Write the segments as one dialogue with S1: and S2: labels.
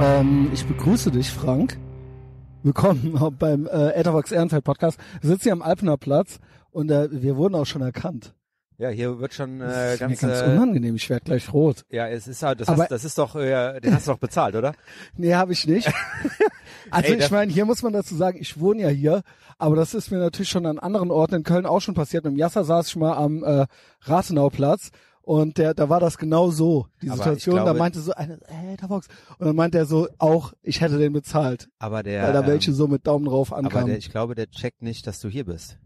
S1: Ähm, ich begrüße dich, Frank. Willkommen beim äh, Etherbox Ehrenfeld Podcast. Wir sitzen hier am Alpener Platz und äh, wir wurden auch schon erkannt.
S2: Ja, hier wird schon
S1: Das
S2: äh,
S1: ist mir
S2: ganz,
S1: ganz
S2: äh,
S1: unangenehm, ich werde gleich rot.
S2: ja, es ist halt, das,
S1: Aber-
S2: hast, das ist doch, äh, den hast du doch bezahlt, oder?
S1: Nee, habe ich nicht. Also
S2: Ey,
S1: ich
S2: das-
S1: meine, hier muss man dazu sagen, ich wohne ja hier, aber das ist mir natürlich schon an anderen Orten in Köln auch schon passiert. Mit dem Jasser saß ich mal am äh, Rathenauplatz und der, da war das genau so, die
S2: Aber ich
S1: Situation. da
S2: glaube-
S1: meinte so einer, hey, der Box. Und dann meinte er so, auch ich hätte den bezahlt,
S2: Aber der,
S1: weil da welche
S2: ähm,
S1: so mit Daumen drauf
S2: aber
S1: ankamen.
S2: der, ich glaube, der checkt nicht, dass du hier bist.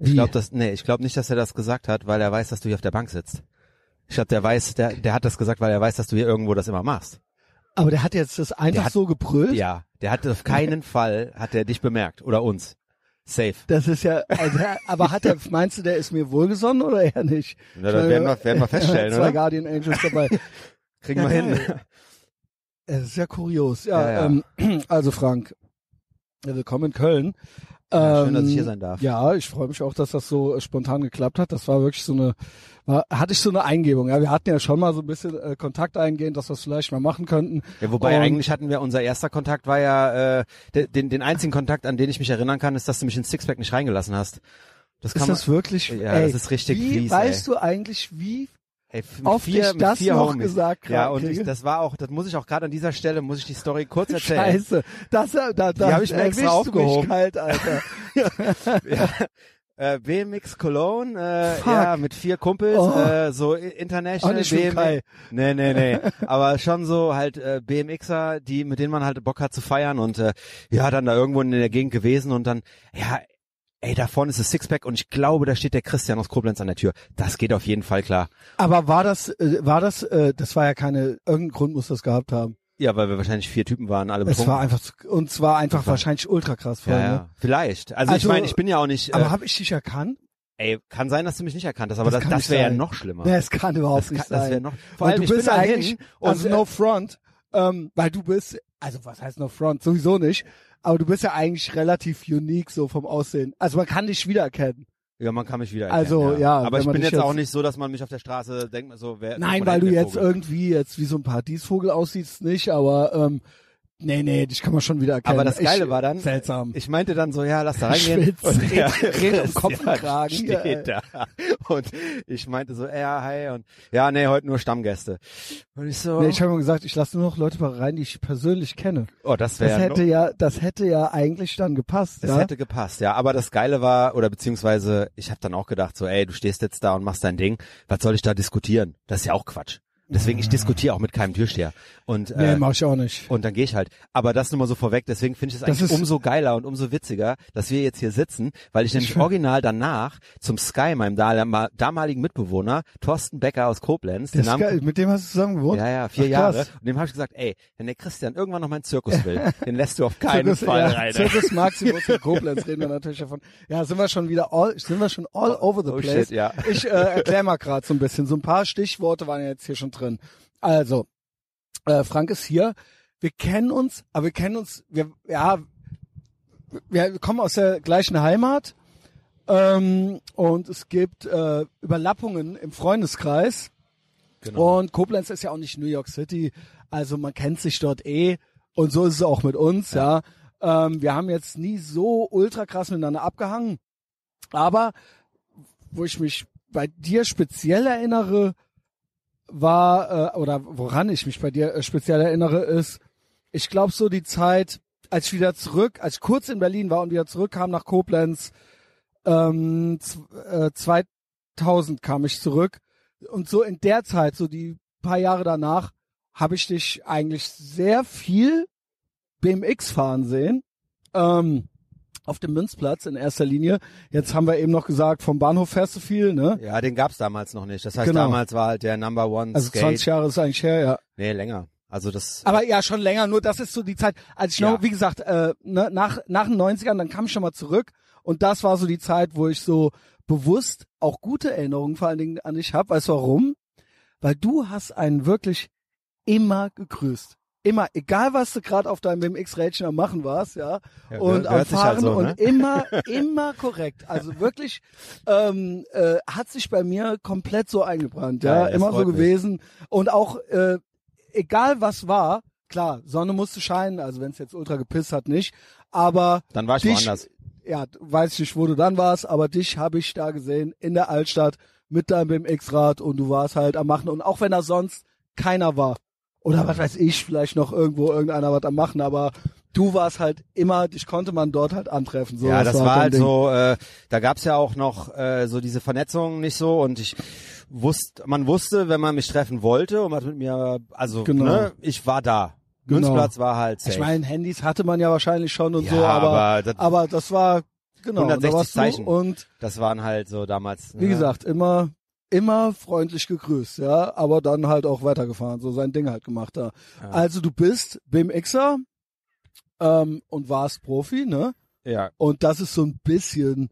S1: Wie?
S2: Ich glaube, das, nee, ich glaube nicht, dass er das gesagt hat, weil er weiß, dass du hier auf der Bank sitzt. Ich glaube, der weiß, der, der hat das gesagt, weil er weiß, dass du hier irgendwo das immer machst.
S1: aber der hat jetzt das einfach
S2: Der hat-
S1: so gebrüllt.
S2: Ja, der hat auf keinen Fall hat er dich bemerkt oder uns. Safe.
S1: Das ist ja, also, aber hat er, meinst du, der ist mir wohlgesonnen oder eher nicht?
S2: Na, das werden wir- werden wir feststellen,
S1: Zwei
S2: oder?
S1: Guardian Angels dabei.
S2: Kriegen
S1: Ja,
S2: wir hin.
S1: geil. Es ist ja kurios. Ja,
S2: Ja,
S1: Ähm, also Frank, willkommen in Köln.
S2: Ja, schön,
S1: Ähm,
S2: dass ich hier sein darf.
S1: Ja, ich freue mich auch, dass das so äh, spontan geklappt hat. Das war wirklich so eine, war, hatte ich so eine Eingebung. Ja, wir hatten ja schon mal so ein bisschen äh, Kontakt eingehend, dass wir es vielleicht mal machen könnten.
S2: Ja, wobei
S1: Und-
S2: eigentlich hatten wir unser erster Kontakt war ja äh, de, den, den einzigen Kontakt, an den ich mich erinnern kann, ist, dass du mich ins Sixpack nicht reingelassen hast. Das
S1: Ist
S2: kann
S1: das wirklich?
S2: Ja,
S1: ey,
S2: das ist richtig
S1: Wie
S2: fies,
S1: weißt du eigentlich, wie
S2: man, ey, f- mit
S1: oft
S2: vier,
S1: ich
S2: mit
S1: das
S2: vier
S1: noch
S2: Homies.
S1: gesagt
S2: Ja, und ich,
S1: kriege?
S2: das war auch, das muss ich auch gerade an dieser Stelle muss ich die Story kurz erzählen.
S1: Scheiße, das, da, da, da
S2: hab ich mir extra
S1: erwischst Du mich
S2: aufgehoben.
S1: kalt, Alter.
S2: ja. äh, BMX Cologne, äh,
S1: Fuck.
S2: ja, mit vier Kumpels,
S1: Oh.
S2: äh, so i-
S1: Auch
S2: international
S1: nicht schon
S2: BMX.
S1: Kai.
S2: Nee, nee, nee. Aber schon so halt äh, BMXer, die, mit denen man halt Bock hat zu feiern und äh, ja, dann da irgendwo in der Gegend gewesen und dann, ja, ey, da vorne ist das Sixpack und ich glaube, da steht der Christian aus Koblenz an der Tür. Das geht auf jeden Fall klar.
S1: Aber war das, äh, war das, äh, das war ja keine, irgendein Grund muss das gehabt haben.
S2: Ja, weil wir wahrscheinlich vier Typen waren, alle
S1: Es war
S2: betrunken.
S1: einfach, zu- und zwar einfach wahrscheinlich ultra krass voll,
S2: ja,
S1: ne?
S2: ja. Vielleicht. Also,
S1: Also,
S2: ich meine, ich bin ja auch nicht.
S1: Aber
S2: Äh,
S1: habe ich dich erkannt?
S2: ey, kann sein, dass du mich nicht erkannt hast, aber
S1: Das
S2: das,
S1: kann
S2: das,
S1: nicht
S2: wäre ja
S1: sein.
S2: noch schlimmer.
S1: Nee, es kann überhaupt
S2: das
S1: nicht
S2: kann- das
S1: sein.
S2: wäre noch. Vor
S1: Weil
S2: allem,
S1: du
S2: ich bin
S1: bist
S2: da
S1: eigentlich,
S2: halt hin und
S1: also no front, ähm, weil du bist, also was heißt no front? Sowieso nicht. Aber du bist ja eigentlich relativ unique so vom Aussehen. Also man kann dich wiedererkennen.
S2: Ja, man kann mich wieder.
S1: Also, ja,
S2: aber
S1: wenn
S2: ich
S1: man
S2: bin
S1: dich
S2: jetzt auch
S1: jetzt-
S2: nicht so, dass man mich auf der Straße denkt, so wer.
S1: Nein,
S2: wo
S1: weil
S2: Äh, der
S1: du
S2: denn
S1: jetzt
S2: Vogel?
S1: irgendwie jetzt wie so ein Paradiesvogel aussiehst, nicht, aber ähm, nee, nee, dich kann man schon wiedererkennen.
S2: Aber das Geile
S1: ich,
S2: war dann-
S1: Seltsam.
S2: Ich meinte dann so, ja, lass da reingehen.
S1: Schwitzt. Dreht um Kopf und
S2: Christian
S1: Kragen.
S2: Steht da. Und ich meinte so, ja, hi und ja, nee, heute nur Stammgäste. Und ich so,
S1: Nee, ich habe mir gesagt, ich lasse nur noch Leute mal rein, die ich persönlich kenne.
S2: oh, das
S1: Das
S2: wäre
S1: hätte ja, das hätte ja eigentlich dann gepasst.
S2: Es
S1: ja?
S2: hätte gepasst, ja. Aber das Geile war, oder beziehungsweise, ich habe dann auch gedacht, so, ey, du stehst jetzt da und machst dein Ding, was soll ich da diskutieren? Das ist ja auch Quatsch. Deswegen, ich diskutiere auch mit keinem Türsteher. Und,
S1: Ah. nee,
S2: äh,
S1: mach ich auch nicht.
S2: und dann gehe ich halt. Aber das nur mal so vorweg, deswegen finde ich es
S1: Das
S2: eigentlich
S1: ist-
S2: umso geiler und umso witziger, dass wir jetzt hier sitzen, weil ich nämlich original danach zum Sky, meinem dal- damaligen Mitbewohner, Thorsten Becker aus Koblenz, den
S1: Das
S2: Namen
S1: ist geil. Mit dem hast du zusammen gewohnt?
S2: ja, ja, vier
S1: Ach,
S2: Jahre.
S1: krass.
S2: Und dem habe ich gesagt, ey, wenn der Christian irgendwann noch mal in den Zirkus will, den lässt du auf keinen
S1: Zirkus,
S2: Fall
S1: ja,
S2: rein. ey.
S1: Zirkus Maximus in Koblenz reden wir natürlich davon. Ja, sind wir schon wieder all, sind wir schon all over the
S2: oh
S1: place.
S2: shit, ja.
S1: Ich äh, erkläre mal gerade so ein bisschen. So ein paar Stichworte waren ja jetzt hier schon drin. Also, äh, Frank ist hier. Wir kennen uns, aber wir kennen uns, wir, ja, wir kommen aus der gleichen Heimat. Ähm, und es gibt äh, Überlappungen im Freundeskreis. Und Koblenz ist ja auch nicht New York City, also man kennt sich dort eh. Und so ist es auch mit uns, ja. Ähm, wir haben jetzt nie so ultra krass miteinander abgehangen. Aber wo ich mich bei dir speziell erinnere, war, äh, oder woran ich mich bei dir äh, speziell erinnere, ist, ich glaube so die Zeit, als ich wieder zurück, als ich kurz in Berlin war und wieder zurückkam nach Koblenz, ähm, zw- äh, 2000 kam ich zurück. Und so in der Zeit, so die paar Jahre danach, habe ich dich eigentlich sehr viel BMX fahren sehen. Ähm, auf dem Münzplatz in erster Linie. Jetzt haben wir eben noch gesagt, vom Bahnhof fährst du viel, ne?
S2: Ja, den gab's damals noch nicht. Das heißt,
S1: Genau.
S2: damals war halt der Number One
S1: Also
S2: Skate.
S1: 20 Jahre ist eigentlich her, ja.
S2: Nee, länger. Also das.
S1: Aber ja, schon länger, nur das ist so die Zeit, als ich
S2: Ja.
S1: noch, wie gesagt, äh, ne, nach, nach den 90ern, dann kam ich schon mal zurück und das war so die Zeit, wo ich so bewusst auch gute Erinnerungen vor allen Dingen an dich habe. Weißt du warum? Weil du hast einen wirklich immer gegrüßt. Immer, egal was du gerade auf deinem BMX-Rädchen am machen warst, ja,
S2: Ja,
S1: und
S2: hört
S1: am
S2: sich halt
S1: Fahren
S2: so,
S1: und
S2: ne?
S1: immer, immer korrekt. Also wirklich ähm, äh, hat sich bei mir komplett so eingebrannt, ja,
S2: Geil, das
S1: immer so
S2: freut mich.
S1: gewesen und auch äh, egal was war, Klar, Sonne musste scheinen, also wenn es jetzt ultra gepisst hat, nicht. Aber
S2: Dann war ich
S1: dich,
S2: woanders.
S1: Ja, weiß ich nicht, wo du dann warst, aber dich habe ich da gesehen in der Altstadt mit deinem BMX-Rad und du warst halt am Machen. Und auch wenn da sonst keiner war. Oder was weiß ich, vielleicht noch irgendwo irgendeiner was am Machen, aber du warst halt immer, dich konnte man dort halt antreffen. So,
S2: ja, das war
S1: dein
S2: halt
S1: Ding.
S2: so, äh, da gab's ja auch noch äh, so diese Vernetzung nicht so und ich wusste, man wusste, wenn man mich treffen wollte und hat mit mir, also
S1: Genau.
S2: ne, ich war da.
S1: Genau.
S2: Münzplatz war halt safe.
S1: Ich meine, Handys hatte man ja wahrscheinlich schon und
S2: Ja,
S1: so, aber,
S2: aber
S1: aber,
S2: das-
S1: das, war, genau, und da
S2: 160
S1: warst du
S2: Zeichen.
S1: Und
S2: das waren halt so damals.
S1: wie
S2: ne?
S1: gesagt, immer, immer freundlich gegrüßt, ja, aber dann halt auch weitergefahren, so sein Ding halt gemacht da.
S2: Ja.
S1: Also du bist BMXer ähm, und warst Profi, ne?
S2: Ja,
S1: Und das ist so ein bisschen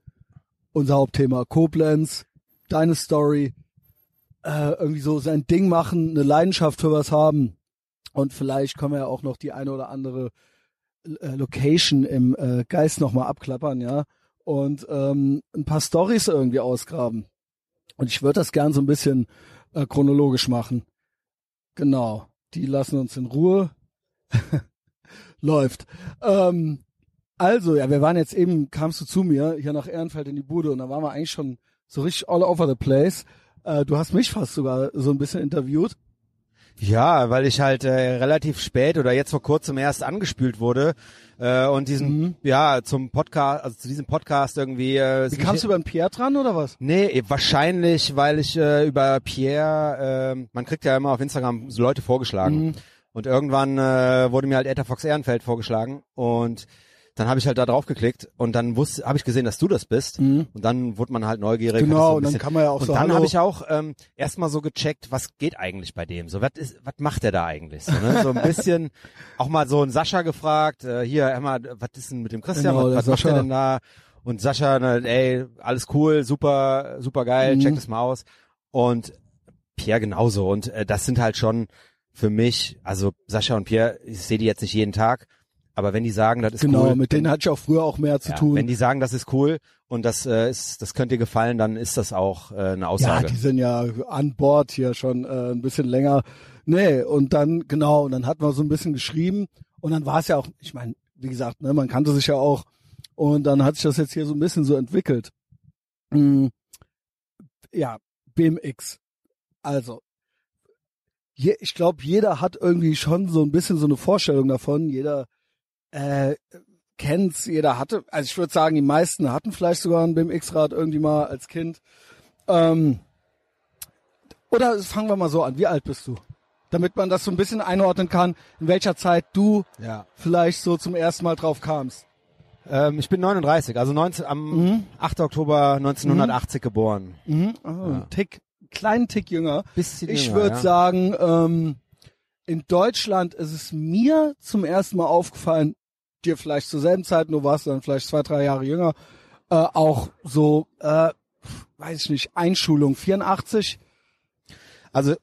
S1: unser Hauptthema. Koblenz, deine Story, äh, irgendwie so sein Ding machen, eine Leidenschaft für was haben. Und vielleicht können wir ja auch noch die eine oder andere äh, Location im äh, Geist nochmal abklappern, ja. Und ähm, ein paar Stories irgendwie ausgraben. Und ich würde das gern so ein bisschen äh, chronologisch machen. Genau. Die lassen uns in Ruhe. Läuft. Ähm, also, ja, wir waren jetzt eben, kamst du zu mir, hier nach Ehrenfeld in die Bude und da waren wir eigentlich schon so richtig all over the place. Äh, du hast mich fast sogar so ein bisschen interviewt.
S2: Ja, weil ich halt äh, relativ spät oder jetzt vor kurzem erst angespült wurde äh, und diesen
S1: Mhm.
S2: ja zum Podcast, also zu diesem Podcast irgendwie. Äh,
S1: Wie kamst du über den Pierre dran oder was?
S2: Nee, eh, wahrscheinlich, weil ich äh, über Pierre, äh, man kriegt ja immer auf Instagram so Leute vorgeschlagen.
S1: Mhm.
S2: Und irgendwann äh, wurde mir halt Etta Fox Ehrenfeld vorgeschlagen und dann habe ich halt da drauf geklickt und dann wusste, habe ich gesehen, dass du das bist
S1: Mhm.
S2: und dann wurde man halt neugierig. hat das so
S1: Genau,
S2: ein
S1: und dann
S2: bisschen-
S1: kann man ja auch
S2: und
S1: so
S2: dann
S1: hallo.
S2: habe ich auch ähm, erstmal so gecheckt, was geht eigentlich bei dem? So, was ist, was macht der da eigentlich? So, ne? so ein bisschen auch mal so einen Sascha gefragt, äh, hier, hör mal, was ist denn mit dem Christian?
S1: Genau,
S2: was
S1: der
S2: was macht der
S1: Sascha.
S2: denn da? Und Sascha, ne, ey, alles cool, super, super geil,
S1: Mhm.
S2: check das mal aus. Und Pierre genauso. Und äh, das sind halt schon für mich, also Sascha und Pierre, ich sehe die jetzt nicht jeden Tag, aber wenn die sagen, das ist
S1: genau,
S2: cool,
S1: mit denen hatte ich auch früher auch mehr zu
S2: ja, wenn
S1: tun.
S2: die sagen, das ist cool und das äh, ist, das könnte dir gefallen, dann ist das auch äh, eine
S1: Ja,
S2: Aussage.
S1: die sind ja an Bord hier schon äh, ein bisschen länger. Nee, und dann, genau, und dann hat man so ein bisschen geschrieben und dann war es ja auch, ich meine, wie gesagt, ne, man kannte sich ja auch und dann hat sich das jetzt hier so ein bisschen so entwickelt. Mm, ja, BMX. Also, je, ich glaube, jeder hat irgendwie schon so ein bisschen so eine Vorstellung davon. Jeder äh, kennt's, jeder hatte, also ich würde sagen, die meisten hatten vielleicht sogar ein BMX-Rad irgendwie mal als Kind. Ähm, oder fangen wir mal so an. Wie alt bist du? Damit man das so ein bisschen einordnen kann, in welcher Zeit du
S2: Ja.
S1: vielleicht so zum ersten Mal drauf kamst.
S2: Ähm, ich bin 39, also 19, am 8. Oktober 1980 geboren.
S1: Mhm. Ah, Ein Tick, kleinen Tick jünger.
S2: Bisschen
S1: ich
S2: jünger,
S1: würde
S2: ja.
S1: sagen, ähm, in Deutschland ist es mir zum ersten Mal aufgefallen, dir vielleicht zur selben Zeit, nur warst du dann vielleicht zwei, drei Jahre jünger, äh, auch so, äh, weiß ich nicht, Einschulung 84.
S2: Also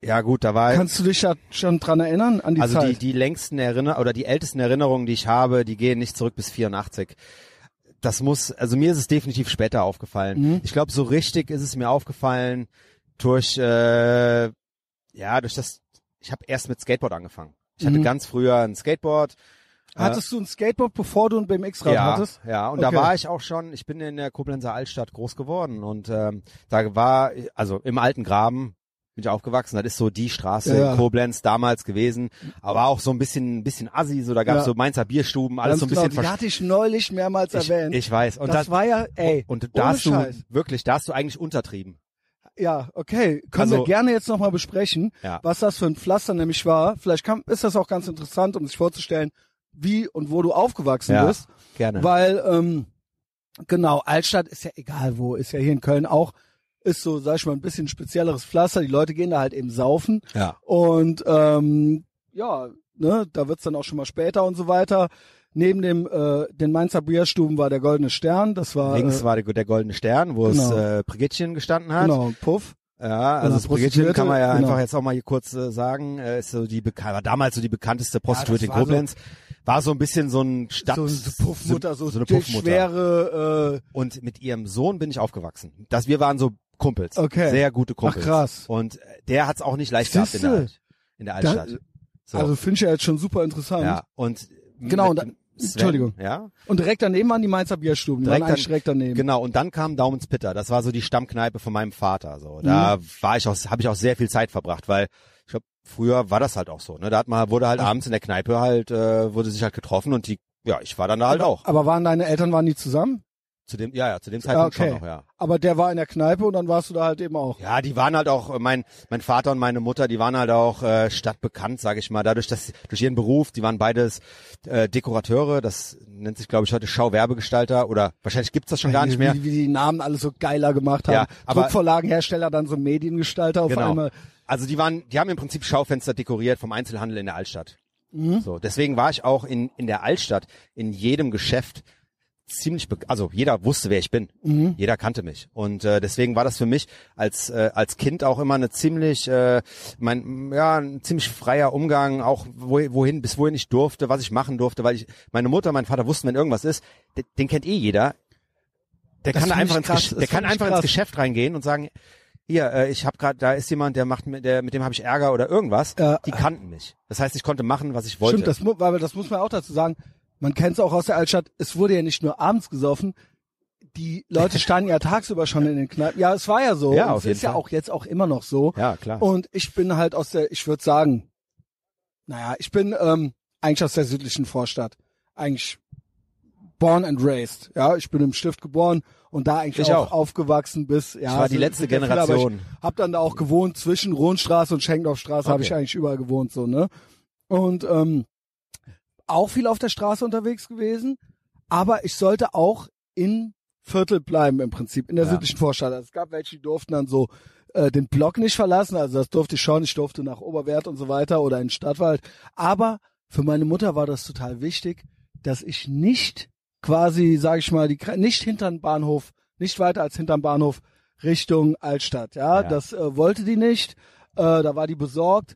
S2: ja gut, da war
S1: Kannst du dich da schon dran erinnern an die
S2: also
S1: Zeit?
S2: die die längsten Erinner oder die ältesten Erinnerungen, die ich habe, die gehen nicht zurück bis 84. Das muss also mir ist es definitiv später aufgefallen.
S1: Mhm.
S2: Ich glaube so richtig ist es mir aufgefallen durch äh, ja, durch das ich habe erst mit Skateboard angefangen. Ich hatte
S1: Mhm.
S2: ganz früher ein Skateboard,
S1: Hattest du ein Skateboard, bevor du ein BMX-Rad
S2: ja,
S1: hattest?
S2: Ja, und da
S1: Okay.
S2: war ich auch schon, ich bin in der Koblenzer Altstadt groß geworden und ähm, da war, also im alten Graben bin ich aufgewachsen, das ist so die Straße
S1: Ja.
S2: in Koblenz damals gewesen, aber auch so ein bisschen ein bisschen assi, so da gab's
S1: Ja.
S2: so Mainzer Bierstuben,
S1: Ganz
S2: alles so ein bisschen
S1: genau, die
S2: versch-
S1: hatte ich neulich mehrmals
S2: ich,
S1: erwähnt.
S2: ich weiß. Und
S1: das, war ja, ey,
S2: und
S1: ohne
S2: da hast du
S1: Scheiß.
S2: wirklich, da hast du eigentlich untertrieben.
S1: ja, okay, können
S2: Also-
S1: wir gerne jetzt nochmal besprechen,
S2: Ja.
S1: was das für ein Pflaster nämlich war. Vielleicht kann, ist das auch ganz interessant, um sich vorzustellen, wie und wo du aufgewachsen
S2: Ja,
S1: bist,
S2: gerne.
S1: weil, ähm, genau, Altstadt ist ja egal wo, ist ja hier in Köln auch, ist so, sag ich mal, ein bisschen spezielleres Pflaster, die Leute gehen da halt eben saufen
S2: ja.
S1: Und ähm, ja, ne, da wird's dann auch schon mal später und so weiter. Neben dem äh, den Mainzer Bierstuben war der Goldene Stern, das war
S2: Links
S1: äh,
S2: war der, der goldene Stern, wo es
S1: genau.
S2: äh, Brigittchen gestanden hat.
S1: genau, Puff.
S2: Ja,
S1: Oder
S2: also das Brigittchen
S1: Prostituierte,
S2: kann man ja
S1: genau.
S2: einfach jetzt auch mal hier kurz äh, sagen, äh, ist so die bekan- war damals so die bekannteste Prostituierte
S1: das
S2: in
S1: war
S2: Koblenz. war so ein bisschen so ein Stadt
S1: so, so Puffmutter, so,
S2: so eine
S1: dick,
S2: Puffmutter.
S1: schwere äh,
S2: Und mit ihrem Sohn bin ich aufgewachsen. Das wir waren so Kumpels,
S1: Okay.
S2: sehr gute Kumpels.
S1: Ach, krass.
S2: Und äh, der hat's auch nicht leicht gehabt in der,
S1: Siehste.
S2: Alt, in der
S1: äh, da,
S2: Altstadt. So.
S1: Also Fincher ist schon super interessant.
S2: ja. Und
S1: Genau, und da-
S2: Sven,
S1: Entschuldigung.
S2: Ja.
S1: Und direkt daneben waren die Mainzer Bierstuben. Die
S2: Direkt
S1: waren eigentlich
S2: an-
S1: direkt daneben.
S2: Genau, und dann kam Daumen's Pitter. Das war so die Stammkneipe von meinem Vater. So, da
S1: Mhm.
S2: war ich auch, habe ich auch sehr viel Zeit verbracht, weil ich glaube, früher war das halt auch so. Ne, da hat man wurde halt abends in der Kneipe halt äh, wurde sich halt getroffen und die, ja, ich war dann da halt auch.
S1: Aber waren deine Eltern waren die zusammen?
S2: Zu dem, ja, ja, zu dem Zeitpunkt
S1: okay.
S2: schon noch, ja.
S1: Aber der war in der Kneipe und dann warst du da halt eben auch.
S2: Ja, die waren halt auch, äh, mein, mein Vater und meine Mutter, die waren halt auch äh, stadtbekannt, sage ich mal, dadurch, dass durch ihren Beruf, die waren beides äh, Dekorateure, das nennt sich, glaube ich, heute Schauwerbegestalter oder wahrscheinlich gibt's das schon gar nicht mehr.
S1: Wie, wie die Namen alles so geiler gemacht haben.
S2: Ja, aber-
S1: Druckvorlagenhersteller, dann so Mediengestalter auf
S2: Genau.
S1: einmal.
S2: Also die waren, die haben im Prinzip Schaufenster dekoriert vom Einzelhandel in der Altstadt.
S1: Mhm.
S2: So, deswegen war ich auch in, in der Altstadt, in jedem Geschäft ziemlich, be also jeder wusste, wer ich bin.
S1: Mhm.
S2: Jeder kannte mich. Und äh, deswegen war das für mich als, äh, als Kind auch immer eine ziemlich, äh, mein, ja, ein ziemlich freier Umgang, auch wo- wohin, bis wohin ich durfte, was ich machen durfte, weil ich, meine Mutter, mein Vater wussten, wenn irgendwas ist, de- den kennt eh jeder. Der
S1: Das
S2: kann
S1: find ich
S2: einfach, ins,
S1: krass,
S2: Gesch-
S1: das
S2: der kann
S1: find ich
S2: einfach
S1: krass.
S2: ins Geschäft reingehen und sagen, hier, äh, ich habe gerade, da ist jemand, der macht, mir- der mit dem habe ich Ärger oder irgendwas.
S1: Ja.
S2: Die kannten mich. Das heißt, ich konnte machen, was ich wollte.
S1: Äh, Stimmt, das, mu- weil das muss man auch dazu sagen. Man kennt es auch aus der Altstadt. Es wurde ja nicht nur abends gesoffen. Die Leute standen ja tagsüber schon in den Kneipen. Ja, es war ja so.
S2: Ja,
S1: Und
S2: auf
S1: es
S2: jeden
S1: ist ja
S2: Fall.
S1: auch jetzt auch immer noch so.
S2: ja, klar.
S1: Und ich bin halt aus der, ich würde sagen, naja, ich bin ähm, eigentlich aus der südlichen Vorstadt. Eigentlich born and raised. Ja, ich bin im Stift geboren und da eigentlich
S2: Ich
S1: auch,
S2: auch.
S1: aufgewachsen bis. Ja,
S2: Ich war
S1: es
S2: die
S1: ist
S2: letzte
S1: nicht sehr aber
S2: Generation.
S1: Ich hab dann da auch gewohnt zwischen Rohnstraße und Schenkendorfstraße habe
S2: Okay.
S1: ich eigentlich überall gewohnt so ne. Und ähm, auch viel auf der Straße unterwegs gewesen, aber ich sollte auch in Viertel bleiben im Prinzip, in der
S2: Ja.
S1: südlichen Vorstadt. Also es gab welche, die durften dann so äh, den Block nicht verlassen, also das durfte ich schon, ich durfte nach Oberwert und so weiter oder in den Stadtwald. Aber für meine Mutter war das total wichtig, dass ich nicht quasi, sage ich mal, die, Gre- nicht hinterm Bahnhof, nicht weiter als hinterm Bahnhof Richtung Altstadt. Ja,
S2: Ja.
S1: das äh, wollte die nicht. Äh, da war die besorgt.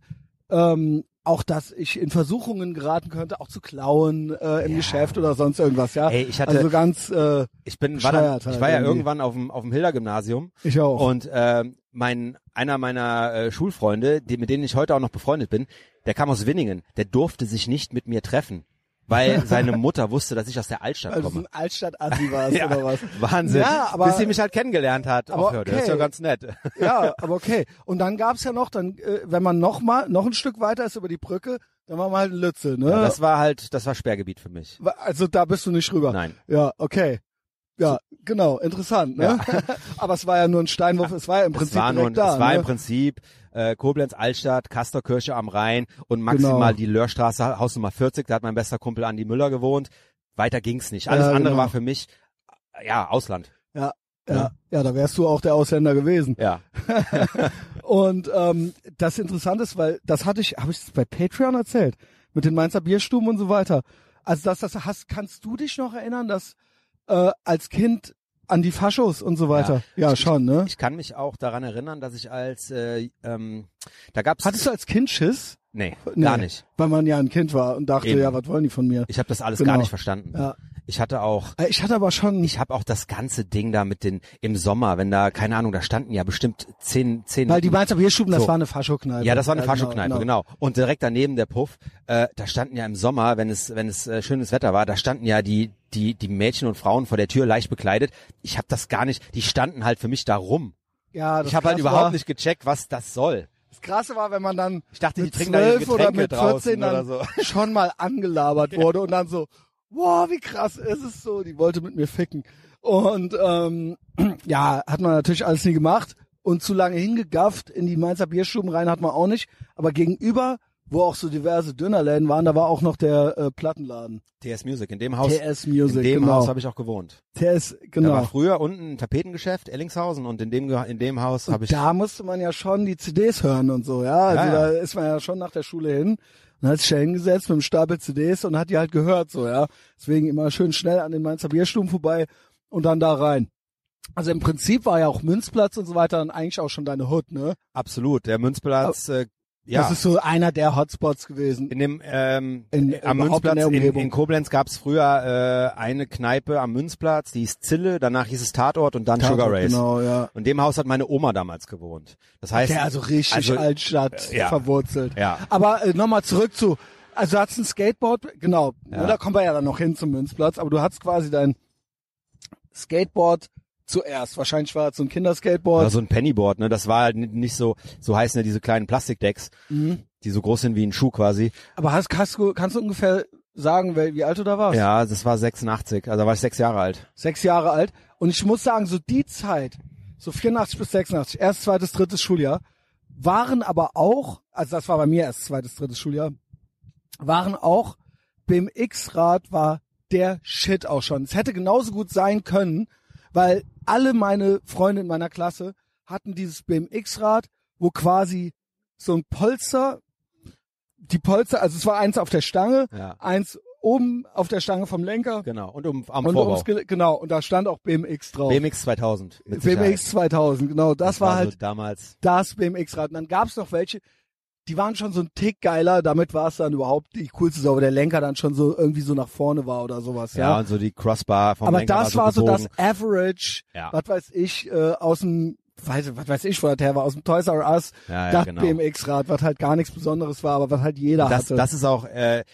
S1: Ähm, auch dass ich in Versuchungen geraten könnte, auch zu klauen äh, im
S2: Ja.
S1: Geschäft oder sonst irgendwas. Ja,
S2: Ey, ich hatte-
S1: also ganz. Äh,
S2: Ich bin, war dann,
S1: bescheuert halt
S2: ich war ja
S1: irgendwie. Oh.
S2: irgendwann auf dem, auf dem Hilder-Gymnasium
S1: ich auch.
S2: und ähm, mein, einer meiner äh, Schulfreunde, die, mit denen ich heute auch noch befreundet bin, der kam aus Winningen, der durfte sich nicht mit mir treffen, weil seine Mutter wusste, dass ich aus der Altstadt
S1: Weil du so
S2: komme.
S1: ein Altstadt-Assi warst
S2: Ja,
S1: Also, oder was.
S2: Wahnsinn.
S1: Ja, aber-
S2: Bis sie mich halt kennengelernt hat.
S1: Aber
S2: Ach, ja, Das ist
S1: okay.
S2: ja ganz nett.
S1: Ja, aber okay. Und dann gab's ja noch, dann, äh, wenn man noch mal noch ein Stück weiter ist über die Brücke, dann war man halt in Lütze, ne?
S2: Ja, das war halt, das war Sperrgebiet für mich.
S1: Wa- also da bist du nicht rüber.
S2: Nein.
S1: Ja, okay. Ja, genau, interessant, ne? aber es war ja nur ein Steinwurf, es war ja im Prinzip
S2: es war,
S1: direkt
S2: nur,
S1: da.
S2: es war
S1: ne?
S2: im Prinzip äh, Koblenz, Altstadt, Kastorkirche am Rhain und maximal
S1: Genau.
S2: die Löhrstraße, Haus Nummer 40. Da hat mein bester Kumpel Andi Müller gewohnt. Weiter ging's nicht. Alles
S1: Ja,
S2: andere
S1: genau.
S2: war für mich äh, ja Ausland.
S1: ja, ja, ja, da wärst du auch der Ausländer gewesen.
S2: Ja.
S1: Und ähm, das Interessante ist, weil das hatte ich, habe ich das bei Patreon erzählt, mit den Mainzer Bierstuben und so weiter. Also das, das hast, kannst du dich noch erinnern, dass äh, als Kind an die Faschos und so weiter. Ja, schon, ne?
S2: Ich kann mich auch daran erinnern, dass ich als äh, ähm, da gab's
S1: Hattest du als Kind Schiss?
S2: nee,
S1: Nee,
S2: gar nicht.
S1: Weil man ja ein Kind war und dachte,
S2: Eben.
S1: ja, was wollen die von mir?
S2: Ich habe das alles
S1: Genau.
S2: gar nicht verstanden.
S1: Ja.
S2: Ich hatte auch
S1: Äh, Ich hatte aber schon,
S2: ich habe auch das ganze Ding da mit den im Sommer, wenn da keine Ahnung, da standen ja bestimmt zehn zehn
S1: weil die Mainzer Bierstuben, das
S2: So.
S1: war eine Faschokneipe.
S2: Ja, das war eine
S1: genau,
S2: Faschokneipe, genau. Und direkt daneben der Puff, äh, da standen ja im Sommer, wenn es wenn es äh, schönes Wetter war, da standen ja die die die Mädchen und Frauen vor der Tür leicht bekleidet. Ich habe das gar nicht, die standen halt für mich da rum.
S1: Ja, das
S2: ich habe halt
S1: Krasse
S2: überhaupt
S1: war,
S2: nicht gecheckt, was das soll.
S1: Das Krasse war, wenn man dann
S2: Ich dachte, die
S1: mit
S2: trinken da ihre
S1: 12 oder
S2: Getränke
S1: mit
S2: draußen
S1: 14
S2: oder
S1: dann
S2: so.
S1: schon mal angelabert wurde und dann so, wow, wie krass ist es so, die wollte mit mir ficken. Und ähm, ja, hat man natürlich alles nie gemacht und zu lange hingegafft in die Mainzer Bierstuben rein hat man auch nicht. Aber gegenüber, wo auch so diverse Dönerläden waren, da war auch noch der äh, Plattenladen.
S2: TS Music in dem Haus.
S1: TS Music,
S2: in dem
S1: genau.
S2: Haus habe ich auch gewohnt.
S1: TS,
S2: Da
S1: genau.
S2: war früher unten ein Tapetengeschäft Ellingshausen und in dem Ge- in dem Haus habe ich
S1: da musste man ja schon die CDs hören und so, ja. Also
S2: Ja,
S1: da
S2: ja.
S1: ist man ja schon nach der Schule hin und hat sich da hingesetzt mit einem Stapel CDs und hat die halt gehört, so, ja. Deswegen immer schön schnell an den Mainzer Bierstuben vorbei und dann da rein. Also im Prinzip war ja auch Münzplatz und so weiter dann eigentlich auch schon deine Hood, ne?
S2: absolut der Münzplatz äh, ja.
S1: Das ist so einer der Hotspots gewesen.
S2: In dem ähm,
S1: In-
S2: am
S1: überhaupt in
S2: Münzplatz
S1: der
S2: in, in,
S1: Umgebung.
S2: Koblenz gab es früher äh, eine Kneipe am Münzplatz, die hieß Zille, danach hieß es Tatort und dann Sugar Race.
S1: Genau, ja.
S2: Und dem Haus hat meine Oma damals gewohnt. Das heißt,
S1: Der also richtig
S2: also,
S1: Altstadt
S2: äh, ja.
S1: verwurzelt.
S2: Ja.
S1: Aber äh, nochmal zurück zu, also du hattest ein Skateboard, genau,
S2: Ja.
S1: ne, da kommen wir ja dann noch hin zum Münzplatz, aber du hattest quasi dein Skateboard zuerst. Wahrscheinlich war es so ein Kinderskateboard.
S2: Oder so ein Pennyboard, ne? Das war halt n- nicht so, so heißen ja diese kleinen Plastikdecks,
S1: Mhm.
S2: die so groß sind wie ein Schuh quasi.
S1: aber hast, hast, du- kannst du ungefähr sagen, wel- wie alt du da warst?
S2: Ja, das war 86, also da war ich sechs Jahre alt.
S1: Sechs Jahre alt. Und ich muss sagen, so die Zeit, so 84 bis 86, erst, zweites, drittes Schuljahr, waren aber auch, also das war bei mir erst zweites, drittes Schuljahr, waren auch, BMX-Rad war der Shit auch schon. Es hätte genauso gut sein können, weil alle meine Freunde in meiner Klasse hatten dieses BMX-Rad, wo quasi so ein Polster, die Polster, also es war eins auf der Stange,
S2: Ja.
S1: eins oben auf der Stange vom Lenker
S2: Genau. Und um am
S1: und
S2: Vorbau.
S1: ums Ge- oh. genau, und da stand auch BMX drauf.
S2: BMX 2000. mit Sicherheit.
S1: BMX 2000, genau. Das, war halt
S2: so damals.
S1: das BMX-Rad. Und dann gab es noch welche, die waren schon so ein Tick geiler. Damit war es dann überhaupt die coolste Sau, weil der Lenker dann schon so irgendwie so nach vorne war oder sowas.
S2: Ja,
S1: Ja.
S2: und so die Crossbar vom
S1: Aber
S2: Lenker
S1: das
S2: war
S1: war
S2: so,
S1: so das
S2: gebogen.
S1: Average,
S2: Ja.
S1: was weiß ich, äh, aus dem, weiß, was weiß ich, wo das her war, aus dem Toys R Us,
S2: Ja, ja,
S1: das
S2: genau.
S1: BMX-Rad, was halt gar nichts Besonderes war, aber was halt jeder
S2: das,
S1: hatte.
S2: das ist auch, äh,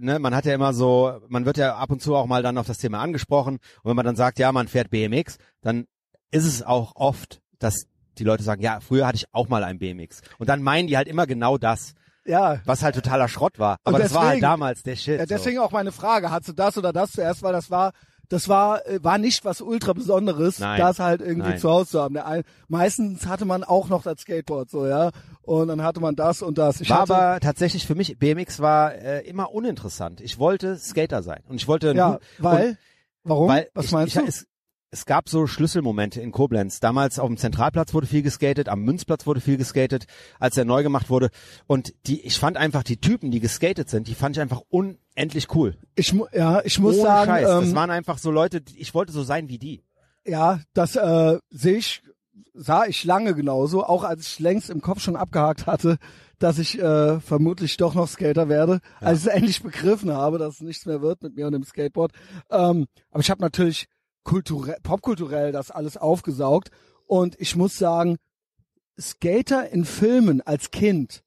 S2: ne, man hat ja immer so, man wird ja ab und zu auch mal dann auf das Thema angesprochen und wenn man dann sagt, ja, man fährt BMX, dann ist es auch oft, dass die Leute sagen, ja, früher hatte ich auch mal ein BMX und dann meinen die halt immer genau das,
S1: ja.
S2: was halt totaler Schrott war, aber
S1: Und
S2: das war halt
S1: deswegen-
S2: damals der Shit.
S1: Ja, deswegen auch meine Frage, hattest du das oder das zuerst, weil das war, das war, äh, war nicht was ultra Besonderes,
S2: Nein.
S1: das halt irgendwie
S2: Nein.
S1: zu Hause zu haben. Der ein, meistens hatte man auch noch das Skateboard, so, ja. Und dann hatte man das und das. Ich
S2: so. war
S1: hatte,
S2: aber tatsächlich für mich, BMX war äh, immer uninteressant. Ich wollte Skater sein und ich wollte
S1: ja, weil,
S2: und,
S1: warum?
S2: Weil
S1: Oh, Was
S2: ich,
S1: meinst
S2: ich,
S1: du?
S2: Es, es gab so Schlüsselmomente in Koblenz. Damals auf dem Zentralplatz wurde viel geskatet, am Münzplatz wurde viel geskatet, als er neu gemacht wurde. Und die, ich fand einfach die Typen, die geskatet sind, die fand ich einfach unendlich cool.
S1: ich, mu- ja, ich muss
S2: Ohne
S1: sagen,
S2: Scheiß.
S1: ähm,
S2: das waren einfach so Leute, die, ich wollte so sein wie die.
S1: Ja, das äh, sehe ich, sah ich lange genauso, auch als ich längst im Kopf schon abgehakt hatte, dass ich äh, vermutlich doch noch Skater werde, als ich es endlich begriffen habe, dass es nichts mehr wird mit mir und dem Skateboard. Ähm, aber ich habe natürlich kulturell, popkulturell das alles aufgesaugt und ich muss sagen, Skater in Filmen als Kind,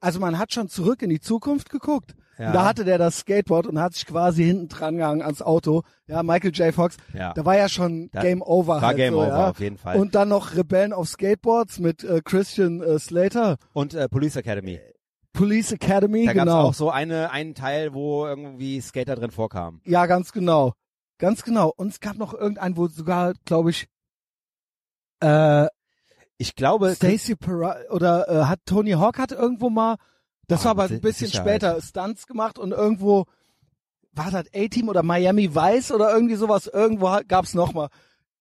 S1: also man hat schon zurück in die Zukunft geguckt.
S2: Ja.
S1: Und da hatte der das Skateboard und hat sich quasi hinten dran gehangen ans Auto. Ja, Michael J. Fox.
S2: Ja.
S1: Da war ja schon
S2: Da-
S1: Game Over.
S2: war
S1: halt
S2: Game
S1: so,
S2: Over
S1: ja.
S2: auf jeden Fall.
S1: Und dann noch Rebellen auf Skateboards mit äh, Christian äh, Slater,
S2: Und äh, Police Academy.
S1: Police Academy,
S2: Da gab es
S1: genau.
S2: auch so eine, einen Teil, wo irgendwie Skater drin vorkamen.
S1: Ja, ganz genau. Ganz genau. Und es gab noch irgendeinen, wo sogar, glaube ich, äh,
S2: Ich glaube,
S1: Stacy Pera oder äh, hat Tony Hawk hat irgendwo mal, das
S2: Ah,
S1: war aber
S2: mit
S1: ein bisschen
S2: Sicherheit.
S1: später, Stunts gemacht und irgendwo war das A-Team oder Miami Vice oder irgendwie sowas, irgendwo ha- gab's noch mal,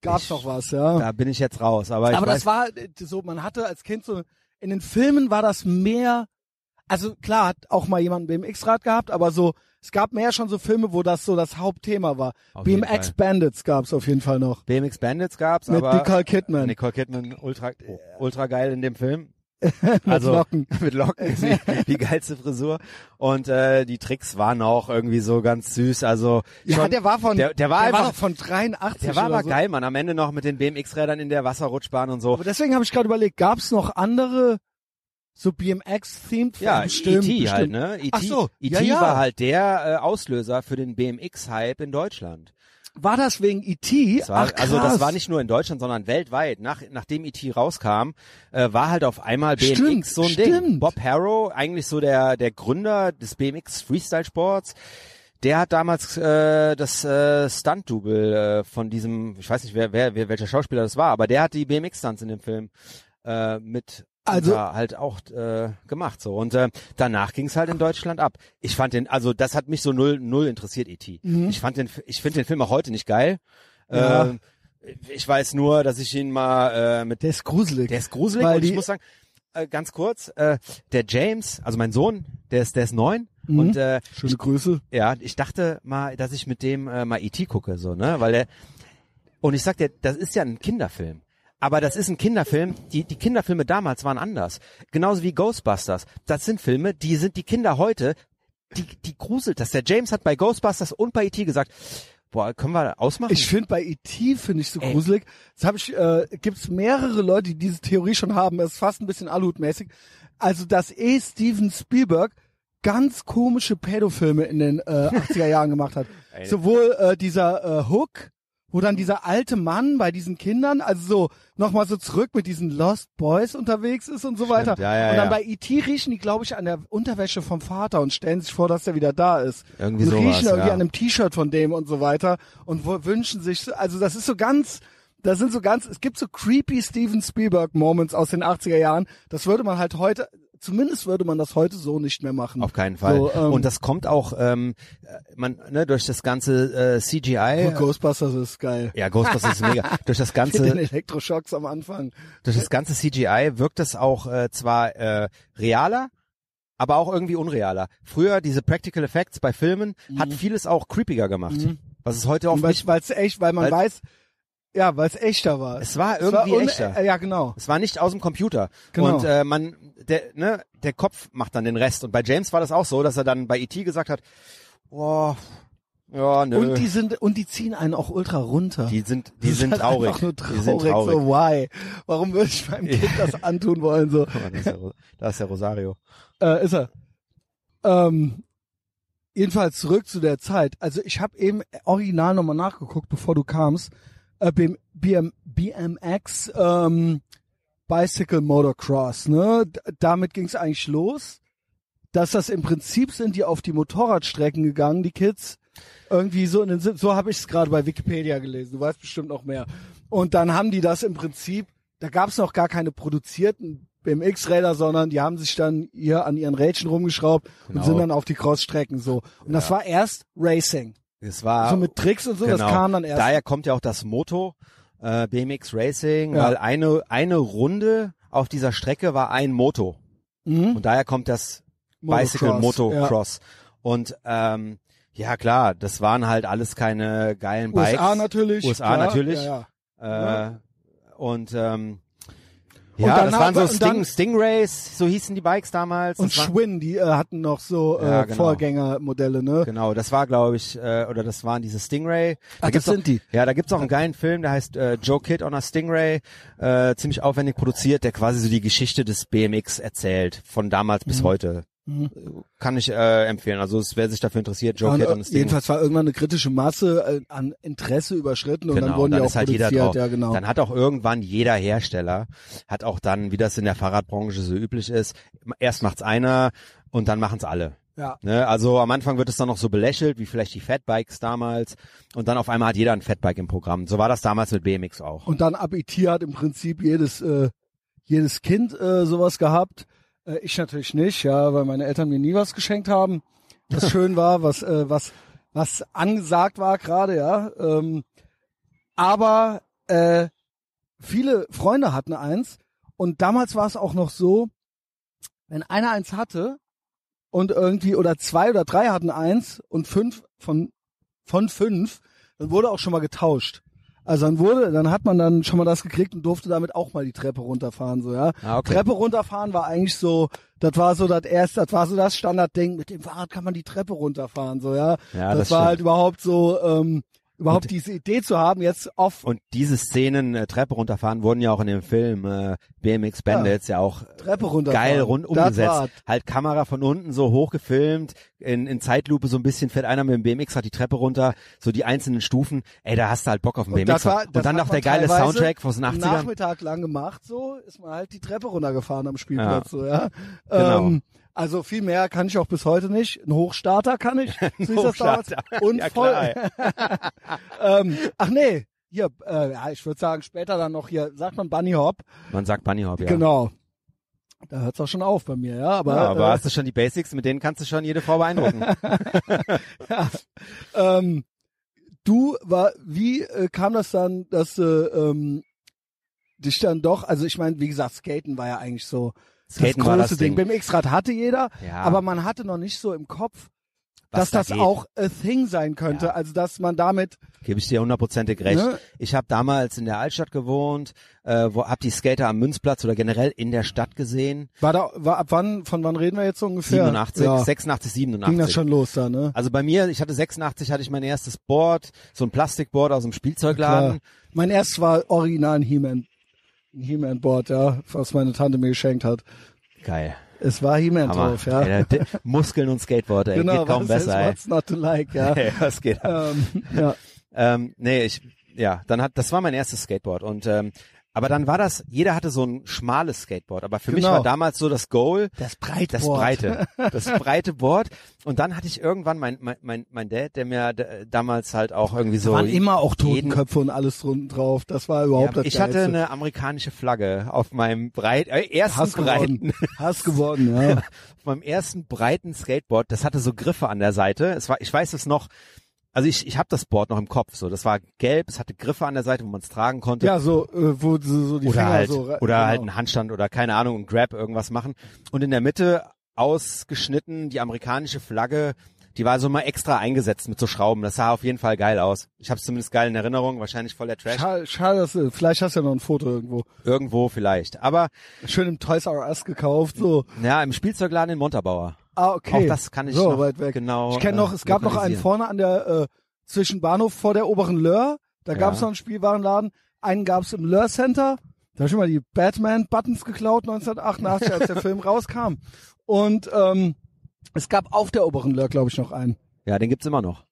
S1: gab's
S2: Ich-
S1: noch was, ja.
S2: da bin ich jetzt raus. Aber, ich
S1: aber
S2: weiß,
S1: das war äh, so, man hatte als Kind so, in den Filmen war das mehr, also klar, hat auch mal jemand ein BMX-Rad gehabt, aber so, es gab mehr schon so Filme, wo das so das Hauptthema war.
S2: Auf jeden
S1: BMX
S2: Fall.
S1: Bandits gab's auf jeden Fall noch.
S2: BMX Bandits gab's,
S1: Mit
S2: aber
S1: Nicole Kidman.
S2: Nicole Kidman ultra ultra geil in dem Film. Also,
S1: Locken.
S2: mit Locken ist die, die geilste Frisur und äh, die Tricks waren auch irgendwie so ganz süß. Also
S1: ja,
S2: schon,
S1: der war von,
S2: der, der war einfach,
S1: doch von 83
S2: der war
S1: oder
S2: aber
S1: so.
S2: geil, Mann. Am Ende noch mit den BMX Rädern in der Wasserrutschbahn und so.
S1: Aber deswegen habe ich gerade überlegt, gab's noch andere so BMX-themed
S2: Ja,
S1: Filme? Stimmt,
S2: E.T.
S1: bestimmt.
S2: halt, ne?
S1: Ach
S2: E.T.
S1: so,
S2: E.T.
S1: ja, ja.
S2: war halt der äh, Auslöser für den BMX-Hype in Deutschland.
S1: War das wegen E.T.?
S2: Das war,
S1: Ach,
S2: also das
S1: krass.
S2: war nicht nur in Deutschland, sondern weltweit. Nach, nachdem E.T. rauskam, äh, war halt auf einmal BMX
S1: Stimmt,
S2: so ein Ding.
S1: stimmt.
S2: Bob Harrow, eigentlich so der, der Gründer des BMX Freestyle Sports, der hat damals äh, das äh, Stunt-Double äh, von diesem, ich weiß nicht, wer, wer, wer welcher Schauspieler das war, aber der hat die BMX-Stunts in dem Film äh, mit
S1: Also-
S2: ja, halt auch äh, gemacht so und äh, danach ging es halt in Deutschland ab. Ich fand den, also das hat mich so null null interessiert, E.T.
S1: Mhm.
S2: Ich fand den, ich finde den Film auch heute nicht geil.
S1: Ja.
S2: Ähm, ich weiß nur, dass ich ihn mal äh, mit
S1: Der ist gruselig.
S2: der ist gruselig
S1: Weil
S2: und ich
S1: die-
S2: muss sagen, äh, ganz kurz, äh, der James, also mein Sohn, der ist der ist neun
S1: Mhm.
S2: und äh,
S1: Schöne Grüße.
S2: ja, ich dachte mal, dass E ich mit dem äh, mal IT gucke so, ne, weil er und ich sag dir, das ist ja ein Kinderfilm. Aber das ist ein Kinderfilm. Die, die Kinderfilme damals waren anders. Genauso wie Ghostbusters. Das sind Filme, die sind die Kinder heute, die, die gruselt das. Der James hat bei Ghostbusters und bei E.T. gesagt, boah, können wir ausmachen?
S1: Ich finde bei E.T. finde ich so
S2: Ey.
S1: gruselig. Das habe ich, äh, gibt's mehrere Leute, die diese Theorie schon haben. Es ist fast ein bisschen Aluhutmäßig. Also, dass eh Steven Spielberg ganz komische Pädofilme in den äh, 80er Jahren gemacht hat.
S2: Ey.
S1: Sowohl äh, dieser äh, Hook, wo dann dieser alte Mann bei diesen Kindern, also so nochmal so zurück mit diesen Lost Boys unterwegs ist und so weiter.
S2: ja, ja,
S1: und dann
S2: ja.
S1: bei E.T. riechen die, glaube ich, an der Unterwäsche vom Vater und stellen sich vor, dass er wieder da ist.
S2: Irgendwie
S1: und
S2: sowas,
S1: riechen irgendwie
S2: ja.
S1: an einem T-Shirt von dem und so weiter und wo, wünschen sich, also das ist so ganz, das sind so ganz, es gibt so creepy Steven Spielberg Moments aus den 80er Jahren. Das würde man halt heute, zumindest würde man das heute so nicht mehr machen.
S2: Auf keinen Fall.
S1: So, ähm,
S2: und das kommt auch, ähm, man, ne, durch das ganze äh, CGI.
S1: Und Ghostbusters ist geil.
S2: ja, Ghostbusters ist mega. Durch das
S1: Mit den
S2: ganze,
S1: Elektroschocks am Anfang.
S2: durch das ganze CGI wirkt es auch äh, zwar äh, realer, aber auch irgendwie unrealer. Früher diese Practical Effects bei Filmen
S1: Mhm.
S2: hat vieles auch creepiger gemacht. Was es heute oft nicht.
S1: Weil es echt, weil man
S2: Weil-
S1: weiß, ja, weil es echter war.
S2: Es war
S1: Es war
S2: irgendwie
S1: un-
S2: echter.
S1: äh, Ja, genau.
S2: Es war nicht aus dem Computer.
S1: Genau.
S2: Und äh, man, der, ne, der Kopf macht dann den Rest. Und bei James war das auch so, dass er dann bei E.T. gesagt hat, boah, ja, nö.
S1: Und die sind, und die ziehen einen auch ultra runter.
S2: die sind, die
S1: Das ist
S2: sind
S1: halt
S2: traurig.
S1: Einfach nur
S2: Die sind
S1: traurig.
S2: traurig.
S1: So, why? Warum würde ich meinem Kind das antun wollen? So,
S2: Guck mal, da ist der Ro- Da ist der Rosario.
S1: äh, ist er. Ähm, jedenfalls zurück zu der Zeit. Also ich habe eben original nochmal nachgeguckt, bevor du kamst. Äh, BM, BM, BMX, ähm, Bicycle Motocross, ne? D damit ging es eigentlich los. Dass das im Prinzip sind die auf die Motorradstrecken gegangen, die Kids. Irgendwie so in den, Sieb- so habe ich es gerade bei Wikipedia gelesen. Du weißt bestimmt noch mehr. Und dann haben die das im Prinzip, da gab es noch gar keine produzierten BMX-Räder, sondern die haben sich dann hier an ihren Rädchen rumgeschraubt
S2: Genau.
S1: und sind dann auf die Crossstrecken so. Und das war erst Racing.
S2: Es war,
S1: so mit Tricks und so,
S2: genau.
S1: das kam dann erst.
S2: Daher kommt ja auch das Motto, äh, BMX Racing,
S1: Ja.
S2: weil eine, eine Runde auf dieser Strecke war ein Moto.
S1: Mhm.
S2: Und daher kommt das Bicycle
S1: Motocross, ja.
S2: Motocross. Und ähm, ja klar, das waren halt alles keine geilen Bikes.
S1: USA natürlich.
S2: USA
S1: klar,
S2: natürlich.
S1: Ja, ja.
S2: Äh,
S1: Ja.
S2: Und ähm,
S1: Und
S2: ja,
S1: dann
S2: das
S1: hat-
S2: waren so
S1: und dann-
S2: Sting, Stingrays, so hießen die Bikes damals.
S1: Und
S2: das war,
S1: Schwinn, die äh, hatten noch so äh,
S2: Ja, genau.
S1: Vorgängermodelle, ne?
S2: genau, das war glaube ich, äh, oder das waren diese Stingray. Da
S1: Ach,
S2: gibt's
S1: das
S2: auch,
S1: sind die.
S2: Ja, da gibt's auch einen geilen Film, der heißt äh, Joe Kid on a Stingray, äh, ziemlich aufwendig produziert, der quasi so die Geschichte des BMX erzählt, von damals
S1: Mhm.
S2: bis heute. Kann ich äh, empfehlen. Also es, wer sich dafür interessiert, Joe
S1: Ja,
S2: Kid
S1: und,
S2: on a
S1: äh,
S2: Stingray.
S1: jedenfalls war irgendwann eine kritische Masse äh, an Interesse überschritten und
S2: Genau,
S1: dann wurden
S2: dann
S1: die
S2: ist
S1: auch
S2: halt jeder
S1: produziert,
S2: drauf.
S1: ja genau.
S2: Dann hat auch irgendwann jeder Hersteller, hat auch dann, wie das in der Fahrradbranche so üblich ist, erst macht's einer und dann machen's alle.
S1: ja.
S2: Ne? Also am Anfang wird es dann noch so belächelt, wie vielleicht die Fatbikes damals und dann auf einmal hat jeder ein Fatbike im Programm. So war das damals mit BMX auch.
S1: Und dann ab IT hat im Prinzip jedes, äh, jedes Kind äh, sowas gehabt. Äh, ich natürlich nicht, ja, weil meine Eltern mir nie was geschenkt haben, was schön war, was, äh, was, was angesagt war gerade, ja. Ähm, aber äh, viele Freunde hatten eins und damals war es auch noch so, wenn einer eins hatte und irgendwie oder zwei oder drei hatten eins und fünf von von fünf, dann wurde auch schon mal getauscht. Also dann wurde, dann hat man dann schon mal das gekriegt und durfte damit auch mal die Treppe runterfahren, so ja.
S2: Ah, okay.
S1: Treppe runterfahren war eigentlich so, das war so das erste, das war so das Standardding. Mit dem Fahrrad kann man die Treppe runterfahren, so ja.
S2: Ja,
S1: das,
S2: das
S1: war
S2: stimmt.
S1: halt überhaupt so, ähm, überhaupt diese Idee zu haben, jetzt off
S2: Und diese Szenen, äh, Treppe runterfahren, wurden ja auch in dem Film äh, BMX Bandits ja, auch
S1: Treppe runterfahren.
S2: geil rund
S1: Das
S2: umgesetzt.
S1: war's.
S2: Halt Kamera von unten so hoch gefilmt, in, in Zeitlupe so ein bisschen fährt einer mit dem BMX hat halt die Treppe runter, so die einzelnen Stufen. Ey, da hast du halt Bock auf den BMX.
S1: das war, das
S2: und
S1: hat
S2: dann noch der
S1: man
S2: geile
S1: teilweise
S2: Soundtrack aus den 80ern.
S1: Nachmittag lang gemacht, so ist man halt die Treppe runtergefahren am Spielplatz, so ja.
S2: Genau.
S1: Ähm, also viel mehr kann ich auch bis heute nicht. Ein Hochstarter kann ich. So hieß das damals.
S2: Hochstarter.
S1: Und
S2: Ja,
S1: voll.
S2: klar,
S1: ähm, ach nee, hier, äh, ja, ich würde sagen, später dann noch hier, sagt man Bunny Hop.
S2: Man sagt Bunny Hop, ja.
S1: Genau. Da hört's auch schon auf bei mir, ja. Aber,
S2: Ja, aber
S1: äh,
S2: hast du schon die Basics, mit denen kannst du schon jede Frau beeindrucken.
S1: Ähm, du war, wie äh, kam das dann, dass äh, ähm, dich dann doch, also ich meine, wie gesagt, Skaten war ja eigentlich so
S2: Skaten
S1: das
S2: war
S1: große
S2: das Ding.
S1: Ding. Beim X-Rad hatte jeder,
S2: Ja.
S1: aber man hatte noch nicht so im Kopf, dass
S2: da
S1: das
S2: geht.
S1: auch a thing sein könnte.
S2: Ja.
S1: Also dass man damit
S2: Gebe ich dir hundertprozentig recht.
S1: Ne?
S2: Ich habe damals in der Altstadt gewohnt, äh, wo, hab die Skater am Münzplatz oder generell in der Stadt gesehen.
S1: war da war ab wann von wann reden wir jetzt so ungefähr?
S2: 87,
S1: ja.
S2: 86, 87.
S1: ging das schon los da, ne?
S2: Also bei mir, ich hatte 86, hatte ich mein erstes Board, so ein Plastikboard aus dem Spielzeugladen.
S1: Klar. Mein erstes war original ein He-Man. Ein He-Man-Board, ja, was meine Tante mir geschenkt hat.
S2: Geil.
S1: Es war He-Man
S2: Hammer.
S1: drauf, ja.
S2: Ey, da- di- Muskeln und Skateboard, ey.
S1: genau,
S2: geht kaum
S1: was
S2: besser,
S1: ist
S2: ey.
S1: what's not to like, ja.
S2: Ey, was geht ab?
S1: ähm, ja.
S2: Ähm, nee, ich, ja, dann hat, das war mein erstes Skateboard und, ähm, aber dann war das, jeder hatte so ein schmales Skateboard, aber für mich
S1: Genau.
S2: war damals so das Goal,
S1: Das breite
S2: das breite, das breite Board. Und dann hatte ich irgendwann mein, mein, mein, mein Dad, der mir d- damals halt auch irgendwie so,
S1: waren immer auch
S2: jeden-
S1: Totenköpfe und alles drunten drauf. Das war überhaupt
S2: ja,
S1: das
S2: ich hatte
S1: Geilste.
S2: eine amerikanische Flagge auf meinem breit, äh, ersten
S1: Hass
S2: breiten,
S1: geworden. Hass geworden, ja.
S2: auf meinem ersten breiten Skateboard, das hatte so Griffe an der Seite. Es war, ich weiß es noch, also ich, ich habe das Board noch im Kopf. So, das war gelb, es hatte Griffe an der Seite, wo man es tragen konnte.
S1: Ja, so, äh, wo so, so die
S2: oder
S1: Finger
S2: halt,
S1: so
S2: oder
S1: re- genau.
S2: halt einen Handstand oder keine Ahnung, einen Grab irgendwas machen. Und in der Mitte ausgeschnitten die amerikanische Flagge, die war so mal extra eingesetzt mit so Schrauben. Das sah auf jeden Fall geil aus. Ich habe es zumindest geil in Erinnerung, wahrscheinlich voller Trash.
S1: Schade, schade, dass du, äh, vielleicht hast du ja noch ein Foto irgendwo.
S2: Irgendwo vielleicht. Aber
S1: Schön im Toys R Us gekauft, so.
S2: ja, im Spielzeugladen in Montabaur.
S1: Ah, okay.
S2: Auch das kann ich
S1: so,
S2: noch
S1: weit weg.
S2: genau.
S1: Ich kenne noch, es
S2: äh,
S1: gab noch einen
S2: lokalisieren.
S1: vorne an der, äh, zwischen Bahnhof vor der oberen Lör. Da
S2: Ja.
S1: gab es noch einen Spielwarenladen. Einen gab es im Lör Center. Da hab ich mal die Batman-Buttons geklaut, 1988, als der Film rauskam. Und ähm, es gab auf der oberen Lör, glaube ich, noch einen.
S2: Ja, den gibt's immer noch.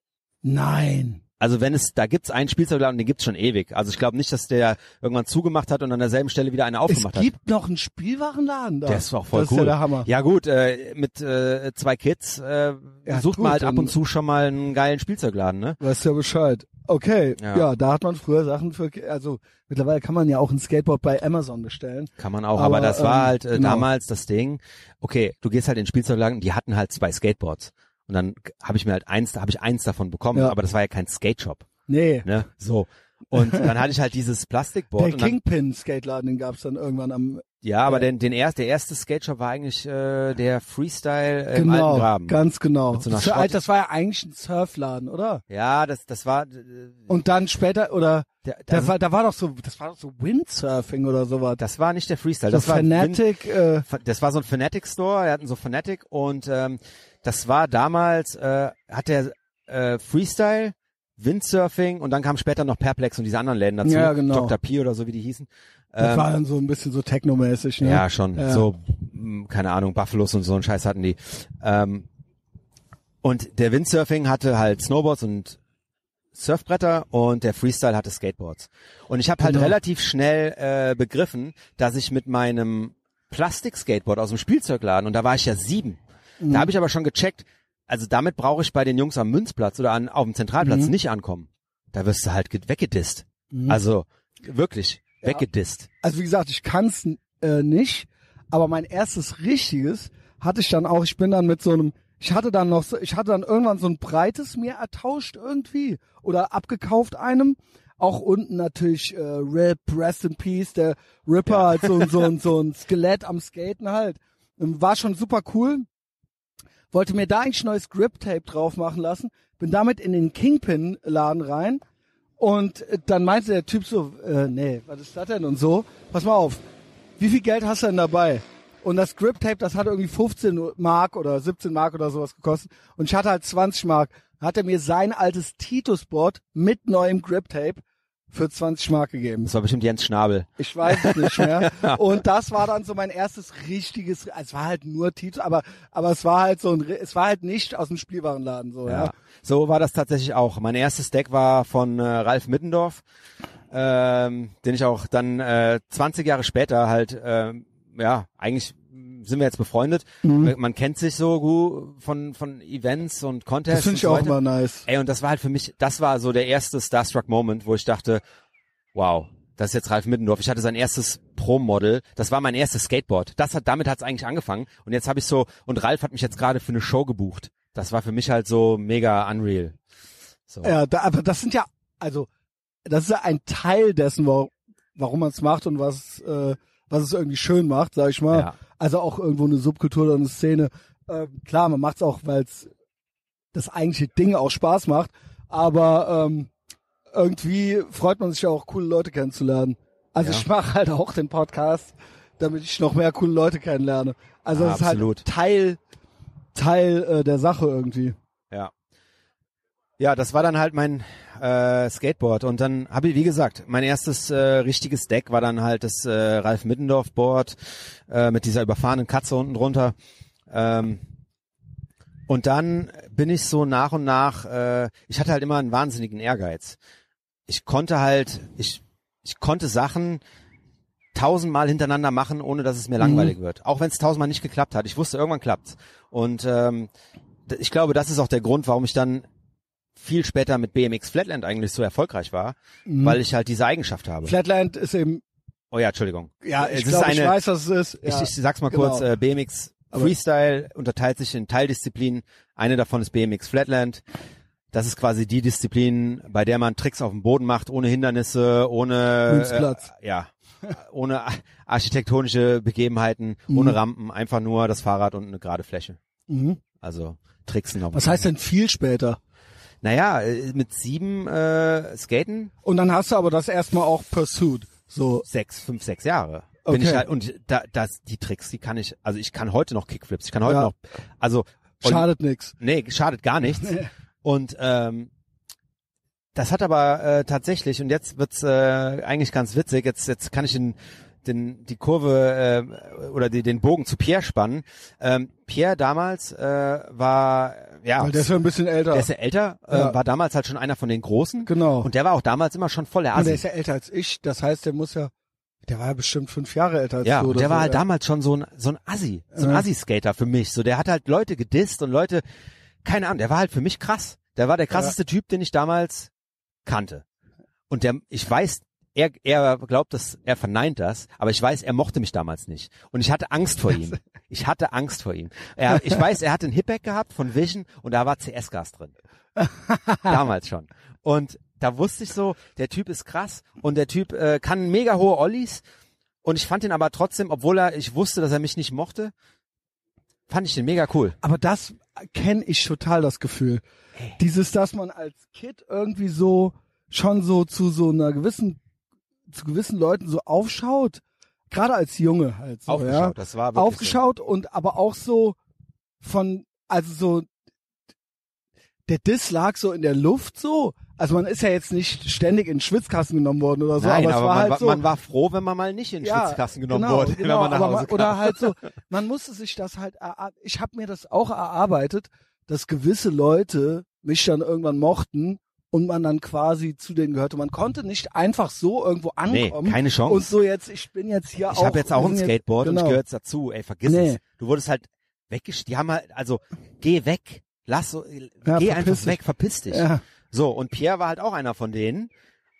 S1: Nein.
S2: Also wenn es, da gibt's einen Spielzeugladen, den gibt's schon ewig. Also ich glaube nicht, dass der irgendwann zugemacht hat und an derselben Stelle wieder eine
S1: Es
S2: aufgemacht hat.
S1: gibt noch einen Spielwarenladen da.
S2: Der ist auch voll
S1: das
S2: cool.
S1: Ist ja der Hammer.
S2: Ja gut, äh, mit äh, zwei Kids äh,
S1: Ja,
S2: sucht
S1: gut,
S2: man halt ab
S1: dann-
S2: und zu schon mal einen geilen Spielzeugladen, ne?
S1: Weißt ja Bescheid. Okay, ja.
S2: Ja.
S1: da hat man früher Sachen für, also mittlerweile kann man ja auch ein Skateboard bei Amazon bestellen.
S2: Kann man auch,
S1: Aber,
S2: aber, das
S1: ähm,
S2: war halt äh,
S1: genau.
S2: damals das Ding. Okay, du gehst halt in den Spielzeugladen, die hatten halt zwei Skateboards. Und dann habe ich mir halt eins, da habe ich eins davon bekommen,
S1: Ja.
S2: aber das war ja kein Skate-Shop,
S1: Nee,
S2: ne? So. Und dann hatte ich halt dieses Plastikboard.
S1: der
S2: und dann,
S1: Kingpin-Skateladen, den gab's dann irgendwann am,
S2: ja, aber den, den erst, der erste Skate-Shop war eigentlich äh, der Freestyle äh, im
S1: genau,
S2: alten Graben.
S1: ganz genau.
S2: Mit so einer
S1: das, war,
S2: Schrott-
S1: alt- das war ja eigentlich ein Surfladen, oder?
S2: ja, das, das war. äh,
S1: Und dann später, oder,
S2: Der,
S1: da
S2: das,
S1: war, da war doch so, das war doch so Windsurfing oder sowas.
S2: das war nicht der Freestyle,
S1: das
S2: das, war Win-
S1: Fanatic, äh,
S2: das war so ein Fanatic Store, wir hatten so Fanatic und ähm, das war damals, äh, hat der äh, Freestyle, Windsurfing und dann kam später noch Perplex und diese anderen Läden dazu.
S1: Ja, genau.
S2: Dr. P oder so, wie die hießen.
S1: das
S2: Ähm,
S1: war dann so ein bisschen so technomäßig, ne?
S2: ja, schon.
S1: Ja.
S2: So, mh, keine Ahnung, Buffalos und so einen Scheiß hatten die. Ähm, und der Windsurfing hatte halt Snowboards und Surfbretter und der Freestyle hatte Skateboards. Und ich habe halt
S1: Genau.
S2: relativ schnell äh, begriffen, dass ich mit meinem Plastik-Skateboard aus dem Spielzeugladen, und da war ich ja sieben,
S1: Mhm.
S2: da habe ich aber schon gecheckt, also damit brauche ich bei den Jungs am Münzplatz oder an, auf dem Zentralplatz
S1: Mhm.
S2: nicht ankommen. Da wirst du halt ge- weggedisst.
S1: Mhm.
S2: Also wirklich,
S1: Ja.
S2: weggedisst.
S1: also wie gesagt, ich kann's äh, nicht, aber mein erstes richtiges hatte ich dann auch, ich bin dann mit so einem, ich hatte dann noch, so, ich hatte dann irgendwann so ein breites mir ertauscht irgendwie oder abgekauft einem. Auch unten natürlich äh, Rip, Rest in Peace, der Ripper, halt so, ein- so, ein- so ein Skelett am Skaten halt. Ähm, War schon super cool. Wollte mir da eigentlich neues Grip-Tape drauf machen lassen. Bin damit in den Kingpin-Laden rein. Und äh, dann meinte der Typ so, äh, nee, was ist das denn und so? Pass mal auf, wie viel Geld hast du denn dabei? Und das Grip-Tape, das hat irgendwie 15 Mark oder 17 Mark oder sowas gekostet. Und ich hatte halt 20 Mark. Dann Hat er mir sein altes Titus-Board mit neuem Grip-Tape für 20 Mark gegeben.
S2: Das war bestimmt Jens Schnabel.
S1: Ich weiß es nicht mehr. Und das war dann so mein erstes richtiges, es war halt nur Titus, aber, aber es war halt so ein, es war halt nicht aus dem Spielwarenladen so, ja.
S2: Ja. So war das tatsächlich auch. Mein erstes Deck war von äh, Ralf Mittendorf, ähm, den ich auch dann äh, 20 Jahre später halt, ähm, ja, eigentlich sind wir jetzt befreundet.
S1: Mhm.
S2: Man kennt sich so gut von, von Events und Contests.
S1: Das finde ich
S2: und so
S1: auch
S2: weiter.
S1: mal nice.
S2: Ey, und das war halt für mich, das war so der erste Starstruck-Moment, wo ich dachte, wow, das ist jetzt Ralf Mittendorf. Ich hatte sein erstes Pro-Model. Das war mein erstes Skateboard. Das hat, damit hat's eigentlich angefangen. Und jetzt habe ich so, und Ralf hat mich jetzt gerade für eine Show gebucht. Das war für mich halt so mega unreal. So.
S1: Ja, da, aber das sind ja, also, das ist ja ein Teil dessen, wa- warum man es macht und was, äh, was es irgendwie schön macht, sag ich mal.
S2: Ja.
S1: Also auch irgendwo eine Subkultur oder eine Szene. Ähm, klar, man macht es auch, weil es das eigentliche Ding auch Spaß macht. Aber ähm, irgendwie freut man sich ja auch, coole Leute kennenzulernen. Also
S2: Ja.
S1: ich mache halt auch den Podcast, damit ich noch mehr coole Leute kennenlerne. Also
S2: Ah,
S1: das ist halt
S2: absolut.
S1: Teil, Teil äh, der Sache irgendwie.
S2: Ja, das war dann halt mein äh, Skateboard und dann habe ich, wie gesagt, mein erstes äh, richtiges Deck war dann halt das äh, Ralf Middendorf Board äh, mit dieser überfahrenen Katze unten drunter. Ähm, und dann bin ich so nach und nach, äh, ich hatte halt immer einen wahnsinnigen Ehrgeiz. Ich konnte halt, ich, ich konnte Sachen tausendmal hintereinander machen, ohne dass es mir langweilig wird. Auch wenn es tausendmal nicht geklappt hat. Ich wusste, irgendwann klappt's. Und ähm, d- ich glaube, das ist auch der Grund, warum ich dann viel später mit BMX Flatland eigentlich so erfolgreich war,
S1: Mhm.
S2: weil ich halt diese Eigenschaft habe.
S1: Flatland ist eben,
S2: oh ja, Entschuldigung.
S1: ja,
S2: Es
S1: ich
S2: ist
S1: glaube, ich
S2: eine-
S1: weiß, was es ist. Ja.
S2: ich, ich sag's mal
S1: genau.
S2: kurz, äh, BMX
S1: Aber-
S2: Freestyle unterteilt sich in Teildisziplinen. Eine davon ist BMX Flatland. Das ist quasi die Disziplin, bei der man Tricks auf dem Boden macht, ohne Hindernisse, ohne
S1: Münzplatz.
S2: Äh, ja, ohne a- architektonische Begebenheiten,
S1: Mhm.
S2: ohne Rampen, einfach nur das Fahrrad und eine gerade Fläche.
S1: mhm.
S2: Also Tricksen auf.
S1: Was heißt denn viel später?
S2: Naja, äh, mit sieben äh, Skaten
S1: Und dann hast du aber das erstmal auch pursued. So,
S2: sechs, fünf, sechs Jahre. Bin
S1: Okay.
S2: ich halt, und da, das, die Tricks, die kann ich, also ich kann heute noch Kickflips, ich kann heute
S1: Ja.
S2: noch, also, und-
S1: schadet nix.
S2: nee, schadet gar nichts. und ähm, das hat aber äh, tatsächlich, und jetzt wird's äh, eigentlich ganz witzig, jetzt, jetzt kann ich den, den, die Kurve äh, oder die, den Bogen zu Pierre spannen. Ähm, Pierre damals äh, war, ja,
S1: Weil der ist ja ein bisschen älter.
S2: der ist ja älter, äh,
S1: Ja.
S2: war damals halt schon einer von den Großen.
S1: genau.
S2: Und der war auch damals immer schon voll der
S1: Und der
S2: Assi.
S1: ist ja älter als ich. Das heißt, der muss ja, der war ja bestimmt fünf Jahre älter als
S2: Ja,
S1: du.
S2: und
S1: oder
S2: der
S1: so.
S2: war halt
S1: ja.
S2: damals schon so ein, so ein Assi, so ein
S1: Ja.
S2: Assi-Skater für mich. So, der hat halt Leute gedisst und Leute, keine Ahnung, der war halt für mich krass. Der war der krasseste Typ, den ich damals kannte. Und der, ich weiß, er, er glaubt das, er verneint das, aber ich weiß, er mochte mich damals nicht. Und ich hatte Angst vor ihm. Ich hatte Angst vor ihm. Er, ich weiß, er hat einen Hipback gehabt von Vision und da war CS-Gas drin. Damals schon. Und da wusste ich so, der Typ ist krass und der Typ äh, kann mega hohe Ollies. Und ich fand ihn aber trotzdem, obwohl er, ich wusste, dass er mich nicht mochte, fand ich den mega cool.
S1: Aber das kenne ich total, das Gefühl. Dieses, dass man als Kid irgendwie so, schon so zu so einer gewissen, zu gewissen Leuten so aufschaut. Gerade als Junge halt so, ja.
S2: Aufgeschaut, das war wirklich
S1: aufgeschaut und aber auch so von, also so, der Diss lag so in der Luft so. Also man ist ja jetzt nicht ständig in den Schwitzkasten genommen worden oder
S2: So.
S1: so,
S2: Nein,
S1: aber
S2: aber,
S1: es war
S2: man,
S1: halt
S2: war-
S1: so.
S2: man war froh, wenn man mal nicht in den Schwitzkasten genommen
S1: genau,
S2: wurde,
S1: Genau,
S2: wenn man nach
S1: aber
S2: Hause
S1: man,
S2: kam.
S1: oder halt so, man musste sich das halt, erar- ich habe mir das auch erarbeitet, dass gewisse Leute mich dann irgendwann mochten und man dann quasi zu denen gehörte. Man konnte nicht einfach so irgendwo
S2: nee,
S1: ankommen
S2: keine Chance.
S1: und so jetzt, ich bin jetzt hier auch.
S2: ich habe jetzt auch
S1: wir
S2: ein
S1: sind
S2: Skateboard
S1: jetzt,
S2: und
S1: genau.
S2: ich gehöre jetzt dazu. Ey, vergiss
S1: Nee.
S2: es. Du wurdest halt weggesch... Die haben halt, also, geh weg. Lass so, äh,
S1: Ja,
S2: geh
S1: verpiss
S2: einfach
S1: dich.
S2: weg, verpiss dich.
S1: Ja,
S2: So, und Pierre war halt auch einer von denen.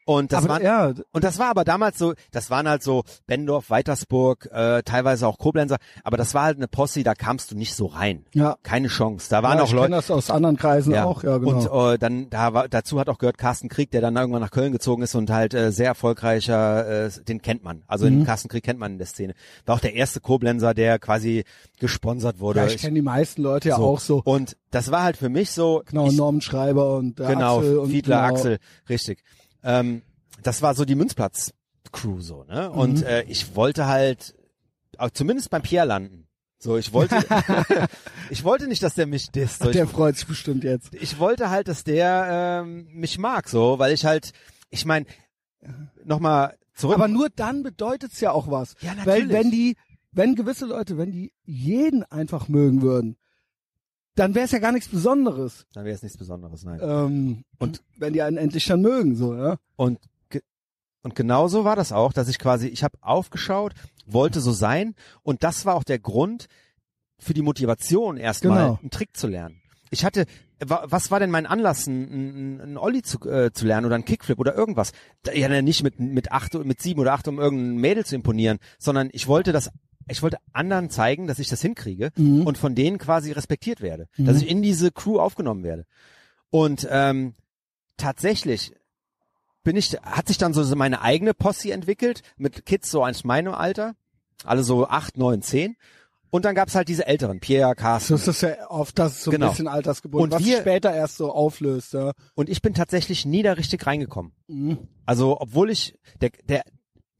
S2: Und das
S1: aber,
S2: waren,
S1: ja,
S2: und das war aber damals so, das waren halt so Bendorf, Weitersburg, äh, teilweise auch Koblenzer, aber das war halt eine Posse, da kamst du nicht so rein.
S1: ja.
S2: Keine Chance. Da waren
S1: ja,
S2: auch
S1: ich
S2: Leute.
S1: kenne das aus anderen Kreisen auch, ja genau.
S2: Und äh, dann da war, dazu hat auch gehört Carsten Krieg, der dann irgendwann nach Köln gezogen ist und halt äh, sehr erfolgreicher, äh, den kennt man. Also
S1: Mhm.
S2: den Carsten Krieg kennt man in der Szene. War auch der erste Koblenzer, der quasi gesponsert wurde.
S1: ja, ich kenne die meisten Leute ja
S2: so.
S1: auch so.
S2: Und das war halt für mich so.
S1: Genau,
S2: ich,
S1: Norman Schreiber und der
S2: genau
S1: Axel und
S2: Fiedler,
S1: genau.
S2: Axel, richtig. Ähm, das war so die Münzplatz-Crew so, ne?
S1: Mhm.
S2: Und äh, ich wollte halt, auch zumindest beim Pierre landen. So, ich wollte, ich wollte nicht, dass der mich disst. So, ich
S1: Der freut sich bestimmt jetzt.
S2: ich wollte halt, dass der ähm, mich mag, so, weil ich halt, ich meine, nochmal zurück.
S1: Aber nur dann bedeutet's ja auch was.
S2: Ja, natürlich.
S1: Weil wenn die, wenn gewisse Leute, wenn die jeden einfach mögen würden, dann wäre es ja gar nichts Besonderes,
S2: dann wäre es nichts Besonderes, nein.
S1: ähm,
S2: Und-
S1: wenn die einen endlich dann mögen, so ja.
S2: Und ge und genauso war das auch, dass ich quasi, ich habe aufgeschaut, wollte so sein und das war auch der Grund für die Motivation erstmal
S1: Genau.
S2: einen Trick zu lernen. Ich hatte, wa- was war denn mein Anlass, einen, einen Olli zu, äh, zu lernen oder einen Kickflip oder irgendwas? Da- Ja, nicht mit mit acht, mit sieben oder acht, um irgendein Mädel zu imponieren, sondern ich wollte das, ich wollte anderen zeigen, dass ich das hinkriege
S1: Mhm.
S2: und von denen quasi respektiert werde, dass
S1: Mhm.
S2: ich in diese Crew aufgenommen werde. Und ähm, tatsächlich bin ich, hat sich dann so so meine eigene Posse entwickelt mit Kids so aus meinem Alter, alle so acht, neun, zehn. Und dann gab's halt diese älteren, Pierre, Carsten.
S1: Das ist ja oft das so ein
S2: Genau.
S1: bisschen altersgebunden,
S2: Und
S1: was
S2: wir-
S1: sich später erst so auflöst. Ja.
S2: Und ich bin tatsächlich nie da richtig reingekommen.
S1: Mhm.
S2: Also, obwohl ich, der, der,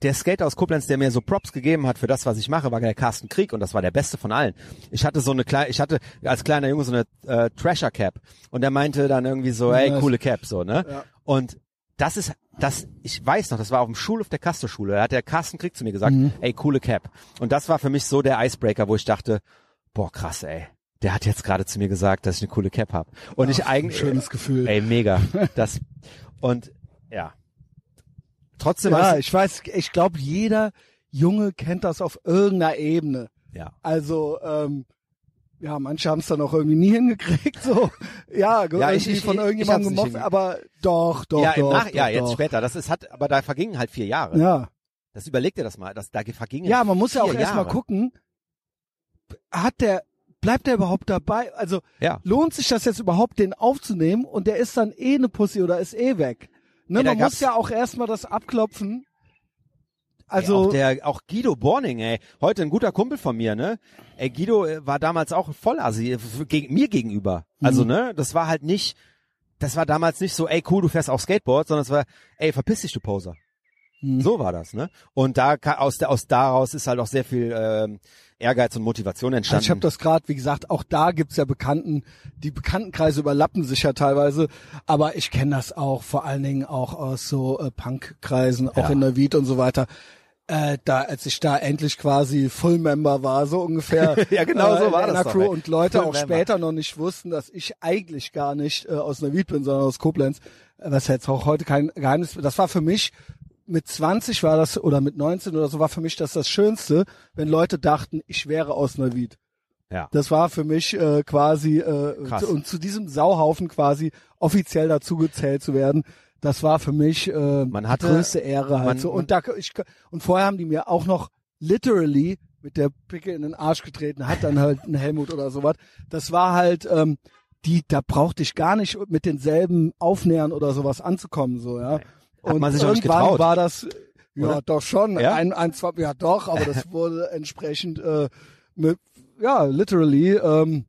S2: der Skater aus Koblenz, der mir so Props gegeben hat für das, was ich mache, war der Carsten Krieg und das war der beste von allen. Ich hatte so eine kleine, ich hatte als kleiner Junge so eine äh, Trasher Cap und der meinte dann irgendwie so, hey,
S1: Nice.
S2: coole Cap, so, ne?
S1: Ja.
S2: Und das ist, das, ich weiß noch, das war auf dem Schulhof der Kasteschule, da hat der Carsten Krieg zu mir gesagt,
S1: Mhm.
S2: ey, coole Cap. Und das war für mich so der Icebreaker, wo ich dachte, boah, krass, ey. Der hat jetzt gerade zu mir gesagt, dass ich eine coole Cap habe. Und ich
S1: Ein
S2: eigentlich,
S1: schönes Gefühl.
S2: Ey, mega. Das und ja. Trotzdem
S1: ja,
S2: hast
S1: ich weiß, ich glaube, jeder Junge kennt das auf irgendeiner Ebene.
S2: du- ja.
S1: Also, ähm, ja, manche haben es dann auch irgendwie nie hingekriegt, so. Ja, ge-
S2: Ja, ich-
S1: irgendwie
S2: ich-
S1: von
S2: ich- ich hab's
S1: irgendjemandem
S2: nicht
S1: gemobbt,
S2: hinge-
S1: aber doch, doch,
S2: ja, im
S1: doch,
S2: Nach
S1: doch,
S2: ja, jetzt
S1: doch.
S2: später. Das ist hat, aber da vergingen halt vier Jahre.
S1: Ja.
S2: Das überleg dir das mal. Das, da vergingen
S1: ja, man muss ja auch
S2: vier
S1: erstmal
S2: Jahre.
S1: gucken, hat der, bleibt der überhaupt dabei? Also,
S2: Ja.
S1: lohnt sich das jetzt überhaupt, den aufzunehmen? Und der ist dann eh ne Pussy oder ist eh weg. Ne,
S2: Ey, da
S1: man muss
S2: gab's-
S1: ja auch erstmal das abklopfen.
S2: ey, auch
S1: Also,
S2: der auch Guido Borning, ey, heute ein guter Kumpel von mir, ne? Ey, Guido äh, war damals auch voll assi äh, f- gegen, mir gegenüber.
S1: Mhm.
S2: Also, ne, das war halt nicht das war damals nicht so, ey, cool, du fährst auf Skateboard, sondern es war, ey, verpiss dich, du Poser.
S1: Hm.
S2: So war das, ne? Und da ka- aus, der- aus daraus ist halt auch sehr viel ähm, Ehrgeiz und Motivation entstanden.
S1: Also ich habe das gerade, wie gesagt, auch da gibt's ja Bekannten, die Bekanntenkreise überlappen sich ja teilweise, aber ich kenne das auch, vor allen Dingen auch aus so äh, Punkkreisen, auch
S2: Ja.
S1: in Neuwied und so weiter. Äh, da, als ich da endlich quasi Full-Member war, so ungefähr. äh,
S2: Ja, genau so
S1: in
S2: war
S1: der
S2: das doch,
S1: Crew
S2: ey.
S1: und Leute auch
S2: Full-Member.
S1: später noch nicht wussten, dass ich eigentlich gar nicht äh, aus Neuwied bin, sondern aus Koblenz. Äh, Was jetzt auch heute kein Geheimnis, das war für mich mit 20 war das oder mit 19 oder so war für mich das das Schönste, wenn Leute dachten, ich wäre aus Neuwied.
S2: ja.
S1: Das war für mich äh, quasi äh,
S2: Krass.
S1: zu, und zu diesem Sauhaufen quasi offiziell dazugezählt zu werden. Das war für mich äh,
S2: Man hatte-
S1: die größte Ehre halt
S2: man-
S1: so. Und da ich, und vorher haben die mir auch noch literally mit der Picke in den Arsch getreten, hat dann halt ein Helmut oder sowas. Das war halt ähm, die, da brauchte ich gar nicht mit denselben Aufnähern oder sowas anzukommen so ja.
S2: Hat
S1: und
S2: man sich auch nicht
S1: irgendwann
S2: getraut.
S1: war das ja
S2: Oder?
S1: doch schon
S2: Ja?
S1: ein, ein zwei ja doch, aber das wurde entsprechend äh, mit ja, literally, ähm,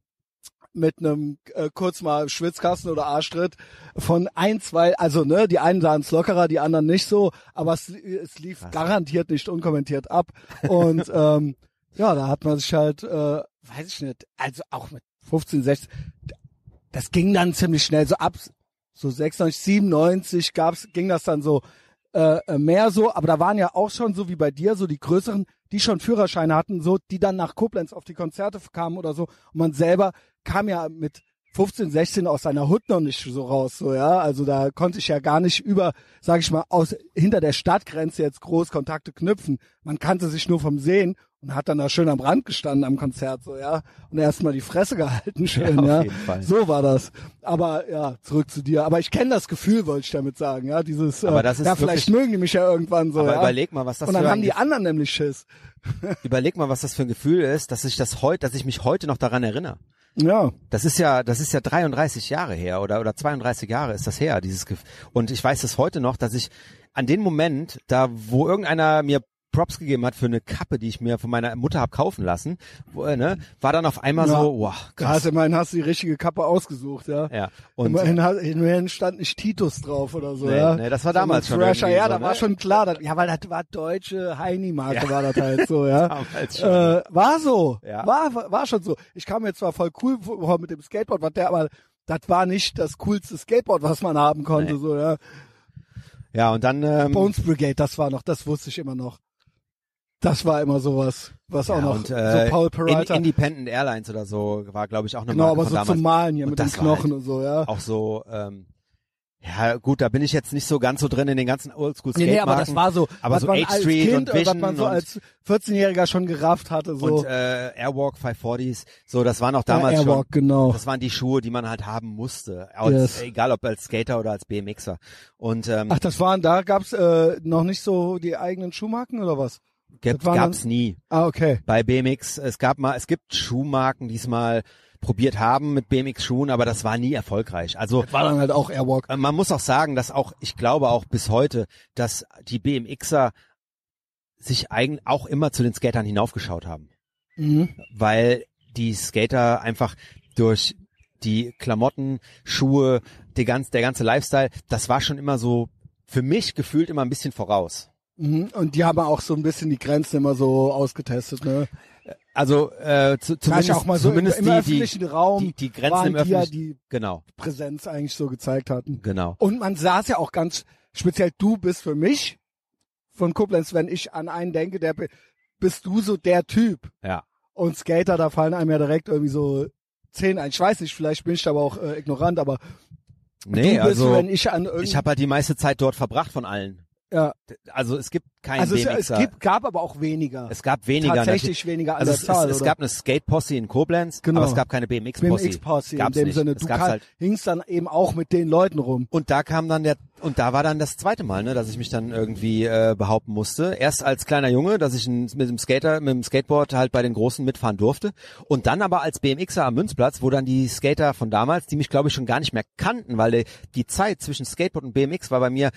S1: mit einem äh, kurz mal Schwitzkasten oder Arschtritt von ein, zwei, also ne, die einen sahen es lockerer, die anderen nicht so, aber es, es lief
S2: Krass.
S1: garantiert nicht unkommentiert ab. Und ähm, ja, da hat man sich halt, äh, weiß ich nicht, also auch mit 15, 16, das ging dann ziemlich schnell, so ab so 96, 97 gab's, ging das dann so äh, äh, mehr so, aber da waren ja auch schon so wie bei dir, so die größeren, die schon Führerscheine hatten, so, die dann nach Koblenz auf die Konzerte kamen oder so. Und man selber kam ja mit 15, 16 aus seiner Hut noch nicht so raus, so, ja. Also da konnte ich ja gar nicht über, sag ich mal, aus, hinter der Stadtgrenze jetzt groß Kontakte knüpfen. Man kannte sich nur vom Sehen und hat dann da schön am Rand gestanden am Konzert, so, ja. Und erstmal die Fresse gehalten, schön,
S2: Ja, auf
S1: ja.
S2: jeden Fall.
S1: So war das. Aber ja, zurück zu dir. Aber ich kenne das Gefühl, wollte ich damit sagen, ja. Dieses,
S2: Aber
S1: äh,
S2: das ist
S1: ja, vielleicht mögen die mich ja irgendwann so.
S2: Aber
S1: ja.
S2: überleg mal, was das
S1: Und dann
S2: für
S1: haben
S2: ein
S1: die anderen nämlich Schiss.
S2: überleg mal, was das für ein Gefühl ist, dass ich das heute, dass ich mich heute noch daran erinnere.
S1: Ja.
S2: Das ist ja, das ist ja 33 Jahre her oder oder 32 Jahre ist das her, dieses Gef und ich weiß es heute noch, dass ich an den Moment, da wo irgendeiner mir Props gegeben hat für eine Kappe, die ich mir von meiner Mutter hab kaufen lassen, wo, äh, ne, war dann auf einmal
S1: Ja.
S2: so, wow,
S1: Krass,
S2: krass.
S1: immerhin hast du die richtige Kappe ausgesucht, ja.
S2: Ja. Und
S1: immerhin, hat- immerhin stand nicht Titus drauf oder so,
S2: Nee,
S1: ja.
S2: nee, das war
S1: Sondern
S2: damals schon
S1: Thrasher,
S2: irgendwie
S1: ja,
S2: so,
S1: da
S2: ne?
S1: war schon klar, dass, ja, weil das war deutsche Heini-Marke war das halt so, ja.
S2: Damals schon.
S1: Äh, war so,
S2: Ja.
S1: war, war war schon so. Ich kam mir zwar voll cool vor mit dem Skateboard, was der, aber das war nicht das coolste Skateboard, was man haben konnte,
S2: Nee.
S1: so, ja.
S2: ja, und dann ähm,
S1: Bones Brigade, das war noch, das wusste ich immer noch. Das war immer sowas, was auch
S2: Ja,
S1: noch,
S2: und, äh,
S1: so Paul Peralta,
S2: In, Independent Airlines oder so war, glaube ich, auch eine
S1: genau,
S2: Marke
S1: aber
S2: von
S1: so
S2: damals.
S1: zum Malen hier
S2: Und
S1: mit den
S2: das war halt
S1: Knochen und so, ja.
S2: Auch so, ähm, ja gut, da bin ich jetzt nicht so ganz so drin in den ganzen oldschool
S1: Nee, nee, aber das war so,
S2: Aber
S1: was
S2: so
S1: man
S2: 8th
S1: als
S2: Street
S1: Kind
S2: und
S1: oder was
S2: Vision
S1: man so
S2: und-
S1: als 14-Jähriger schon gerafft hatte, so.
S2: Und äh, Airwalk 540s, so das waren auch
S1: Ja,
S2: damals
S1: Airwalk, genau.
S2: schon, das waren die Schuhe, die man halt haben musste, als,
S1: Yes. Ah,
S2: egal ob als Skater oder als BMXer. Und ähm,
S1: Ach, das waren, da gab's äh, noch nicht so die eigenen Schuhmarken oder was?
S2: gab,
S1: das waren
S2: gab's nie.
S1: Ah, okay.
S2: bei BMX. Es gab mal, es gibt Schuhmarken, die es mal probiert haben mit BMX-Schuhen, aber das war nie erfolgreich. Also
S1: War dann halt auch Airwalk.
S2: äh, man muss auch sagen, dass auch, ich glaube auch bis heute, dass die BMXer sich eigen, auch immer zu den Skatern hinaufgeschaut haben.
S1: Mhm.
S2: weil die Skater einfach durch die Klamotten, Schuhe, die ganz, der ganze Lifestyle, das war schon immer so für mich gefühlt immer ein bisschen voraus.
S1: Mhm. Und die haben auch so ein bisschen die Grenzen immer so ausgetestet, ne?
S2: Also äh, zu, zumindest,
S1: ja auch mal so
S2: zumindest
S1: im, im
S2: die,
S1: öffentlichen
S2: die,
S1: Raum
S2: die, die Grenzen
S1: waren
S2: im
S1: die ja,
S2: öffentlichen,
S1: die
S2: genau,
S1: Präsenz eigentlich so gezeigt hatten.
S2: genau.
S1: Und man saß ja auch ganz speziell, du bist für mich von Koblenz, wenn ich an einen denke, der bi- bist du so der Typ.
S2: Ja.
S1: Und Skater, da fallen einem ja direkt irgendwie so zehn ein. Ich weiß nicht, vielleicht bin ich da aber auch äh, ignorant, aber
S2: Nee,
S1: du bist,
S2: also
S1: wenn ich an irgend-
S2: ich habe halt die meiste Zeit dort verbracht von allen.
S1: ja.
S2: Also es gibt keinen
S1: Also es, es
S2: BMXer.
S1: gibt, gab aber auch weniger.
S2: es gab weniger. natürlich.
S1: tatsächlich weniger an
S2: Also
S1: der
S2: es,
S1: Zahl.
S2: es, es
S1: oder?
S2: gab eine Skate-Posse in Koblenz,
S1: Genau.
S2: aber es gab keine BMX-Posse.
S1: BMX-Posse in
S2: Gab's
S1: dem
S2: nicht.
S1: Sinne.
S2: Es
S1: Du
S2: gab's
S1: kann,
S2: halt.
S1: hingst dann eben auch mit den Leuten rum.
S2: Und da kam dann der, und da war dann das zweite Mal, ne, dass ich mich dann irgendwie äh, behaupten musste. Erst als kleiner Junge, dass ich ein, mit dem Skater, mit dem Skateboard halt bei den Großen mitfahren durfte. Und dann aber als BMXer am Münzplatz, wo dann die Skater von damals, die mich glaube ich schon gar nicht mehr kannten, weil die, die Zeit zwischen Skateboard und BMX war bei mir,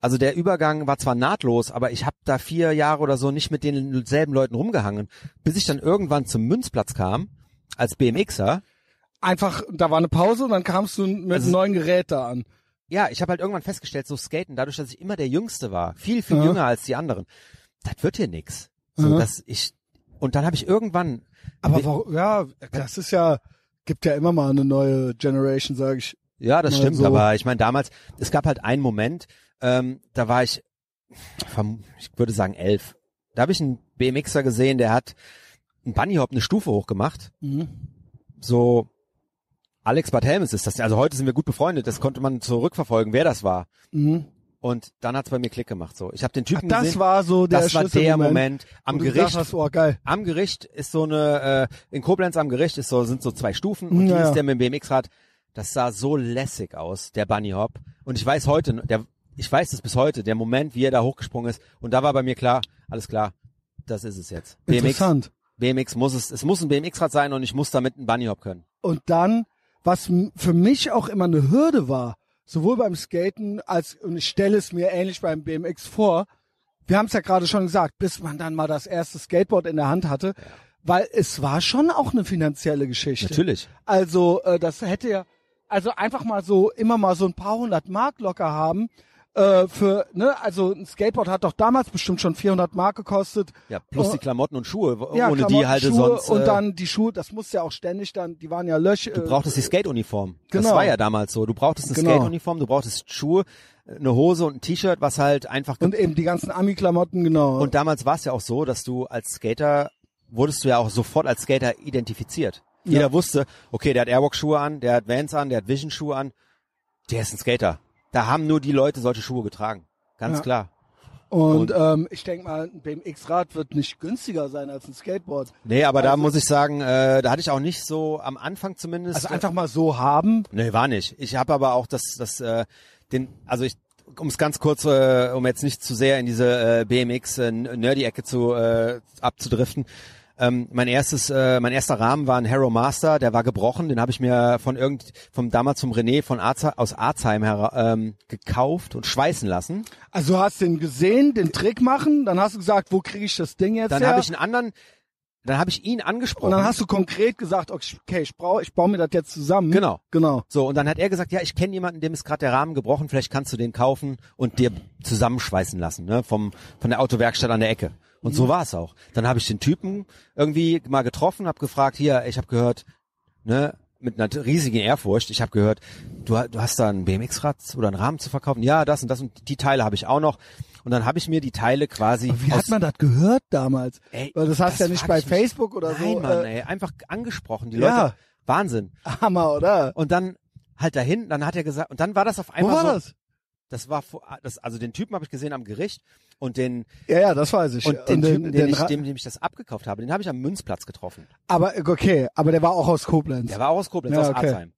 S2: also der Übergang war zwar nahtlos, aber ich habe da vier Jahre oder so nicht mit denselben Leuten rumgehangen, bis ich dann irgendwann zum Münzplatz kam als BMXer.
S1: Einfach, da war eine Pause und dann kamst du mit
S2: Also-
S1: einem neuen Gerät da an.
S2: ja, ich habe halt irgendwann festgestellt, so Skaten, dadurch, dass ich immer der Jüngste war, viel, viel
S1: Ja.
S2: jünger als die anderen, das wird hier nix. So,
S1: Ja.
S2: dass ich, und dann habe ich irgendwann,
S1: Aber
S2: Wie-
S1: warum, ja, das ist ja, gibt ja immer mal eine neue Generation, sage ich.
S2: ja, das
S1: Mal
S2: stimmt,
S1: so.
S2: aber ich meine, damals, es gab halt einen Moment, ähm, da war ich, verm- ich würde sagen elf, da habe ich einen BMXer gesehen, der hat einen Bunnyhop eine Stufe hochgemacht,
S1: Mhm.
S2: so Alex Bad Helmes ist das, also heute sind wir gut befreundet, das konnte man zurückverfolgen, wer das war.
S1: Mhm.
S2: Und dann hat's bei mir Klick gemacht, so. Ich habe den
S1: Ach,
S2: Typen
S1: das
S2: gesehen,
S1: war so der
S2: das war der Moment, am
S1: wo du
S2: Gericht,
S1: gesagt Hast, oh, geil.
S2: am Gericht ist so eine, äh, in Koblenz am Gericht ist so, sind so zwei Stufen und
S1: Ja,
S2: die
S1: ja.
S2: ist der mit dem BMX-Rad. Das sah so lässig aus, der Bunny Hop. Und ich weiß heute, der, ich weiß es bis heute, der Moment, wie er da hochgesprungen ist. Und da war bei mir klar, alles klar, das ist es jetzt. BMX,
S1: Interessant.
S2: BMX muss es, es muss ein BMX-Rad sein und ich muss damit einen Bunny Hop können.
S1: Und dann, was m- für mich auch immer eine Hürde war, sowohl beim Skaten als, und ich stelle es mir ähnlich beim BMX vor, wir haben es ja gerade schon gesagt, bis man dann mal das erste Skateboard in der Hand hatte, weil es war schon auch eine finanzielle Geschichte.
S2: Natürlich.
S1: Also äh, das hätte ja, also einfach mal so immer mal so ein paar hundert Mark locker haben äh, für, ne, also ein Skateboard hat doch damals bestimmt schon 400 Mark gekostet.
S2: Ja, plus
S1: Oh.
S2: die Klamotten und Schuhe, wo-
S1: Ja,
S2: ohne die
S1: Klamotten,
S2: halt
S1: Schuhe
S2: sonst.
S1: und
S2: äh,
S1: dann die Schuhe, das musste ja auch ständig dann, die waren ja äh, Löcher.
S2: Du brauchtest die Skate-Uniform. Das
S1: Genau.
S2: war ja damals so. Du brauchtest eine
S1: Genau.
S2: Skate-Uniform, du brauchtest Schuhe, eine Hose und ein T-Shirt, was halt einfach
S1: und eben die ganzen Ami-Klamotten, genau.
S2: Und damals war es ja auch so, dass du als Skater wurdest du ja auch sofort als Skater identifiziert.
S1: Ja.
S2: Jeder wusste, okay, der hat Airwalk-Schuhe an, der hat Vans an, der hat Vision-Schuhe an, der ist ein Skater. Da haben nur die Leute solche Schuhe getragen. Ganz
S1: Ja.
S2: klar.
S1: Und, ähm, ich denke mal, ein BMX-Rad wird nicht günstiger sein als ein Skateboard.
S2: Nee, aber da
S1: Also-
S2: muss ich sagen, äh, da hatte ich auch nicht so am Anfang zumindest.
S1: Also einfach mal so haben.
S2: Nee, war nicht. Ich habe aber auch das, das, äh, den, also ich, um es ganz kurz, äh, um jetzt nicht zu sehr in diese äh, BMX äh, Nerdy-Ecke zu äh, abzudriften. Ähm, mein erstes, äh, mein erster Rahmen war ein Harrow Master, der war gebrochen, den habe ich mir von irgend, vom damals vom René von Arze, aus Arzheim her, ähm, gekauft und schweißen lassen.
S1: Also du hast den gesehen, den Trick machen, dann hast du gesagt, wo kriege ich das Ding jetzt
S2: Dann
S1: her?
S2: habe ich einen anderen, dann habe ich ihn
S1: Und
S2: angesprochen.
S1: dann hast du konkret gesagt, okay, ich brauche, ich baue mir das jetzt zusammen.
S2: Genau.
S1: Genau.
S2: So, und dann hat er gesagt, ja, ich kenne jemanden, dem ist gerade der Rahmen gebrochen, vielleicht kannst du den kaufen und dir zusammenschweißen lassen, ne, vom, von der Autowerkstatt an der Ecke. Und
S1: Mhm.
S2: so war es auch. Dann habe ich den Typen irgendwie mal getroffen, habe gefragt, hier, ich habe gehört, ne, mit einer riesigen Ehrfurcht, ich habe gehört, du, ha- du hast da ein BMX-Rad oder einen Rahmen zu verkaufen? Ja, das und das und die Teile habe ich auch noch. Und dann habe ich mir die Teile quasi
S1: Wie
S2: aus,
S1: hat man das gehört damals?
S2: Ey,
S1: Weil das hast
S2: das
S1: du ja nicht
S2: frag
S1: bei
S2: ich mich.
S1: Facebook oder
S2: Nein,
S1: so.
S2: Mann,
S1: äh,
S2: ey, einfach angesprochen, die
S1: ja.
S2: Leute, Wahnsinn.
S1: Hammer, oder?
S2: Und dann halt dahin, dann hat er gesagt, und dann war das auf
S1: Wo
S2: einmal
S1: war
S2: so,
S1: das?
S2: Das war vor, das, also den Typen habe ich gesehen am Gericht und den
S1: Ja, ja, das weiß ich.
S2: und den, Typen, den, ich,
S1: Ra-
S2: dem, dem ich das abgekauft habe, den habe ich am Münzplatz getroffen.
S1: aber äh, okay, aber der war auch aus Koblenz.
S2: Der war auch aus Koblenz,
S1: Ja,
S2: aus
S1: okay.
S2: Arzheim.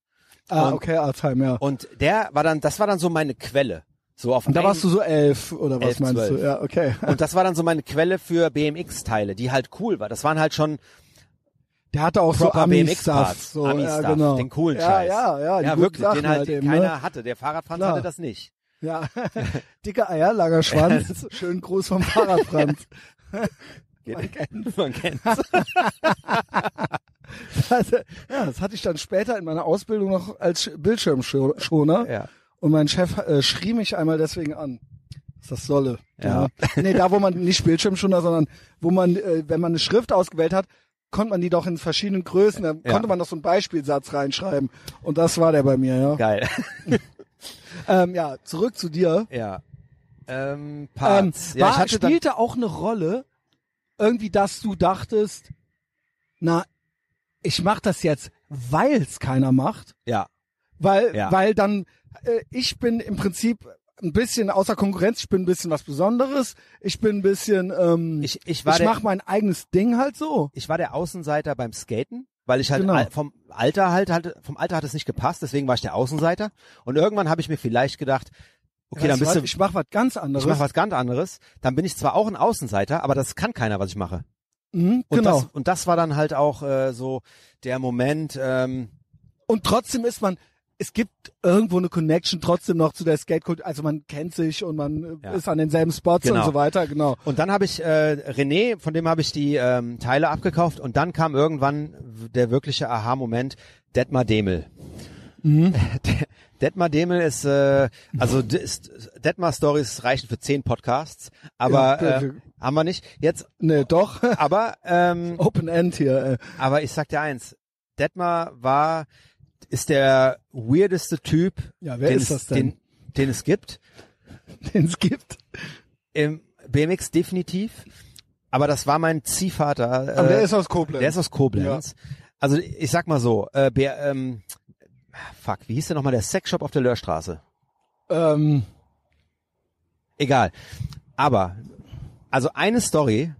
S1: ah,
S2: und-
S1: okay, Arzheim, ja.
S2: Und der war dann, das war dann so meine Quelle. So auf
S1: Und da
S2: einen-
S1: warst du so elf oder was
S2: Elf,
S1: meinst
S2: zwölf.
S1: du? Ja, okay.
S2: und das war dann so meine Quelle für BMX-Teile, die halt cool war. Das waren halt schon
S1: Der hatte auch so
S2: proper
S1: Ami-Stuff.
S2: BMX-Parts,
S1: So, ja,
S2: Ami-Stuff,
S1: genau.
S2: den coolen
S1: ja,
S2: Scheiß.
S1: Ja, ja, die
S2: ja
S1: guten
S2: wirklich,
S1: Sachen
S2: den halt, den
S1: eben, ne?
S2: keiner hatte. Der Fahrradfahrer
S1: Klar.
S2: hatte das nicht.
S1: Ja, dicker Eierlagerschwanz, schön groß vom Fahrradbrand.
S2: Geht man kennt. Man kennt.
S1: Also, ja, das hatte ich dann später in meiner Ausbildung noch als Sch- Bildschirmschoner.
S2: Ja.
S1: Und mein Chef äh, schrie mich einmal deswegen an, dass das solle.
S2: Ja.
S1: Nee, da wo man nicht Bildschirmschoner, sondern wo man, äh, wenn man eine Schrift ausgewählt hat, konnte man die doch in verschiedenen Größen, da
S2: Ja.
S1: konnte man doch so einen Beispielsatz reinschreiben. Und das war der bei mir, ja.
S2: Geil.
S1: Ähm, ja, zurück zu dir.
S2: Ja. Ähm,
S1: Ähm,
S2: Parts. ja,
S1: war,
S2: ich hatte dann,
S1: spielte auch eine Rolle, irgendwie, dass du dachtest, na, ich mach das jetzt, weil es keiner macht.
S2: ja,
S1: weil
S2: Ja.
S1: weil dann äh, ich bin im Prinzip ein bisschen außer Konkurrenz, ich bin ein bisschen was Besonderes, ich bin ein bisschen ähm,
S2: ich, ich war
S1: ich
S2: der,
S1: mach mein eigenes Ding halt so.
S2: ich war der Außenseiter beim Skaten, weil ich halt
S1: Genau.
S2: al- vom Alter halt, halt vom Alter hat es nicht gepasst, deswegen war ich der Außenseiter. Und irgendwann habe ich mir vielleicht gedacht, okay, dann
S1: Weißt
S2: bist
S1: was,
S2: du,
S1: ich mach was ganz halt anderes.
S2: ich mache was ganz anderes. Dann bin ich zwar auch ein Außenseiter, aber das kann keiner, was ich mache.
S1: mhm,
S2: Und
S1: genau.
S2: Das, und das war dann halt auch äh, so der Moment. Ähm,
S1: und trotzdem ist man es gibt irgendwo eine Connection trotzdem noch zu der Skatekult, also man kennt sich und man äh,
S2: Ja.
S1: ist an denselben Spots
S2: Genau.
S1: und so weiter, genau.
S2: und dann habe ich äh, René, von dem habe ich die ähm, Teile abgekauft. Und dann kam irgendwann w- der wirkliche Aha-Moment, Detmar Demel.
S1: Mhm.
S2: De- Detmar Demel ist, äh, also d- ist, Detmar Stories reichen für zehn Podcasts, aber
S1: Ja,
S2: äh,
S1: wir-
S2: haben wir nicht. Jetzt,
S1: Nee, doch.
S2: aber ähm,
S1: Open End hier. Äh.
S2: Aber ich sag dir eins, Detmar war, ist der weirdeste Typ,
S1: Ja, wer
S2: den,
S1: ist
S2: es,
S1: das denn?
S2: Den, den es gibt.
S1: den es gibt.
S2: Im BMX definitiv. Aber das war mein Ziehvater.
S1: Aber
S2: äh,
S1: der ist aus Koblenz.
S2: der ist aus Koblenz. Also ich sag mal so, äh, Bär, ähm, fuck, wie hieß der nochmal, der Sexshop auf der Löhrstraße?
S1: ähm,
S2: Egal. Aber, also eine Story,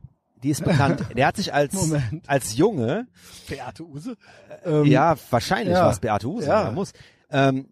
S2: die ist bekannt. Der hat sich als,
S1: Moment.
S2: als Junge
S1: Beate Use. Ähm,
S2: Ja, wahrscheinlich
S1: ja.
S2: war es Beate Huse,
S1: Ja.
S2: ja. muss. Ähm,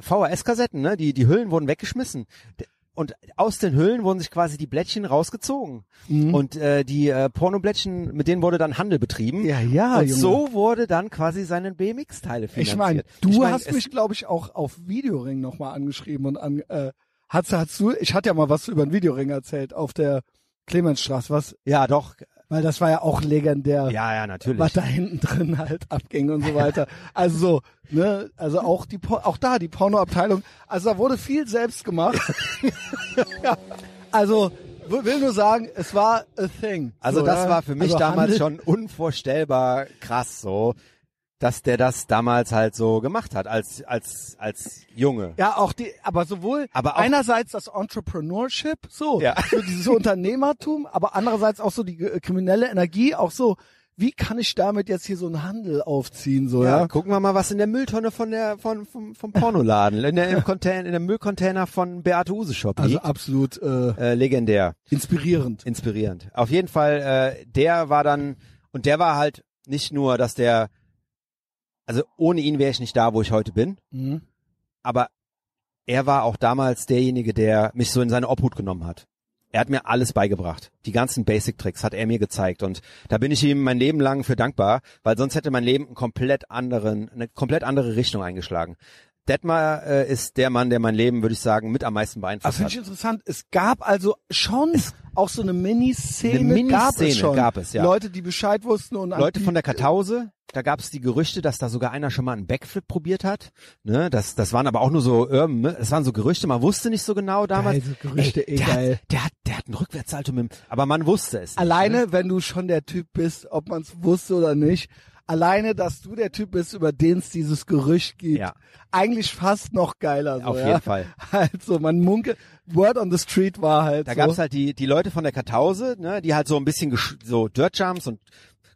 S2: VHS-Kassetten, ne? Die, die Hüllen wurden weggeschmissen. D- Und aus den Hüllen wurden sich quasi die Blättchen rausgezogen.
S1: Mhm.
S2: Und äh, die äh, Pornoblättchen, mit denen wurde dann Handel betrieben.
S1: Ja, ja,
S2: Und
S1: Junge.
S2: so wurde dann quasi seine BMX-Teile finanziert.
S1: Ich meine, du
S2: Ich mein,
S1: hast
S2: es-
S1: mich, glaube ich, auch auf Videoring nochmal angeschrieben und an, äh, hast, hast du, ich hatte ja mal was über den Videoring erzählt auf der Clemensstraße, was,
S2: Ja, doch.
S1: weil das war ja auch legendär,
S2: Ja, ja, natürlich.
S1: was da hinten drin halt abging und so weiter. also so, ne, also auch die, Por- auch da die Pornoabteilung, also da wurde viel selbst gemacht. ja. Also, w- will nur sagen, es war a thing.
S2: Also
S1: so,
S2: das
S1: ja?
S2: war für mich
S1: Also
S2: damals
S1: Handel-
S2: schon unvorstellbar krass so, dass der das damals halt so gemacht hat, als, als, als Junge.
S1: Ja, auch die, aber sowohl
S2: Aber auch-
S1: einerseits das Entrepreneurship, so,
S2: Ja.
S1: so dieses Unternehmertum, aber andererseits auch so die äh, kriminelle Energie, auch so, wie kann ich damit jetzt hier so einen Handel aufziehen, so,
S2: Ja,
S1: ja?
S2: gucken wir mal, was in der Mülltonne von der von vom, vom Pornoladen, in der im Container, in der Müllcontainer von Beate Huse Shop
S1: Also
S2: liegt.
S1: absolut äh,
S2: Äh, legendär,
S1: inspirierend.
S2: inspirierend. Auf jeden Fall, äh, der war dann und der war halt nicht nur, dass der, also ohne ihn wäre ich nicht da, wo ich heute bin,
S1: Mhm.
S2: aber er war auch damals derjenige, der mich so in seine Obhut genommen hat. Er hat mir alles beigebracht. Die ganzen Basic Tricks hat er mir gezeigt und da bin ich ihm mein Leben lang für dankbar, weil sonst hätte mein Leben einen komplett anderen, eine komplett andere Richtung eingeschlagen. Detmar äh, ist der Mann, der mein Leben, würde ich sagen, mit am meisten
S1: Das
S2: beeinflusst
S1: Also finde
S2: hat.
S1: ich interessant. Es gab also schon auch so eine Miniszene,
S2: Eine Miniszene
S1: gab es schon.
S2: gab es, ja.
S1: Leute, die Bescheid wussten und an
S2: Leute
S1: die,
S2: von der Kartause, da gab es die Gerüchte, dass da sogar einer schon mal einen Backflip probiert hat. Ne, das, das waren aber auch nur so, ähm, ne, das waren so Gerüchte, man wusste nicht so genau damals.
S1: Geil, so Gerüchte,
S2: Ey,
S1: eh
S2: der,
S1: geil.
S2: Hat, der, hat, der hat einen Rückwärtssalto mit dem, aber man wusste es. nicht, ne?
S1: Alleine, wenn du schon der Typ bist, ob man es wusste oder nicht, alleine, dass du der Typ bist, über den es dieses Gerücht gibt,
S2: Ja.
S1: eigentlich fast noch geiler. So,
S2: Auf
S1: ja?
S2: jeden Fall.
S1: Also man munkelt, Word on the Street war halt
S2: Da
S1: so.
S2: gab's halt die, die Leute von der Kartause, ne, die halt so ein bisschen gesch- so Dirt Jumps und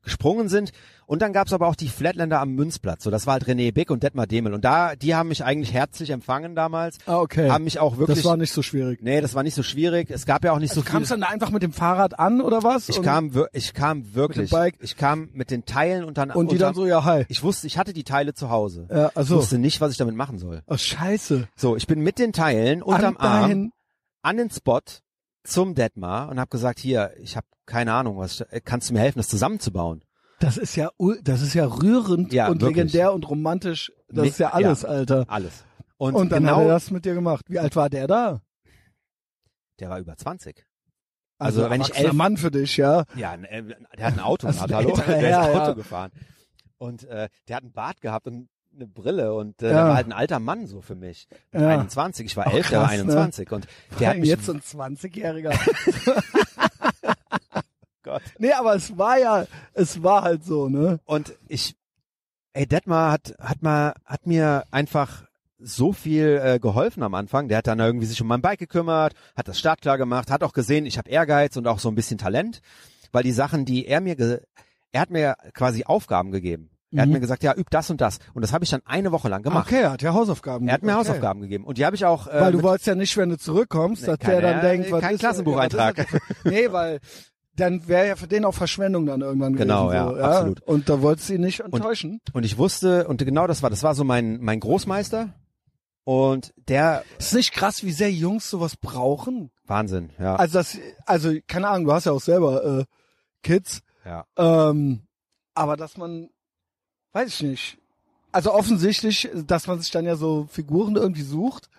S2: gesprungen sind. Und dann gab's aber auch die Flatlander am Münzplatz. So, das war halt René Bick und Detmar Demel. Und da, die haben mich eigentlich herzlich empfangen damals.
S1: ah, okay.
S2: Haben mich auch wirklich.
S1: das war nicht so schwierig.
S2: nee, das war nicht so schwierig. Es gab ja auch nicht so
S1: du kamst
S2: viel.
S1: dann da einfach mit dem Fahrrad an oder was?
S2: Ich
S1: und,
S2: kam, wir- ich kam wirklich.
S1: Bike?
S2: Ich kam mit den Teilen und dann.
S1: und die dann so, ja, hi.
S2: Ich wusste, ich hatte die Teile zu Hause.
S1: Ja,
S2: Ich
S1: also,
S2: wusste nicht, was ich damit machen soll.
S1: oh, scheiße.
S2: So, ich bin mit den Teilen unterm
S1: An
S2: Arm
S1: dein-
S2: an den Spot zum Detmar und habe gesagt, hier, ich habe keine Ahnung, was ich, kannst du mir helfen, das zusammenzubauen?
S1: Das ist ja, ul- das ist ja rührend
S2: Ja,
S1: und
S2: wirklich.
S1: legendär und romantisch. Das
S2: Nee,
S1: ist ja alles,
S2: ja.
S1: Alter.
S2: Alles. Und,
S1: Und dann
S2: genau,
S1: hat er das mit dir gemacht. Wie alt war der da?
S2: der war über 20.
S1: Also,
S2: Also, wenn ich
S1: erwachsener
S2: elf-
S1: Mann für dich, ja.
S2: Ja, ein- äh, der hat ein Auto
S1: Also
S2: gehabt,
S1: ein
S2: hallo,
S1: älterer
S2: der ist
S1: Herr,
S2: Auto
S1: ja.
S2: gefahren. Und äh, der hat einen Bart gehabt und eine Brille und äh,
S1: Ja.
S2: der war halt ein alter Mann so für mich. Mit
S1: Ja.
S2: 21, ich war
S1: Ach,
S2: elf, der war
S1: krass, ne?
S2: 21 und der hat mich
S1: jetzt so ein 20-Jähriger.
S2: Gott.
S1: nee, aber es war ja, es war halt so, ne?
S2: Und ich, ey, Detmar hat, hat mal, hat mir einfach so viel äh, geholfen am Anfang. Der hat dann irgendwie sich um mein Bike gekümmert, hat das startklar gemacht, hat auch gesehen, ich habe Ehrgeiz und auch so ein bisschen Talent, weil die Sachen, die er mir, ge er hat mir quasi Aufgaben gegeben. Er hat
S1: Mhm.
S2: mir gesagt, ja, üb das und das. Und das habe ich dann eine Woche lang gemacht.
S1: Okay, er hat ja Hausaufgaben.
S2: Er hat mir
S1: okay.
S2: Hausaufgaben gegeben und die habe ich auch. Äh,
S1: Weil du
S2: mit-
S1: wolltest ja nicht, wenn du zurückkommst,
S2: Nee,
S1: dass
S2: keine-
S1: der dann denkt, was
S2: kein
S1: ist
S2: Klassenbucheintrag.
S1: was ist das denn für- nee, weil dann wäre ja für den auch Verschwendung dann irgendwann
S2: Genau,
S1: gewesen.
S2: ja,
S1: so,
S2: absolut.
S1: Und da wolltest du ihn nicht enttäuschen.
S2: und ich wusste und genau das war, das war so mein mein Großmeister und der
S1: ist nicht krass, wie sehr Jungs sowas brauchen?
S2: Wahnsinn, ja,
S1: Also das, also keine Ahnung, du hast ja auch selber äh, Kids.
S2: ja.
S1: Ähm, aber dass man, weiß ich nicht. Also offensichtlich, dass man sich dann ja so Figuren irgendwie sucht.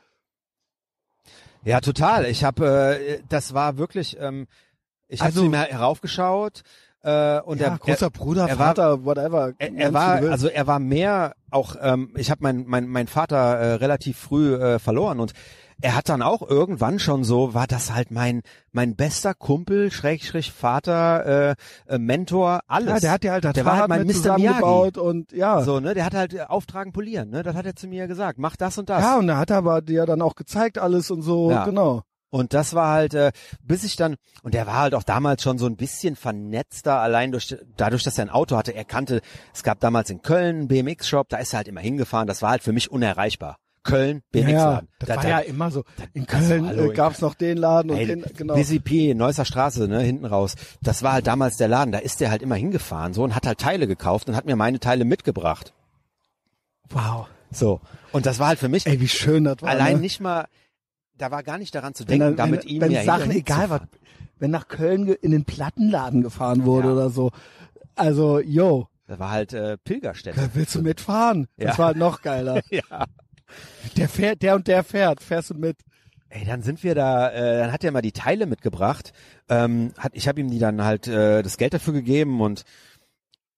S2: Ja, total. Ich habe, äh, das war wirklich, ähm, ich habe
S1: Also-
S2: zu ihm her- heraufgeschaut äh, und
S1: ja,
S2: er,
S1: großer Bruder,
S2: er war-
S1: Vater, whatever.
S2: er,
S1: nennst
S2: er
S1: du
S2: war,
S1: wie du willst.
S2: also er war mehr auch. Ähm, ich habe meinen mein, mein Vater äh, relativ früh äh, verloren und er hat dann auch irgendwann schon so, war das halt mein mein bester Kumpel, Schrägstrich Vater, äh, äh, Mentor, alles.
S1: ja, der hat ja halt das
S2: der war halt
S1: Fahrrad
S2: mein
S1: mit
S2: Mr. Miyagi.
S1: zusammengebaut und ja.
S2: so, ne, der hat halt äh, auftragen polieren, ne, das hat er zu mir gesagt, mach das und das.
S1: Ja, und er hat aber dir dann auch gezeigt alles und so,
S2: Ja.
S1: genau.
S2: Und das war halt, äh, bis ich dann, und er war halt auch damals schon so ein bisschen vernetzter, allein durch, dadurch, dass er ein Auto hatte. Er kannte, es gab damals in Köln einen BMX-Shop, da ist er halt immer hingefahren. Das war halt für mich unerreichbar. Köln, BMX-Laden.
S1: das
S2: Da-
S1: war
S2: da-
S1: ja immer so. In
S2: Also,
S1: Köln
S2: hallo,
S1: äh, gab's noch den Laden und
S2: Ey,
S1: den, genau.
S2: Busy P, Neusser Straße, ne, hinten raus. Das war halt damals der Laden. Da ist der halt immer hingefahren, so, und hat halt Teile gekauft und hat mir meine Teile mitgebracht.
S1: Wow.
S2: So. Und das war halt für mich
S1: Ey, wie schön das war.
S2: allein
S1: ne?
S2: nicht mal, da war gar nicht daran zu
S1: wenn,
S2: denken,
S1: dann-
S2: damit
S1: wenn,
S2: ihm
S1: wenn
S2: ja
S1: Sachen
S2: hinterher
S1: egal was,
S2: hinzufahren.
S1: wenn nach Köln ge- in den Plattenladen gefahren wurde
S2: Ja.
S1: oder so. Also, yo,
S2: Da war halt äh, Pilgerstätte.
S1: da willst du mitfahren? Das
S2: Ja.
S1: war halt noch geiler.
S2: Ja.
S1: Der fährt, der und der fährt, fährst du mit.
S2: Ey, dann sind wir da, äh, dann hat er mal die Teile mitgebracht. Ähm, hat, ich habe ihm die dann halt äh, das Geld dafür gegeben und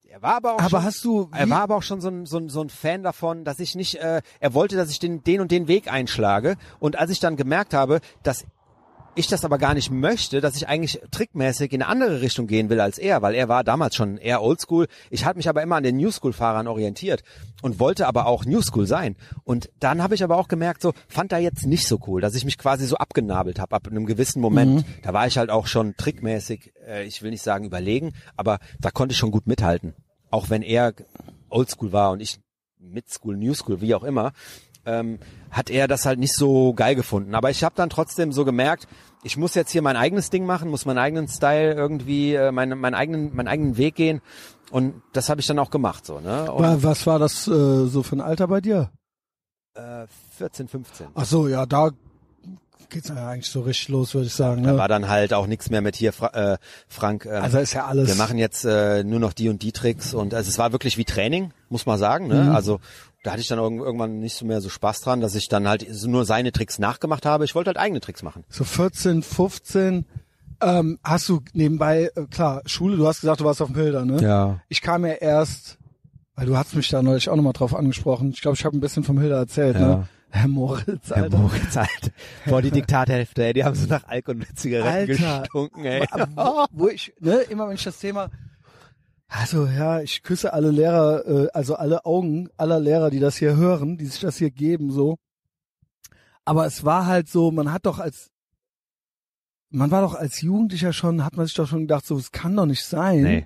S2: er war aber auch
S1: Aber
S2: schon,
S1: hast du,
S2: er
S1: wie-
S2: war aber auch schon so ein, so, ein, so ein Fan davon, dass ich nicht, äh, er wollte, dass ich den, den und den Weg einschlage. Und als ich dann gemerkt habe, dass ich das aber gar nicht möchte, dass ich eigentlich trickmäßig in eine andere Richtung gehen will als er, weil er war damals schon eher Oldschool. Ich hatte mich aber immer an den New School Fahrern orientiert und wollte aber auch New School sein. Und dann habe ich aber auch gemerkt, so fand er jetzt nicht so cool, dass ich mich quasi so abgenabelt habe ab einem gewissen Moment. Da war ich halt auch schon trickmäßig, äh, ich will nicht sagen überlegen, aber da konnte ich schon gut mithalten, auch wenn er Oldschool war und ich Midschool, New School, wie auch immer, ähm, hat er das halt nicht so geil gefunden. Aber ich habe dann trotzdem so gemerkt, ich muss jetzt hier mein eigenes Ding machen, muss meinen eigenen Style irgendwie, äh, meine, meinen eigenen, meinen eigenen Weg gehen. Und das habe ich dann auch gemacht, so ne? Und,
S1: Wa- was war das äh, so für ein Alter bei dir?
S2: äh, 14, 15.
S1: Ach so, ja, da geht's ja eigentlich so richtig los, würde ich sagen.
S2: Da
S1: Ne?
S2: war dann halt auch nichts mehr mit hier, Fra äh, Frank. Ähm,
S1: Also ist ja alles.
S2: wir machen jetzt äh, nur noch die und die Tricks und also, es war wirklich wie Training, muss man sagen. Ne?
S1: Mhm.
S2: Also da hatte ich dann irgend- irgendwann nicht so mehr so Spaß dran, dass ich dann halt nur seine Tricks nachgemacht habe. Ich wollte halt eigene Tricks machen.
S1: so 14, 15. Ähm, hast du nebenbei, äh, klar, Schule, du hast gesagt, du warst auf dem Bilder, ne?
S2: Ja.
S1: Ich kam ja erst, weil du hast mich da neulich auch nochmal drauf angesprochen. Ich glaube, ich habe ein bisschen vom Hilder erzählt,
S2: Ja.
S1: ne? Herr Moritz,
S2: Der
S1: Alter.
S2: Moritz, Alter. Boah, die Diktathälfte, ey, die haben so nach Alkohol und Zigaretten
S1: Alter.
S2: gestunken, ey.
S1: wo, wo ich, ne, immer wenn ich das Thema, also ja, ich küsse alle Lehrer, äh, also alle Augen aller Lehrer, die das hier hören, die sich das hier geben, so. Aber es war halt so, man hat doch als, man war doch als Jugendlicher schon, hat man sich doch schon gedacht, so, es kann doch nicht sein.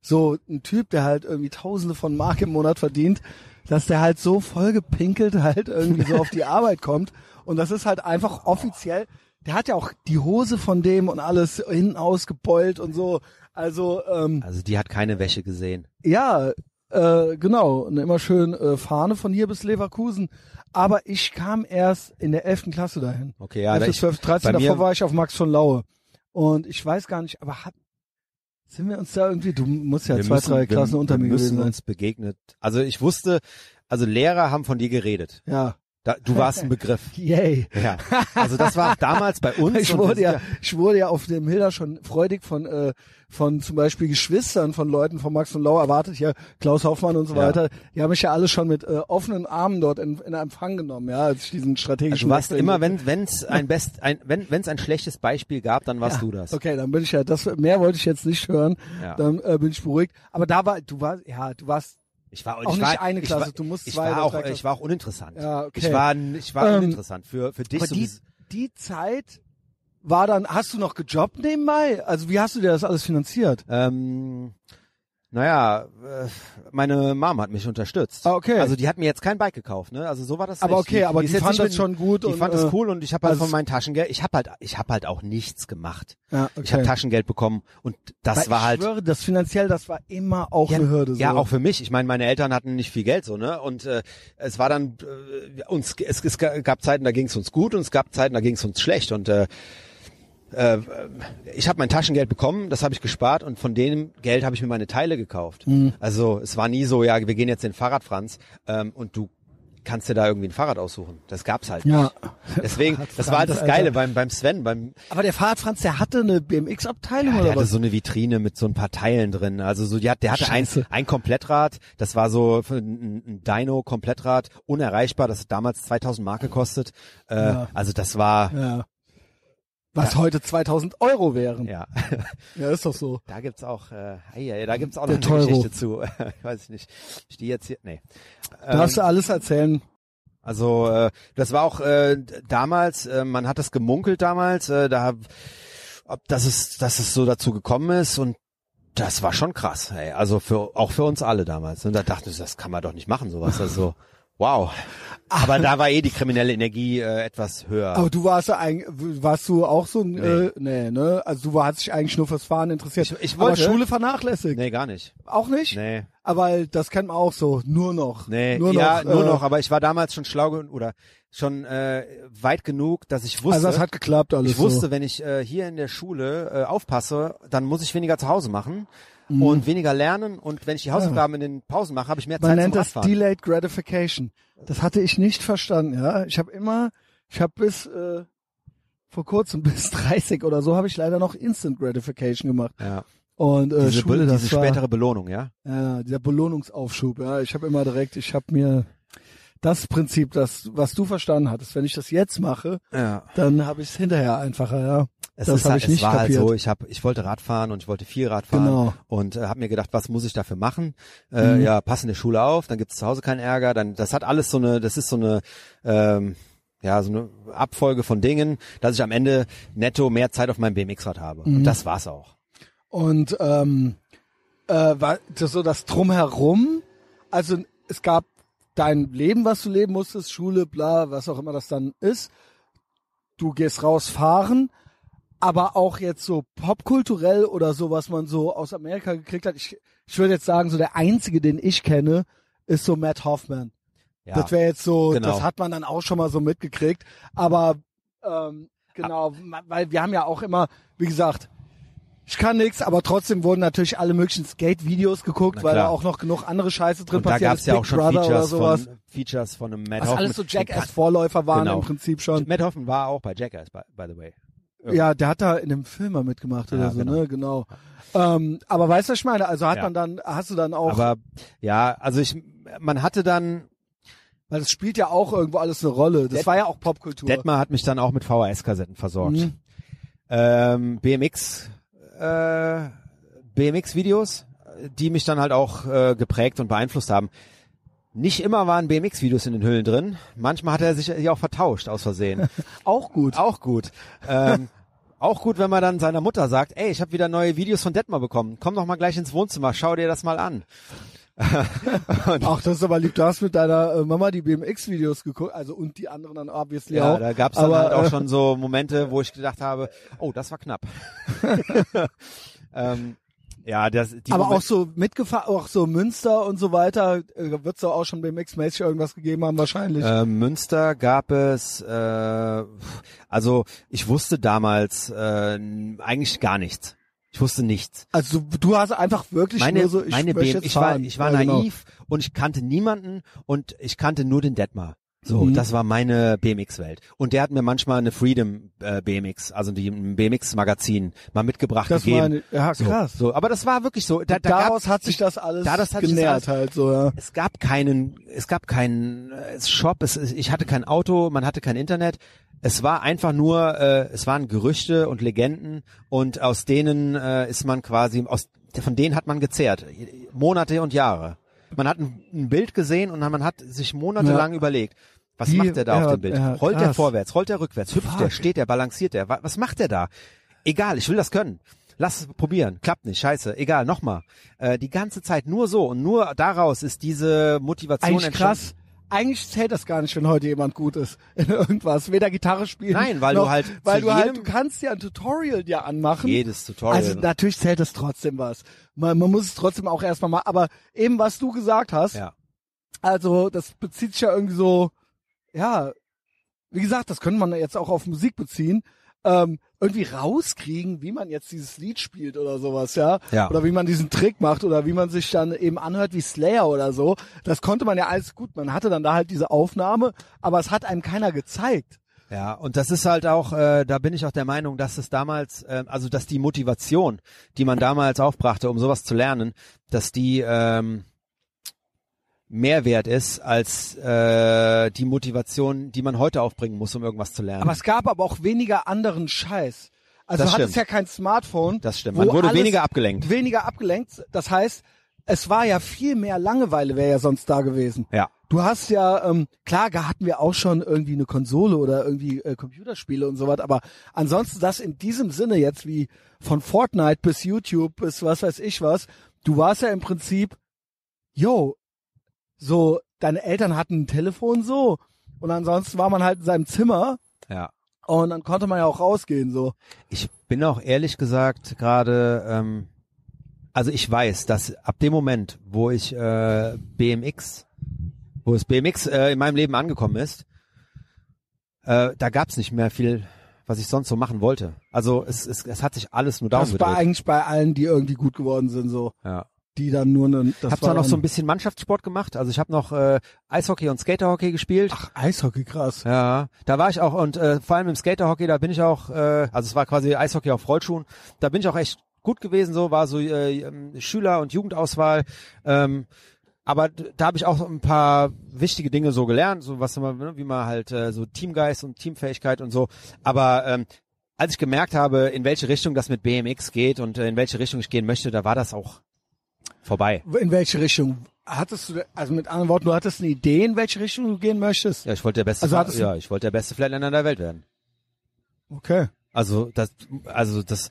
S1: So ein Typ, der halt irgendwie Tausende von Mark im Monat verdient, dass der halt so vollgepinkelt halt irgendwie so auf die Arbeit kommt. Und das ist halt einfach offiziell. Der hat ja auch die Hose von dem und alles hinten ausgebeult und so. Also, ähm,
S2: Also die hat keine Wäsche gesehen.
S1: ja, äh, genau. Eine immer schön äh, Fahne von hier bis Leverkusen. Aber ich kam erst in der 11. Klasse dahin.
S2: Okay, ja,
S1: 11.,
S2: ich,
S1: 12., 13.
S2: bei mir-
S1: Davor war ich auf Max von Laue. Und ich weiß gar nicht, aber hat, sind wir uns da irgendwie, du musst ja
S2: wir
S1: zwei,
S2: müssen,
S1: drei
S2: wir,
S1: Klassen unter
S2: wir
S1: mir gewesen
S2: müssen
S1: sein.
S2: uns begegnet. Also ich wusste, also Lehrer haben von dir geredet.
S1: Ja,
S2: Da, du warst ein Begriff.
S1: Yay.
S2: Ja. Also das war damals bei uns.
S1: Ich
S2: und
S1: wurde
S2: das-
S1: ja, ich wurde ja auf dem Hilda schon freudig von, äh, von zum Beispiel Geschwistern von Leuten von Max und Lau erwartet, hier Klaus Hoffmann und so
S2: Ja.
S1: weiter. Die haben mich ja alle schon mit äh, offenen Armen dort in, in Empfang genommen, ja, als ich diesen strategischen.
S2: Also Du warst
S1: Wechsel-
S2: immer, wenn wenn's ein best ein wenn wenn's ein schlechtes Beispiel gab, dann warst du das.
S1: Okay, dann bin ich ja, das mehr wollte ich jetzt nicht hören.
S2: Ja.
S1: Dann äh, bin ich beruhigt. Aber da war, du warst, ja, du warst,
S2: Ich war
S1: Auch
S2: ich
S1: nicht
S2: war,
S1: eine
S2: ich
S1: Klasse,
S2: war,
S1: du musst
S2: ich
S1: zwei
S2: war
S1: oder
S2: auch
S1: drei Klassen.
S2: ich war auch uninteressant.
S1: Ja, okay.
S2: Ich war ich war
S1: Ähm,
S2: uninteressant für für dich
S1: aber die,
S2: sowieso.
S1: die Zeit war dann, hast du noch gejobbt nebenbei? Also wie hast du dir das alles finanziert?
S2: Ähm, naja, äh, meine Mom hat mich unterstützt.
S1: Ah, okay.
S2: Also die hat mir jetzt kein Bike gekauft, ne? Also so war das.
S1: Aber
S2: nicht.
S1: okay, aber
S2: ist
S1: die
S2: jetzt
S1: fand
S2: nicht
S1: das
S2: mit-
S1: schon gut
S2: Die
S1: und,
S2: fand das
S1: äh,
S2: cool und ich habe halt
S1: also
S2: von
S1: es-
S2: meinem Taschengeld, ich habe halt, ich habe halt auch nichts gemacht.
S1: Ja,
S2: Ich habe Taschengeld bekommen und das
S1: Weil
S2: war
S1: ich
S2: halt.
S1: schwöre, das finanziell, das war immer auch
S2: ja,
S1: eine Hürde. So.
S2: ja, auch für mich. Ich meine, meine Eltern hatten nicht viel Geld so, ne? Und äh, es war dann äh, uns es, es gab Zeiten, da ging es uns gut und es gab Zeiten, da ging es uns schlecht. Und äh, äh, ich habe mein Taschengeld bekommen, das habe ich gespart und von dem Geld habe ich mir meine Teile gekauft.
S1: Mhm.
S2: Also es war nie so, ja, wir gehen jetzt den Fahrrad, Franz, ähm, und du kannst dir da irgendwie ein Fahrrad aussuchen. Das gab's halt
S1: Ja.
S2: nicht. Deswegen,
S1: Fahrrad,
S2: das war halt das
S1: Franz, Alter.
S2: Geile beim, beim Sven, beim,
S1: Aber der Fahrradfranz, der hatte eine BMX-Abteilung
S2: ja, Ah, der
S1: oder
S2: hatte
S1: was?
S2: so eine Vitrine mit so ein paar Teilen drin. Also so, die hat, der hatte ein,
S1: Scheiße.
S2: ein Komplettrad. Das war so für ein, ein Dino-Komplettrad, unerreichbar. Das hat damals 2000 Mark gekostet. Äh,
S1: Ja.
S2: Also das war,
S1: ja. Was heute 2000 Euro wären. Ja,
S2: ja,
S1: ist doch so.
S2: da gibt's auch, äh, ei, ei, da gibt's auch
S1: Der
S2: noch
S1: Teuro.
S2: eine Geschichte zu. ich weiß nicht. Ich stehe jetzt hier, nee.
S1: Darfst du alles erzählen?
S2: Also äh, das war auch äh, d- damals, äh, man hat das gemunkelt damals, äh, da ob das ist, dass es so dazu gekommen ist und das war schon krass, ey. Also für auch für uns alle damals. Und da dachte ich, das kann man doch nicht machen, sowas. Also wow. Aber da war eh die kriminelle Energie äh, etwas höher.
S1: Aber du warst ja eigentlich, warst du auch so ein, äh, nee, ne? Also du war- hast dich eigentlich nur fürs Fahren interessiert.
S2: Ich- ich
S1: Aber
S2: wollte-
S1: Schule vernachlässigt.
S2: Nee, gar nicht.
S1: Auch nicht?
S2: Nee.
S1: Aber das kennt man auch so. Nur noch.
S2: Nee,
S1: nur
S2: ja,
S1: noch,
S2: nur
S1: äh,
S2: noch, aber ich war damals schon schlau gen- oder schon äh, weit genug, dass ich wusste.
S1: Also das hat geklappt alles.
S2: Ich wusste, wenn ich äh, hier in der Schule äh, aufpasse, dann muss ich weniger zu Hause machen
S1: Mhm.
S2: und weniger lernen. Und wenn ich die Hausaufgaben in den Pausen mache, habe ich mehr
S1: Man
S2: Zeit
S1: nennt
S2: zum
S1: das
S2: Radfahren.
S1: Delayed Gratification. Das hatte ich nicht verstanden, ja. Ich habe immer, ich habe bis äh, vor kurzem bis 30 oder so habe ich leider noch Instant Gratification gemacht.
S2: ja.
S1: Und äh,
S2: Diese,
S1: Schule,
S2: Be-
S1: das
S2: diese
S1: war
S2: spätere Belohnung, ja.
S1: ja, dieser Belohnungsaufschub, ja. Ich habe immer direkt, ich habe mir das Prinzip, das was du verstanden hattest, wenn ich das jetzt mache,
S2: Ja.
S1: dann habe ich es hinterher einfacher, ja.
S2: Es,
S1: das
S2: ist
S1: habe
S2: halt,
S1: ich nicht
S2: es war
S1: kapiert.
S2: halt so, ich hab, ich wollte Radfahren und ich wollte viel Radfahren
S1: Genau. Mhm.
S2: und äh, habe mir gedacht, was muss ich dafür machen? Äh, Ja, pass in der Schule auf, dann gibt's zu Hause keinen Ärger, dann das hat alles so eine, das ist so eine, ähm, ja, so eine Abfolge von Dingen, dass ich am Ende netto mehr Zeit auf meinem BMX-Rad habe.
S1: Mhm.
S2: Und das war's auch.
S1: Und ähm, äh, war das so das Drumherum? Also es gab dein Leben, was du leben musstest, Schule, bla, was auch immer das dann ist. Du gehst raus fahren, aber auch jetzt so popkulturell oder so, was man so aus Amerika gekriegt hat. Ich, ich würde jetzt sagen, so der einzige, den ich kenne, ist so Matt Hoffman.
S2: Ja.
S1: Das wäre jetzt so,
S2: Genau.
S1: das hat man dann auch schon mal so mitgekriegt. Aber ähm, genau,
S2: Ah.
S1: ma- weil wir haben ja auch immer, wie gesagt, ich kann nichts, aber trotzdem wurden natürlich alle möglichen Skate-Videos geguckt,
S2: Na
S1: weil da
S2: klar.
S1: auch noch genug andere Scheiße drin
S2: Und da
S1: passiert
S2: gab's
S1: ist.
S2: ja
S1: Big
S2: auch schon
S1: Brother oder
S2: Features
S1: sowas.
S2: von, Features von einem Matt
S1: was
S2: Hoffman.
S1: alles so Jackass-Vorläufer waren
S2: Genau.
S1: im Prinzip schon.
S2: Matt Hoffman war auch bei Jackass, by, by the way.
S1: Ja, der hat da in dem Film mal mitgemacht oder
S2: Ja,
S1: so,
S2: genau.
S1: ne? Genau. Ähm, aber weißt du, was ich meine? Also hat
S2: Ja.
S1: man dann, hast du dann auch,
S2: Aber ja, also ich, man hatte dann,
S1: weil das spielt ja auch irgendwo alles eine Rolle. Das
S2: Det-
S1: war ja auch Popkultur.
S2: Detmar hat mich dann auch mit VHS-Kassetten versorgt.
S1: Mhm.
S2: Ähm, BMX, äh, BMX-Videos, die mich dann halt auch äh, geprägt und beeinflusst haben. Nicht immer waren BMX-Videos in den Hüllen drin. Manchmal hat er sich ja auch vertauscht aus Versehen.
S1: Auch gut.
S2: Auch gut. Ähm, auch gut, wenn man dann seiner Mutter sagt, ey, ich habe wieder neue Videos von Detmar bekommen. Komm doch mal gleich ins Wohnzimmer, schau dir das mal an.
S1: Ach, das ist aber lieb. Du hast mit deiner äh, Mama die BMX-Videos geguckt, also und die anderen dann obviously
S2: Ja,
S1: auch.
S2: da gab es dann
S1: aber,
S2: halt auch
S1: äh,
S2: schon so Momente, wo ich gedacht habe, oh, das war knapp. ähm, ja, das, die
S1: aber auch
S2: Momente-
S1: so mitgefahren, auch so Münster und so weiter, äh, wird's doch auch schon BMX-mäßig irgendwas gegeben haben wahrscheinlich.
S2: äh, Münster gab es, äh, also ich wusste damals äh, eigentlich gar nichts. Ich wusste nichts.
S1: also du, du hast einfach wirklich
S2: meine,
S1: nur so, ich
S2: meine
S1: möchte
S2: BM,
S1: jetzt
S2: ich war,
S1: fahren. genau.
S2: ich war
S1: ja, genau.
S2: naiv und ich kannte niemanden und ich kannte nur den Detmar. So,
S1: Mhm.
S2: das war meine BMX-Welt. Und der hat mir manchmal eine Freedom äh, BMX, also die ein BMX-Magazin, mal mitgebracht
S1: Das war
S2: gegeben.
S1: eine, ja
S2: so,
S1: krass.
S2: So, aber das war wirklich so. Da, da
S1: Daraus
S2: gab,
S1: hat sich das alles
S2: da- das hat sich das
S1: genährt
S2: alles-
S1: halt so, ja.
S2: es gab keinen, es gab keinen äh, Shop, es, es- ich hatte kein Auto, man hatte kein Internet. Es war einfach nur, äh, es waren Gerüchte und Legenden und aus denen äh, ist man quasi, aus, von denen hat man gezehrt, Monate und Jahre. Man hat ein, ein Bild gesehen und man hat sich monatelang überlegt, was
S1: Wie-
S2: macht der da
S1: ja,
S2: auf dem Bild?
S1: ja,
S2: rollt der
S1: krass.
S2: vorwärts, rollt der rückwärts, hüpft der,
S1: Fuck.
S2: steht der, balanciert der, wa was macht der da? Egal, ich will das können. Lass es probieren. Klappt nicht, scheiße. Egal, nochmal. Äh, die ganze Zeit nur so und nur daraus ist diese Motivation
S1: Eigentlich
S2: entstanden.
S1: krass. Eigentlich zählt das gar nicht, wenn heute jemand gut ist in irgendwas. Weder Gitarre spielen.
S2: Nein, weil
S1: noch,
S2: du halt
S1: weil
S2: zu
S1: du halt,
S2: jedem-
S1: du kannst ja ein Tutorial dir anmachen.
S2: Jedes Tutorial.
S1: Also natürlich zählt es trotzdem was. Man, man muss es trotzdem auch erstmal mal, aber eben was du gesagt hast,
S2: ja.
S1: also das bezieht sich ja irgendwie so, ja, wie gesagt, das könnte man jetzt auch auf Musik beziehen, ähm, irgendwie rauskriegen, wie man jetzt dieses Lied spielt oder sowas, ja?
S2: Ja.
S1: Oder wie man diesen Trick macht oder wie man sich dann eben anhört wie Slayer oder so. Das konnte man ja alles gut, man hatte dann da halt diese Aufnahme, aber es hat einem keiner gezeigt.
S2: Ja, und das ist halt auch, äh, da bin ich auch der Meinung, dass es damals, äh, also dass die Motivation, die man damals aufbrachte, um sowas zu lernen, dass die ähm, mehr wert ist als äh, die Motivation, die man heute aufbringen muss, um irgendwas zu lernen.
S1: Aber es gab aber auch weniger anderen Scheiß. Also
S2: Das
S1: du hattest
S2: stimmt.
S1: ja kein Smartphone.
S2: das stimmt.
S1: wo
S2: Man wurde
S1: alles-
S2: weniger abgelenkt.
S1: Weniger abgelenkt. Das heißt, es war ja viel mehr Langeweile wäre ja sonst da gewesen.
S2: Ja.
S1: Du hast ja, ähm, klar, da hatten wir auch schon irgendwie eine Konsole oder irgendwie äh, Computerspiele und so was, aber ansonsten das in diesem Sinne jetzt wie von Fortnite bis YouTube bis was weiß ich was, du warst ja im Prinzip, yo, so, deine Eltern hatten ein Telefon so und ansonsten war man halt in seinem Zimmer
S2: Ja.
S1: und dann konnte man ja auch rausgehen so.
S2: Ich bin auch ehrlich gesagt gerade, ähm, also ich weiß, dass ab dem Moment, wo ich äh, BMX, wo es BMX äh, in meinem Leben angekommen ist, äh, da gab's nicht mehr viel, was ich sonst so machen wollte. Also es, es, es hat sich alles nur darum
S1: Das war
S2: gedreht.
S1: eigentlich bei allen, die irgendwie gut geworden sind so.
S2: Ja.
S1: die dann nur eine.
S2: Ich
S1: Das
S2: habe zwar noch so ein
S1: bisschen
S2: bisschen Mannschaftssport gemacht, also ich habe noch äh, Eishockey und Skaterhockey gespielt.
S1: Eishockey krass.
S2: Ja, da war ich auch und äh, vor allem im Skaterhockey, da bin ich auch, äh, also es war quasi Eishockey auf Rollschuhen, da bin ich auch echt gut gewesen, so war so äh, ähm, Schüler- und Jugendauswahl. Ähm, aber d- da habe ich auch ein paar wichtige Dinge so gelernt, so was man, ne, wie man halt äh, so Teamgeist und Teamfähigkeit und so. Aber ähm, als ich gemerkt habe, in welche Richtung das mit BMX geht und äh, in welche Richtung ich gehen möchte, da war das auch vorbei.
S1: In welche Richtung hattest du? Also mit anderen Worten, du hattest eine Idee, in welche Richtung du gehen möchtest.
S2: Ja, ich wollte der beste,
S1: Also
S2: Fa-
S1: hattest du-
S2: ja, ich wollte der beste Flatlander der Welt werden.
S1: Okay.
S2: Also das, also das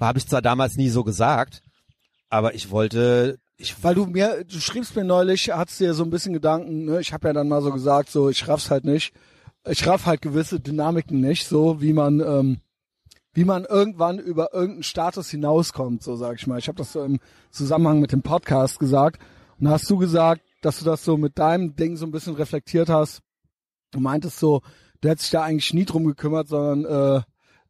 S2: habe ich zwar damals nie so gesagt, aber ich wollte, ich
S1: Weil du mir, du schriebst mir neulich, hattest dir so ein bisschen Gedanken. Ne? Ich habe ja dann mal so gesagt, so ich raff's halt nicht. Ich raff halt gewisse Dynamiken nicht, so wie man, ähm, wie man irgendwann über irgendeinen Status hinauskommt, so sag ich mal. Ich habe das so im Zusammenhang mit dem Podcast gesagt. Und da hast du gesagt, dass du das so mit deinem Ding so ein bisschen reflektiert hast. du meintest so, du hättest dich da eigentlich nie drum gekümmert, sondern äh,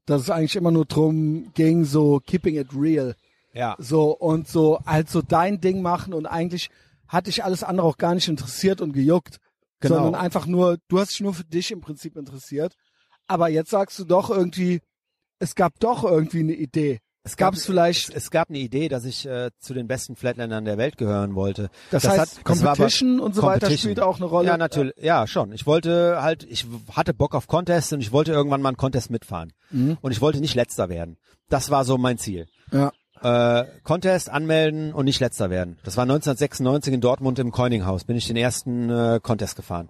S1: dass es eigentlich immer nur drum ging, so keeping it real.
S2: ja,
S1: So und so, halt so dein Ding machen und eigentlich hat dich alles andere auch gar nicht interessiert und gejuckt.
S2: Genau.
S1: Sondern einfach nur, du hast dich nur für dich im Prinzip interessiert. Aber jetzt sagst du doch irgendwie, es gab doch irgendwie eine Idee.
S2: es
S1: gab's vielleicht-
S2: es, es gab eine Idee, dass ich äh, zu den besten Flatlandern der Welt gehören wollte.
S1: Das, heißt,
S2: hat, das war aber-
S1: Competition und so weiter
S2: Competition.
S1: spielt auch eine Rolle.
S2: Ja, natürlich, ja schon. Ich wollte halt, ich w- hatte Bock auf Contests und ich wollte irgendwann mal einen Contest mitfahren
S1: Mhm.
S2: und ich wollte nicht letzter werden. Das war so mein Ziel.
S1: Ja.
S2: äh, Contest anmelden und nicht letzter werden. Das war 1996 in Dortmund im Coininghaus. Bin ich den ersten äh, Contest gefahren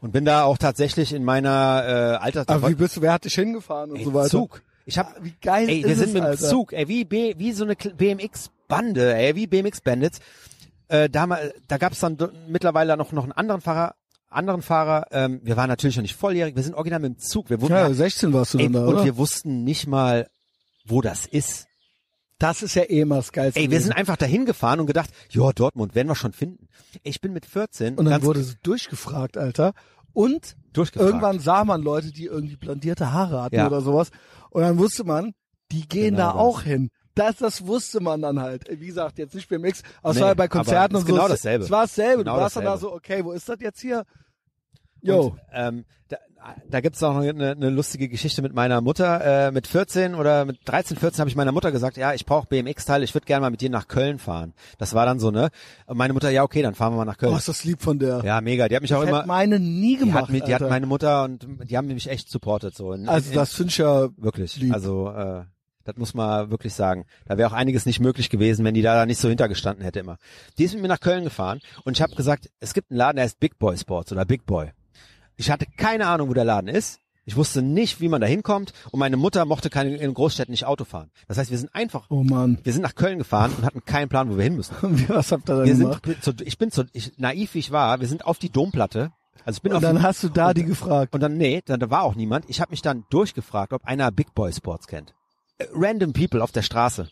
S2: und bin da auch tatsächlich in meiner äh, Alter
S1: Aber wie bist du, wer hat dich hingefahren und
S2: Ey,
S1: so weiter?
S2: Zug. Ich hab,
S1: Wie geil
S2: ey,
S1: ist
S2: wir
S1: es,
S2: sind mit dem
S1: Alter?
S2: Zug, ey, wie B, wie so eine BMX Bande, ey, wie BMX Bandits. Äh, da mal- da gab's dann d- mittlerweile noch noch einen anderen Fahrer, anderen Fahrer. Ähm, wir waren natürlich noch nicht volljährig. Wir sind original mit dem Zug. Wir wurden
S1: Ja, 16 warst du
S2: ey,
S1: dann da,
S2: und
S1: oder?
S2: wir wussten nicht mal, wo das ist.
S1: Das ist ja eh immer das Geilste.
S2: Ey, wir
S1: gewesen.
S2: sind einfach dahin gefahren und gedacht, ja, Dortmund werden wir schon finden. Ey, Ich bin mit 14
S1: und dann
S2: ganz
S1: wurde sie durchgefragt, Alter. Und
S2: durchgefahren.
S1: irgendwann sah man Leute, die irgendwie blondierte Haare hatten
S2: Ja.
S1: oder sowas. Und dann wusste man, die gehen
S2: Genau
S1: da
S2: das.
S1: auch hin. Das, das wusste man dann halt. Ey, Wie gesagt, jetzt nicht beim Mix, aber es
S2: Nee,
S1: war ja bei
S2: aber
S1: Konzerten
S2: ist
S1: und so.
S2: genau
S1: Es-
S2: dasselbe.
S1: Es war dasselbe.
S2: Genau
S1: du warst dann da
S2: dasselbe.
S1: so, okay, wo ist das jetzt hier? Jo.
S2: Und, ähm, da, da gibt's auch noch eine, eine lustige Geschichte mit meiner Mutter. Äh, mit 14 oder mit 13, 14 habe ich meiner Mutter gesagt, ja, ich brauche BMX-Teile, ich würde gerne mal mit dir nach Köln fahren. Das war dann so, ne? Und meine Mutter, ja, okay, dann fahren wir mal nach Köln.
S1: Oh, ist das lieb von der.
S2: ja, mega. Die hat mich auch
S1: ich hätte
S2: immer.
S1: meine nie
S2: Die
S1: gemacht.
S2: hat, mich, die hat
S1: Alter.
S2: meine Mutter und die haben mich echt supportet so. In,
S1: also
S2: in,
S1: das finde ich ja
S2: Wirklich.
S1: Lieb.
S2: Also äh, das muss man wirklich sagen. Da wäre auch einiges nicht möglich gewesen, wenn die da nicht so hintergestanden hätte immer. Die ist mit mir nach Köln gefahren und ich habe gesagt, es gibt einen Laden, der heißt Big Boy Sports oder Big Boy. Ich hatte keine Ahnung, wo der Laden ist. Ich wusste nicht, wie man da hinkommt und meine Mutter mochte keine in Großstädten nicht Auto fahren. Das heißt, wir sind einfach,
S1: Oh Mann.
S2: wir sind nach Köln gefahren und hatten keinen Plan, wo wir hin müssen.
S1: Wie- Was habt ihr da
S2: Wir
S1: gemacht?
S2: sind, zu, ich bin zu, ich, naiv wie ich war, wir sind auf die Domplatte. Also ich bin
S1: Und
S2: auf
S1: dann
S2: die,
S1: hast du da die gefragt.
S2: und dann, nee, dann, da war auch niemand. Ich habe mich dann durchgefragt, ob einer Big Boy Sports kennt. Äh, Random People auf der Straße.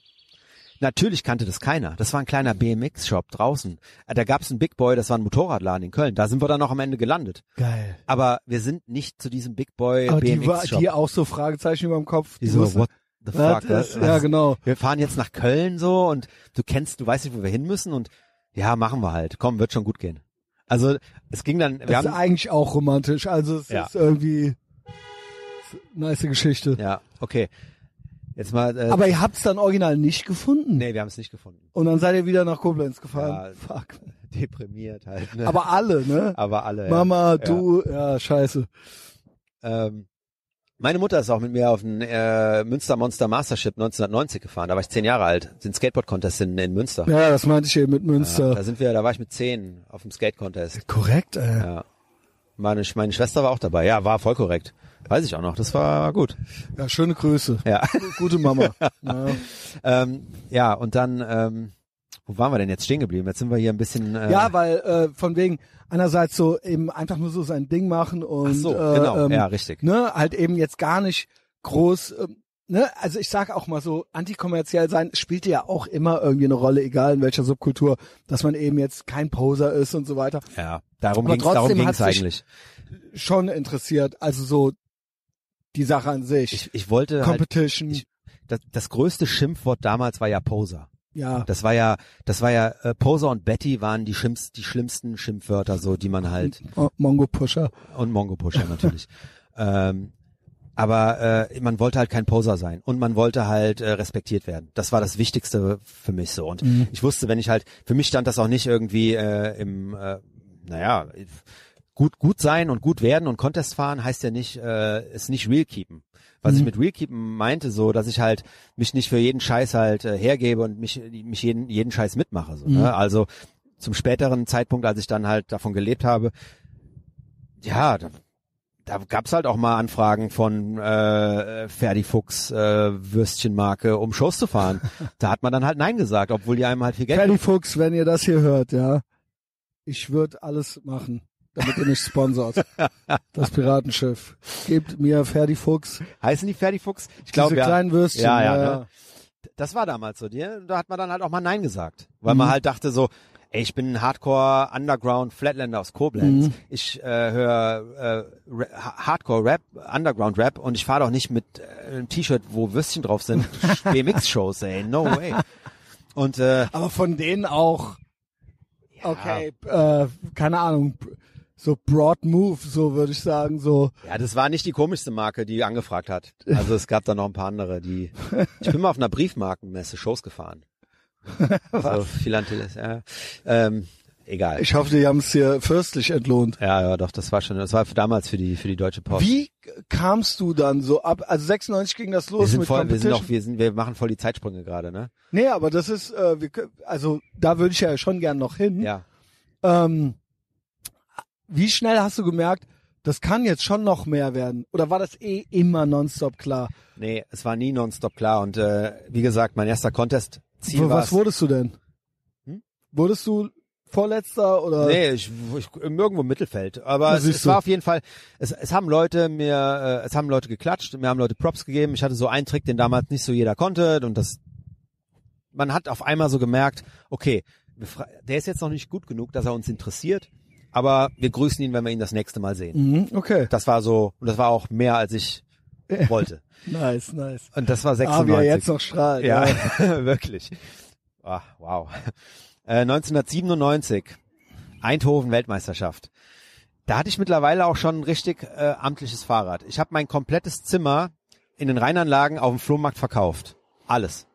S2: Natürlich kannte das keiner. Das war ein kleiner BMX-Shop draußen. Äh, Da gab's einen Big Boy, das war ein Motorradladen in Köln. Da sind wir dann noch am Ende gelandet.
S1: Geil.
S2: Aber wir sind nicht zu diesem Big Boy
S1: Aber Ah, die, war,
S2: BMX-Shop.
S1: die auch so Fragezeichen über dem Kopf.
S2: Die so,
S1: wussten,
S2: what the
S1: was
S2: fuck?
S1: ist,
S2: was-
S1: ja, genau.
S2: wir fahren jetzt nach Köln so und du kennst, du weißt nicht, wo wir hin müssen und ja, machen wir halt. Komm, wird schon gut gehen. Also es ging dann, wir
S1: Das ist
S2: haben,
S1: eigentlich auch romantisch. Also es
S2: Ja.
S1: ist irgendwie es ist eine nice Geschichte.
S2: ja, okay. Jetzt mal, äh,
S1: Aber ihr habt's dann original nicht gefunden.
S2: nee, wir haben es nicht gefunden.
S1: Und dann seid ihr wieder nach Koblenz gefahren.
S2: Ja.
S1: Fuck.
S2: deprimiert halt. Ne?
S1: Aber alle, ne?
S2: aber alle.
S1: Mama,
S2: ja.
S1: du, ja, scheiße.
S2: Ja. Ähm, meine Mutter ist auch mit mir auf den äh, Münster Monster Mastership 1990 gefahren. Da war ich zehn Jahre alt. Den Skateboard Contest in, in Münster.
S1: Ja, das meinte ich eben mit
S2: Ja,
S1: Münster.
S2: da sind wir, da war ich mit zehn auf dem Skate Contest.
S1: Korrekt, ey.
S2: Ja. Meine, Sch- meine Schwester war auch dabei. Ja, war voll korrekt. Weiß ich auch noch. Das war gut.
S1: Ja, schöne Grüße.
S2: Ja.
S1: Gute Mama. ja.
S2: ähm, ja, und dann, ähm, wo waren wir denn jetzt stehen geblieben? Jetzt sind wir hier ein bisschen. Äh,
S1: ja, weil äh, von wegen einerseits so eben einfach nur so sein Ding machen und
S2: ach so,
S1: äh,
S2: genau.
S1: ähm,
S2: ja, richtig.
S1: ne, halt eben jetzt gar nicht groß, ähm, ne, also ich sag auch mal so, antikommerziell sein spielte ja auch immer irgendwie eine Rolle, egal in welcher Subkultur, dass man eben jetzt kein Poser ist und so weiter.
S2: Ja, darum
S1: aber
S2: ging's. Darum
S1: trotzdem
S2: ging's
S1: hat sich-
S2: eigentlich.
S1: Schon interessiert, also so die Sache an sich.
S2: Ich, ich wollte halt
S1: Competition,
S2: ich- das, das größte Schimpfwort damals war ja Poser.
S1: ja.
S2: Das war ja, das war ja, äh, Poser und Betty waren die schlimmsten, die schlimmsten Schimpfwörter, so die man halt
S1: Mo- Oh, Mongo Pusher.
S2: und Mongo Pusher natürlich. ähm, aber äh, man wollte halt kein Poser sein und man wollte halt äh, respektiert werden. Das war das Wichtigste für mich so. Und ich wusste, wenn ich halt, für mich stand das auch nicht irgendwie äh, im, äh, naja, gut gut sein und gut werden und Contest fahren heißt ja nicht, äh, es nicht real keepen. Was ich mit real keepen meinte, so, dass ich halt mich nicht für jeden Scheiß halt äh, hergebe und mich mich jeden jeden Scheiß mitmache. So, ne? Also zum späteren Zeitpunkt, als ich dann halt davon gelebt habe, ja, da, da gab's halt auch mal Anfragen von äh, Ferdi Fuchs äh, Würstchenmarke, um Shows zu fahren. da hat man dann halt Nein gesagt, obwohl die einem halt viel Geld.
S1: Ferdi Fuchs, wenn ihr das hier hört, ja, ich würde alles machen, damit ihr mich sponsort. Das Piratenschiff. Gebt mir Ferdi Fuchs,
S2: Heißen die Ferdi Fuchs? Ich
S1: diese
S2: glaube ja.
S1: kleinen Würstchen.
S2: Ja, ja,
S1: ja.
S2: ne? Das war damals so, dir. Da hat man dann halt auch mal Nein gesagt, weil
S1: Mhm.
S2: man halt dachte so, ey, ich bin ein Hardcore Underground Flatlander aus
S1: Mhm.
S2: Koblenz. Ich äh, höre äh, Ra- Ha- Hardcore Rap, Underground Rap und ich fahre doch nicht mit äh, einem T-Shirt, wo Würstchen drauf sind. BMX Shows, ey, no way. Und äh,
S1: Aber von denen auch. Okay, äh, keine Ahnung. So broad move, so würde ich sagen, so.
S2: Ja, das war nicht die komischste Marke, die angefragt hat. Also es gab da noch ein paar andere, die. Ich bin mal auf einer Briefmarkenmesse Shows gefahren. Also Philantelis, ja. Ähm, egal.
S1: Ich hoffe, die haben es hier fürstlich entlohnt.
S2: Ja, ja, doch, das war schon, das war für damals für die für die deutsche Post.
S1: Wie kamst du dann so ab? Also 96 ging das los
S2: Wir sind
S1: mit
S2: voll, wir sind
S1: Competition.
S2: auch, wir sind, wir machen voll die Zeitsprünge gerade, ne?
S1: nee, aber das ist, äh, wir, kö- also da würde ich ja schon gern noch hin.
S2: Ja.
S1: Ähm, wie schnell hast du gemerkt, das kann jetzt schon noch mehr werden? Oder war das eh immer nonstop klar?
S2: Nee, es war nie nonstop klar und äh, wie gesagt, mein erster Contest Ziel
S1: Wo-
S2: war
S1: Was
S2: es-
S1: wurdest du denn?
S2: Hm?
S1: Wurdest du Vorletzter oder?
S2: Nee, ich, ich irgendwo im Mittelfeld. Aber
S1: Na,
S2: es,
S1: siehst
S2: es
S1: du.
S2: war auf jeden Fall, es, es haben Leute mir, äh, es haben Leute geklatscht, mir haben Leute Props gegeben. Ich hatte so einen Trick, den damals nicht so jeder konnte und das, man hat auf einmal so gemerkt, okay, wir fra- der ist jetzt noch nicht gut genug, dass er uns interessiert, aber wir grüßen ihn, wenn wir ihn das nächste Mal sehen.
S1: Mhm, okay.
S2: Das war so, und das war auch mehr, als ich wollte.
S1: Nice, nice.
S2: Und das war
S1: Ah, wie er
S2: 96.
S1: jetzt noch strahlt.
S2: Ja,
S1: ja.
S2: wirklich. Ah, wow. Äh, 1997, Eindhoven Weltmeisterschaft. da hatte ich mittlerweile auch schon ein richtig äh, amtliches Fahrrad. Ich habe mein komplettes Zimmer in den Rheinanlagen auf dem Flohmarkt verkauft. Alles.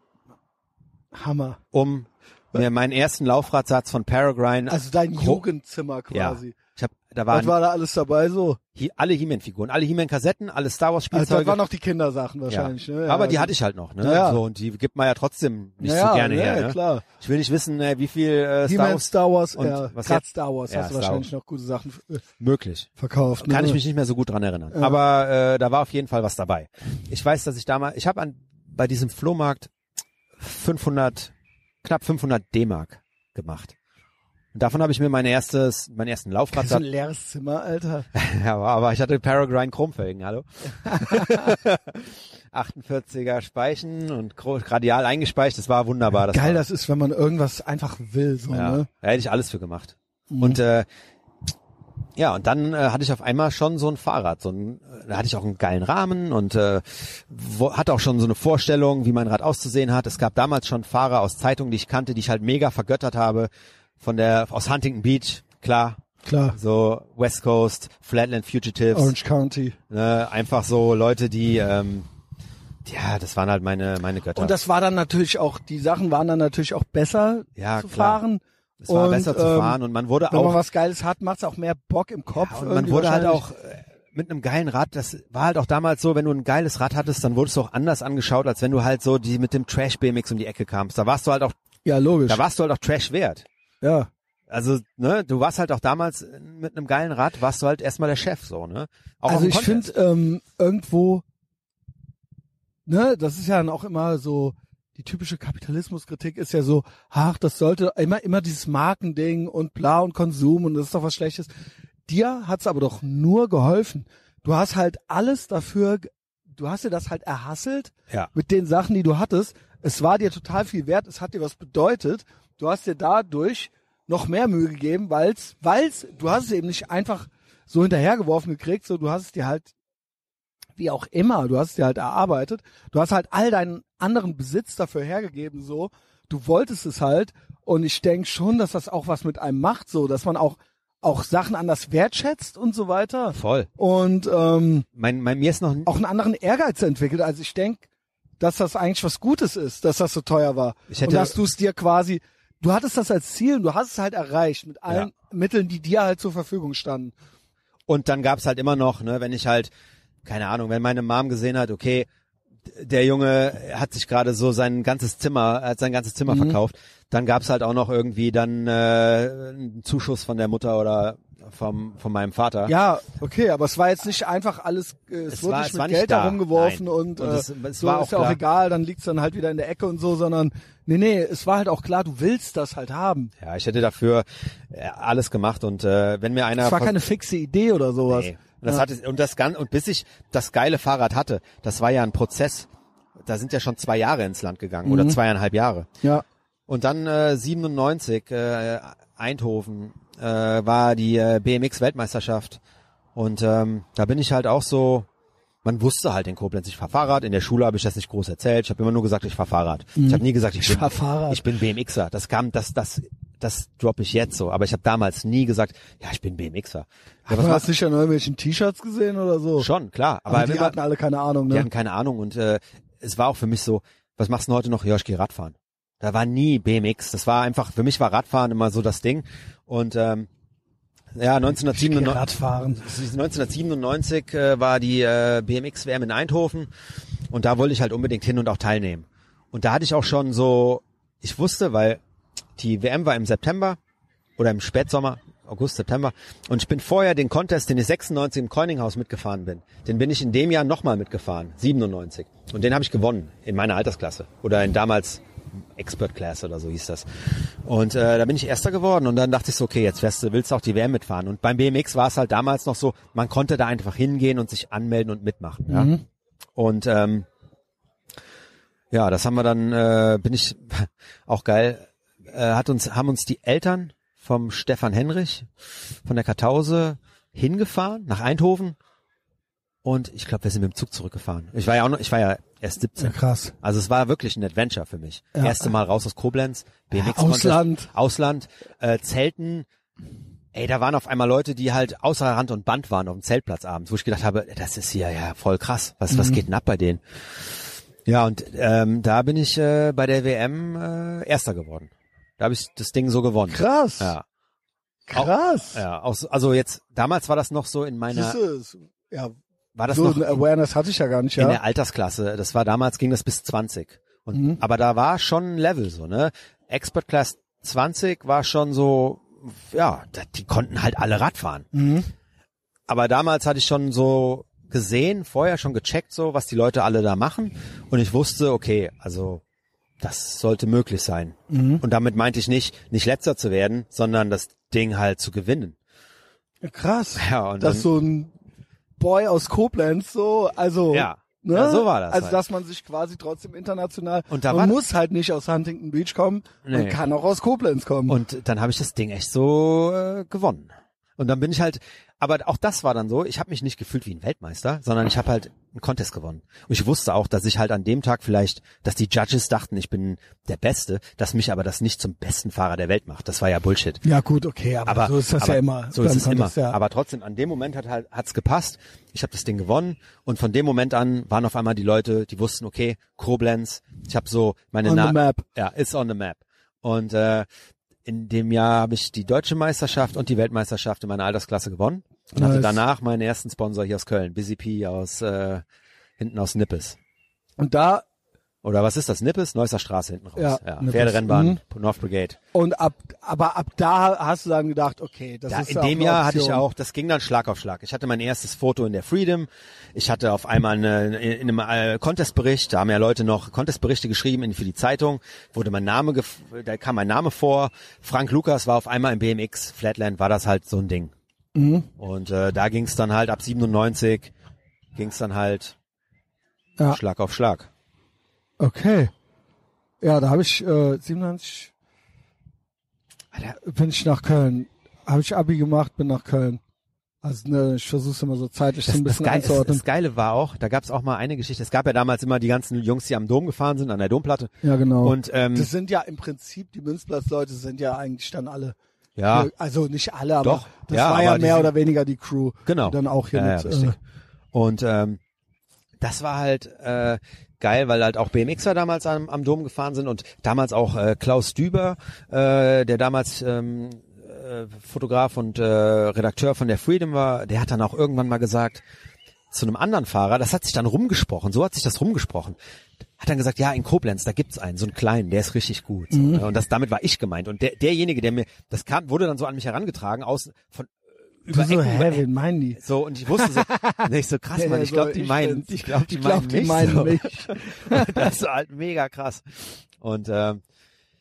S1: Hammer.
S2: Um mir meinen ersten Laufradsatz von Peregrine.
S1: Also dein
S2: Gro-
S1: Jugendzimmer
S2: ja,
S1: quasi.
S2: ich hab, da
S1: Was
S2: waren
S1: war da alles dabei so?
S2: hi- alle He-Man-Figuren, alle He-Man-Kassetten, alle Star
S1: Also da
S2: Wars-Spielzeuge.
S1: waren noch die Kindersachen wahrscheinlich.
S2: ja.
S1: Ne? Ja,
S2: Aber die
S1: also-
S2: hatte ich halt noch, ne?
S1: Ja, ja.
S2: So, und die gibt man ja trotzdem nicht
S1: ja,
S2: so gerne
S1: ja,
S2: her.
S1: Ja,
S2: Ne?
S1: klar.
S2: Ich will nicht wissen, äh, wie viel äh,
S1: Die
S2: Star
S1: Man
S2: Wars
S1: Star Wars,
S2: und
S1: ja,
S2: was
S1: gerade
S2: jetzt?
S1: Star Wars
S2: Ja,
S1: hast du
S2: Star
S1: wahrscheinlich noch gute Sachen äh,
S2: möglich.
S1: verkauft.
S2: Kann
S1: ne?
S2: ich mich nicht mehr so gut dran erinnern.
S1: Ja.
S2: Aber äh, da war auf jeden Fall was dabei. Ich weiß, dass ich damals, ich habe an bei diesem Flohmarkt 500, knapp 500 D-Mark gemacht. Und davon habe ich mir mein erstes, meinen ersten
S1: Das ist so ein
S2: Laufrad.
S1: leeres Zimmer, Alter.
S2: Ja, aber ich hatte Peregrine Chromfelgen, hallo. 48er Speichen und gro- radial eingespeicht, das war wunderbar. Das
S1: Geil
S2: war,
S1: das ist, wenn man irgendwas einfach will, so,
S2: ja,
S1: ne? Mhm,
S2: Da hätte ich alles für gemacht. Und äh, ja, und dann äh, hatte ich auf einmal schon so ein Fahrrad. So ein, äh, da hatte ich auch einen geilen Rahmen und äh, wo, hatte auch schon so eine Vorstellung, wie mein Rad auszusehen hat. Es gab damals schon Fahrer aus Zeitungen, die ich kannte, die ich halt mega vergöttert habe. Von der aus Huntington Beach, klar.
S1: Klar.
S2: So West Coast, Flatland Fugitives,
S1: Orange County.
S2: ne, einfach so Leute, die ähm, ja, das waren halt meine meine Götter.
S1: Und das war dann natürlich auch, die Sachen waren dann natürlich auch besser
S2: Ja,
S1: zu
S2: klar.
S1: fahren.
S2: es war
S1: und,
S2: besser zu
S1: ähm,
S2: fahren und man wurde
S1: Wenn
S2: auch
S1: man was Geiles hat, macht es auch mehr Bock im Kopf.
S2: Ja, und man
S1: irgendwie
S2: wurde halt
S1: wahrscheinlich.
S2: auch äh, mit einem geilen Rad, das war halt auch damals so, wenn du ein geiles Rad hattest, dann wurdest du auch anders angeschaut, als wenn du halt so die mit dem Trash BMX um die Ecke kamst. Da warst du halt auch,
S1: Ja, logisch.
S2: da warst du halt auch Trash wert.
S1: ja.
S2: Also, ne, du warst halt auch damals äh, mit einem geilen Rad, warst du halt erstmal der Chef, so, ne? Auch auf
S1: Also
S2: dem
S1: ich
S2: Contest.
S1: finde ähm, irgendwo, ne, das ist ja dann auch immer so, die typische Kapitalismuskritik ist ja so, ach, das sollte immer, immer dieses Markending und bla und Konsum und das ist doch was Schlechtes. Dir hat's aber doch nur geholfen. Du hast halt alles dafür, ge- du hast dir das halt erhasselt
S2: Ja.
S1: mit den Sachen, die du hattest. Es war dir total viel wert, es hat dir was bedeutet. Du hast dir dadurch noch mehr Mühe gegeben, weil's, weil's, du hast es eben nicht einfach so hinterhergeworfen gekriegt, so du hast es dir halt, wie auch immer, du hast es dir halt erarbeitet, du hast halt all deinen anderen Besitz dafür hergegeben, so, du wolltest es halt und ich denke schon, dass das auch was mit einem macht, so, dass man auch, auch Sachen anders wertschätzt und so weiter
S2: Voll.
S1: und ähm,
S2: Mein, mein, mir ist noch,
S1: auch einen anderen Ehrgeiz entwickelt. Also ich denke, dass das eigentlich was Gutes ist, dass das so teuer war.
S2: Ich hätte-
S1: und dass du es dir quasi, du hattest das als Ziel und du hast es halt erreicht mit allen Mitteln, die dir halt zur Verfügung standen.
S2: Und dann gab's halt immer noch, ne, wenn ich halt, keine Ahnung, wenn meine Mom gesehen hat, okay, d- der Junge hat sich gerade so sein ganzes Zimmer, hat sein ganzes
S1: Mhm.
S2: Zimmer verkauft, dann gab's halt auch noch irgendwie dann äh, einen Zuschuss von der Mutter oder vom, von meinem Vater.
S1: Ja, okay, aber es war jetzt nicht einfach alles, äh, es,
S2: Es
S1: wurde
S2: war-
S1: nicht
S2: es
S1: mit
S2: war nicht
S1: Geld
S2: da.
S1: herumgeworfen
S2: Nein.
S1: und,
S2: Und
S1: äh,
S2: es- es
S1: so
S2: war
S1: ist
S2: auch
S1: ja auch
S2: klar.
S1: egal, dann liegt's dann halt wieder in der Ecke und so, sondern nee, nee, es war halt auch klar, du willst das halt haben.
S2: Ja, ich hätte dafür äh, alles gemacht und äh, wenn mir einer
S1: Es war
S2: von-
S1: keine fixe Idee oder sowas.
S2: Nee. Und das hatte und das gan und bis ich das geile Fahrrad hatte, das war ja ein Prozess. Da sind ja schon zwei Jahre ins Land gegangen oder
S1: Mhm.
S2: zweieinhalb Jahre.
S1: Ja.
S2: Und dann äh, 97 äh, Eindhoven äh, war die äh, BMX Weltmeisterschaft und ähm, da bin ich halt auch so man wusste halt in Koblenz, ich fahr Fahrrad. In der Schule habe ich das nicht groß erzählt. Ich habe immer nur gesagt, ich fahr Fahrrad. Ich habe nie gesagt,
S1: Mhm.
S2: ich,
S1: Ich
S2: bin,
S1: fahr Fahrrad.
S2: ich bin BMXer. Das kam, das, das, das droppe ich jetzt so. Aber ich habe damals nie gesagt, ja, ich bin BMXer. Ja,
S1: Hat man
S2: machst
S1: das nicht an irgendwelchen T-Shirts gesehen oder so?
S2: Schon, klar. Aber,
S1: aber die
S2: immer-
S1: hatten alle keine Ahnung,
S2: die
S1: ne?
S2: hatten keine Ahnung. Und äh, es war auch für mich so, was machst du denn heute noch? Ja, ich geh Radfahren. Da war nie BMX. Das war einfach, für mich war Radfahren immer so das Ding. Und ähm, ja, 1997,
S1: Radfahren.
S2: 1997 äh, war die äh, BMX-WM in Eindhoven und da wollte ich halt unbedingt hin und auch teilnehmen. Und da hatte ich auch schon so, ich wusste, weil die WM war im September oder im Spätsommer, August, September und ich bin vorher den Contest, den ich 96 im Coininghaus mitgefahren bin, den bin ich in dem Jahr nochmal mitgefahren, 97. Und den habe ich gewonnen in meiner Altersklasse oder in damals Expert Class oder so hieß das. Und äh, da bin ich Erster geworden und dann dachte ich so, okay, jetzt fährst du, willst du auch die WM mitfahren. Und beim BMX war es halt damals noch so, man konnte da einfach hingehen und sich anmelden und mitmachen. Ja? Und ähm, ja, das haben wir dann, äh, bin ich auch geil, äh, hat uns, haben uns die Eltern vom Stefan Henrich von der Kartause hingefahren nach Eindhoven und ich glaube, wir sind mit dem Zug zurückgefahren. Ich war ja auch noch, ich war ja erst 17.
S1: Ja, krass.
S2: Also es war wirklich ein Adventure für mich.
S1: Ja.
S2: Erste Mal raus aus Koblenz, BMX Contest,
S1: Ausland.
S2: Ausland, äh, Zelten. Ey, da waren auf einmal Leute, die halt außer Rand und Band waren auf dem Zeltplatz abends, wo ich gedacht habe, das ist hier ja voll krass. Was,
S1: Mhm.
S2: was geht denn ab bei denen? Ja, und ähm, da bin ich äh, bei der WM äh, Erster geworden. Da habe ich das Ding so gewonnen.
S1: Krass.
S2: Ja,
S1: Krass.
S2: ja. Aus, also jetzt, damals war das noch so in meiner,
S1: Siehst du, es- ja,
S2: war das
S1: so
S2: noch
S1: ein Awareness hatte ich ja gar nicht,
S2: in
S1: ja.
S2: der Altersklasse. Das war damals ging das bis 20. Und,
S1: Mhm.
S2: Aber da war schon ein Level so, ne? Expert Class 20 war schon so, ja, da, die konnten halt alle Rad fahren.
S1: Mhm.
S2: Aber damals hatte ich schon so gesehen, vorher schon gecheckt so, was die Leute alle da machen. Und ich wusste, okay, also das sollte möglich sein.
S1: Mhm.
S2: Und damit meinte ich nicht, nicht letzter zu werden, sondern das Ding halt zu gewinnen.
S1: Krass.
S2: Ja, und
S1: Dass
S2: dann,
S1: so ein Boy aus Koblenz so, also.
S2: ja,
S1: Ne?
S2: ja, so war das.
S1: Also,
S2: halt.
S1: dass man sich quasi trotzdem international,
S2: Und da war-
S1: man muss halt nicht aus Huntington Beach kommen, man
S2: Nee.
S1: kann auch aus Koblenz kommen.
S2: Und dann habe ich das Ding echt so äh, gewonnen. Und dann bin ich halt, aber auch das war dann so, ich habe mich nicht gefühlt wie ein Weltmeister, sondern ich habe halt einen Contest gewonnen. Und ich wusste auch, dass ich halt an dem Tag vielleicht, dass die Judges dachten, ich bin der Beste, dass mich aber das nicht zum besten Fahrer der Welt macht. Das war ja Bullshit.
S1: ja gut, okay,
S2: Aber aber So ist
S1: beim
S2: es immer.
S1: Contest,
S2: Aber trotzdem, an dem Moment hat halt hat's gepasst. Ich habe das Ding gewonnen und von dem Moment an waren auf einmal die Leute, die wussten, okay, Koblenz. Ich habe so meine
S1: On
S2: Na-
S1: the map.
S2: ja, ist on the map. Und äh, in dem Jahr habe ich die deutsche Meisterschaft und die Weltmeisterschaft in meiner Altersklasse gewonnen und hatte
S1: Nice.
S2: danach meinen ersten Sponsor hier aus Köln, Busy P aus äh, hinten aus Nippes.
S1: Und da,
S2: Oder was ist das? Nippes? Neusser Straße hinten raus.
S1: Ja, Nippes. Mhm.
S2: Pferderennbahn, North Brigade.
S1: und ab, aber ab da hast du dann gedacht, okay, das
S2: Da,
S1: ist
S2: in
S1: auch
S2: dem
S1: eine
S2: Jahr hatte ich
S1: Option.
S2: auch, das ging dann Schlag auf Schlag. Ich hatte mein erstes Foto in der Freedom. Ich hatte auf einmal eine, in einem äh, Contestbericht, da haben ja Leute noch Contestberichte geschrieben in, für die Zeitung, wurde mein Name, gef- da kam mein Name vor. Frank Lukas war auf einmal im BMX Flatland, war das halt so ein Ding.
S1: Mhm.
S2: Und äh, da ging es dann halt ab 97 ging es dann halt
S1: Ja.
S2: Schlag auf Schlag.
S1: Okay. Ja, da habe ich äh, 97 Alter, bin ich nach Köln. Habe ich Abi gemacht, bin nach Köln. Also ne, ich versuche immer so zeitlich so ein bisschen
S2: Geil- das,
S1: einzuordnen.
S2: das Geile war auch, da gab es auch mal eine Geschichte. Es gab ja damals immer die ganzen Jungs, die am Dom gefahren sind, an der Domplatte.
S1: ja, genau.
S2: Und ähm,
S1: das sind ja im Prinzip, die Münzplatzleute sind ja eigentlich dann alle.
S2: ja,
S1: Also nicht alle, aber
S2: Doch,
S1: das
S2: ja,
S1: war ja
S2: aber die
S1: mehr
S2: sind-
S1: oder weniger die Crew.
S2: Genau.
S1: die Dann auch hier
S2: Ja,
S1: mit.
S2: ja,
S1: äh,
S2: richtig. Und ähm, das war halt äh, geil, weil halt auch BMXer damals am, am Dom gefahren sind und damals auch äh, Klaus Düber, äh, der damals ähm, äh, Fotograf und äh, Redakteur von der Freedom war, der hat dann auch irgendwann mal gesagt zu einem anderen Fahrer, das hat sich dann rumgesprochen, so hat sich das rumgesprochen, hat dann gesagt, ja, in Koblenz, da gibt's einen, so einen kleinen, der ist richtig gut. So,
S1: Mhm.
S2: ne? Und das, damit war ich gemeint. Und der, derjenige, der mir, das kam, wurde dann so an mich herangetragen, aus, von, äh, über
S1: du so,
S2: Ecken,
S1: hä, wen meinen die?
S2: so, und ich wusste so, nicht so krass, Mann, ich glaube, die meinen, ich glaube, die,
S1: ich glaub,
S2: meinen
S1: die
S2: mich
S1: meinen
S2: so.
S1: mich.
S2: Das war halt mega krass. Und ähm,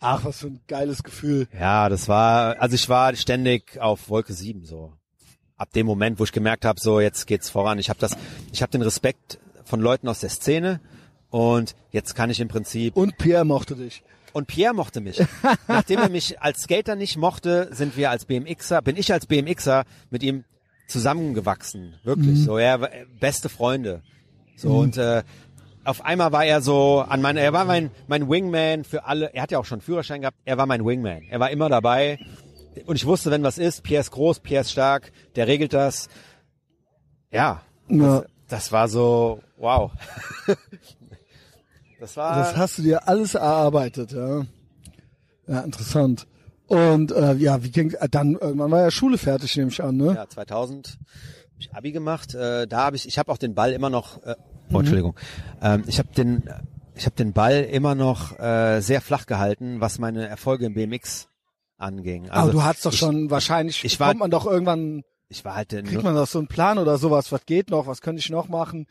S1: Ach, was für ein geiles Gefühl.
S2: ja, das war, also ich war ständig auf Wolke 7 so. Ab dem Moment, wo ich gemerkt habe, so jetzt geht's voran. Ich habe das, ich habe den Respekt von Leuten aus der Szene und jetzt kann ich im Prinzip
S1: Und Pierre mochte dich.
S2: Und Pierre mochte mich. Nachdem er mich als Skater nicht mochte, sind wir als BMXer, bin ich als BMXer mit ihm zusammengewachsen. Wirklich. So, er war- äh, beste Freunde. So, und äh, auf einmal war er so an meiner, er war mein, mein Wingman für alle, er hat ja auch schon einen Führerschein gehabt, er war mein Wingman. Er war immer dabei. Und ich wusste, wenn was ist, Pierre ist groß, Pierre ist stark, der regelt das. Ja,
S1: Na,
S2: das war so, wow. das war.
S1: das hast du dir alles erarbeitet, ja. Ja, interessant. Und äh, ja, wie ging dann irgendwann war ja Schule fertig, nehme ich an, ne?
S2: Ja, 2000 hab ich Abi gemacht. Äh, da habe ich, ich habe auch den Ball immer noch. Äh,
S1: Mhm.
S2: oh, Entschuldigung. Ähm, ich habe den, ich habe den Ball immer noch äh, sehr flach gehalten, was meine Erfolge im BMX anging. Also
S1: Aber du hattest doch
S2: ich,
S1: schon wahrscheinlich
S2: ich war-
S1: kommt man doch irgendwann
S2: Ich war halt,
S1: kriegt
S2: nur,
S1: man doch so einen Plan oder sowas, was geht noch, was könnte ich noch machen?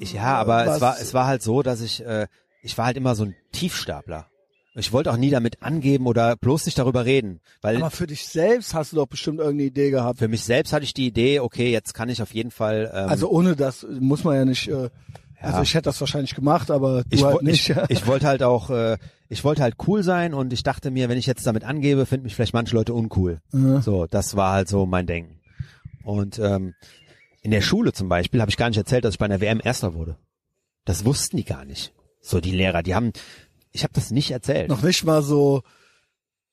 S2: ich, ja, aber es
S1: was-
S2: war, es war halt so, dass ich, äh, ich war halt immer so ein Tiefstapler. Ich wollte auch nie damit angeben oder bloß nicht darüber reden, weil
S1: Aber für dich selbst hast du doch bestimmt irgendeine Idee gehabt.
S2: für mich selbst hatte ich die Idee, okay, jetzt kann ich auf jeden Fall. Ähm,
S1: Also ohne das muss man ja nicht äh, also ich hätte das wahrscheinlich gemacht, aber du
S2: ich,
S1: halt
S2: woll-
S1: nicht.
S2: ich, ich wollte halt auch, äh, ich wollte halt cool sein und ich dachte mir, wenn ich jetzt damit angebe, finden mich vielleicht manche Leute uncool. So, das war halt so mein Denken. Und ähm, in der Schule zum Beispiel habe ich gar nicht erzählt, dass ich bei einer WM Erster wurde. Das wussten die gar nicht. So die Lehrer, die haben, ich habe das nicht erzählt.
S1: noch nicht mal so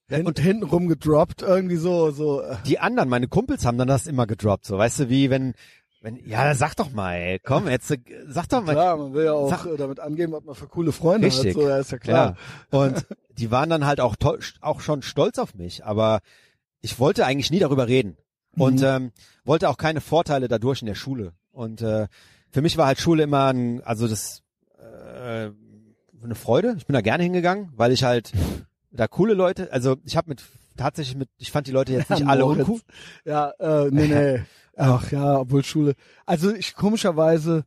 S1: hin und hintenrum gedroppt, irgendwie so, so. äh,
S2: Die anderen, meine Kumpels haben dann das immer gedroppt, so, weißt du, wie wenn, wenn, ja, dann sag doch mal, ey, komm, jetzt, äh, sag doch mal,
S1: Klar, man will ja auch
S2: Sag-
S1: äh, damit angeben, was man für coole Freunde
S2: Richtig.
S1: hat, so, ja, ist ja klar.
S2: Ja. Und die waren dann halt auch, to- auch schon stolz auf mich, aber ich wollte eigentlich nie darüber reden und
S1: Mhm.
S2: ähm, wollte auch keine Vorteile dadurch in der Schule. Und äh, für mich war halt Schule immer ein, also das äh, eine Freude. Ich bin da gerne hingegangen, weil ich halt da coole Leute, also ich habe mit tatsächlich mit, ich fand die Leute jetzt nicht
S1: Ja,
S2: alle
S1: Moritz.
S2: uncool.
S1: Ja, äh, nee, nee. Ach ja, obwohl Schule. Also ich komischerweise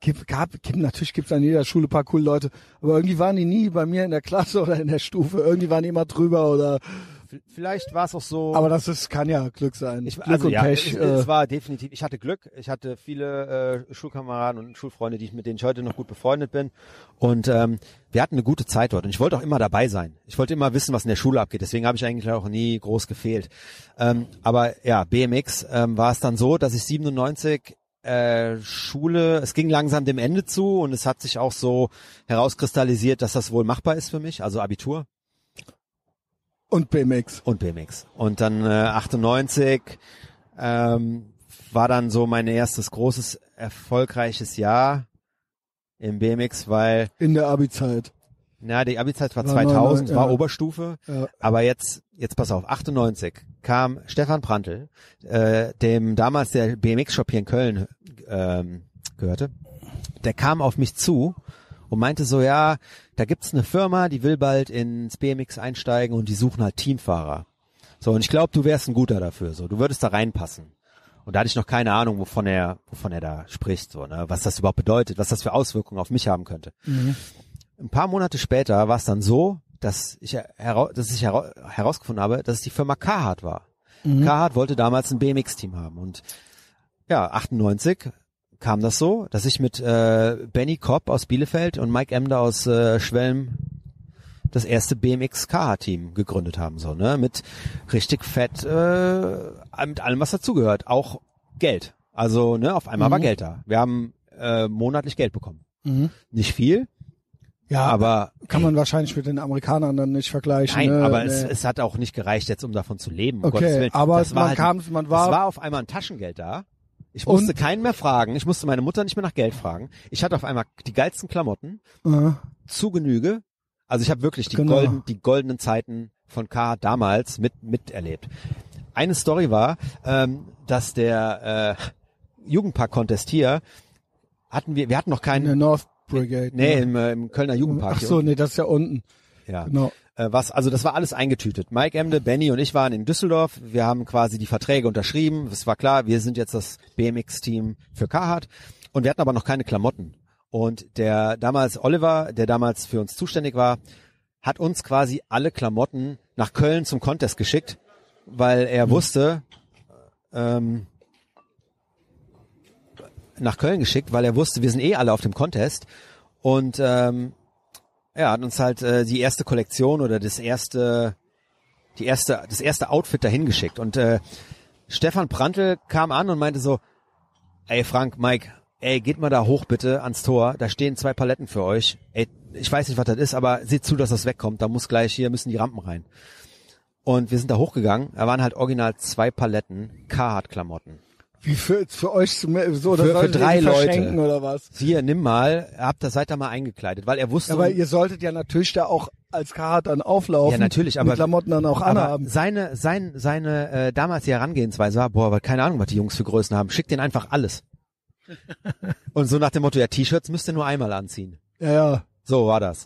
S1: gibt, gab, gibt, natürlich gibt es an jeder Schule ein paar coole Leute, aber irgendwie waren die nie bei mir in der Klasse oder in der Stufe. Irgendwie waren die immer drüber oder.
S2: V- Vielleicht war es auch so.
S1: Aber das ist, kann ja Glück sein.
S2: Ich,
S1: Glück
S2: also
S1: und
S2: ja,
S1: Pech.
S2: es,
S1: äh,
S2: es war definitiv. Ich hatte Glück. Ich hatte viele äh, Schulkameraden und Schulfreunde, die ich mit denen ich heute noch gut befreundet bin. Und ähm, wir hatten eine gute Zeit dort. Und ich wollte auch immer dabei sein. Ich wollte immer wissen, was in der Schule abgeht. Deswegen habe ich eigentlich auch nie groß gefehlt. Ähm, aber ja, BMX ähm, war es dann so, dass ich 97 äh, Schule, es ging langsam dem Ende zu und es hat sich auch so herauskristallisiert, dass das wohl machbar ist für mich, also Abitur
S1: und BMX.
S2: und BMX. Und dann äh, 98 ähm, war dann so mein erstes großes, erfolgreiches Jahr im BMX, weil,
S1: In der Abi-Zeit.
S2: na, die Abi-Zeit war
S1: War neun,
S2: 2000,
S1: neun,
S2: war
S1: ja.
S2: Oberstufe,
S1: Ja.
S2: aber jetzt, jetzt pass auf, 98 kam Stefan Prantl, äh, dem damals der BMX-Shop hier in Köln ähm, gehörte, der kam auf mich zu und meinte so, ja, da gibt's eine Firma, die will bald ins BMX einsteigen und die suchen halt Teamfahrer. So, und ich glaube, du wärst ein guter dafür, so, du würdest da reinpassen. Und da hatte ich noch keine Ahnung, wovon er, wovon er da spricht, so, ne, was das überhaupt bedeutet, was das für Auswirkungen auf mich haben könnte ein paar Monate später war es dann so, dass ich, hera dass ich hera herausgefunden habe, dass es die Firma Carhartt war.
S1: Mhm.
S2: Carhartt wollte damals ein BMX-Team haben und ja, 98 kam das so, dass ich mit äh, Benny Kopp aus Bielefeld und Mike Emder aus äh, Schwelm das erste BMX Carhartt-Team gegründet haben so ne mit richtig fett äh, mit allem was dazugehört auch Geld also ne auf einmal
S1: Mhm.
S2: war Geld da wir haben äh, monatlich Geld bekommen
S1: Mhm.
S2: nicht viel
S1: Ja,
S2: aber
S1: kann man wahrscheinlich mit den Amerikanern dann nicht vergleichen.
S2: Nein,
S1: ne?
S2: aber
S1: Nee.
S2: es, es hat auch nicht gereicht jetzt, um davon zu leben. um Gottes
S1: okay,
S2: Willen.
S1: aber
S2: das war
S1: man
S2: halt,
S1: kam, man
S2: es
S1: war,
S2: war auf einmal ein Taschengeld da. Ich musste
S1: Und?
S2: keinen mehr fragen. Ich musste meine Mutter nicht mehr nach Geld fragen. Ich hatte auf einmal die geilsten Klamotten,
S1: äh,
S2: zu Genüge. Also ich habe wirklich die,
S1: Genau.
S2: golden, die goldenen Zeiten von K damals mit miterlebt. Eine Story war, ähm, dass der äh, Jugendpark-Contest hier hatten wir, wir hatten noch
S1: in der
S2: keinen,
S1: North Brigade.
S2: nee,
S1: ne?
S2: im, äh, im Kölner Jugendpark.
S1: Ach
S2: hier
S1: so, nee, das ist ja unten.
S2: unten. ja.
S1: Genau.
S2: Äh, was, also das war alles eingetütet. Mike Emde, Benny und ich waren in Düsseldorf. Wir haben quasi die Verträge unterschrieben. Es war klar, wir sind jetzt das BMX-Team für Carhartt. Und wir hatten aber noch keine Klamotten. Und der damals Oliver, der damals für uns zuständig war, hat uns quasi alle Klamotten nach Köln zum Contest geschickt, weil er wusste, ähm, nach Köln geschickt, weil er wusste, wir sind eh alle auf dem Contest. Und ähm, ja, hat uns halt äh, die erste Kollektion oder das erste, die erste, das erste Outfit dahin geschickt. Und äh, Stefan Prantl kam an und meinte so, ey Frank, Mike, ey, geht mal da hoch bitte ans Tor, da stehen zwei Paletten für euch. Ey, ich weiß nicht, was das ist, aber seht zu, dass das wegkommt. Da muss gleich hier müssen die Rampen rein. Und wir sind da hochgegangen. Da waren halt original zwei Paletten Carhartt-Klamotten.
S1: Wie für, für euch zu, so,
S2: Für-
S1: das
S2: für
S1: solltet ihr
S2: drei
S1: die
S2: Leute.
S1: verschenken oder was?
S2: Hier, nimm mal, habt das seid da mal eingekleidet, weil er wusste,
S1: Ja, aber ihr solltet ja natürlich da auch als Karat dann auflaufen.
S2: Ja, natürlich,
S1: die
S2: aber-
S1: Klamotten dann auch
S2: Aber
S1: anhaben.
S2: Seine, sein, seine äh, damals die Herangehensweise war, boah, aber keine Ahnung, was die Jungs für Größen haben. Schickt denen einfach alles. Und so nach dem Motto, ja, T-Shirts müsst ihr nur einmal anziehen.
S1: Ja, ja.
S2: So war das.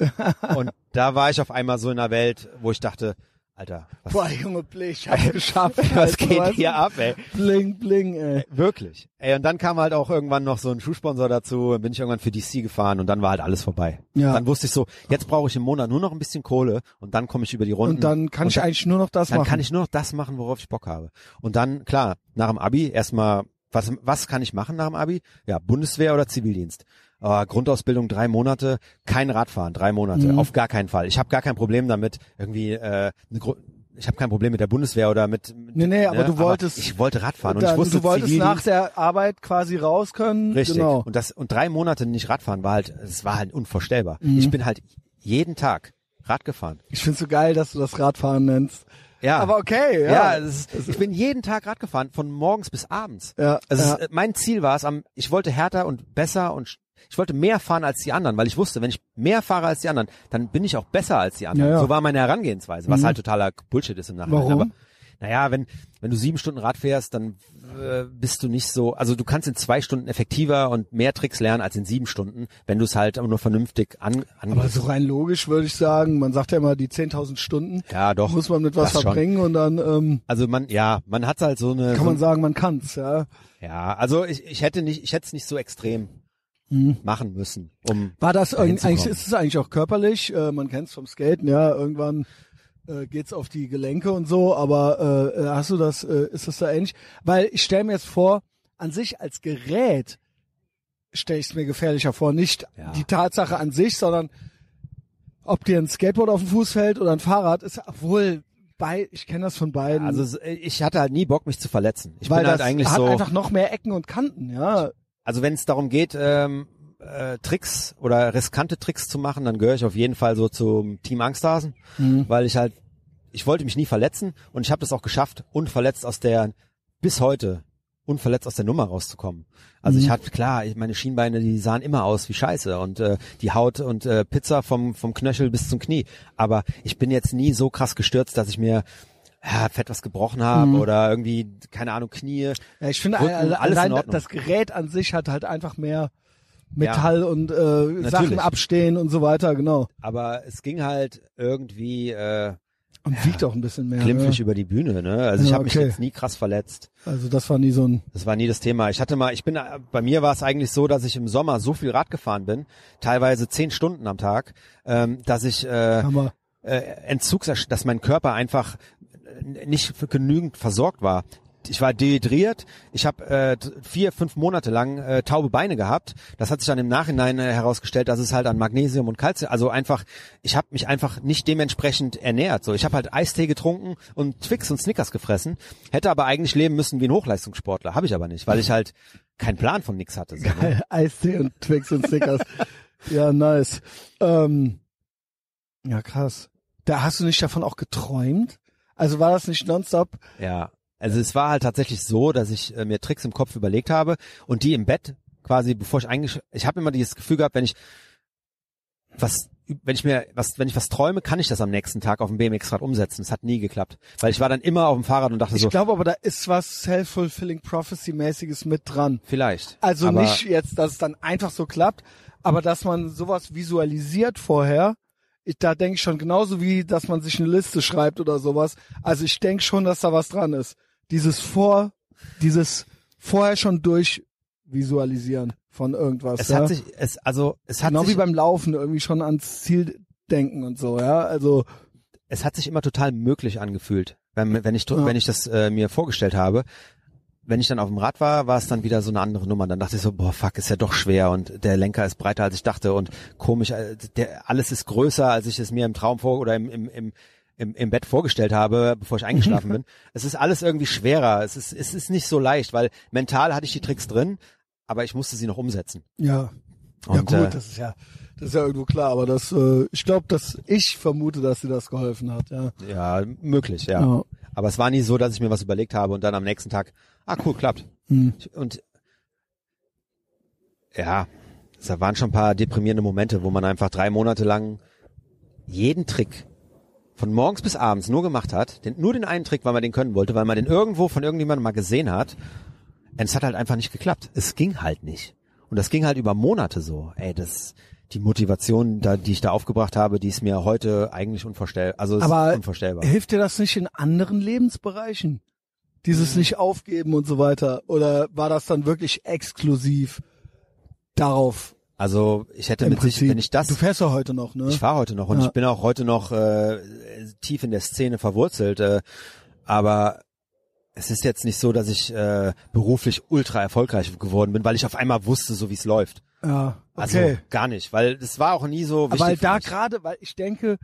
S2: Und da war ich auf einmal so in einer Welt, wo ich dachte, Alter, was,
S1: Boah, Junge, Bling, ich hab's geschafft.
S2: Äh, was
S1: Alter,
S2: geht
S1: weißt
S2: hier
S1: du?
S2: ab, ey?
S1: Bling, bling, ey.
S2: Wirklich. Ey, und dann kam halt auch irgendwann noch so ein Schuhsponsor dazu, dann bin ich irgendwann für DC gefahren und dann war halt alles vorbei.
S1: Ja.
S2: Dann wusste ich so, jetzt brauche ich im Monat nur noch ein bisschen Kohle und dann komme ich über die Runden.
S1: Und dann kann
S2: Und
S1: ich
S2: dann-
S1: eigentlich nur noch das
S2: dann
S1: machen.
S2: kann ich nur noch das machen, worauf ich Bock habe. Und dann, klar, nach dem Abi erstmal, was, was kann ich machen nach dem Abi? Ja, Bundeswehr oder Zivildienst. Aber Grundausbildung drei Monate, kein Radfahren, drei Monate,
S1: Mhm.
S2: auf gar keinen Fall. Ich habe gar kein Problem damit, irgendwie, äh, eine Gru- ich habe kein Problem mit der Bundeswehr oder mit... mit ne,
S1: Nee, nee, aber du wolltest-
S2: ich wollte Radfahren und
S1: dann,
S2: ich wusste
S1: du wolltest
S2: Zivildienst-
S1: nach der Arbeit quasi raus können.
S2: Richtig.
S1: Genau. Mhm.
S2: Und das und drei Monate nicht Radfahren war halt, es war halt unvorstellbar. Ich bin halt jeden Tag Rad gefahren.
S1: Ich find's so geil, dass du das Radfahren nennst.
S2: Ja.
S1: Aber okay,
S2: ja,
S1: ja.
S2: es ist, ich bin jeden Tag Rad gefahren, von morgens bis abends.
S1: Ja,
S2: Also
S1: ja.
S2: Es, ist- mein Ziel war es, am, ich wollte härter und besser und sch- ich wollte mehr fahren als die anderen, weil ich wusste, wenn ich mehr fahre als die anderen, dann bin ich auch besser als die anderen.
S1: Ja, ja.
S2: So war meine Herangehensweise, was halt totaler Bullshit ist im Nachhinein.
S1: Warum?
S2: Aber naja, wenn, wenn du sieben Stunden Rad fährst, dann äh, bist du nicht so, also du kannst in zwei Stunden effektiver und mehr Tricks lernen als in sieben Stunden, wenn du es halt nur vernünftig an,
S1: Aber
S2: an
S1: so rein logisch würde ich sagen, man sagt ja immer die 10.000 Stunden.
S2: Ja, doch.
S1: Muss man mit was
S2: Das schon.
S1: verbringen und dann ähm,
S2: Also man, ja, man hat halt so eine,
S1: kann
S2: so
S1: man sagen, man kann's, ja.
S2: Ja, also ich, ich hätte nicht, ich hätte es nicht so extrem
S1: Hm.
S2: machen müssen, um
S1: War das
S2: dahin
S1: irgendwie,
S2: zu
S1: eigentlich
S2: kommen.
S1: ist es eigentlich auch körperlich, äh, man kennt's vom Skaten, ja, irgendwann äh, geht's auf die Gelenke und so, aber äh, hast du das, äh, ist das da ähnlich? Weil ich stelle mir jetzt vor, an sich als Gerät stelle ich es mir gefährlicher vor, nicht
S2: Ja.
S1: die Tatsache an sich, sondern ob dir ein Skateboard auf den Fuß fällt oder ein Fahrrad, ist obwohl bei, ich kenne das von beiden.
S2: Also es- ich hatte halt nie Bock, mich zu verletzen. Ich
S1: weil
S2: bin halt
S1: das
S2: eigentlich
S1: hat
S2: so.
S1: einfach noch mehr Ecken und Kanten, ja.
S2: Also wenn es darum geht, ähm, äh, Tricks oder riskante Tricks zu machen, dann gehöre ich auf jeden Fall so zum Team Angsthasen, weil ich halt, ich wollte mich nie verletzen und ich habe das auch geschafft, unverletzt aus der, bis heute, unverletzt aus der Nummer rauszukommen. Also ich hatte, klar, ich, meine Schienbeine, die sahen immer aus wie Scheiße und äh, die Haut und äh, Pizza vom, vom Knöchel bis zum Knie. Aber ich bin jetzt nie so krass gestürzt, dass ich mir ja, fett was gebrochen habe oder irgendwie, keine Ahnung, Knie.
S1: Ja, ich finde,
S2: Rücken,
S1: alle-
S2: alles in
S1: allein
S2: Ordnung.
S1: das Gerät an sich hat halt einfach mehr Metall und äh, Sachen
S2: Natürlich.
S1: abstehen und so weiter, genau.
S2: Aber es ging halt irgendwie äh,
S1: Und wiegt auch ein bisschen mehr.
S2: glimpflich
S1: Ja.
S2: über die Bühne, ne? Also ich
S1: Ja,
S2: habe mich
S1: okay.
S2: jetzt nie krass verletzt.
S1: Also das war nie so ein.
S2: Das war nie das Thema. Ich hatte mal, ich bin, äh, bei mir war es eigentlich so, dass ich im Sommer so viel Rad gefahren bin, teilweise zehn Stunden am Tag, ähm, dass ich äh,
S1: Hammer.
S2: äh, Entzugsersch dass mein Körper einfach äh, nicht für genügend versorgt war. Ich war dehydriert, ich habe äh, t- vier, fünf Monate lang äh, taube Beine gehabt. Das hat sich dann im Nachhinein äh, herausgestellt, dass es halt an Magnesium und Kalzium, also einfach, ich habe mich einfach nicht dementsprechend ernährt. So, ich habe halt Eistee getrunken und Twix und Snickers gefressen, hätte aber eigentlich leben müssen wie ein Hochleistungssportler, habe ich aber nicht, weil ich halt keinen Plan von nix hatte. So, ne?
S1: Eistee und Twix und Snickers. ja, nice. Ähm, ja, krass. Da hast du nicht davon auch geträumt? Also war das nicht nonstop?
S2: Ja, also es war halt tatsächlich so, dass ich äh, mir Tricks im Kopf überlegt habe und die im Bett quasi, bevor ich eigentlich, ich habe immer dieses Gefühl gehabt, wenn ich was, wenn ich mir was, wenn ich was träume, kann ich das am nächsten Tag auf dem BMX-Rad umsetzen. Es hat nie geklappt, weil ich war dann immer auf dem Fahrrad und dachte
S1: Ich
S2: so,
S1: glaube aber, da ist was Self-Fulfilling Prophecy-mäßiges mit dran.
S2: vielleicht.
S1: Also
S2: Aber
S1: nicht jetzt, dass es dann einfach so klappt, aber dass man sowas visualisiert vorher, ich, da denke ich schon genauso wie, dass man sich eine Liste schreibt oder sowas. Also ich denke schon, dass da was dran ist. Dieses vor, dieses vorher schon durch visualisieren von irgendwas.
S2: Es
S1: ja?
S2: hat sich, es also es hat
S1: genau
S2: sich
S1: wie beim Laufen irgendwie schon ans Ziel denken und so, ja. Also
S2: es hat sich immer total möglich angefühlt, wenn, wenn ich to-
S1: Ja.
S2: wenn ich das äh, mir vorgestellt habe. Wenn ich dann auf dem Rad war, war es dann wieder so eine andere Nummer. Dann dachte ich so, boah, fuck, ist ja doch schwer und der Lenker ist breiter als ich dachte und komisch, äh, der, alles ist größer, als ich es mir im Traum vor oder im, im, im, im, im Bett vorgestellt habe, bevor ich eingeschlafen bin. Es ist alles irgendwie schwerer. Es ist, es ist nicht so leicht, weil mental hatte ich die Tricks drin, aber ich musste sie noch umsetzen.
S1: ja, ja
S2: Und,
S1: gut,
S2: äh,
S1: das ist ja, das ist ja irgendwo klar. Aber das, äh, ich glaube, dass ich vermute, dass dir das geholfen hat, ja.
S2: Ja, möglich, ja.
S1: Ja.
S2: Aber es war nie so, dass ich mir was überlegt habe und dann am nächsten Tag, ah cool, klappt. Ich- Und ja, da waren schon ein paar deprimierende Momente, wo man einfach drei Monate lang jeden Trick von morgens bis abends nur gemacht hat, den, nur den einen Trick, weil man den können wollte, weil man den irgendwo von irgendjemandem mal gesehen hat. Und es hat halt einfach nicht geklappt. Es ging halt nicht. Und das ging halt über Monate so. Ey, das die Motivation, da, die ich da aufgebracht habe, die ist mir heute eigentlich unvorstellbar. Also es
S1: Aber
S2: ist unvorstellbar.
S1: hilft dir das nicht in anderen Lebensbereichen?
S2: Mhm.
S1: Dieses nicht aufgeben und so weiter? Oder war das dann wirklich exklusiv darauf?
S2: Also ich hätte
S1: im
S2: mit sich,
S1: Prinzip?
S2: wenn ich das,
S1: Du fährst ja heute noch, ne?
S2: ich war heute noch und
S1: Ja.
S2: ich bin auch heute noch äh, tief in der Szene verwurzelt, äh, aber es ist jetzt nicht so, dass ich äh, beruflich ultra erfolgreich geworden bin, weil ich auf einmal wusste, so wie es läuft.
S1: ja,
S2: Also
S1: okay.
S2: gar nicht, weil das war auch nie so wichtig.
S1: weil
S2: für
S1: da
S2: mich.
S1: gerade, weil ich denke,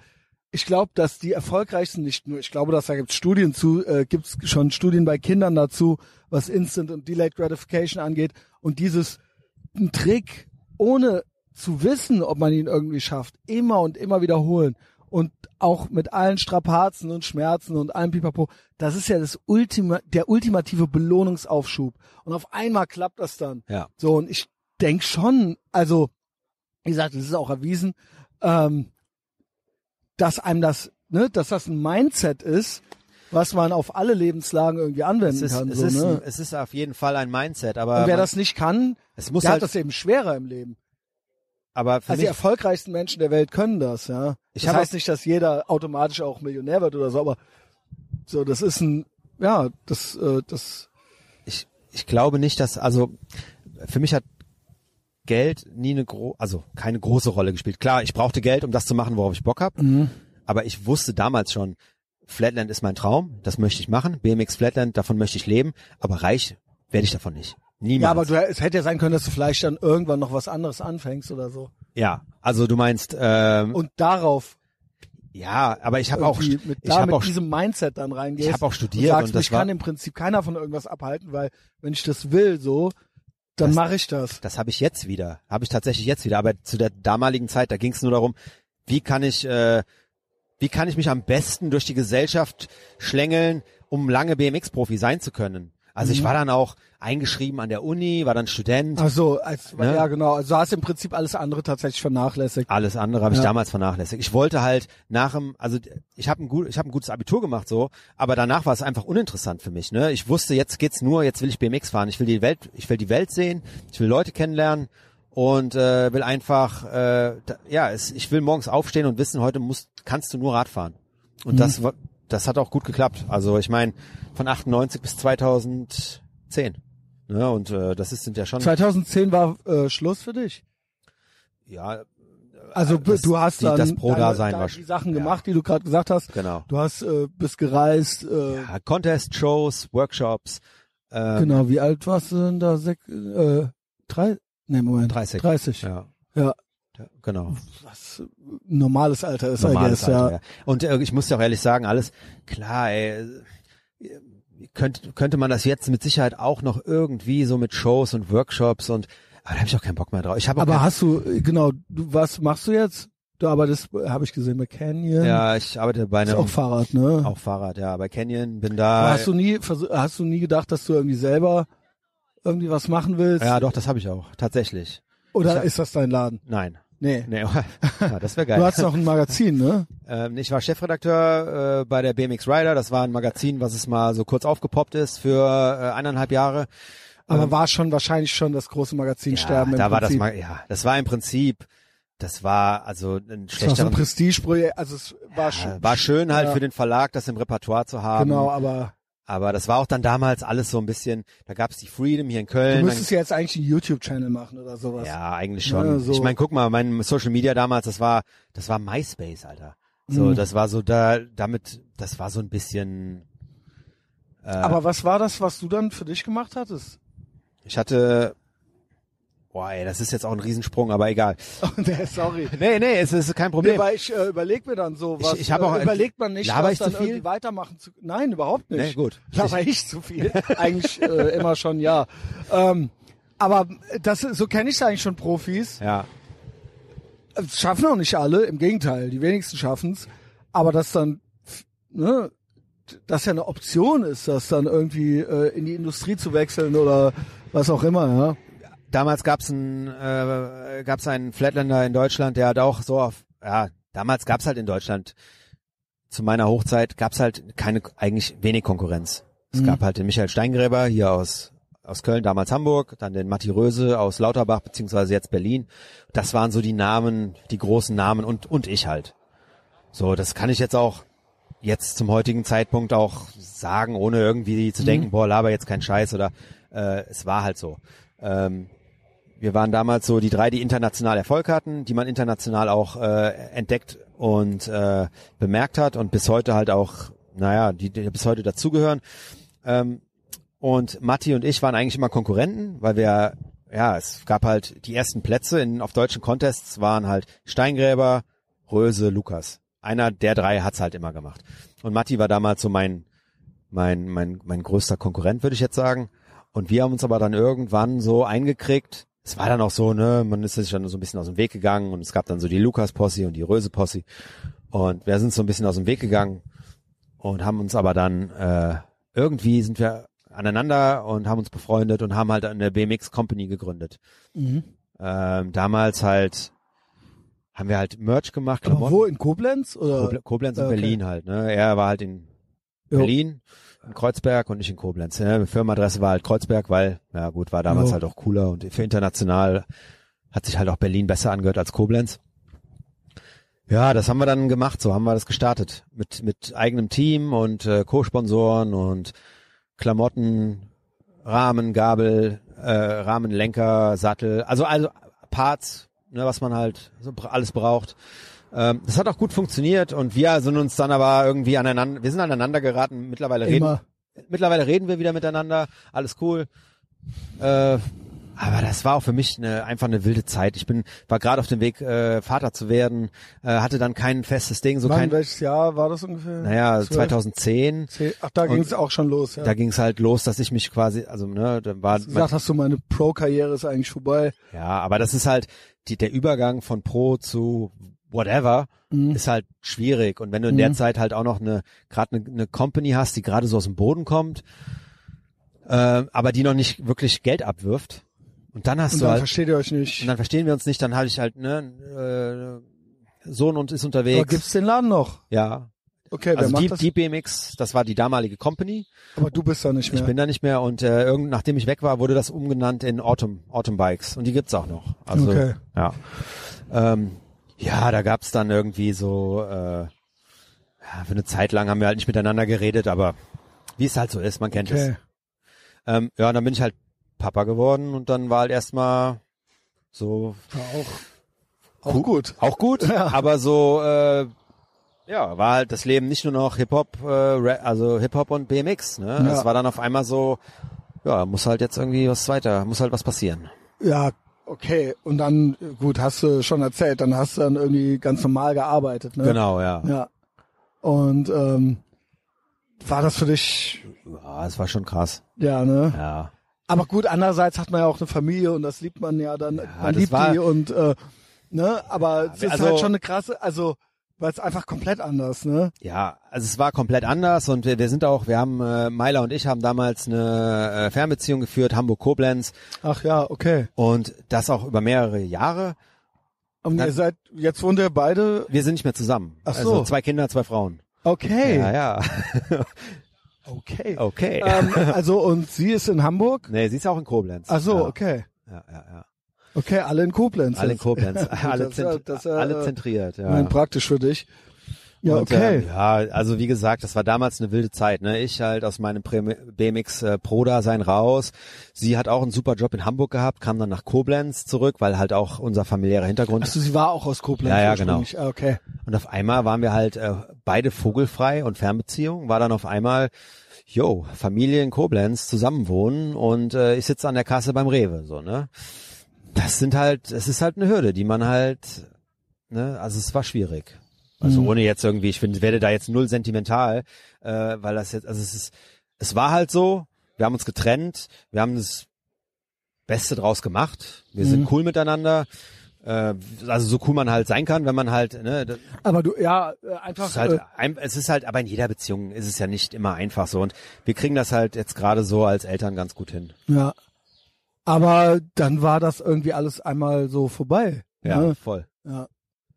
S1: ich glaube, dass die erfolgreichsten nicht nur, ich glaube, dass da gibt's Studien zu, äh, gibt's schon Studien bei Kindern dazu, was Instant und Delayed Gratification angeht und dieses ein Trick ohne zu wissen, ob man ihn irgendwie schafft, immer und immer wiederholen und auch mit allen Strapazen und Schmerzen und allem Pipapo, das ist ja das Ultima, der ultimative Belohnungsaufschub. Und auf einmal klappt das dann.
S2: Ja.
S1: So, und ich denk schon, also, wie gesagt, es ist auch erwiesen, ähm, dass einem das, ne, dass das ein Mindset ist, was man auf alle Lebenslagen irgendwie anwenden
S2: Es ist,
S1: kann.
S2: es,
S1: so,
S2: ist
S1: ne?
S2: ein, es ist auf jeden Fall ein Mindset, aber
S1: und wer
S2: man,
S1: das nicht kann,
S2: es muss
S1: der
S2: halt,
S1: hat das eben schwerer im Leben.
S2: aber für
S1: Also die
S2: mich,
S1: erfolgreichsten Menschen der Welt können das, ja.
S2: Ich
S1: das
S2: hab
S1: heißt nicht, dass jeder automatisch auch Millionär wird oder so, aber so, das ist ein, ja, das, äh, das,
S2: ich, ich glaube nicht, dass, also für mich hat Geld nie eine gro also keine große Rolle gespielt. Klar, ich brauchte Geld, um das zu machen, worauf ich Bock habe,
S1: Mhm.
S2: aber ich wusste damals schon, Flatland ist mein Traum, das möchte ich machen, BMX Flatland, davon möchte ich leben, aber reich werde ich davon nicht. Niemals.
S1: ja, aber du, es hätte ja sein können, dass du vielleicht dann irgendwann noch was anderes anfängst oder so.
S2: ja also du meinst, ähm,
S1: Und darauf
S2: ja, aber ich habe auch,
S1: irgendwie mit,
S2: ich
S1: da,
S2: habe
S1: mit
S2: auch
S1: diesem Mindset dann reingehst.
S2: Ich hab auch
S1: Und
S2: studiert
S1: sagst,
S2: und das
S1: mich
S2: war-
S1: kann im Prinzip keiner von irgendwas abhalten, weil wenn ich das will, so, dann
S2: Das-
S1: mache ich das.
S2: Das habe ich jetzt wieder, habe ich tatsächlich jetzt wieder. Aber zu der damaligen Zeit, da ging es nur darum, wie kann ich, äh, wie kann ich mich am besten durch die Gesellschaft schlängeln, um lange BMX-Profi sein zu können. Also ich war dann auch eingeschrieben an der Uni, war dann Student.
S1: Ach so, als,
S2: Ne? Ah.
S1: ja genau. Also du hast im Prinzip alles andere tatsächlich vernachlässigt.
S2: Alles andere habe ich
S1: Ja.
S2: damals vernachlässigt. Ich wollte halt nach dem, also ich habe ein, gut, ich hab ein gutes Abitur gemacht so, aber danach war es einfach uninteressant für mich. Ne? Ich wusste, jetzt geht's nur, jetzt will ich BMX fahren. Ich will die Welt, ich will die Welt sehen, ich will Leute kennenlernen und äh, will einfach, äh, da, ja, es, ich will morgens aufstehen und wissen, heute musst, kannst du nur Rad fahren. Und das war, das hat auch gut geklappt. Also ich meine, von 98 bis 2010. Ne? Und äh, das ist, sind ja schon,
S1: 2010 war äh, Schluss für dich.
S2: ja,
S1: Also b-
S2: Äh, das-
S1: du hast
S2: die-
S1: dann
S2: das Pro-Dasein
S1: deine, deine,
S2: war
S1: die
S2: schon-
S1: Sachen
S2: ja.
S1: gemacht, die du gerade gesagt hast.
S2: genau.
S1: Du hast äh, bist gereist. Äh,
S2: Ja, Contest, Shows, Workshops. Ähm,
S1: Genau. Wie alt warst du denn da? Sech, äh, drei? Nee, Moment.
S2: 30.
S1: 30.
S2: Ja.
S1: Ja.
S2: Ja, Genau.
S1: Was äh, normales Alter ist,
S2: Normales
S1: I guess,
S2: Alter, ja. Und äh, ich muss dir auch ehrlich sagen, alles klar, ey, äh, könnte, könnte man das jetzt mit Sicherheit auch noch irgendwie so mit Shows und Workshops und aber da habe ich auch keinen Bock mehr drauf. Ich habe auch
S1: Aber
S2: keinen,
S1: hast du, äh, genau, du, was machst du jetzt? Du arbeitest, habe ich gesehen, bei Canyon.
S2: ja, ich arbeite bei
S1: Ist
S2: einem
S1: auch Fahrrad, ne?
S2: auch Fahrrad, ja, bei Canyon, bin
S1: Aber
S2: da.
S1: hast du nie, versuch- hast du nie gedacht, dass du irgendwie selber irgendwie was machen willst?
S2: ja, doch, das habe ich auch, tatsächlich.
S1: Oder
S2: ich hab-
S1: ist das dein Laden?
S2: Nein.
S1: Nee.
S2: Nee, ja, das wäre geil.
S1: Du hast noch ein Magazin, ne?
S2: Ähm, ich war Chefredakteur äh, bei der BMX Rider. Das war ein Magazin, was es mal so kurz aufgepoppt ist für äh, eineinhalb Jahre.
S1: Aber
S2: Ähm,
S1: war schon wahrscheinlich schon das große Magazin sterben.
S2: ja, da
S1: im
S2: war das
S1: Prinzip.
S2: mal. Ja, das war im Prinzip. Das war also ein
S1: Das war so ein
S2: schlechter.
S1: Prestigeprojekt. Also es war
S2: Ja,
S1: schon.
S2: war schön halt
S1: Ja.
S2: für den Verlag, das im Repertoire zu haben.
S1: Genau, aber
S2: Aber das war auch dann damals alles so ein bisschen. Da gab's die Freedom hier in
S1: du
S2: Köln. dann-
S1: müsstest ja jetzt eigentlich einen YouTube-Channel machen oder sowas.
S2: Ja, eigentlich schon.
S1: Ja, so.
S2: Ich meine, guck mal, mein Social Media damals, das war, das war MySpace, Alter. So,
S1: Mhm.
S2: das war so da, damit, das war so ein bisschen. äh,
S1: Aber was war das, was du dann für dich gemacht hattest?
S2: Ich hatte, boah, ey, das ist jetzt auch ein Riesensprung, aber egal.
S1: Nee, Sorry.
S2: Nee, nee, es ist kein Problem.
S1: Nee, weil ich äh, überleg mir dann so was.
S2: Ich- ich hab auch-
S1: äh, überlegt man nicht,
S2: laber
S1: was
S2: ich zu
S1: dann
S2: viel?
S1: irgendwie weitermachen zu. Nein, überhaupt nicht.
S2: Nee, gut.
S1: Laber ich, zu viel? eigentlich äh, immer schon ja. Ähm, aber das so kenne ich eigentlich schon Profis.
S2: ja,
S1: Es schaffen auch nicht alle, im Gegenteil, die wenigsten schaffen's. Aber dass dann, ne, dass ja eine Option ist, das dann irgendwie äh, in die Industrie zu wechseln oder was auch immer,
S2: damals gab's einen, äh, gab's einen Flatlander in Deutschland, der hat auch so auf, ja, damals gab's halt in Deutschland zu meiner Hochzeit gab's halt keine, eigentlich wenig Konkurrenz. Es gab halt den Michael Steingräber hier aus aus Köln, damals Hamburg, dann den Matti Röse aus Lauterbach, beziehungsweise jetzt Berlin. Das waren so die Namen, die großen Namen und, und ich halt. So, das kann ich jetzt auch jetzt zum heutigen Zeitpunkt auch sagen, ohne irgendwie zu denken, boah, laber jetzt kein Scheiß oder äh, es war halt so. Ähm, wir waren damals so die drei, die international Erfolg hatten, die man international auch äh, entdeckt und äh, bemerkt hat und bis heute halt auch, naja, die, die bis heute dazugehören. Ähm, und Matti und ich waren eigentlich immer Konkurrenten, weil wir, ja, es gab halt die ersten Plätze in, auf deutschen Contests waren halt Steingräber, Röse, Lukas. Einer der drei hat's halt immer gemacht. Und Matti war damals so mein, mein, mein, mein größter Konkurrent, würde ich jetzt sagen. Und wir haben uns aber dann irgendwann so eingekriegt. Es war dann auch so, ne, man ist sich dann so ein bisschen aus dem Weg gegangen und es gab dann so die Lukas-Posse und die Röse-Posse. Und wir sind so ein bisschen aus dem Weg gegangen und haben uns aber dann äh, irgendwie sind wir aneinander und haben uns befreundet und haben halt eine BMX Company gegründet.
S1: Mhm.
S2: Ähm, damals halt haben wir halt Merch gemacht,
S1: Aber
S2: Klamotten.
S1: wo in Koblenz oder? äh,
S2: Kobl Koblenz und
S1: Okay.
S2: Berlin halt, ne? Er war halt in
S1: Jo.
S2: Berlin, in Kreuzberg und nicht in Koblenz. Ne? Firmenadresse war halt Kreuzberg, weil, ja gut, war damals
S1: Jo.
S2: halt auch cooler und für international hat sich halt auch Berlin besser angehört als Koblenz. Ja, das haben wir dann gemacht, so haben wir das gestartet. Mit, mit eigenem Team und äh, Co-Sponsoren und Klamotten, Rahmen, Gabel, äh, Rahmen, Lenker, Sattel, also also Parts, ne, was man halt so bra- alles braucht. Ähm, das hat auch gut funktioniert und wir sind uns dann aber irgendwie aneinander, wir sind aneinander geraten. Mittlerweile reden,
S1: Immer.
S2: mittlerweile reden wir wieder miteinander, alles cool. Äh, aber das war auch für mich eine, einfach eine wilde Zeit. Ich bin war gerade auf dem Weg äh, Vater zu werden, äh, hatte dann kein festes Ding, so
S1: Wann,
S2: kein.
S1: welches Jahr war das ungefähr?
S2: Naja,
S1: Zwölf?
S2: 2010.
S1: Zehn- Ach, da
S2: Und-
S1: ging es auch schon los. Ja.
S2: Da ging es halt los, dass ich mich quasi, also ne, dann war
S1: Du sagst, hast du meine Pro-Karriere ist eigentlich vorbei.
S2: Ja, aber das ist halt die, der Übergang von Pro zu whatever
S1: Mhm.
S2: ist halt schwierig. Und wenn du in der
S1: Mhm.
S2: Zeit halt auch noch eine gerade eine, eine Company hast, die gerade so aus dem Boden kommt, äh, aber die noch nicht wirklich Geld abwirft, und dann hast
S1: Und
S2: du
S1: dann
S2: halt
S1: versteht ihr euch nicht.
S2: und dann verstehen wir uns nicht, dann habe ich halt ne äh, Sohn und ist
S1: Aber
S2: unterwegs.
S1: gibt's den Laden noch?
S2: ja,
S1: Okay, wer
S2: also
S1: macht
S2: die,
S1: das?
S2: die BMX, das war die damalige Company.
S1: Aber du bist da nicht mehr.
S2: Ich bin da nicht mehr und äh, irgend, nachdem ich weg war, wurde das umgenannt in Autumn, Autumn Bikes und die gibt's auch noch. Also
S1: Okay.
S2: ja. Ähm, ja, da gab's dann irgendwie so äh, ja, für eine Zeit lang haben wir halt nicht miteinander geredet, aber wie es halt so ist, man kennt
S1: okay.
S2: es. Ähm, ja, und dann bin ich halt Papa geworden und dann war halt erstmal so
S1: Ja, auch. Auch gut.
S2: auch gut, aber so äh, ja, war halt das Leben nicht nur noch Hip-Hop, äh, Ra- also Hip-Hop und BMX, ne?
S1: Ja.
S2: Es war dann auf einmal so ja, muss halt jetzt irgendwie was weiter, muss halt was passieren.
S1: Ja, okay. Und dann, gut, hast du schon erzählt, dann hast du dann irgendwie ganz normal gearbeitet. Ne?
S2: Genau, ja.
S1: Ja. Und ähm, war das für dich,
S2: Ja, Ah, es war schon krass.
S1: ja, ne?
S2: Ja.
S1: Aber gut, andererseits hat man ja auch eine Familie und das liebt man ja dann. man
S2: das
S1: liebt
S2: war-
S1: die und, äh, ne? Aber es ist
S2: also-
S1: halt schon eine krasse, also, weil es einfach komplett anders, ne?
S2: Ja, also es war komplett anders und wir, wir sind auch, wir haben, äh, Meiler und ich haben damals eine äh, Fernbeziehung geführt, Hamburg-Koblenz
S1: Ach ja, okay.
S2: und das auch über mehrere Jahre.
S1: Und
S2: Dann-
S1: ihr seid, jetzt wohnt ihr beide,
S2: Wir sind nicht mehr zusammen.
S1: Ach so.
S2: Also zwei Kinder, zwei Frauen.
S1: okay.
S2: Ja, Oh. ja.
S1: Okay.
S2: Okay.
S1: Ähm, also, und sie ist in Hamburg?
S2: Nee, sie ist auch in Koblenz.
S1: Ach so,
S2: ja.
S1: okay.
S2: Ja, ja, ja.
S1: Okay, alle in Koblenz.
S2: Alle in
S1: jetzt.
S2: Koblenz. alle,
S1: das ist ja-
S2: zentri-
S1: das ist ja,
S2: alle
S1: äh,
S2: zentriert, ja.
S1: Nein, praktisch für dich. Ja,
S2: Und,
S1: okay.
S2: ähm, ja, also wie gesagt, das war damals eine wilde Zeit. Ne? Ich halt aus meinem Prä- BMX äh, Pro sein raus. Sie hat auch einen super Job in Hamburg gehabt, kam dann nach Koblenz zurück, weil halt auch unser familiärer Hintergrund.
S1: Also sie war auch aus Koblenz.
S2: Ja, ja, genau.
S1: ursprünglich. Ah, okay.
S2: Und auf einmal waren wir halt äh, beide vogelfrei und Fernbeziehung. War dann auf einmal, yo, Familie in Koblenz zusammenwohnen und äh, ich sitze an der Kasse beim Rewe. So ne. Das sind halt, es ist halt eine Hürde, die man halt, ne, also es war schwierig. Also ohne jetzt irgendwie, ich find, werde da jetzt null sentimental, äh, weil das jetzt, also es ist, es war halt so, wir haben uns getrennt, wir haben das Beste draus gemacht, wir sind cool miteinander, äh, also so cool man halt sein kann, wenn man halt, ne, das
S1: Aber du, ja, äh, einfach.
S2: ist halt,
S1: äh,
S2: ein- es ist halt, aber in jeder Beziehung ist es ja nicht immer einfach so und wir kriegen das halt jetzt gerade so als Eltern ganz gut hin.
S1: äh, ja. Aber dann war das irgendwie alles einmal so vorbei. Ne?
S2: voll.
S1: ja.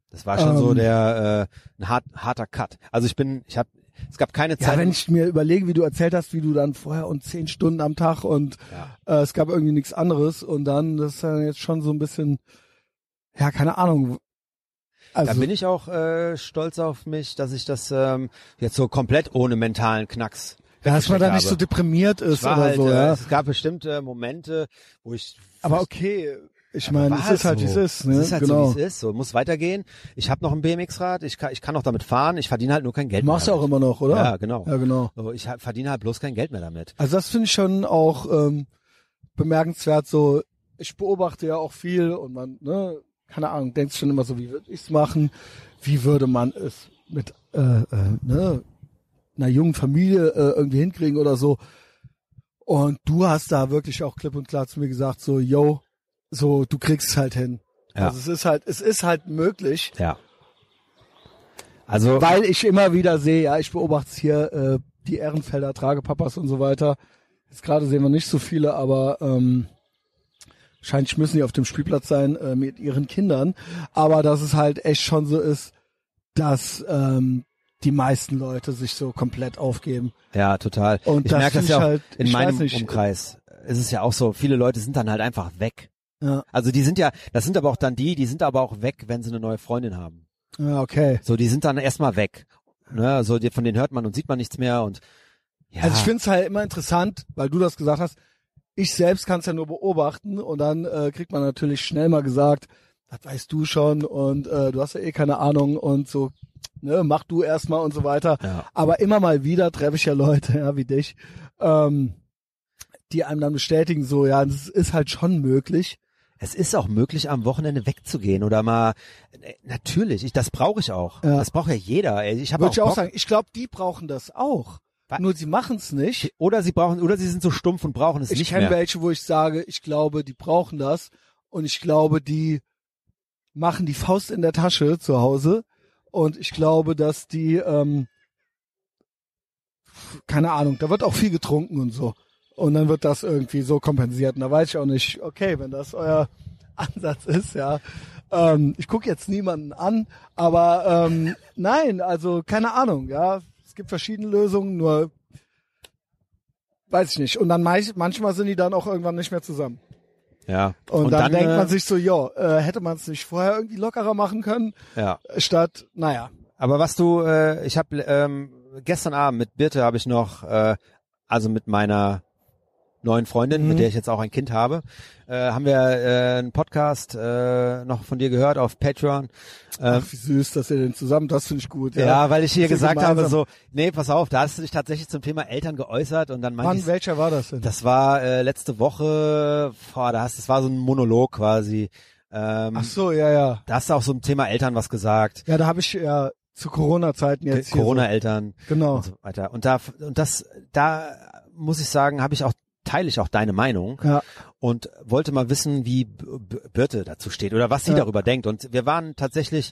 S2: Das war schon so
S1: Ähm.
S2: der äh, ein hart, harter Cut. Also ich bin, ich habe, es gab keine Zeit.
S1: Ja, wenn ich mir überlege, wie du erzählt hast, wie du dann vorher und zehn Stunden am Tag und
S2: Ja.
S1: äh, es gab irgendwie nichts anderes und dann, das ist ja jetzt schon so ein bisschen, ja, keine Ahnung. Also,
S2: da bin ich auch äh, stolz auf mich, dass ich das ähm, jetzt so komplett ohne mentalen Knacks.
S1: ja, dass man da nicht so
S2: habe.
S1: deprimiert
S2: Ich
S1: ist
S2: war
S1: oder
S2: halt,
S1: so,
S2: äh,
S1: ja.
S2: Es gab bestimmte Momente, wo ich.
S1: Aber okay, ich
S2: Aber
S1: meine,
S2: war
S1: es ist halt,
S2: so.
S1: wie es ist, ne?
S2: Es ist halt
S1: genau.
S2: so, wie es ist. So muss weitergehen. Ich habe noch ein BMX-Rad. Ich kann, ich kann noch damit fahren. Ich verdiene halt nur kein Geld.
S1: Machst du
S2: mehr
S1: auch immer noch, oder?
S2: Ja, genau.
S1: Ja, genau.
S2: So, ich hab- verdiene halt bloß kein Geld mehr damit.
S1: Also das finde ich schon auch ähm, bemerkenswert. So, ich beobachte ja auch viel und man, ne, keine Ahnung, denkt schon immer so, wie würde ich's machen? Wie würde man es mit äh, äh, ne, einer jungen Familie äh, irgendwie hinkriegen oder so? Und du hast da wirklich auch klipp und klar zu mir gesagt, so, yo, so, du kriegst es halt hin.
S2: Ja.
S1: Also es ist halt, es ist halt möglich.
S2: Ja. Also
S1: Weil ich immer wieder sehe, ja, ich beobachte es hier, äh, die Ehrenfelder Tragepapas und so weiter. Jetzt gerade sehen wir nicht so viele, aber ähm, wahrscheinlich müssen die auf dem Spielplatz sein äh, mit ihren Kindern. Aber dass es halt echt schon so ist, dass ähm, die meisten Leute sich so komplett aufgeben.
S2: ja, total.
S1: Und
S2: ich
S1: das
S2: merke
S1: find
S2: das
S1: ich
S2: ja auch
S1: halt-
S2: in
S1: ich weiß
S2: meinem
S1: nicht.
S2: Umkreis. Es ist ja auch so, viele Leute sind dann halt einfach weg.
S1: Ja,
S2: Also die sind ja, das sind aber auch dann die, die sind aber auch weg, wenn sie eine neue Freundin haben.
S1: ja okay.
S2: So, die sind dann erstmal weg. Ne, so die, von denen hört man und sieht man nichts mehr und ja,
S1: Also ich finde es halt immer interessant, weil du das gesagt hast, ich selbst kann es ja nur beobachten und dann äh, kriegt man natürlich schnell mal gesagt, das weißt du schon und äh, du hast ja eh keine Ahnung und so, ne, mach du erstmal und so weiter.
S2: Ja.
S1: Aber immer mal wieder treffe ich ja Leute, ja, wie dich, ähm, die einem dann bestätigen, so, ja, das ist halt schon möglich.
S2: es ist auch möglich, am Wochenende wegzugehen oder mal. äh, Natürlich, ich, das brauche ich auch.
S1: Ja.
S2: Das braucht ja jeder. ey. Ich habe
S1: Würde
S2: auch,
S1: ich auch
S2: Bock.
S1: sagen, ich glaube, die brauchen das auch.
S2: Wa-
S1: Nur sie machen es nicht.
S2: Oder sie brauchen, oder sie sind so stumpf und brauchen es
S1: ich
S2: nicht
S1: kenne
S2: mehr.
S1: welche, wo ich sage, ich glaube, die brauchen das und ich glaube, die machen die Faust in der Tasche zu Hause und ich glaube, dass die ähm, keine Ahnung, da wird auch viel getrunken und so und dann wird das irgendwie so kompensiert und da weiß ich auch nicht, okay, wenn das euer Ansatz ist, ja. Ähm, ich gucke jetzt niemanden an, aber ähm, nein, also keine Ahnung, ja. Es gibt verschiedene Lösungen, nur Weiß ich nicht. Und dann meist, manchmal sind die dann auch irgendwann nicht mehr zusammen.
S2: Ja.
S1: Und, dann, denkt
S2: äh,
S1: man sich so, ja, äh, hätte man es nicht vorher irgendwie lockerer machen können,
S2: äh, Ja.
S1: statt, naja.
S2: Aber was du, äh, ich habe ähm, gestern Abend mit Birte habe ich noch, äh, also mit meiner neuen Freundin,
S1: Mhm.
S2: mit der ich jetzt auch ein Kind habe, äh, haben wir äh, einen Podcast äh, noch von dir gehört auf Patreon. Äh,
S1: Ach, wie süß, dass ihr den zusammen, das finde ich gut. Ja,
S2: ja, weil ich hier
S1: Dass ihr
S2: gesagt habe,
S1: gemeinsam-
S2: so, nee, pass auf, da hast du dich tatsächlich zum Thema Eltern geäußert und dann meinte
S1: Mann,
S2: ich,
S1: welcher war das denn?
S2: das war äh, letzte Woche, boah, da hast, das war so ein Monolog quasi. Ähm,
S1: Ach so, ja, ja.
S2: Da hast du auch zum Thema Eltern was gesagt.
S1: Ja, da habe ich ja zu Corona-Zeiten jetzt hier
S2: Corona-Eltern.
S1: So, genau.
S2: und so weiter. Und da und das da muss ich sagen, habe ich auch teile ich auch deine Meinung
S1: Ja.
S2: und wollte mal wissen, wie B- B- Birte dazu steht oder was sie
S1: Ja.
S2: darüber denkt. Und wir waren tatsächlich,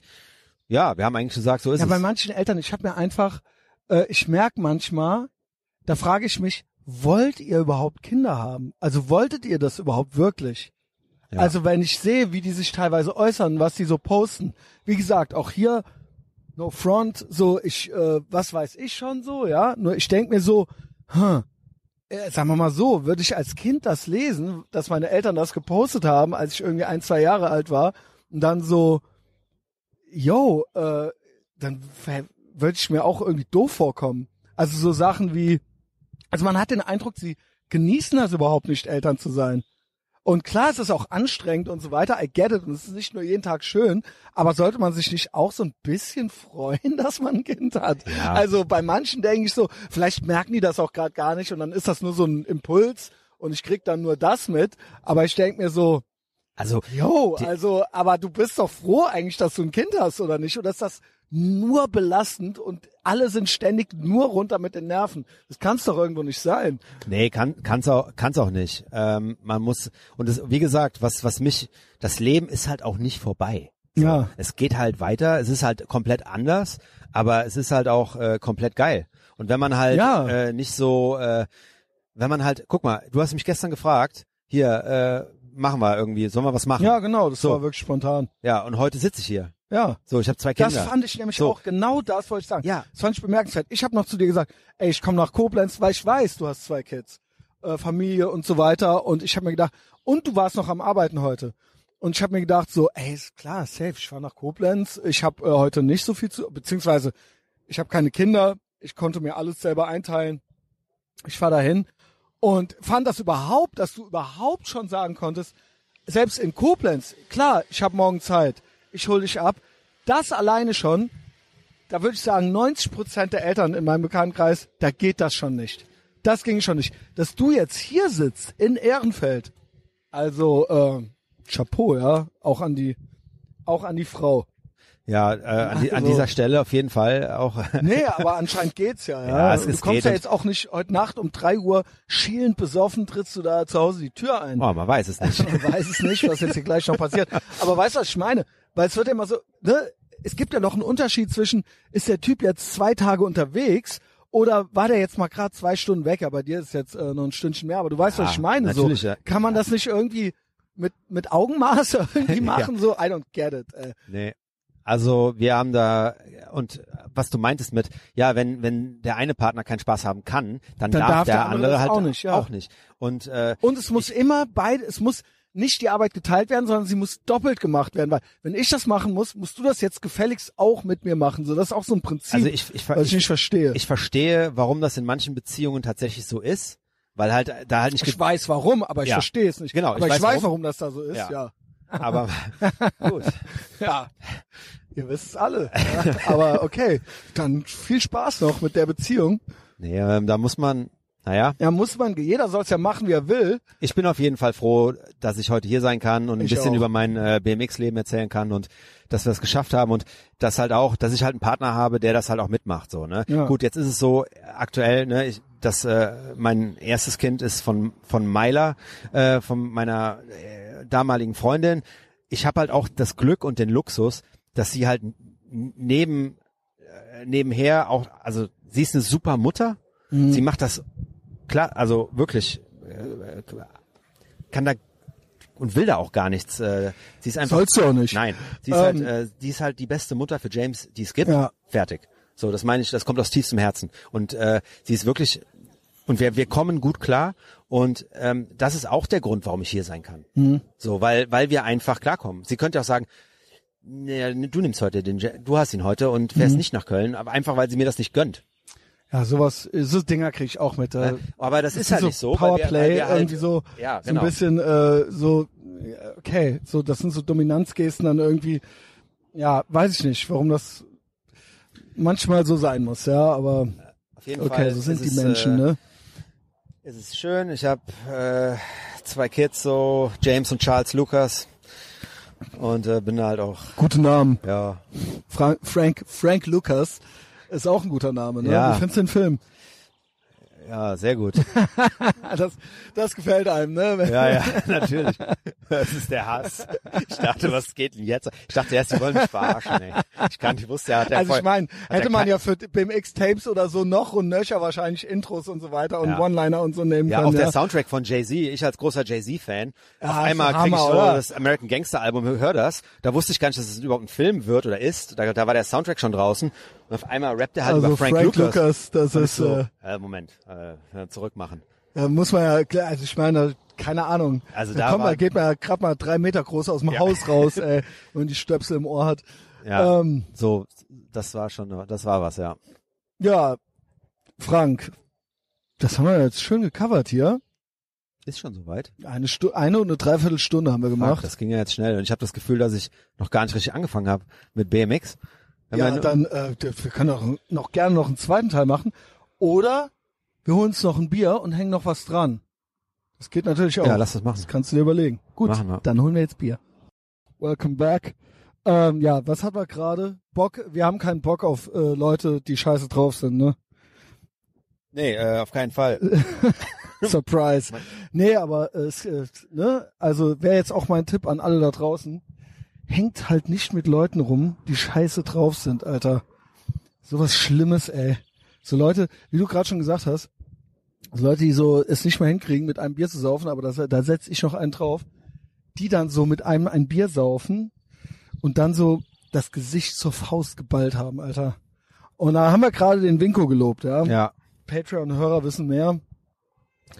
S2: ja, wir haben eigentlich gesagt, so ist
S1: Ja, bei
S2: es.
S1: manchen Eltern, ich habe mir einfach, äh, ich merk manchmal, da frage ich mich, wollt ihr überhaupt Kinder haben? Also wolltet ihr das überhaupt wirklich?
S2: Ja.
S1: Also wenn ich sehe, wie die sich teilweise äußern, was die so posten, wie gesagt, auch hier no front, so ich, äh, was weiß ich schon so, ja. Nur ich denk mir so, hm, äh, sagen wir mal so, würde ich als Kind das lesen, dass meine Eltern das gepostet haben, als ich irgendwie ein, zwei Jahre alt war, und dann so, yo, äh, dann würde ich mir auch irgendwie doof vorkommen. Also so Sachen wie, also man hat den Eindruck, sie genießen das überhaupt nicht, Eltern zu sein. Und klar, es ist auch anstrengend und so weiter, I get it, und es ist nicht nur jeden Tag schön, aber sollte man sich nicht auch so ein bisschen freuen, dass man ein Kind hat?
S2: Ja.
S1: Also bei manchen denke ich so, vielleicht merken die das auch gerade gar nicht und dann ist das nur so ein Impuls und ich krieg dann nur das mit, aber ich denke mir so,
S2: Also
S1: Jo,
S2: Die-
S1: also, aber du bist doch froh eigentlich, dass du ein Kind hast, oder nicht? Oder ist das nur belastend und alle sind ständig nur runter mit den Nerven? Das kann es doch irgendwo nicht sein.
S2: Nee, kann kann's auch kann's auch nicht. Ähm, man muss und das, wie gesagt, was was mich das Leben ist halt auch nicht vorbei. So,
S1: Ja.
S2: Es geht halt weiter. Es ist halt komplett anders, aber es ist halt auch äh, komplett geil. Und wenn man halt
S1: Ja.
S2: äh, nicht so, äh, wenn man halt, guck mal, du hast mich gestern gefragt, hier äh, machen wir irgendwie, sollen wir was machen?
S1: Ja, genau, das
S2: So.
S1: war wirklich spontan.
S2: Ja. Und heute sitze ich hier.
S1: Ja.
S2: So, ich habe zwei Kinder.
S1: Das fand ich nämlich
S2: So.
S1: auch genau das, wollte ich sagen.
S2: Ja.
S1: Das fand ich bemerkenswert. Ich habe noch zu dir gesagt, ey, ich komme nach Koblenz, weil ich weiß, du hast zwei Kids, äh, Familie und so weiter. Und ich habe mir gedacht, und du warst noch am Arbeiten heute. Und ich habe mir gedacht, so, ey, ist klar, safe, ich fahr nach Koblenz. Ich habe äh, heute nicht so viel zu, beziehungsweise ich habe keine Kinder. Ich konnte mir alles selber einteilen. Ich fahr dahin und fand das überhaupt, dass du überhaupt schon sagen konntest, selbst in Koblenz, klar, ich habe morgen Zeit, ich hol dich ab. Das alleine schon, da würde ich sagen, 90 Prozent der Eltern in meinem Bekanntenkreis, da geht das schon nicht. Das ging schon nicht. Dass du jetzt hier sitzt in Ehrenfeld, also äh, Chapeau, ja, auch an die, auch an die Frau.
S2: Ja, äh, an, die, an
S1: Also-
S2: dieser Stelle auf jeden Fall auch.
S1: Nee, aber anscheinend geht's ja. Ja,
S2: Ja, es-
S1: du
S2: es
S1: kommst
S2: geht
S1: ja
S2: und-
S1: jetzt auch nicht heute Nacht um 3 Uhr schielend besoffen, trittst du da zu Hause die Tür ein.
S2: oh, man weiß es nicht.
S1: Man weiß es nicht, was jetzt hier gleich noch passiert. Aber weißt du, was ich meine? Weil es wird ja immer so, ne? es gibt ja noch einen Unterschied zwischen, ist der Typ jetzt zwei Tage unterwegs oder war der jetzt mal gerade zwei Stunden weg? Aber dir ist jetzt äh, noch ein Stündchen mehr. Aber du weißt, was
S2: Ja,
S1: ich meine. So,
S2: natürlich, ja.
S1: kann man das nicht irgendwie mit, mit Augenmaß irgendwie
S2: Ja.
S1: machen? So, I don't get it. Äh,
S2: Nee. Also wir haben da und was du meintest mit, ja, wenn wenn der eine Partner keinen Spaß haben kann, dann, darf, der, andere,
S1: das
S2: halt
S1: auch nicht, ja.
S2: auch nicht. Und äh,
S1: Und es muss immer beide, es muss nicht die Arbeit geteilt werden, sondern sie muss doppelt gemacht werden, weil wenn ich das machen muss, musst du das jetzt gefälligst auch mit mir machen. So, das ist auch so ein Prinzip,
S2: also ich ich,
S1: Oh, was ich,
S2: ich,
S1: nicht verstehe.
S2: ich verstehe, warum das in manchen Beziehungen tatsächlich so ist, weil halt äh, da halt nicht
S1: Ich weiß warum, aber ich
S2: Ja.
S1: verstehe es nicht.
S2: Genau, ich
S1: aber ich
S2: weiß
S1: weiß,
S2: warum.
S1: warum das da so ist.
S2: Ja.
S1: Ja,
S2: aber gut.
S1: ja. ihr wisst es alle. Ja. aber okay, dann viel Spaß noch mit der Beziehung.
S2: Nee, ähm, da muss man naja,
S1: Ja, muss man, jeder soll es ja machen, wie er will.
S2: ich bin auf jeden Fall froh, dass ich heute hier sein kann und ein
S1: Ich
S2: bisschen
S1: auch.
S2: über mein äh, BMX-Leben erzählen kann und dass wir es geschafft haben und dass halt auch, dass ich halt einen Partner habe, der das halt auch mitmacht. So, ne?
S1: Ja.
S2: Gut, jetzt ist es so äh, aktuell, ne, ich, dass äh, mein erstes Kind ist von von Myla, äh, von meiner äh, damaligen Freundin. Ich habe halt auch das Glück und den Luxus, dass sie halt n- neben äh, nebenher auch, also sie ist eine super Mutter.
S1: Mhm.
S2: Sie macht das klar, also wirklich äh, kann da und will da auch gar nichts. Äh, sie ist einfach.
S1: Sollst du auch nicht.
S2: Nein, sie ist
S1: Ähm.
S2: halt, äh, die ist halt die beste Mutter für James, die es gibt.
S1: Ja.
S2: Fertig. So, das meine ich, das kommt aus tiefstem Herzen. Und äh, sie ist wirklich und wir, wir kommen gut klar. Und ähm, das ist auch der Grund, warum ich hier sein kann.
S1: Mhm.
S2: So, weil, weil wir einfach klarkommen. Sie könnte auch sagen, nee, du nimmst heute den, Ja- du hast ihn heute und
S1: Mhm.
S2: fährst nicht nach Köln, aber einfach, weil sie mir das nicht gönnt.
S1: Ja, sowas, so Dinger kriege ich auch mit. Äh,
S2: Aber das ist, halt nicht so. weil wir-
S1: Powerplay,
S2: weil wir halt,
S1: irgendwie so,
S2: Ja,
S1: so ein
S2: genau.
S1: bisschen äh, so, ja, okay, so das sind so Dominanzgesten dann irgendwie, ja, weiß ich nicht, warum das manchmal so sein muss, ja, aber
S2: Auf jeden
S1: okay,
S2: Fall
S1: so sind
S2: ist
S1: die
S2: Äh, es,
S1: Menschen,
S2: äh,
S1: ne?
S2: Es ist schön. Ich habe äh, zwei Kids, so James und Charles Lucas. Und äh, bin da halt auch,
S1: Gute Namen.
S2: ja.
S1: Frank, Frank, Frank Lucas ist auch ein guter Name, ne?
S2: Ja.
S1: Wie findest du den Film?
S2: Ja, sehr gut.
S1: Ah, Das, das gefällt einem, ne?
S2: Ja, ja, natürlich. Das ist der Hass. Ich dachte, was geht denn jetzt? Ich dachte erst, die wollen mich verarschen, ey. Ich kann, ich wusste, er hat der
S1: Also ich
S2: voll-
S1: meine,
S2: hat der
S1: hätte man
S2: kein-
S1: ja für BMX-Tapes oder so noch und nöcher wahrscheinlich Intros und so weiter und
S2: Ja.
S1: One-Liner und so nehmen
S2: Ja,
S1: können.
S2: auch der Soundtrack von Jay-Z, ich als großer Jay-Z-Fan,
S1: Ja,
S2: auf
S1: Ah, ist
S2: einmal
S1: doch
S2: krieg ich
S1: Hammer,
S2: so
S1: oder?
S2: das American Gangster Album, hör das, da wusste ich gar nicht, dass es überhaupt ein Film wird oder ist, da, da war der Soundtrack schon draußen und auf einmal rappt er halt
S1: also
S2: über Frank, Lucas.
S1: das
S2: Und
S1: ist
S2: ich so,
S1: äh,
S2: äh, Moment, äh, zurückmachen.
S1: Da muss man ja, klar, also ich meine, keine Ahnung.
S2: Also
S1: da
S2: da
S1: kommt man,
S2: war-
S1: geht man ja gerade mal drei Meter groß aus dem Haus raus, ey, wenn die Stöpsel im Ohr hat.
S2: Ja,
S1: Ähm,
S2: so, das war schon, das war was, ja.
S1: ja, Frank, das haben wir jetzt schön gecovert hier.
S2: Ist schon soweit.
S1: Eine, Stu eine und eine Dreiviertelstunde haben wir
S2: Fuck,
S1: gemacht.
S2: das ging ja jetzt schnell und ich habe das Gefühl, dass ich noch gar nicht richtig angefangen habe mit BMX. Wenn
S1: ja,
S2: man-
S1: dann, äh, wir können auch noch gerne noch einen zweiten Teil machen. Oder wir holen uns noch ein Bier und hängen noch was dran. Das geht natürlich auch.
S2: ja, lass das machen.
S1: Das kannst du dir überlegen. Gut,
S2: Machen wir.
S1: dann holen wir jetzt Bier. Welcome back. Ähm, ja, was hat man gerade? Bock, wir haben keinen Bock auf äh, Leute, die scheiße drauf sind, ne?
S2: Nee, äh, auf keinen Fall.
S1: Surprise. Nee, aber äh, es, äh, ne? Also wäre jetzt auch mein Tipp an alle da draußen. Hängt halt nicht mit Leuten rum, die scheiße drauf sind, Alter. Sowas Schlimmes, ey. So Leute, wie du gerade schon gesagt hast, so Leute, die so es nicht mehr hinkriegen, mit einem Bier zu saufen, aber das, da setz ich noch einen drauf, die dann so mit einem ein Bier saufen und dann so das Gesicht zur Faust geballt haben, Alter. Und da haben wir gerade den Winko gelobt, ja.
S2: Ja,
S1: Patreon-Hörer wissen mehr.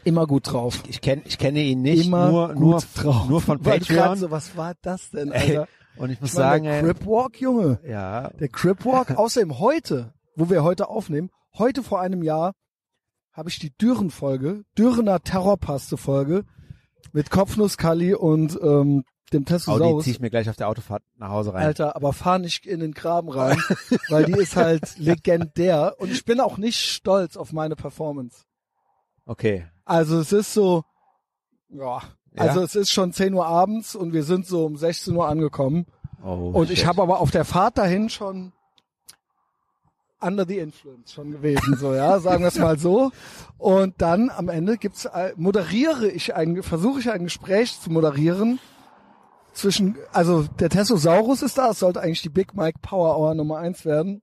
S1: Immer gut drauf.
S2: ich kenne ich kenne ihn nicht,
S1: Immer
S2: nur,
S1: gut
S2: nur,
S1: drauf.
S2: nur von
S1: Weil grad
S2: Patreon.
S1: So, was war das denn,
S2: Ey,
S1: Alter?
S2: und ich muss
S1: Ich
S2: sagen,
S1: der
S2: ey,
S1: Crip Walk, Junge.
S2: ja,
S1: Der Crip Walk. Außerdem heute, wo wir heute aufnehmen, heute vor einem Jahr habe ich die Dürren-Folge, Dürrener Terrorpaste-Folge mit Kopfnuss Kali und ähm, dem
S2: Audi
S1: Testosaurus.
S2: ziehe ich mir gleich auf der Autofahrt nach Hause rein.
S1: Alter, aber fahr nicht in den Graben rein, weil die ist halt legendär und ich bin auch nicht stolz auf meine Performance.
S2: Okay.
S1: Also es ist so, ja, also
S2: Ja?
S1: es ist schon 10 Uhr abends und wir sind so um 16 Uhr angekommen.
S2: Oh,
S1: Und
S2: shit.
S1: ich habe aber auf der Fahrt dahin schon under the influence schon gewesen, so ja, sagen wir es mal so. Und dann am Ende gibt's äh, moderiere ich ein, versuche ich ein Gespräch zu moderieren zwischen, also der Tessosaurus ist da, es sollte eigentlich die Big Mike Power Hour Nummer eins werden.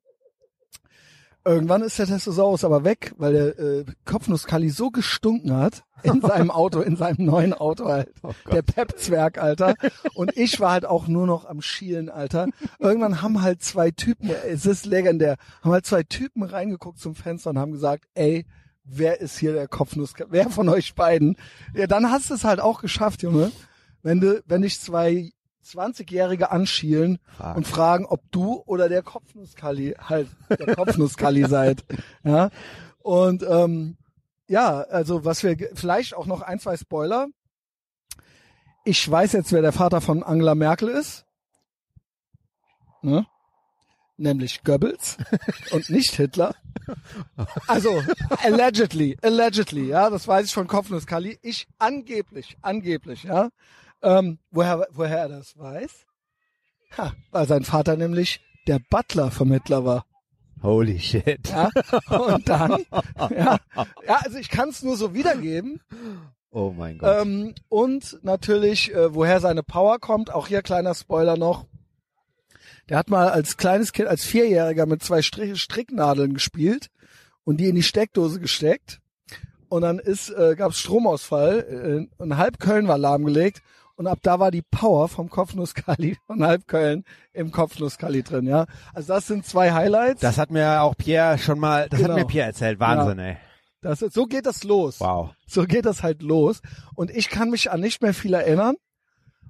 S1: Irgendwann ist der Testosaurus aber weg, weil der äh, Kopfnusskali so gestunken hat in seinem Auto, in seinem neuen Auto halt. der Pep-Zwerg, Alter. Und ich war halt auch nur noch am Schielen, Alter. Irgendwann haben halt zwei Typen, es ist legendär, haben halt zwei Typen reingeguckt zum Fenster und haben gesagt, ey, wer ist hier der Kopfnuss? Wer von euch beiden? Ja, dann hast du es halt auch geschafft, Junge. Wenn du, wenn dich zwei 20-Jährige anschielen
S2: Fuck.
S1: und fragen, ob du oder der Kopfnusskali halt der Kopfnusskali seid. Ja. Und ähm, ja, also was wir ge- vielleicht auch noch ein, zwei Spoiler. Ich weiß jetzt, wer der Vater von Angela Merkel ist. Ne? Nämlich Goebbels und nicht Hitler. Also, allegedly, allegedly, ja, das weiß ich von Kopfnusskali. Ich angeblich, angeblich, ja. Ähm, woher, woher er das weiß? Ha, weil sein Vater nämlich der Butler vom Hitler war.
S2: Holy shit.
S1: Ja? Und dann, ja, ja, also ich kann es nur so wiedergeben.
S2: Oh mein Gott.
S1: Ähm, und natürlich, äh, woher seine Power kommt, auch hier kleiner Spoiler noch. Der hat mal als kleines Kind, als Vierjähriger mit zwei Strich Stricknadeln gespielt und die in die Steckdose gesteckt. Und dann ist, äh, gab es Stromausfall äh, und halb Köln war lahmgelegt. Und ab da war die Power vom Kopfnusskali von halb Köln im Kopfnusskali drin, ja. Also das sind zwei Highlights.
S2: das hat mir auch Pierre schon mal, das
S1: Genau.
S2: hat mir Pierre erzählt. Wahnsinn, ey.
S1: das ist, so geht das los.
S2: Wow.
S1: So geht das halt los. Und ich kann mich an nicht mehr viel erinnern.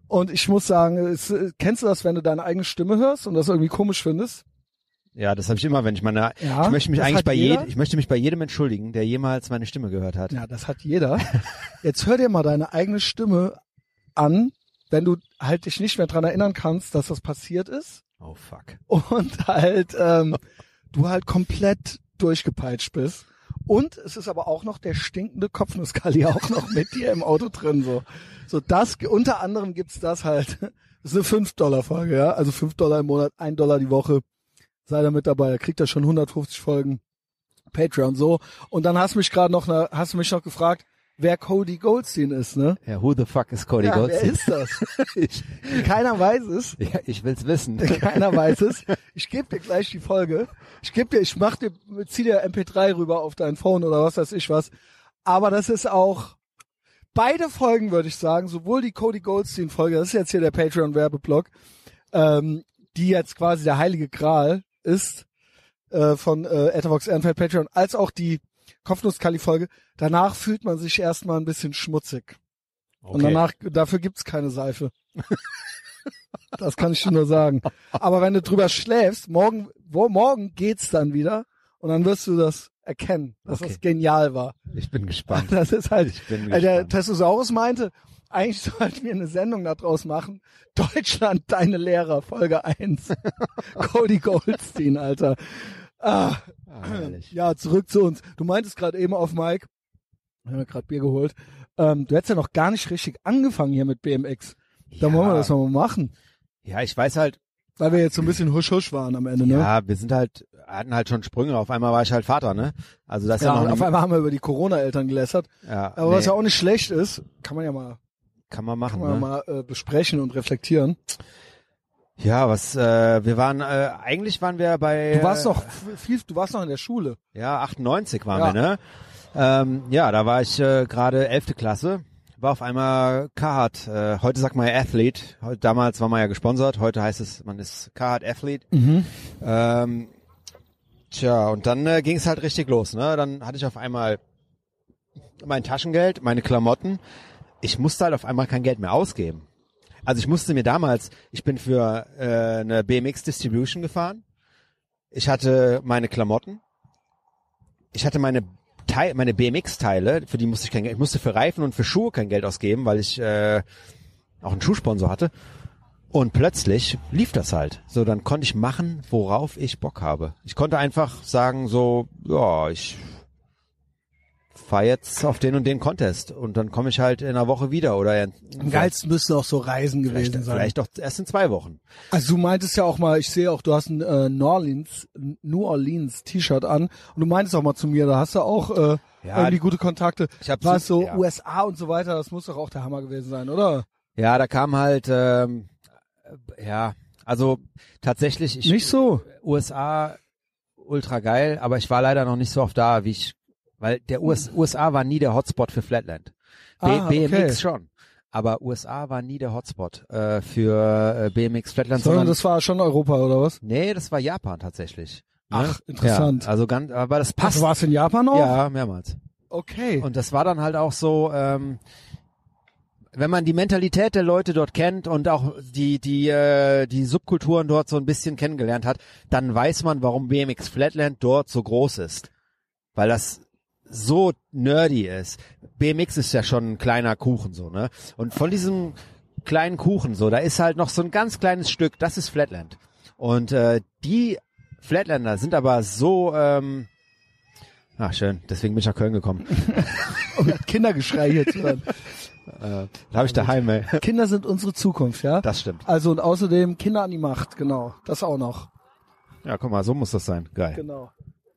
S1: Und ich muss sagen, es, äh, kennst du das, wenn du deine eigene Stimme hörst und das irgendwie komisch findest?
S2: Ja, das habe ich immer, wenn ich meine,
S1: Ja,
S2: ich möchte mich
S1: das
S2: eigentlich
S1: hat
S2: bei
S1: jeder.
S2: jedem, ich möchte mich bei jedem entschuldigen, der jemals meine Stimme gehört hat.
S1: Ja, das hat jeder. Jetzt hör dir mal deine eigene Stimme an, wenn du halt dich nicht mehr dran erinnern kannst, dass das passiert ist
S2: Oh fuck.
S1: und halt ähm, du halt komplett durchgepeitscht bist. Und es ist aber auch noch der stinkende Kopfnusskali auch noch mit dir im Auto drin. So, so das, unter anderem gibt's das halt. Das ist eine 5-Dollar-Folge, ja. Also 5 Dollar im Monat, 1 Dollar die Woche. Sei da mit dabei. Da kriegt er schon 150 Folgen Patreon so. Und dann hast du mich gerade noch, ne- hast du mich noch gefragt, wer Cody Goldstein ist, ne?
S2: Ja, who the fuck is Cody
S1: ja,
S2: Goldstein?
S1: wer ist
S2: ich,
S1: das? Keiner weiß es.
S2: ja, ich will's wissen.
S1: Keiner weiß es. Ich gebe dir gleich die Folge. Ich gebe dir, ich mach dir, zieh dir MP3 rüber auf dein Phone oder was weiß ich was. Aber das ist auch beide Folgen, würde ich sagen, sowohl die Cody Goldstein Folge, das ist jetzt hier der Patreon Werbeblock, ähm, die jetzt quasi der heilige Gral ist äh, von äh, Etherbox Ehrenfeld Patreon, als auch die Kopfnusskali Folge. Danach fühlt man sich erstmal ein bisschen schmutzig. Und danach, dafür gibt's keine Seife. das kann ich dir nur sagen. Aber wenn du drüber schläfst, morgen, wo, morgen geht's dann wieder und dann wirst du das erkennen, dass
S2: Okay.
S1: das genial war.
S2: Ich bin gespannt.
S1: Das ist halt,
S2: Ich bin
S1: äh, der
S2: gespannt.
S1: Testosaurus meinte, eigentlich sollten wir eine Sendung daraus machen. Deutschland, deine Lehrer, Folge 1. Cody Goldstein, Alter. Ah,
S2: Ah, herrlich.
S1: ja, zurück zu uns. Du meintest gerade eben auf Mike, wir haben ja gerade Bier geholt, ähm, du hättest ja noch gar nicht richtig angefangen hier mit BMX. Da
S2: ja,
S1: wollen wir das nochmal machen,
S2: Ja, ich weiß halt,
S1: weil wir jetzt so ein bisschen husch-husch waren am Ende, ne?
S2: ja, wir sind halt, hatten halt schon Sprünge. Auf einmal war ich halt Vater, ne? Also das ist
S1: Ja,
S2: ja,
S1: und
S2: noch
S1: auf
S2: nie-
S1: einmal haben wir über die Corona-Eltern gelästert.
S2: ja,
S1: Aber
S2: nee,
S1: was ja auch nicht schlecht ist, kann man ja mal,
S2: kann man machen.
S1: kann man
S2: ne?
S1: mal äh, besprechen und reflektieren.
S2: Ja, was, äh, wir waren, äh, eigentlich waren wir bei,
S1: Du warst
S2: äh,
S1: noch f- viel, du warst noch in der Schule.
S2: ja, 98 waren
S1: Ja.
S2: wir, ne? Ähm, ja, da war ich äh, gerade 11. Klasse, war auf einmal Carhartt, äh, heute sagt man ja Athlete, heute, damals war man ja gesponsert, heute heißt es, man ist Carhartt Athlete. Ähm, tja, und dann äh, ging es halt richtig los, ne? Dann hatte ich auf einmal mein Taschengeld, meine Klamotten. Ich musste halt auf einmal kein Geld mehr ausgeben. Also ich musste mir damals, ich bin für äh, eine BMX Distribution gefahren. Ich hatte meine Klamotten. Ich hatte meine Teil, meine BMX Teile, für die musste ich kein Geld, ich musste für Reifen und für Schuhe kein Geld ausgeben, weil ich äh, auch einen Schuhsponsor hatte. Und plötzlich lief das halt. So, dann konnte ich machen, worauf ich Bock habe. Ich konnte einfach sagen, so, ja, ich fahr jetzt auf den und den Contest und dann komme ich halt in einer Woche wieder oder in,
S1: Am geilsten müssen auch so Reisen gewesen
S2: vielleicht,
S1: sein.
S2: vielleicht doch erst in zwei Wochen.
S1: Also du meintest ja auch mal, ich sehe auch, du hast ein äh, New Orleans, New Orleans T-Shirt an und du meintest auch mal zu mir, da hast du auch äh,
S2: Ja,
S1: irgendwie gute Kontakte.
S2: ich hab
S1: War es
S2: so-
S1: so
S2: ja.
S1: USA und so weiter, das muss doch auch der Hammer gewesen sein, oder?
S2: Ja, da kam halt, ähm, ja, also tatsächlich, ich,
S1: Nicht so.
S2: USA ultra geil, aber ich war leider noch nicht so oft da, wie ich, weil der US, USA war nie der Hotspot für Flatland. B,
S1: Ah, okay.
S2: BMX schon, aber USA war nie der Hotspot äh, für äh, BMX Flatland,
S1: Sondern
S2: sondern,
S1: das war schon Europa oder was?
S2: nee, das war Japan tatsächlich. Ne?
S1: Ach, interessant.
S2: Ja, also ganz, aber das
S1: Ach,
S2: passt.
S1: war es in Japan auch?
S2: ja, mehrmals.
S1: Okay.
S2: Und das war dann halt auch so, ähm, wenn man die Mentalität der Leute dort kennt und auch die, die, äh, die Subkulturen dort so ein bisschen kennengelernt hat, dann weiß man, warum BMX Flatland dort so groß ist. Weil das so nerdy ist. BMX ist ja schon ein kleiner Kuchen so, ne? Und von diesem kleinen Kuchen so, da ist halt noch so ein ganz kleines Stück, das ist Flatland. Und äh, die Flatlander sind aber so, ähm, ach schön, deswegen bin ich nach Köln gekommen.
S1: Und Oh, mit Kindergeschrei hier zu hören.
S2: Äh, da habe ich daheim, ey.
S1: Kinder sind unsere Zukunft, ja?
S2: Das stimmt.
S1: Also und außerdem Kinder an die Macht, genau. Das auch noch.
S2: Ja, guck mal, so muss das sein. Geil.
S1: Genau.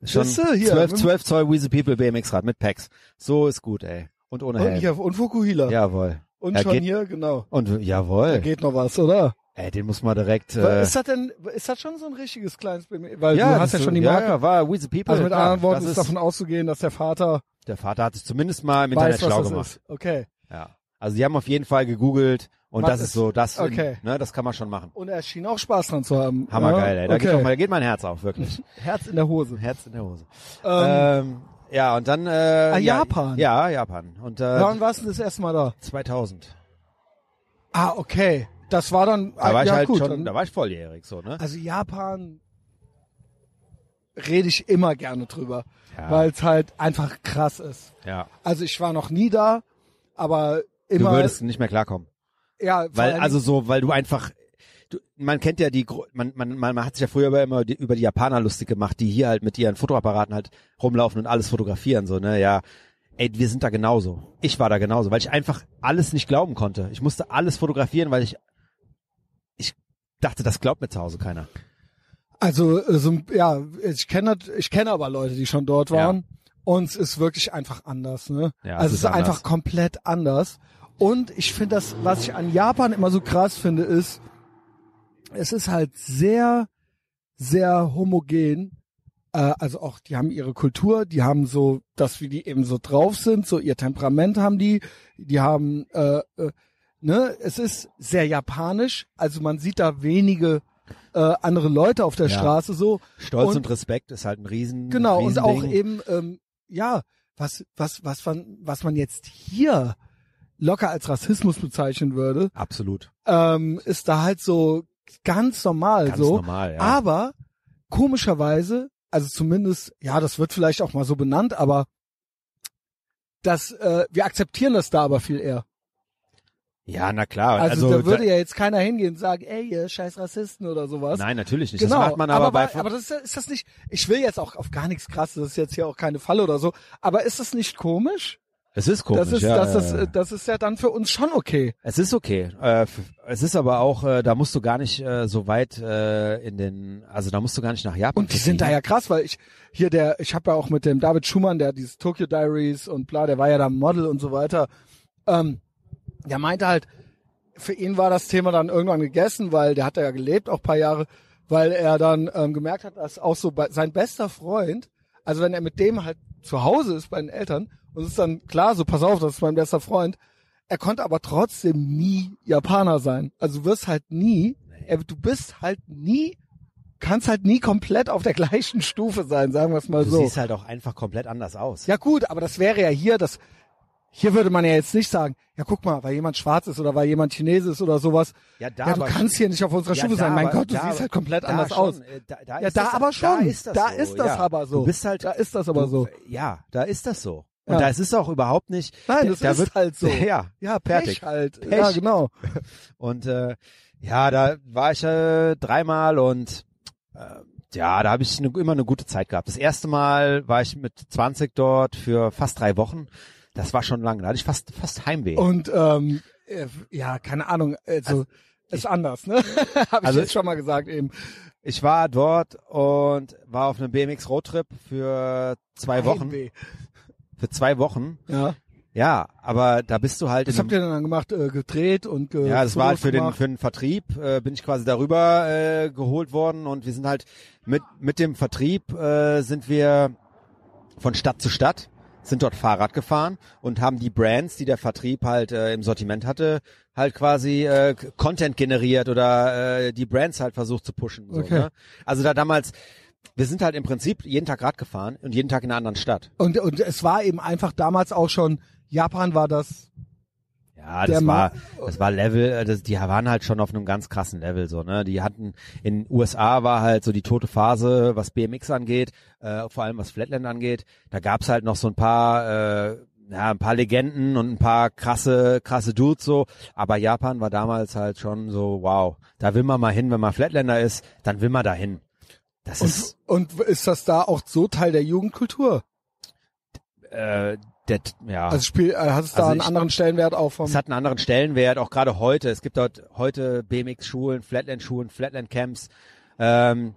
S2: Schon
S1: Siehst du, hier,
S2: 12,
S1: mit-
S2: 12 Zoll Weezy People BMX Rad mit Packs. So ist gut, ey. Und ohne
S1: Und,
S2: Helm.
S1: hier, und Fukuhila.
S2: Jawohl.
S1: Und
S2: Ja,
S1: schon
S2: geht-
S1: hier, genau.
S2: Und
S1: Da
S2: jawohl.
S1: geht noch was, oder?
S2: Ey, den muss man direkt. Äh,
S1: ist das denn, ist das schon so ein richtiges kleines Bem- Weil
S2: ja,
S1: du hast ja
S2: das-
S1: schon die
S2: ja,
S1: Marke.
S2: Ja, war Weezy People.
S1: Also mit
S2: klar.
S1: anderen Worten
S2: das
S1: ist davon auszugehen, dass der Vater
S2: der Vater hat es zumindest mal im
S1: weiß,
S2: Internet schlau
S1: was das
S2: gemacht.
S1: ist. Okay.
S2: Ja. Also die haben auf jeden Fall gegoogelt und
S1: Was
S2: das
S1: ist-
S2: ist so, das,
S1: okay.
S2: ne, das kann man schon machen.
S1: Und er schien auch Spaß dran zu haben.
S2: Hammergeil,
S1: ja?
S2: ey. Da geht
S1: okay.
S2: doch mal, da geht mein Herz auf, wirklich.
S1: Herz in der Hose.
S2: Herz in der Hose.
S1: Ähm,
S2: Ähm, ja, und dann äh, ah, ja,
S1: Japan.
S2: Ja, Japan. Und äh,
S1: wann warst du das erste Mal da?
S2: 2000.
S1: Ah, okay. Das war dann,
S2: Da
S1: ah,
S2: war ich
S1: ja
S2: halt
S1: gut.
S2: schon, da
S1: dann,
S2: war ich volljährig, so, ne?
S1: also Japan rede ich immer gerne drüber,
S2: Ja.
S1: weil es halt einfach krass ist.
S2: Ja.
S1: Also ich war noch nie da, aber
S2: Du
S1: immer,
S2: würdest nicht mehr klarkommen.
S1: ja, vor
S2: Weil,
S1: allen
S2: also so, weil du einfach, du, man kennt ja die, Gro- man, man, man man hat sich ja früher über- immer die, über die Japaner lustig gemacht, die hier halt mit ihren Fotoapparaten halt rumlaufen und alles fotografieren, so, ne, ja. Ey, wir sind da genauso. Ich war da genauso, weil ich einfach alles nicht glauben konnte. Ich musste alles fotografieren, weil ich, ich dachte, das glaubt mir zu Hause keiner.
S1: Also äh, so, ein- ja, ich kenne das- ich kenne aber Leute, die schon dort waren und es ist wirklich einfach anders, ne?
S2: Ja,
S1: also es
S2: es
S1: ist
S2: ist anders.
S1: einfach komplett anders und ich finde das, was ich an Japan immer so krass finde, ist es ist halt sehr sehr homogen. Äh, also auch die haben ihre Kultur, die haben so das wie die eben so drauf sind, so ihr Temperament haben die, die haben äh, äh, ne, es ist sehr japanisch, also man sieht da wenige äh, andere Leute auf der
S2: Ja.
S1: Straße so.
S2: Stolz und,
S1: Und-
S2: Respekt ist halt ein riesen
S1: Genau, und auch
S2: Riesending.
S1: eben, ähm, ja, was, was, was man, was man jetzt hier locker als Rassismus bezeichnen würde,
S2: Absolut.
S1: ähm, ist da halt so ganz normal
S2: Ganz
S1: so.
S2: normal, ja.
S1: Aber komischerweise, also zumindest, ja, das wird vielleicht auch mal so benannt, aber das, äh, wir akzeptieren das da aber viel eher.
S2: ja, na klar.
S1: Also, da würde
S2: da-
S1: ja jetzt keiner hingehen und sagen, ey, ihr scheiß Rassisten oder sowas.
S2: Nein, natürlich nicht.
S1: Genau,
S2: das macht man aber,
S1: aber,
S2: bei
S1: aber das ist, ist das nicht, ich will jetzt auch auf gar nichts krasses, das ist jetzt hier auch keine Falle oder so, aber ist das nicht komisch?
S2: Es ist komisch,
S1: das ist,
S2: ja.
S1: das,
S2: ja,
S1: ist, äh,
S2: ja.
S1: das ist ja dann für uns schon okay.
S2: es ist okay. Äh, f- es ist aber auch, äh, da musst du gar nicht äh, so weit äh, in den, also da musst du gar nicht nach Japan.
S1: Und die sind da ja krass, weil ich hier der, ich habe ja auch mit dem David Schumann, der dieses Tokyo Diaries und bla, der war ja da Model und so weiter, ähm, der meinte halt, für ihn war das Thema dann irgendwann gegessen, weil der hat da ja gelebt auch paar Jahre, weil er dann ähm, gemerkt hat, dass auch so bei, sein bester Freund, also wenn er mit dem halt zu Hause ist bei den Eltern und es ist dann klar, so pass auf, das ist mein bester Freund, er konnte aber trotzdem nie Japaner sein. Also du wirst halt nie, er, du bist halt nie, kannst halt nie komplett auf der gleichen Stufe sein, sagen wir es mal
S2: Du
S1: so.
S2: siehst halt auch einfach komplett anders aus.
S1: Ja gut, aber das wäre ja hier, das hier würde man ja jetzt nicht sagen, ja guck mal, weil jemand schwarz ist oder weil jemand Chinese ist oder sowas.
S2: Ja, da
S1: du
S2: aber-
S1: kannst hier nicht auf unserer Stufe sein. Mein
S2: aber-
S1: Gott, du
S2: da-
S1: siehst halt komplett
S2: da
S1: anders
S2: schon,
S1: aus.
S2: äh, Da, da
S1: Ja,
S2: ist
S1: da
S2: das,
S1: aber schon.
S2: Da ist das,
S1: Da
S2: so,
S1: ist das
S2: ja.
S1: aber so.
S2: Du bist halt,
S1: Da ist das aber
S2: du,
S1: so.
S2: Ja, da ist das so. Und
S1: Ja.
S2: da ist es auch überhaupt nicht.
S1: Nein, das
S2: da
S1: ist
S2: wird,
S1: halt so.
S2: Ja,
S1: Ja, Pech
S2: fertig.
S1: halt.
S2: Pech.
S1: Ja, genau.
S2: Und äh, ja, da war ich äh, dreimal und äh, ja, da habe ich ne, immer eine gute Zeit gehabt. Das erste Mal war ich mit 20 dort für fast drei Wochen. Das war schon lange. Da hatte ich fast fast Heimweh.
S1: Und ähm, äh, ja, keine Ahnung, also, ist anders, ne? Habe ich
S2: also-
S1: jetzt schon mal gesagt eben.
S2: Ich war dort und war auf einem BMX Roadtrip für zwei Wochen.
S1: Heimweh.
S2: Für zwei Wochen.
S1: Ja.
S2: Ja, aber da bist du halt
S1: Was
S2: in einem,
S1: habt ihr denn dann gemacht? Äh, gedreht und ge
S2: ja, das war halt
S1: Fotos
S2: für den
S1: gemacht?
S2: für den Vertrieb äh, bin ich quasi darüber äh, geholt worden und wir sind halt mit mit dem Vertrieb äh, sind wir von Stadt zu Stadt, sind dort Fahrrad gefahren und haben die Brands, die der Vertrieb halt äh, im Sortiment hatte, halt quasi äh, K- Content generiert oder äh, die Brands halt versucht zu pushen. So,
S1: Okay.
S2: ne? Also da damals wir sind halt im Prinzip jeden Tag Rad gefahren und jeden Tag in einer anderen Stadt.
S1: und, und es war eben einfach damals auch schon, Japan war das,
S2: Ja,
S1: Der
S2: das
S1: Ma-
S2: war, das war Level, äh, das, die waren halt schon auf einem ganz krassen Level, so, ne. Die hatten, in USA war halt so die tote Phase, was BMX angeht, äh, vor allem was Flatland angeht. Da gab's halt noch so ein paar, äh, ja, ein paar Legenden und ein paar krasse, krasse Dudes so. Aber Japan war damals halt schon so, wow, da will man mal hin, wenn man Flatlander ist, dann will man da hin. Das ist,
S1: und, und ist das da auch so Teil der Jugendkultur?
S2: äh, der, ja.
S1: Also Spiel, äh, hat es da
S2: Also
S1: einen
S2: ich-
S1: anderen Stellenwert auch vom,
S2: Es hat einen anderen Stellenwert, auch gerade heute. Es gibt dort heute BMX-Schulen, Flatland-Schulen, Flatland-Camps. Ähm,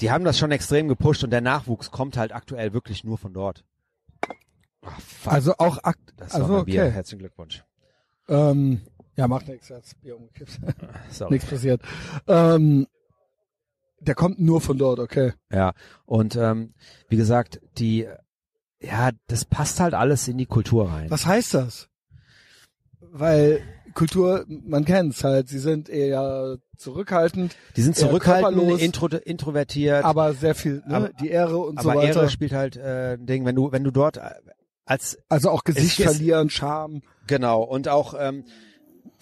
S2: die haben das schon extrem gepusht und der Nachwuchs kommt halt aktuell wirklich nur von dort. Ach, fuck,
S1: also auch, akt
S2: das war
S1: also
S2: mein Bier.
S1: okay.
S2: Herzlichen Glückwunsch.
S1: Ähm, ja, macht nichts, hat's Bier umgekippt.
S2: Sorry.
S1: nichts passiert. Ähm, der kommt nur von dort, okay.
S2: Ja, und ähm, wie gesagt, die, ja, das passt halt alles in die Kultur rein.
S1: Was heißt das? Weil Kultur, man kennt's halt, sie sind eher zurückhaltend,
S2: Die sind
S1: Ja,
S2: zurückhaltend,
S1: äh, körperlos.
S2: intro, introvertiert.
S1: aber sehr viel, ne?
S2: Aber-
S1: die Ehre und so
S2: aber
S1: weiter.
S2: Ehre spielt halt äh, ein Ding, wenn du, wenn du dort äh, als
S1: also auch Gesicht
S2: Es- es-
S1: verlieren, Charme.
S2: Genau, und auch, ähm,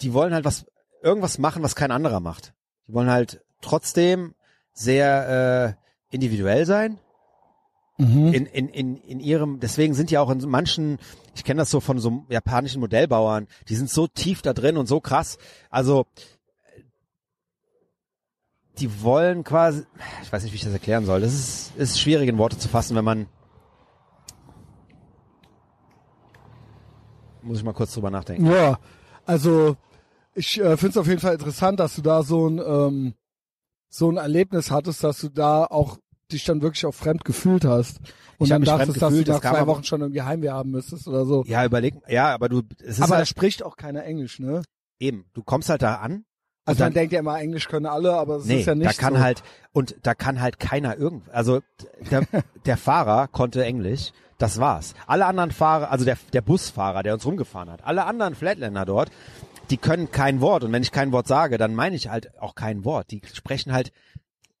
S2: die wollen halt was, irgendwas machen, was kein anderer macht. Die wollen halt trotzdem sehr äh, individuell sein.
S1: Mhm.
S2: In, in, in, in ihrem, deswegen sind ja auch in so manchen, ich kenne das so von so japanischen Modellbauern, die sind so tief da drin und so krass. Also die wollen quasi, ich weiß nicht, wie ich das erklären soll. Das ist, ist schwierig in Worte zu fassen, wenn man. Muss ich mal kurz drüber nachdenken.
S1: Ja, also ich äh, finde es auf jeden Fall interessant, dass du da so ein ähm, so ein Erlebnis hattest, dass du da auch dich dann wirklich auch fremd gefühlt hast und
S2: Ich hab
S1: dann
S2: mich
S1: dachtest,
S2: fremd
S1: dass du
S2: gefühlt,
S1: nach
S2: das kam
S1: zwei
S2: aber-
S1: Wochen schon irgendwie Heimweh haben müsstest oder so.
S2: Ja, überleg, ja, aber du, es ist
S1: Aber da
S2: halt,
S1: spricht auch keiner Englisch, ne?
S2: eben, du kommst halt da an.
S1: Also
S2: Und
S1: man denkt ja immer, Englisch können alle, aber es
S2: Nee,
S1: ist ja nicht
S2: da kann
S1: so.
S2: halt, und da kann halt keiner irgend, also, der, der Fahrer konnte Englisch, das war's. Alle anderen Fahrer, also der, der Busfahrer, der uns rumgefahren hat, alle anderen Flatländer dort, die können kein Wort, und wenn ich kein Wort sage, dann meine ich halt auch kein Wort. Die sprechen halt,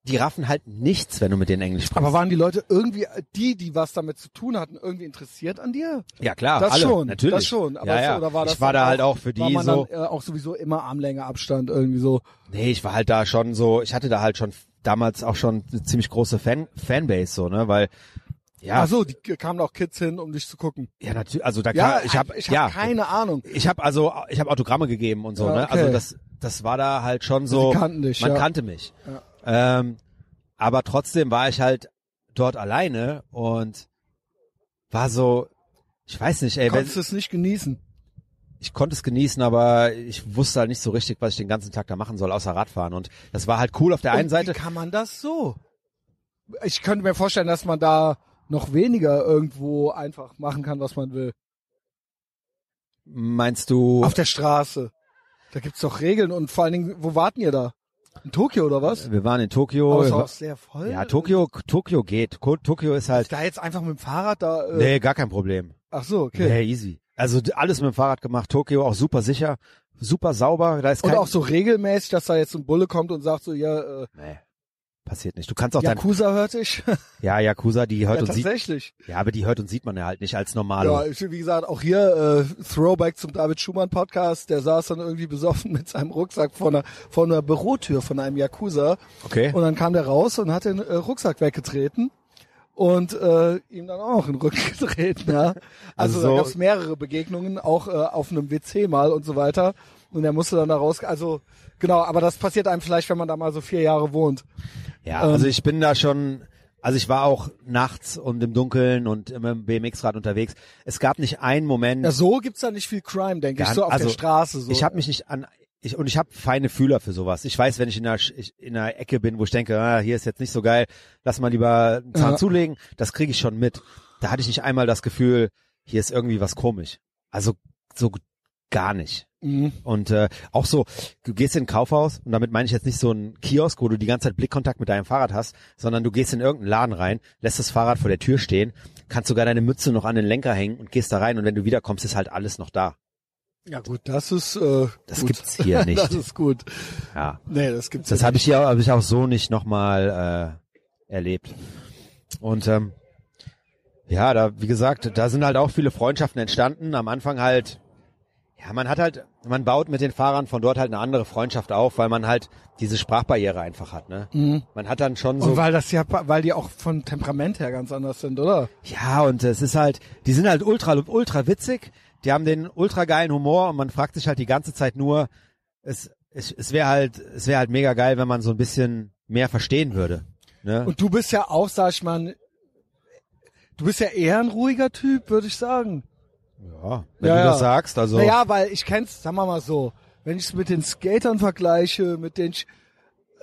S2: die raffen halt nichts, wenn du mit denen Englisch sprichst.
S1: aber waren die Leute irgendwie, die, die was damit zu tun hatten, irgendwie interessiert an dir?
S2: ja klar,
S1: das
S2: Ah, alle,
S1: schon,
S2: natürlich.
S1: das schon. Aber
S2: ja,
S1: so,
S2: ja.
S1: oder war das
S2: ich war
S1: dann
S2: da halt auch für
S1: war
S2: die
S1: man
S2: so.
S1: dann, äh, auch sowieso immer Armlänge Abstand irgendwie so.
S2: Nee, ich war halt da schon so, ich hatte da halt schon damals auch schon eine ziemlich große Fan Fanbase so, ne, weil ja,
S1: Ach so, die kamen auch Kids hin, um dich zu gucken.
S2: ja natürlich, also da
S1: Also- Ja,
S2: kann, ich habe
S1: ich hab
S2: ja,
S1: keine Ahnung.
S2: ich habe also ich habe Autogramme gegeben und so,
S1: Ja,
S2: ne?
S1: okay.
S2: Also das das war da halt schon so
S1: Sie kannten dich,
S2: man
S1: ja.
S2: kannte mich. Ähm, aber trotzdem war ich halt dort alleine und war so ich weiß nicht, ey, wenn,
S1: Konntest du es nicht genießen?
S2: ich konnte es genießen, aber ich wusste halt nicht so richtig, was ich den ganzen Tag da machen soll, außer Radfahren. Und das war halt cool auf der einen
S1: Und
S2: Seite.
S1: Wie kann man das so? Ich könnte mir vorstellen, dass man da noch weniger irgendwo einfach machen kann, was man will.
S2: Meinst du?
S1: Auf der Straße. Da gibt's doch Regeln und vor allen Dingen, wo warten ihr da? In Tokio oder was?
S2: Wir waren in Tokio.
S1: Aber ist
S2: wir wa-
S1: auch sehr voll.
S2: ja, Tokio, Tokio geht. Ko- Tokio ist halt,
S1: Da jetzt einfach mit dem Fahrrad da. Äh,
S2: nee, gar kein Problem.
S1: Ach so, okay.
S2: Nee, easy. Also d- alles mit dem Fahrrad gemacht. Tokio auch super sicher, super sauber. Da ist
S1: Und
S2: kein,
S1: auch so regelmäßig, dass da jetzt ein Bulle kommt und sagt so, ja, äh,
S2: nee, passiert nicht. Du kannst auch dein,
S1: Yakuza hört ich.
S2: ja, Yakuza, die hört
S1: ja,
S2: und sieht,
S1: tatsächlich.
S2: ja, aber die hört und sieht man ja halt nicht als Normalo.
S1: Ja, ich, wie gesagt, auch hier äh, Throwback zum David Schumann Podcast. Der saß dann irgendwie besoffen mit seinem Rucksack vor einer, vor einer Bürotür von einem Yakuza.
S2: Okay.
S1: Und dann kam der raus und hat den äh, Rucksack weggetreten und äh, ihm dann auch in den Rücken getreten. Ja. Also,
S2: Also
S1: da
S2: so-
S1: gab es mehrere Begegnungen, auch äh, auf einem WC mal und so weiter. Und er musste dann da raus. Also genau, aber das passiert einem vielleicht, wenn man da mal so vier Jahre wohnt.
S2: Ja,
S1: Ähm.
S2: also ich bin da schon, also ich war auch nachts und im Dunkeln und immer im BMX-Rad unterwegs. Es gab nicht einen Moment,
S1: Ja, so gibt's da nicht viel Crime, denke ich,
S2: Gar-
S1: so auf
S2: also,
S1: der Straße. So.
S2: Ich habe mich nicht an ich, und ich habe feine Fühler für sowas. Ich weiß, wenn ich in einer Sch- ich, in einer Ecke bin, wo ich denke, ah, hier ist jetzt nicht so geil, lass mal lieber einen Zahn
S1: Ja.
S2: zulegen, das kriege ich schon mit. Da hatte ich nicht einmal das Gefühl, hier ist irgendwie was komisch. Also so gar nicht.
S1: Mhm.
S2: Und äh, auch so, du gehst in ein Kaufhaus und damit meine ich jetzt nicht so einen Kiosk, wo du die ganze Zeit Blickkontakt mit deinem Fahrrad hast, sondern du gehst in irgendeinen Laden rein, lässt das Fahrrad vor der Tür stehen, kannst sogar deine Mütze noch an den Lenker hängen und gehst da rein und wenn du wiederkommst, ist halt alles noch da.
S1: Ja gut, das ist äh,
S2: Das
S1: gut.
S2: gibt's hier nicht.
S1: das ist gut.
S2: Ja.
S1: Nee, das gibt's
S2: Das
S1: ja
S2: habe
S1: nicht.
S2: ich ja hab ich auch so nicht nochmal äh, erlebt. Und ähm, ja, da wie gesagt, da sind halt auch viele Freundschaften entstanden. Am Anfang halt, ja, man hat halt, man baut mit den Fahrern von dort halt eine andere Freundschaft auf, weil man halt diese Sprachbarriere einfach hat. Ne,
S1: Mhm.
S2: man hat dann schon
S1: Und
S2: so,
S1: weil das ja, weil die auch von Temperament her ganz anders sind, oder?
S2: ja, und es ist halt, die sind halt ultra, ultra witzig. Die haben den ultra geilen Humor und man fragt sich halt die ganze Zeit nur, es, es, es wäre halt, es wäre halt mega geil, wenn man so ein bisschen mehr verstehen würde. Ne?
S1: Und du bist ja auch, sag ich mal, du bist ja eher ein ruhiger Typ, würde ich sagen.
S2: Ja, wenn
S1: Ja,
S2: du
S1: ja.
S2: das sagst, also
S1: Naja, weil ich kenn's, sagen wir mal so, wenn ich es mit den Skatern vergleiche, mit denen ich,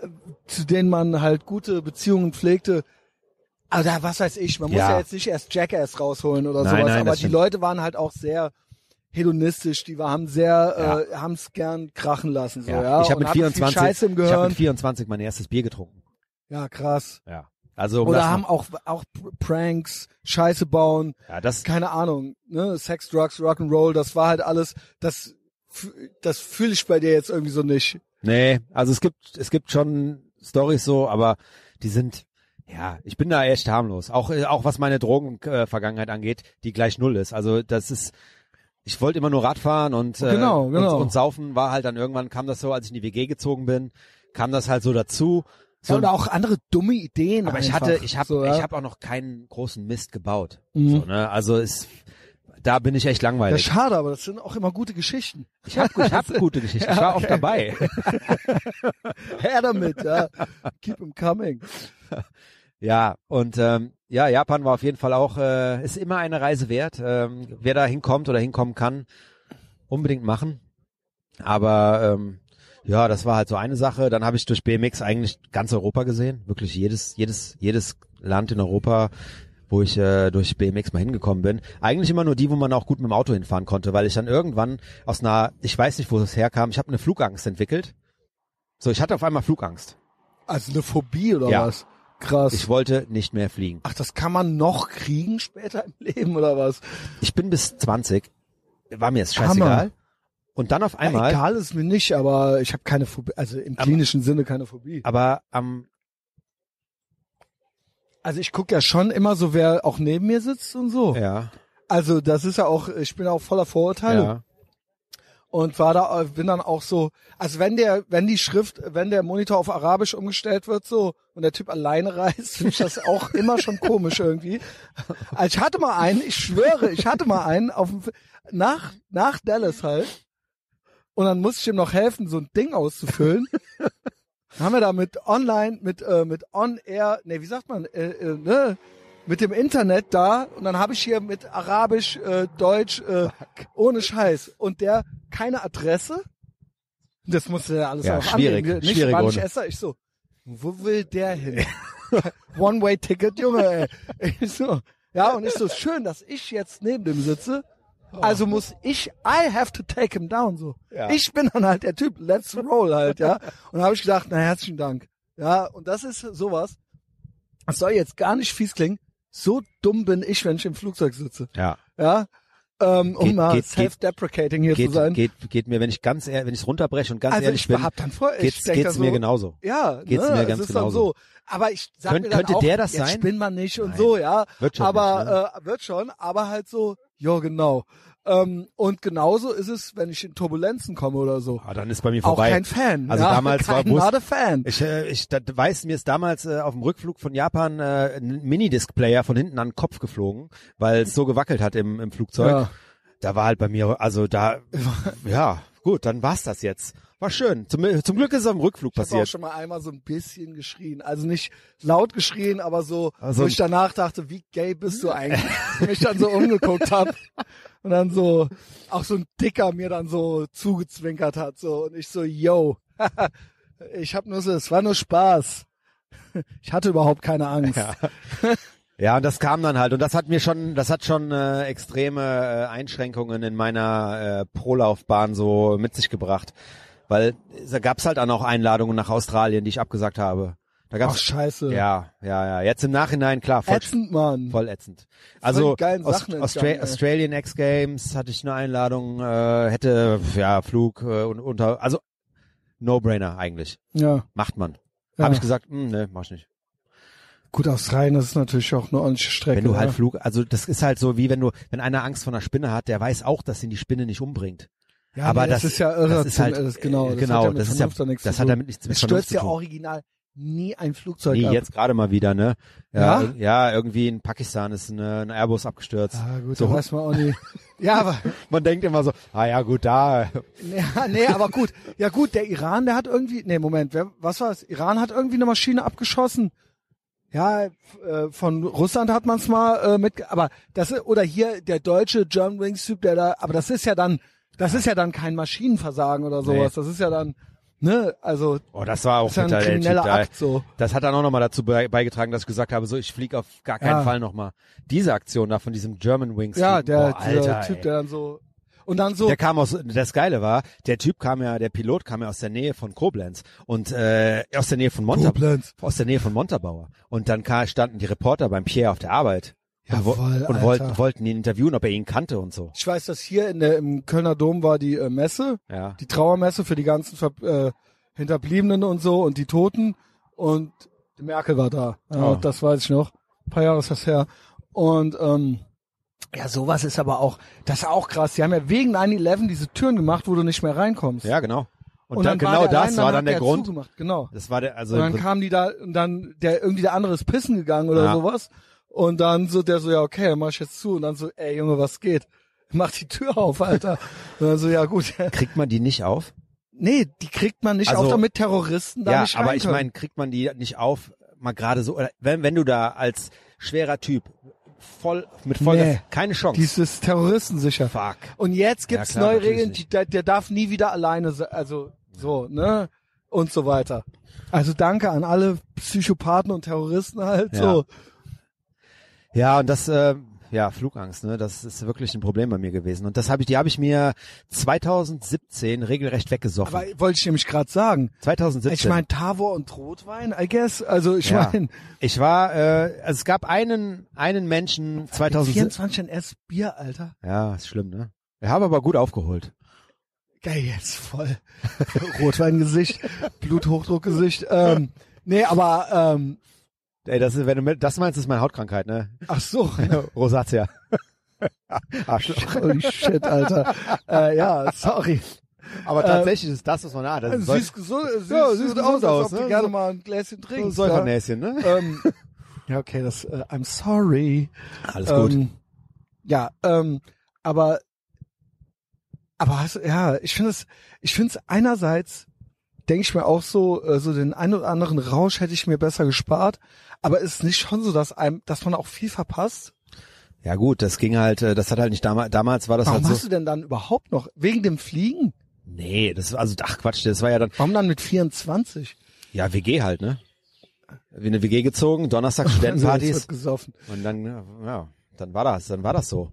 S1: äh, zu denen man halt gute Beziehungen pflegte, also da, was weiß ich, man muss
S2: Ja.
S1: ja jetzt nicht erst Jackass rausholen oder
S2: Nein,
S1: sowas,
S2: nein,
S1: aber
S2: das
S1: die
S2: stimmt.
S1: Leute waren halt auch sehr hedonistisch, die war- haben sehr,
S2: Ja.
S1: äh, haben es gern krachen lassen. So, ja.
S2: ja. ich habe
S1: und
S2: mit
S1: hatten viel
S2: 24
S1: Scheiße im
S2: ich habe
S1: Gehirn.
S2: mit 24 mein erstes Bier getrunken.
S1: Ja, krass.
S2: Ja. Also um das
S1: Oder
S2: noch-
S1: haben auch, auch Pranks, Scheiße bauen,
S2: ja, das
S1: keine Ahnung, ne? Sex, Drugs, Rock'n'Roll, das war halt alles, das, f- das fühle ich bei dir jetzt irgendwie so nicht.
S2: nee, also es gibt es gibt schon Stories so, aber die sind ja, ich bin da echt harmlos. Auch äh, auch was meine Drogenvergangenheit angeht, die gleich null ist. Also das ist ich wollte immer nur Radfahren und, äh,
S1: Genau, genau.
S2: und und saufen war halt dann irgendwann kam das so, als ich in die WG gezogen bin, kam das halt so dazu. So
S1: Ja, und auch andere dumme Ideen.
S2: Aber ich
S1: einfach,
S2: hatte, ich habe,
S1: so,
S2: ich habe auch noch keinen großen Mist gebaut.
S1: Mhm.
S2: So, ne? Also ist, da bin ich echt
S1: ja,
S2: langweilig.
S1: schade, aber das sind auch immer gute Geschichten.
S2: Ich habe, ich hab gute Geschichten. Ich war oft dabei.
S1: Her damit, ja. Keep 'em coming.
S2: Ja, und ähm, ja, Japan war auf jeden Fall auch, äh, ist immer eine Reise wert. Ähm, wer da hinkommt oder hinkommen kann, unbedingt machen. Aber ähm, ja, das war halt so eine Sache. Dann habe ich durch BMX eigentlich ganz Europa gesehen. Wirklich jedes, jedes, jedes Land in Europa, wo ich äh, durch BMX mal hingekommen bin. Eigentlich immer nur die, wo man auch gut mit dem Auto hinfahren konnte, weil ich dann irgendwann aus einer, ich weiß nicht, wo es herkam, ich habe eine Flugangst entwickelt. So, ich hatte auf einmal Flugangst.
S1: Also eine Phobie oder
S2: Ja.
S1: was? Krass.
S2: Ich wollte nicht mehr fliegen.
S1: Ach, das kann man noch kriegen später im Leben oder was?
S2: Ich bin bis 20. War mir jetzt scheißegal.
S1: Hammer.
S2: Und dann auf einmal,
S1: Ja, egal ist mir nicht, aber ich habe keine Phobie, also im klinischen Sinne keine Phobie.
S2: aber am,
S1: Also ich gucke ja schon immer so, wer auch neben mir sitzt und so.
S2: ja,
S1: Also das ist ja auch, ich bin auch voller Vorurteile
S2: ja,
S1: und war da, äh, bin dann auch so, also wenn der, wenn die Schrift, wenn der Monitor auf Arabisch umgestellt wird so und der Typ alleine reist, finde ich das auch immer schon komisch irgendwie. Also ich hatte mal einen, ich schwöre, ich hatte mal einen auf dem, nach, nach Dallas halt und dann musste ich ihm noch helfen, so ein Ding auszufüllen. Dann haben wir da mit online, mit, äh, mit on-air, nee, wie sagt man, äh, äh, ne? Mit dem Internet da und dann habe ich hier mit Arabisch, äh, Deutsch, äh, ohne Scheiß. Und der keine Adresse. Das musste der alles
S2: Ja,
S1: auch
S2: schwierig,
S1: angeben. Nicht
S2: schwierig
S1: Spanisch
S2: ohne.
S1: Esser. Ich so, wo will der hin? One-Way-Ticket, Junge, ey. Ich so, ja, und ich so, schön, dass ich jetzt neben dem sitze. Also muss ich, I have to take him down, so.
S2: Ja.
S1: Ich bin dann halt der Typ, let's roll halt, ja. Und da habe ich gedacht, na, herzlichen Dank. Ja, und das ist sowas, das soll jetzt gar nicht fies klingen, so dumm bin ich, wenn ich im Flugzeug sitze,
S2: ja.
S1: ja. Ähm, um
S2: Geht-
S1: mal
S2: geht- geht-
S1: self-deprecating hier zu
S2: Geht,
S1: sein.
S2: geht, geht mir, wenn ich ganz, ehr- wenn ich runterbreche und ganz
S1: also
S2: ehrlich
S1: ich
S2: bin,
S1: hab dann vorher, ich
S2: geht's,
S1: denk da
S2: geht's
S1: so,
S2: mir genauso.
S1: ja,
S2: Geht's
S1: ne,
S2: mir
S1: es
S2: ganz
S1: ist dann
S2: genauso.
S1: so. Aber ich sag
S2: Könnt-
S1: mir dann
S2: könnte
S1: auch,
S2: der das
S1: jetzt
S2: sein?
S1: spinnt man nicht und
S2: Nein.
S1: so, ja.
S2: Wird schon
S1: aber
S2: nicht, ne?
S1: äh, wird schon, aber halt so, ja genau. Ähm, und genauso ist es, wenn ich in Turbulenzen komme oder so.
S2: Ah, dann ist bei mir
S1: Auch
S2: vorbei.
S1: kein Fan.
S2: Also
S1: ja,
S2: damals war
S1: kein
S2: Bus-
S1: not a fan.
S2: ich, äh, ich da, weiß, mir ist damals äh, auf dem Rückflug von Japan äh, ein Minidisc-Player von hinten an den Kopf geflogen, weil es so gewackelt hat im, im Flugzeug.
S1: Ja.
S2: Da war halt bei mir, also da, ja, gut, dann war's das jetzt. War schön. Zum, zum Glück ist es am Rückflug
S1: Ich habe auch
S2: passiert.
S1: schon mal einmal so ein bisschen geschrien. Also nicht laut geschrien, aber so,
S2: Also-
S1: wo ich danach dachte, wie gay bist du eigentlich? Und mich dann so umgeguckt hab und dann so, auch so ein Dicker mir dann so zugezwinkert hat. so Und ich so, yo, ich hab nur so, es war nur Spaß. Ich hatte überhaupt keine Angst.
S2: Ja. Ja, und das kam dann halt und das hat mir schon, das hat schon äh, extreme äh, Einschränkungen in meiner äh, Prolaufbahn so mit sich gebracht, weil äh, da gab's halt dann auch Einladungen nach Australien, die ich abgesagt habe. Da
S1: Ach,
S2: gab's
S1: scheiße.
S2: ja, ja, ja. Jetzt im Nachhinein klar, voll,
S1: Ätzend, Mann.
S2: voll ätzend. Also
S1: die geilen Sachen
S2: Austra
S1: entgangen, ey.
S2: Australian X Games hatte ich eine Einladung, äh, hätte ja Flug äh, und unter, also No-Brainer eigentlich,
S1: Ja.
S2: macht man.
S1: Ja.
S2: Habe ich gesagt, hm, nee, mach ich nicht.
S1: Gut, Australien, das ist natürlich auch eine ordentliche Strecke. ne?
S2: Wenn du halt
S1: oder?
S2: Flug, also das ist halt so wie wenn du, wenn einer Angst vor einer Spinne hat, der weiß auch, dass ihn die Spinne nicht umbringt.
S1: ja,
S2: aber
S1: nee,
S2: das-
S1: ist ja irre.
S2: das ist halt,
S1: das, genau,
S2: äh,
S1: das
S2: genau,
S1: hat ja mit
S2: das ist ja-
S1: Vernunft dann nichts
S2: Das
S1: zu
S2: hat
S1: tun.
S2: damit nichts mit
S1: Es
S2: Vernunft
S1: stürzt
S2: zu
S1: ja
S2: tun.
S1: original nie ein Flugzeug
S2: Nee,
S1: ab.
S2: jetzt gerade mal wieder, ne? Ja,
S1: Ja?
S2: ja, irgendwie in Pakistan ist ein, äh, ein Airbus abgestürzt.
S1: Ah, gut,
S2: So.
S1: da weiß man auch nie. Ja, aber,
S2: Man denkt immer so, ah ja, gut, da.
S1: ja, nee, aber gut. Ja gut, der Iran, der hat irgendwie, nee, Moment, wer, was war's? Iran hat irgendwie eine Maschine abgeschossen. Ja, f- äh, von Russland hat man es mal äh, mit, aber das ist- oder hier der deutsche German Wings Typ, der da, aber das ist ja dann, das ist ja dann kein Maschinenversagen oder sowas. Das ist ja dann, ne, also
S2: Oh, das war auch
S1: das ist ja ein
S2: bitter, der Typ
S1: krimineller
S2: da.
S1: Akt so.
S2: Das hat dann auch nochmal dazu bei- beigetragen, dass ich gesagt habe, so ich fliege auf gar keinen
S1: Ja.
S2: Fall nochmal. Diese Aktion da von diesem German Wings.
S1: Ah. Ja,
S2: Typen,
S1: der
S2: boah,
S1: dieser
S2: Alter,
S1: Typ,
S2: ey.
S1: der dann so und dann so
S2: Der kam aus, das Geile war, der Typ kam ja, der Pilot kam ja aus der Nähe von Koblenz und äh, aus der Nähe von Montabaur.
S1: Koblenz.
S2: Aus der Nähe von Montabaur. Und dann ka- standen die Reporter beim Pierre auf der Arbeit und, wo-
S1: Jawohl,
S2: und
S1: Alter.
S2: wollten, wollten ihn interviewen, ob er ihn kannte und so.
S1: Ich weiß, dass hier in der, im Kölner Dom war die äh, Messe,
S2: Ja.
S1: die Trauermesse für die ganzen Ver äh, Hinterbliebenen und so und die Toten und die Merkel war da. Ja,
S2: Oh.
S1: Das weiß ich noch. Ein paar Jahre ist das her. Und ähm, ja, sowas ist aber auch, das ist auch krass. Die haben ja wegen 9-11 diese Türen gemacht, wo du nicht mehr reinkommst.
S2: ja, genau. Und,
S1: Und
S2: dann,
S1: war
S2: genau
S1: der
S2: das
S1: allein,
S2: war
S1: hat
S2: dann der,
S1: der
S2: Grund.
S1: Zugemacht. Genau.
S2: Das war der, also
S1: Und
S2: im
S1: dann
S2: Prinzip-
S1: kam die da und dann der irgendwie der andere ist pissen gegangen oder
S2: Ja.
S1: sowas und dann so der so ja okay, dann mach ich jetzt zu und dann so ey Junge, was geht? Mach die Tür auf, Alter. und dann so ja gut.
S2: kriegt man die nicht auf?
S1: nee, die kriegt man nicht
S2: Also-
S1: auf, damit Terroristen da
S2: Ja,
S1: nicht rein
S2: aber ich
S1: können.
S2: meine, kriegt man die nicht auf, mal gerade so, oder wenn, wenn du da als schwerer Typ voll mit voll
S1: Nee.
S2: keine Chance.
S1: die ist, ist Terroristen sicher.
S2: Fuck.
S1: Und jetzt
S2: Ja,
S1: gibt's
S2: klar,
S1: neue
S2: natürlich
S1: Regeln, die,
S2: nicht.
S1: der, der darf nie wieder alleine sein, also so, ne? Und so weiter. Also danke an alle Psychopathen und Terroristen halt
S2: Ja.
S1: so.
S2: Ja, und das, äh, ja, Flugangst, ne, das ist wirklich ein Problem bei mir gewesen. Und das habe ich, die habe ich mir 2017 regelrecht weggesoffen.
S1: Aber wollte ich nämlich gerade sagen.
S2: 2017.
S1: Ich meine, Tavor und Rotwein, I guess. Also ich
S2: ja.
S1: meine,
S2: ich war, äh, also es gab einen, einen Menschen 2017.
S1: 24 ein S Bier, Alter.
S2: Ja, ist schlimm, ne? Ich habe aber gut aufgeholt.
S1: Geil, jetzt voll. Rotweingesicht, Bluthochdruckgesicht. Ähm, nee, aber ähm,
S2: Ey, das ist, wenn du mit, das meinst, ist meine Hautkrankheit, ne?
S1: ach so.
S2: Rosatia. Arschloch.
S1: Holy shit, Alter. Äh, ja, sorry.
S2: Aber
S1: Äh,
S2: tatsächlich ist das, was man hat. Das ist
S1: Siehst gesund, siehst,
S2: Ja, siehst
S1: gesund aus, als
S2: gesund aus,
S1: ob du
S2: ne?
S1: gerne
S2: So-
S1: mal ein Gläschen
S2: so ein
S1: trinkst. ja.
S2: Säufernäschen, ne?
S1: Ähm, ja, okay, das, äh, I'm sorry.
S2: Alles
S1: Ähm, ja, ähm, aber aber hast, ja, ich finde es, ich finde es einerseits denke ich mir auch so, äh, so den einen oder anderen Rausch hätte ich mir besser gespart, aber ist nicht schon so, dass einem, dass man auch viel verpasst?
S2: Ja gut, das ging halt, äh, das hat halt nicht damals, damals war das
S1: Warum
S2: halt
S1: hast
S2: so.
S1: du denn dann überhaupt noch wegen dem Fliegen?
S2: Nee, das also ach Quatsch, das war ja dann
S1: Warum dann mit 24?
S2: ja WG halt, ne? Wie eine WG gezogen, Donnerstag
S1: Also, jetzt
S2: Studentenpartys
S1: wird gesoffen.
S2: und dann ja, dann war das, dann war das so.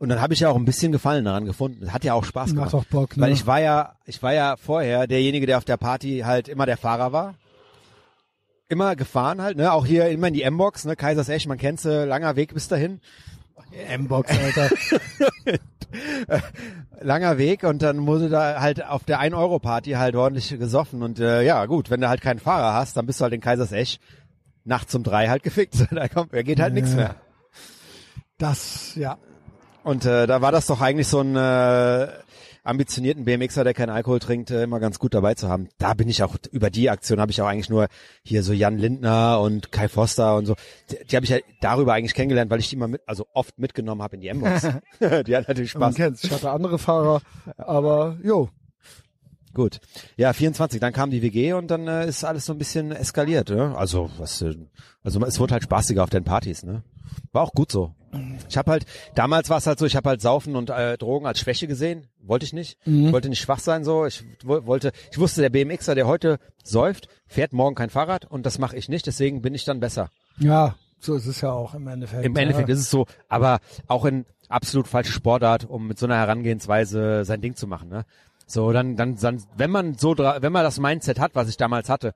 S2: Und dann habe ich ja auch ein bisschen Gefallen daran gefunden. Hat ja auch Spaß
S1: Macht
S2: gemacht.
S1: auch Bock, ne?
S2: Weil ich war ja, ich war ja vorher derjenige, der auf der Party halt immer der Fahrer war. Immer gefahren halt, ne? Auch hier immer in die M-Box, ne? Kaisers Esch, man kennt's, äh, langer Weg bis dahin.
S1: M-Box, Alter.
S2: langer Weg und dann wurde da halt auf der 1-Euro-Party halt ordentlich gesoffen und äh, ja gut, wenn du halt keinen Fahrer hast, dann bist du halt in Kaisersesch nachts um drei halt gefickt. da, kommt, da geht halt nichts mehr.
S1: Das, ja.
S2: Und äh, da war das doch eigentlich so ein äh, ambitionierten BMXer, der keinen Alkohol trinkt, äh, immer ganz gut dabei zu haben. Da bin ich auch, über die Aktion habe ich auch eigentlich nur hier so Jan Lindner und Kai Foster und so, die, die habe ich ja darüber eigentlich kennengelernt, weil ich die immer mit, also oft mitgenommen habe in die M-Box. die hat natürlich
S1: Man
S2: Spaß
S1: kennt's. Ich hatte andere Fahrer, aber jo.
S2: Gut. Ja, 24, dann kam die WG und dann äh, ist alles so ein bisschen eskaliert, ne? Also, was äh, also es wurde halt spaßiger auf den Partys, ne? War auch gut so. Ich habe halt damals war es halt so, ich habe halt Saufen und äh, Drogen als Schwäche gesehen, wollte ich nicht. Wollte nicht schwach sein so, ich wo- wollte ich wusste der BMXer, der heute säuft, fährt morgen kein Fahrrad und das mache ich nicht, deswegen bin ich dann besser.
S1: Ja, So ist es ja auch im Endeffekt.
S2: Im Endeffekt
S1: ja.
S2: ist es so, aber auch in absolut falsche Sportart, um mit so einer Herangehensweise sein Ding zu machen, ne? So, dann, dann, dann, wenn man so, dra- wenn man das Mindset hat, was ich damals hatte,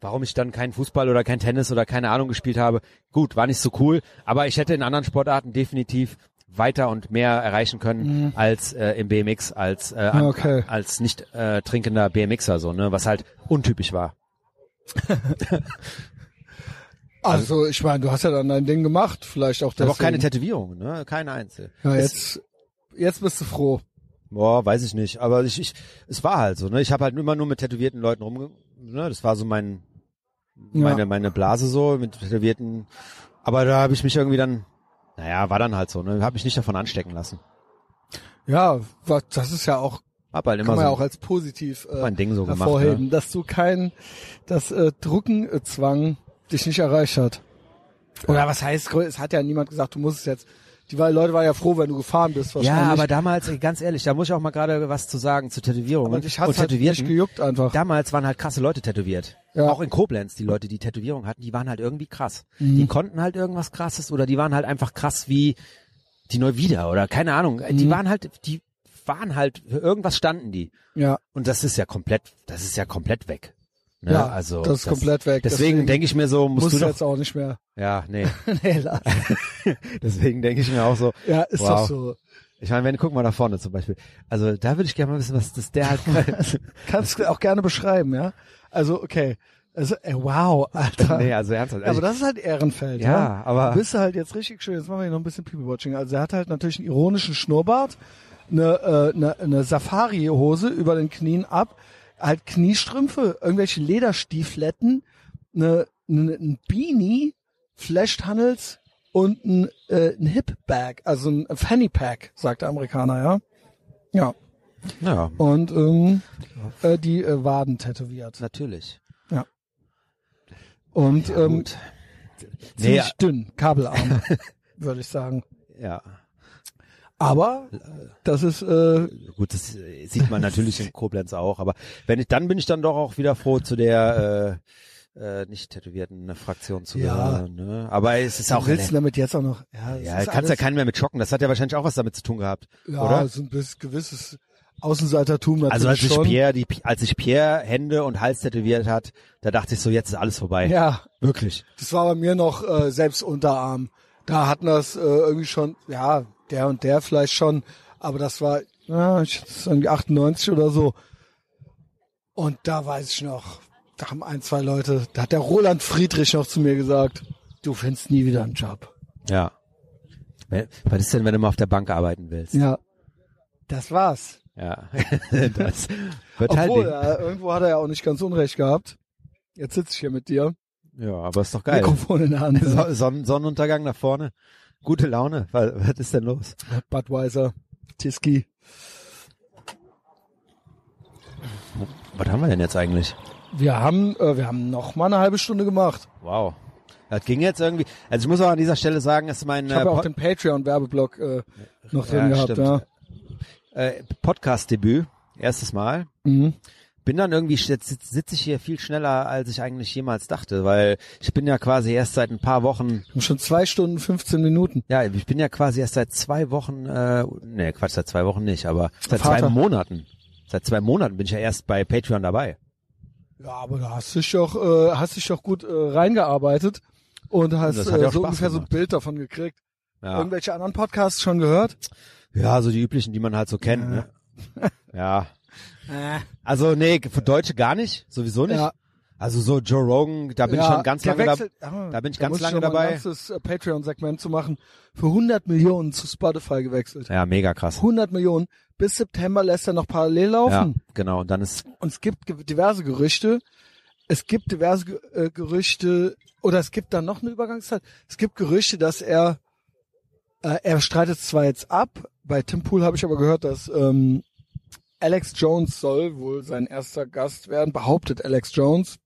S2: warum ich dann keinen Fußball oder kein Tennis oder keine Ahnung gespielt habe, gut, war nicht so cool, aber ich hätte in anderen Sportarten definitiv weiter und mehr erreichen können als äh, im BMX, als äh, an,
S1: Mhm. Okay.
S2: als nicht äh, trinkender BMXer so, ne? Was halt untypisch war.
S1: also ich meine, du hast ja dann dein Ding gemacht, vielleicht auch
S2: Ich habe auch keine
S1: deswegen.
S2: Tätowierung, ne? Keine einzige.
S1: ja,
S2: Es-
S1: jetzt, jetzt bist du froh.
S2: Boah, weiß ich nicht. Aber ich, ich es war halt so, ne? Ich habe halt immer nur mit tätowierten Leuten rumge... Ne? Das war so mein,
S1: Ja.
S2: meine, meine Blase so, mit tätowierten... Aber da habe ich mich irgendwie dann... Naja, war dann halt so, ne? Habe mich nicht davon anstecken lassen.
S1: Ja, wa- das ist ja auch,
S2: Hab halt immer
S1: kann man
S2: so
S1: ja auch als positiv äh,
S2: mein Ding so gemacht.
S1: hervorheben,
S2: Ne?
S1: dass du kein, dass äh, Drucken äh, Zwang dich nicht erreicht hat. Oder was heißt, grö- es hat ja niemand gesagt, du musst es jetzt. Die weil- Leute waren ja froh, wenn du gefahren bist wahrscheinlich.
S2: Ja, aber damals, ey, ganz ehrlich, da muss ich auch mal gerade was zu sagen zu Tätowierungen
S1: und ich
S2: und
S1: hat's halt
S2: Tätowierten.
S1: nicht gejuckt einfach.
S2: Damals waren halt krasse Leute tätowiert.
S1: Ja.
S2: Auch in Koblenz, die Leute, die Tätowierung hatten, die waren halt irgendwie krass.
S1: Mhm.
S2: Die konnten halt irgendwas krasses oder die waren halt einfach krass wie die Neuwieder oder keine Ahnung.
S1: Mhm.
S2: Die waren halt, die waren halt, für irgendwas standen die.
S1: ja,
S2: Und das ist ja komplett, das ist ja komplett weg. Ne?
S1: ja,
S2: also.
S1: das ist komplett weg.
S2: Deswegen denke ich mir so, musst
S1: musst
S2: du
S1: du
S2: doch,
S1: jetzt auch nicht mehr.
S2: ja, nee.
S1: nee, lass.
S2: Deswegen denke ich mir auch so,
S1: Ja, ist
S2: Wow.
S1: doch so.
S2: ich meine, wenn, guck mal da vorne zum Beispiel. Also, da würde ich gerne mal wissen, was das der halt,
S1: Kannst du auch gerne beschreiben, ja? Also, okay. Also, ey, wow, Alter.
S2: nee, also ernsthaft.
S1: aber das ist halt Ehrenfeld, ja.
S2: Ja, aber-
S1: Bist du halt jetzt richtig schön. Jetzt machen wir hier noch ein bisschen People-Watching. Also er hat halt natürlich einen ironischen Schnurrbart, eine, äh, eine, eine Safari-Hose über den Knien ab, halt Kniestrümpfe, irgendwelche Lederstiefletten, eine, eine, ein Beanie, Flash-Tunnels und ein, äh, ein Hip-Bag, also ein Fanny-Pack, sagt der Amerikaner, ja. Ja,
S2: ja,
S1: und ähm, äh, die äh, Waden tätowiert.
S2: natürlich.
S1: Und ähm,
S2: Gut.
S1: ziemlich
S2: Nee,
S1: dünn, kabelarm, würde ich sagen.
S2: ja.
S1: Aber das ist äh,
S2: Gut, das äh, sieht man natürlich in Koblenz auch, aber wenn ich, dann bin ich dann doch auch wieder froh, zu der äh, äh, nicht tätowierten Fraktion zu
S1: Ja.
S2: gehören. Ne? Aber es ist auch.
S1: willst du damit jetzt auch noch. Ja,
S2: ja, kannst ja keinen mehr mit schocken. Das hat ja wahrscheinlich auch was damit zu tun gehabt,
S1: ja,
S2: oder?
S1: so ein bisschen gewisses Außenseitertum natürlich
S2: Also als ich
S1: schon.
S2: Pierre, die, als ich Pierre Hände und Hals tätowiert hat, da dachte ich so, jetzt ist alles vorbei.
S1: Ja,
S2: Wirklich.
S1: das war bei mir noch äh, selbst Unterarm. Da hatten das äh, irgendwie schon, ja, der und der vielleicht schon, aber das war ja, ich- das ist irgendwie 98 oder so. Und da weiß ich noch, da haben ein, zwei Leute, da hat der Roland Friedrich noch zu mir gesagt, du findest nie wieder einen Job.
S2: Ja. Wenn- Was ist denn, wenn du mal auf der Bank arbeiten willst?
S1: Ja. Das war's.
S2: Ja. das wird
S1: Obwohl,
S2: halt
S1: äh, irgendwo hat er ja auch nicht ganz Unrecht gehabt. Jetzt sitze ich hier mit dir.
S2: nicht. Ja, aber ist doch geil.
S1: Mikrofon in der Hand.
S2: Son Sonnen Sonnenuntergang nach vorne. Gute Laune. Was, was ist denn los?
S1: Budweiser, Tiski.
S2: Was haben wir denn jetzt eigentlich?
S1: Wir haben, äh, wir haben noch mal eine halbe Stunde gemacht.
S2: Wow. Das ging jetzt irgendwie. Also ich muss auch an dieser Stelle sagen, dass mein
S1: Ich habe
S2: äh,
S1: ja auch
S2: Pod-
S1: den Patreon-Werbeblock äh, noch
S2: Ja,
S1: drin gehabt.
S2: stimmt.
S1: Ja.
S2: äh, Podcast-Debüt, erstes Mal.
S1: Mhm.
S2: Bin dann irgendwie, jetzt sitze sitz ich hier viel schneller, als ich eigentlich jemals dachte, weil ich bin ja quasi erst seit ein paar
S1: Wir
S2: Wochen,
S1: haben schon zwei Stunden, 15 Minuten.
S2: ja, ich bin ja quasi erst seit zwei Wochen, äh, nee, Quatsch, seit zwei Wochen nicht, aber seit zwei
S1: Vater.
S2: Monaten. Seit zwei Monaten bin ich ja erst bei Patreon dabei.
S1: Ja, aber da hast dich doch, äh, hast dich doch gut äh, reingearbeitet und hast
S2: Das
S1: äh,
S2: hat ja auch
S1: so
S2: Spaß
S1: ungefähr so ein
S2: gemacht.
S1: Bild davon gekriegt.
S2: Ja.
S1: Irgendwelche anderen Podcasts schon gehört?
S2: Ja, so die üblichen, die man halt so kennt, ne? Ja. Also, nee, für Deutsche gar nicht, sowieso nicht.
S1: Ja.
S2: Also so Joe Rogan, da bin ich
S1: Ja,
S2: schon ganz
S1: der
S2: lange dabei.
S1: wechselt- Ah,
S2: da bin ich
S1: da
S2: ganz
S1: muss
S2: lange
S1: noch mal
S2: dabei.
S1: Ein ganzes äh, Patreon-Segment zu machen. Für 100 Millionen zu Spotify gewechselt.
S2: Ja, mega krass.
S1: 100 Millionen. Bis September lässt er noch parallel
S2: Ja,
S1: laufen.
S2: genau. Und dann ist,
S1: Und es gibt ge- diverse Gerüchte. Es gibt diverse Ge- äh, Gerüchte oder es gibt dann noch eine Übergangszeit. Es gibt Gerüchte, dass er äh, er streitet zwar jetzt ab. Bei Tim Pool habe ich aber gehört, dass ähm, Alex Jones soll wohl sein erster Gast werden, behauptet Alex Jones.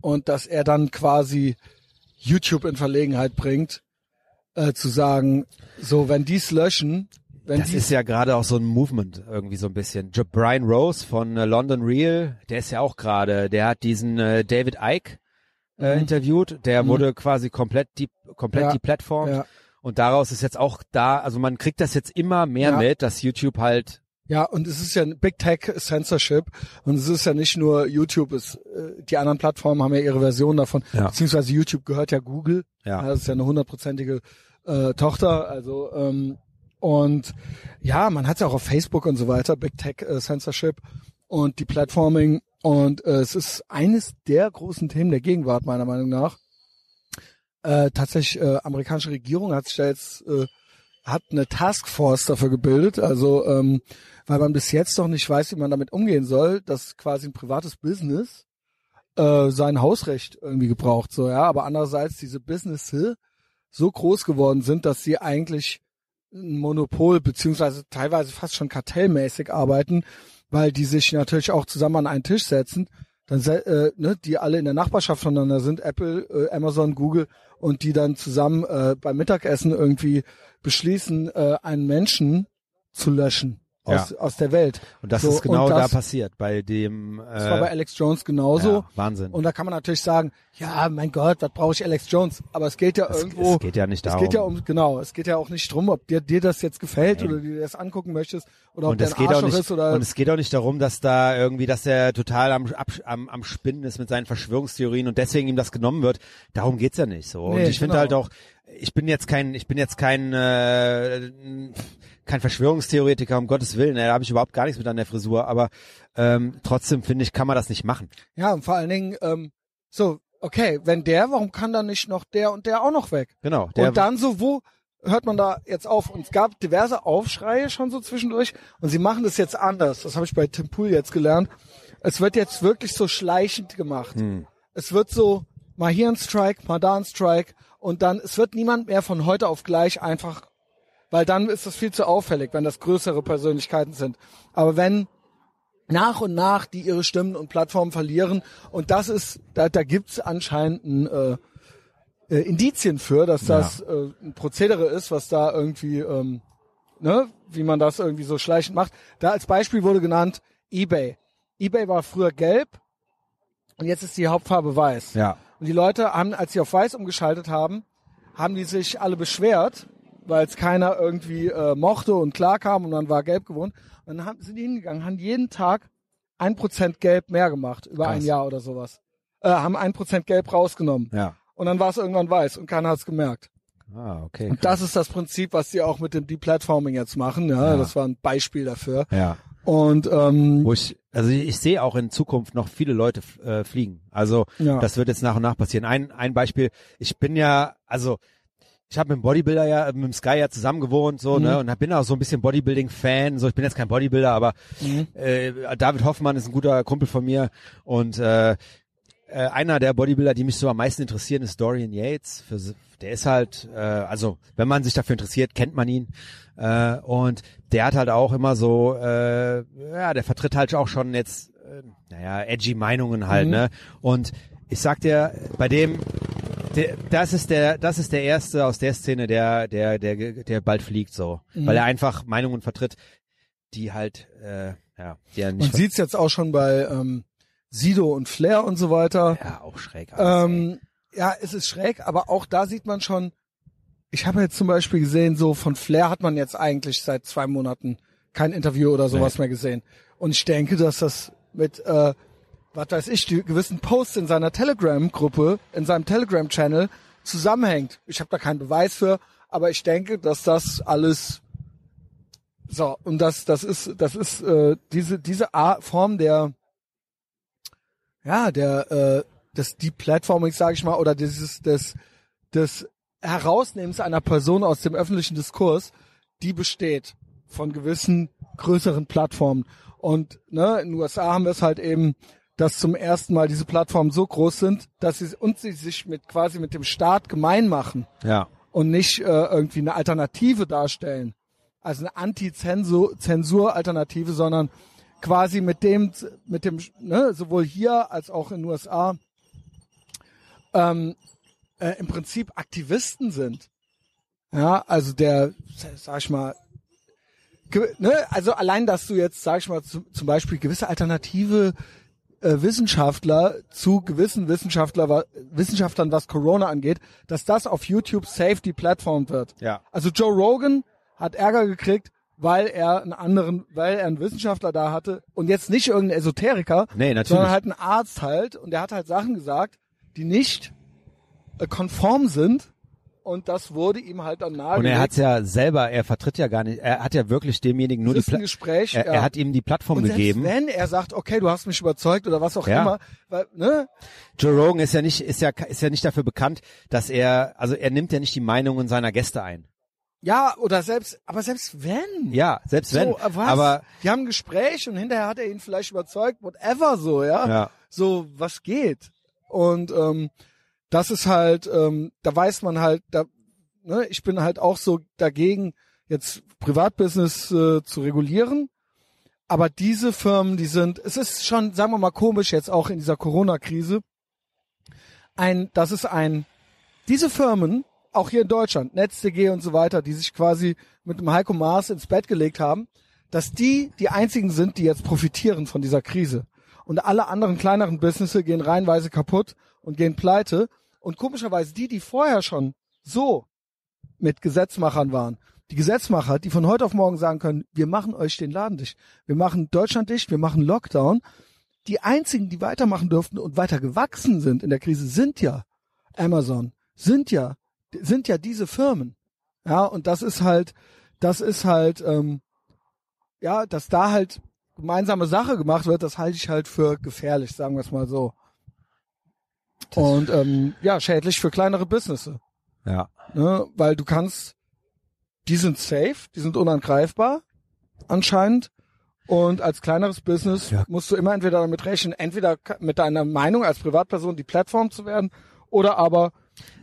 S1: Und dass er dann quasi YouTube in Verlegenheit bringt, äh, zu sagen, so wenn dies löschen, wenn
S2: das
S1: die
S2: ist ja gerade auch so ein Movement irgendwie so ein bisschen. Jo- Brian Rose von äh, London Real, der ist ja auch gerade, der hat diesen äh, David Icke äh,
S1: Mhm.
S2: interviewt. Der
S1: Mhm.
S2: wurde quasi komplett die komplett
S1: Ja.
S2: die Plattform
S1: Ja.
S2: und daraus ist jetzt auch da, also man kriegt das jetzt immer mehr
S1: Ja.
S2: mit, dass YouTube halt
S1: Ja, und es ist ja ein Big Tech Censorship und es ist ja nicht nur YouTube, es, äh, die anderen Plattformen haben ja ihre Version davon,
S2: Ja.
S1: beziehungsweise YouTube gehört ja Google,
S2: Ja.
S1: das ist ja eine hundertprozentige äh, Tochter, also ähm, und ja, man hat ja auch auf Facebook und so weiter Big Tech äh, Censorship und die Platforming und äh, es ist eines der großen Themen der Gegenwart meiner Meinung nach. Äh, tatsächlich, äh, amerikanische Regierung hat sich da jetzt äh, hat eine Taskforce dafür gebildet, also ähm, weil man bis jetzt noch nicht weiß, wie man damit umgehen soll, dass quasi ein privates Business äh, sein Hausrecht irgendwie gebraucht, so ja, aber andererseits diese Businesses so groß geworden sind, dass sie eigentlich ein Monopol beziehungsweise teilweise fast schon kartellmäßig arbeiten, weil die sich natürlich auch zusammen an einen Tisch setzen, dann se- äh, ne, die alle in der Nachbarschaft voneinander sind, Apple, äh, Amazon, Google und die dann zusammen äh, beim Mittagessen irgendwie beschließen, äh, einen Menschen zu löschen aus, aus der Welt.
S2: und das
S1: So,
S2: ist genau
S1: und das-
S2: da passiert bei dem äh,
S1: Das war bei Alex Jones genauso.
S2: ja, Wahnsinn.
S1: Und da kann man natürlich sagen, ja, mein Gott, was brauche ich Alex Jones? Aber es geht ja
S2: es,
S1: irgendwo.
S2: es geht ja nicht darum.
S1: Es geht ja um, genau, es geht ja auch nicht drum, ob dir, dir das jetzt gefällt oder dir das angucken möchtest oder ob
S2: und
S1: der
S2: es
S1: ein
S2: geht auch
S1: Arschloch
S2: nicht
S1: ist oder
S2: und es geht auch nicht darum, dass da irgendwie, dass er total am, ab, am am Spinnen ist mit seinen Verschwörungstheorien und deswegen ihm das genommen wird. Darum geht's ja nicht so. und
S1: Nee,
S2: ich finde
S1: genau.
S2: halt auch, ich bin jetzt kein, ich bin jetzt kein äh, kein Verschwörungstheoretiker um Gottes willen. Da habe ich überhaupt gar nichts mit an der Frisur. Aber ähm, trotzdem finde ich, kann man das nicht machen.
S1: ja, und vor allen Dingen, ähm, so, okay, wenn der, warum kann dann nicht noch der und der auch noch weg?
S2: Genau. Der,
S1: und dann so, wo hört man da jetzt auf? Und es gab diverse Aufschreie schon so zwischendurch. Und sie machen das jetzt anders. Das habe ich bei Tim Pool jetzt gelernt. Es wird jetzt wirklich so schleichend gemacht.
S2: Hm.
S1: Es wird so mal hier ein Strike, mal da ein Strike. Und dann, es wird niemand mehr von heute auf gleich einfach, weil dann ist das viel zu auffällig, wenn das größere Persönlichkeiten sind. Aber wenn nach und nach die ihre Stimmen und Plattformen verlieren, und das ist, da, da gibt's anscheinend ein, äh, äh, Indizien für, dass
S2: Ja.
S1: das äh, ein Prozedere ist, was da irgendwie, ähm, ne, wie man das irgendwie so schleichend macht. Da als Beispiel wurde genannt eBay. eBay war früher gelb und jetzt ist die Hauptfarbe weiß.
S2: ja.
S1: Und die Leute haben, als sie auf weiß umgeschaltet haben, haben die sich alle beschwert, weil es keiner irgendwie äh, mochte und klar kam und dann war gelb gewohnt. Und dann haben, sind die hingegangen, haben jeden Tag ein Prozent gelb mehr gemacht, über
S2: Krass.
S1: ein Jahr oder sowas. Äh, haben ein Prozent gelb rausgenommen.
S2: Ja.
S1: Und dann war es irgendwann weiß und keiner hat es gemerkt.
S2: Ah, okay.
S1: Und das ist das Prinzip, was die auch mit dem Deplatforming jetzt machen. Ja,
S2: Ja.
S1: das war ein Beispiel dafür.
S2: ja.
S1: Und ähm,
S2: Wo ich, also ich, ich sehe auch in Zukunft noch viele Leute f- äh, fliegen. Also
S1: ja,
S2: Das wird jetzt nach und nach passieren. Ein, ein Beispiel, ich bin ja, also ich habe mit dem Bodybuilder ja, mit dem Sky ja zusammen gewohnt, so,
S1: Mhm.
S2: ne? Und bin auch so ein bisschen Bodybuilding-Fan. So, ich bin jetzt kein Bodybuilder, aber
S1: Mhm.
S2: äh, David Hoffmann ist ein guter Kumpel von mir und äh, äh, einer der Bodybuilder, die mich so am meisten interessieren, ist Dorian Yates. Für, der ist halt, äh, also wenn man sich dafür interessiert, kennt man ihn. Äh, und der hat halt auch immer so, äh, ja, der vertritt halt auch schon jetzt, äh, naja, edgy Meinungen halt,
S1: Mhm.
S2: ne? Und ich sag dir, bei dem, der, das ist der, das ist der erste aus der Szene, der, der, der, der bald fliegt so,
S1: Mhm.
S2: weil er einfach Meinungen vertritt, die halt, äh, ja, die er
S1: man
S2: nicht.
S1: sieht's jetzt auch schon bei ähm, Sido und Flair und so weiter.
S2: ja, auch schräg. alles, ey.
S1: Ähm, ja, es ist schräg, aber auch da sieht man schon, ich habe jetzt zum Beispiel gesehen, so von Flair hat man jetzt eigentlich seit zwei Monaten kein Interview oder sowas mehr gesehen. Und ich denke, dass das mit, äh, was weiß ich, die gewissen Posts in seiner Telegram-Gruppe, in seinem Telegram-Channel zusammenhängt. Ich habe da keinen Beweis für, aber ich denke, dass das alles so und das das ist das ist äh, diese diese Ar- Form der ja, der, äh, das Deplatforming, sage ich mal, oder dieses, des, des Herausnehmens einer Person aus dem öffentlichen Diskurs, die besteht von gewissen größeren Plattformen. Und ne, in den USA haben wir es halt eben, dass zum ersten Mal diese Plattformen so groß sind, dass sie und sie sich mit quasi mit dem Staat gemein machen
S2: ja,
S1: und nicht äh, irgendwie eine Alternative darstellen. Also eine Anti-Zensur-Alternative, sondern quasi mit dem, mit dem, ne, sowohl hier als auch in den USA ähm, äh, im Prinzip Aktivisten sind. Ja, also der, sag ich mal, ge- ne, also allein, dass du jetzt, sag ich mal, zum, zum Beispiel gewisse alternative äh, Wissenschaftler zu gewissen Wissenschaftler, wa- Wissenschaftlern, was Corona angeht, dass das auf YouTube safe die Plattform wird.
S2: Ja.
S1: Also Joe Rogan hat Ärger gekriegt, weil er einen anderen, weil er einen Wissenschaftler da hatte und jetzt nicht irgendeinen Esoteriker,
S2: Nee, natürlich.
S1: sondern halt einen Arzt halt und der hat halt Sachen gesagt, die nicht äh, konform sind und das wurde ihm halt dann nahegelegt.
S2: Und er hat's ja selber, er vertritt ja gar nicht, er hat ja wirklich demjenigen nur die
S1: Das ist ein
S2: Pla-
S1: Gespräch,
S2: er,
S1: ja.
S2: er hat ihm die Plattform
S1: und selbst
S2: gegeben.
S1: wenn er sagt, okay, du hast mich überzeugt oder was auch
S2: Ja.
S1: immer, weil, ne,
S2: Joe Rogan ist ja nicht, ist ja, ist ja nicht dafür bekannt, dass er, also er nimmt ja nicht die Meinungen seiner Gäste ein.
S1: ja oder selbst, aber selbst wenn,
S2: Ja, selbst wenn.
S1: So, äh, was?
S2: Aber
S1: die haben ein Gespräch und hinterher hat er ihn vielleicht überzeugt, whatever so, ja.
S2: Ja.
S1: So, was geht? Und ähm, das ist halt, ähm, da weiß man halt, da, ne, ich bin halt auch so dagegen, jetzt Privatbusiness äh, zu regulieren. Aber diese Firmen, die sind, es ist schon, sagen wir mal, komisch jetzt auch in dieser Corona-Krise. Ein, das ist ein, diese Firmen, auch hier in Deutschland, NetzDG und so weiter, die sich quasi mit dem Heiko Maas ins Bett gelegt haben, dass die die einzigen sind, die jetzt profitieren von dieser Krise. Und alle anderen kleineren Businesses gehen reihenweise kaputt und gehen pleite. Und komischerweise die, die vorher schon so mit Gesetzmachern waren, die Gesetzmacher, die von heute auf morgen sagen können, wir machen euch den Laden dicht, wir machen Deutschland dicht, wir machen Lockdown, die einzigen, die weitermachen dürften und weiter gewachsen sind in der Krise, sind ja Amazon, sind ja, sind ja diese Firmen. Ja, und das ist halt, das ist halt, ähm, ja, dass da halt gemeinsame Sache gemacht wird, das halte ich halt für gefährlich, sagen wir es mal so. Und ähm, ja, schädlich für kleinere Businesses.
S2: ja.
S1: Ne? Weil du kannst, die sind safe, die sind unangreifbar, anscheinend. Und als kleineres Business
S2: Ja.
S1: musst du immer entweder damit rechnen, entweder ka- mit deiner Meinung als Privatperson die Plattform zu werden, oder aber,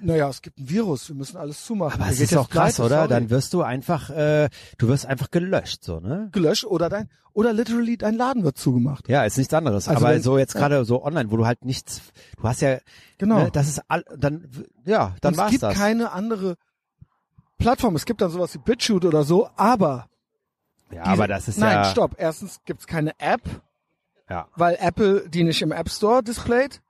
S1: naja, es gibt ein Virus, wir müssen alles zumachen.
S2: Aber
S1: Ihr
S2: es
S1: geht
S2: ist
S1: jetzt
S2: auch krass,
S1: pleite,
S2: oder?
S1: sorry.
S2: Dann wirst du einfach, äh, du wirst einfach gelöscht, so, ne?
S1: gelöscht oder dein, oder literally dein Laden wird zugemacht.
S2: Ja, ist nichts anderes.
S1: Also
S2: aber
S1: wenn-
S2: so jetzt gerade so online, wo du halt nichts, du hast ja,
S1: Genau.
S2: ne, das ist all, dann, ja, dann
S1: Und es
S2: war's
S1: gibt
S2: das.
S1: keine andere Plattform. Es gibt dann sowas wie BitChute oder so, aber
S2: ja,
S1: diese-
S2: aber das ist
S1: nein,
S2: ja,
S1: stopp. Erstens gibt's keine App,
S2: ja,
S1: weil Apple die nicht im App Store displayt.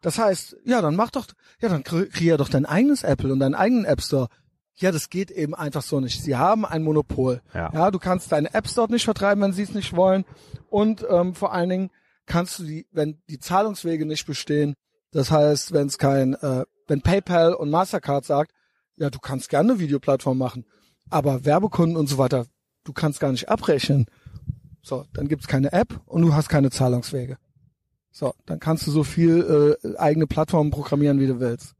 S1: Das heißt, ja, dann mach doch, ja, dann kre- kreier doch dein eigenes Apple und deinen eigenen App Store. Ja, das geht eben einfach so nicht. Sie haben ein Monopol.
S2: Ja.
S1: du kannst deine Apps dort nicht vertreiben, wenn sie es nicht wollen. Und ähm, vor allen Dingen kannst du die, wenn die Zahlungswege nicht bestehen, das heißt, wenn es kein, äh, wenn PayPal und Mastercard sagt, ja, du kannst gerne eine Videoplattform machen, aber Werbekunden und so weiter, du kannst gar nicht abrechnen. So, dann gibt's keine App und du hast keine Zahlungswege. So, dann kannst du so viel äh, eigene Plattformen programmieren, wie du willst.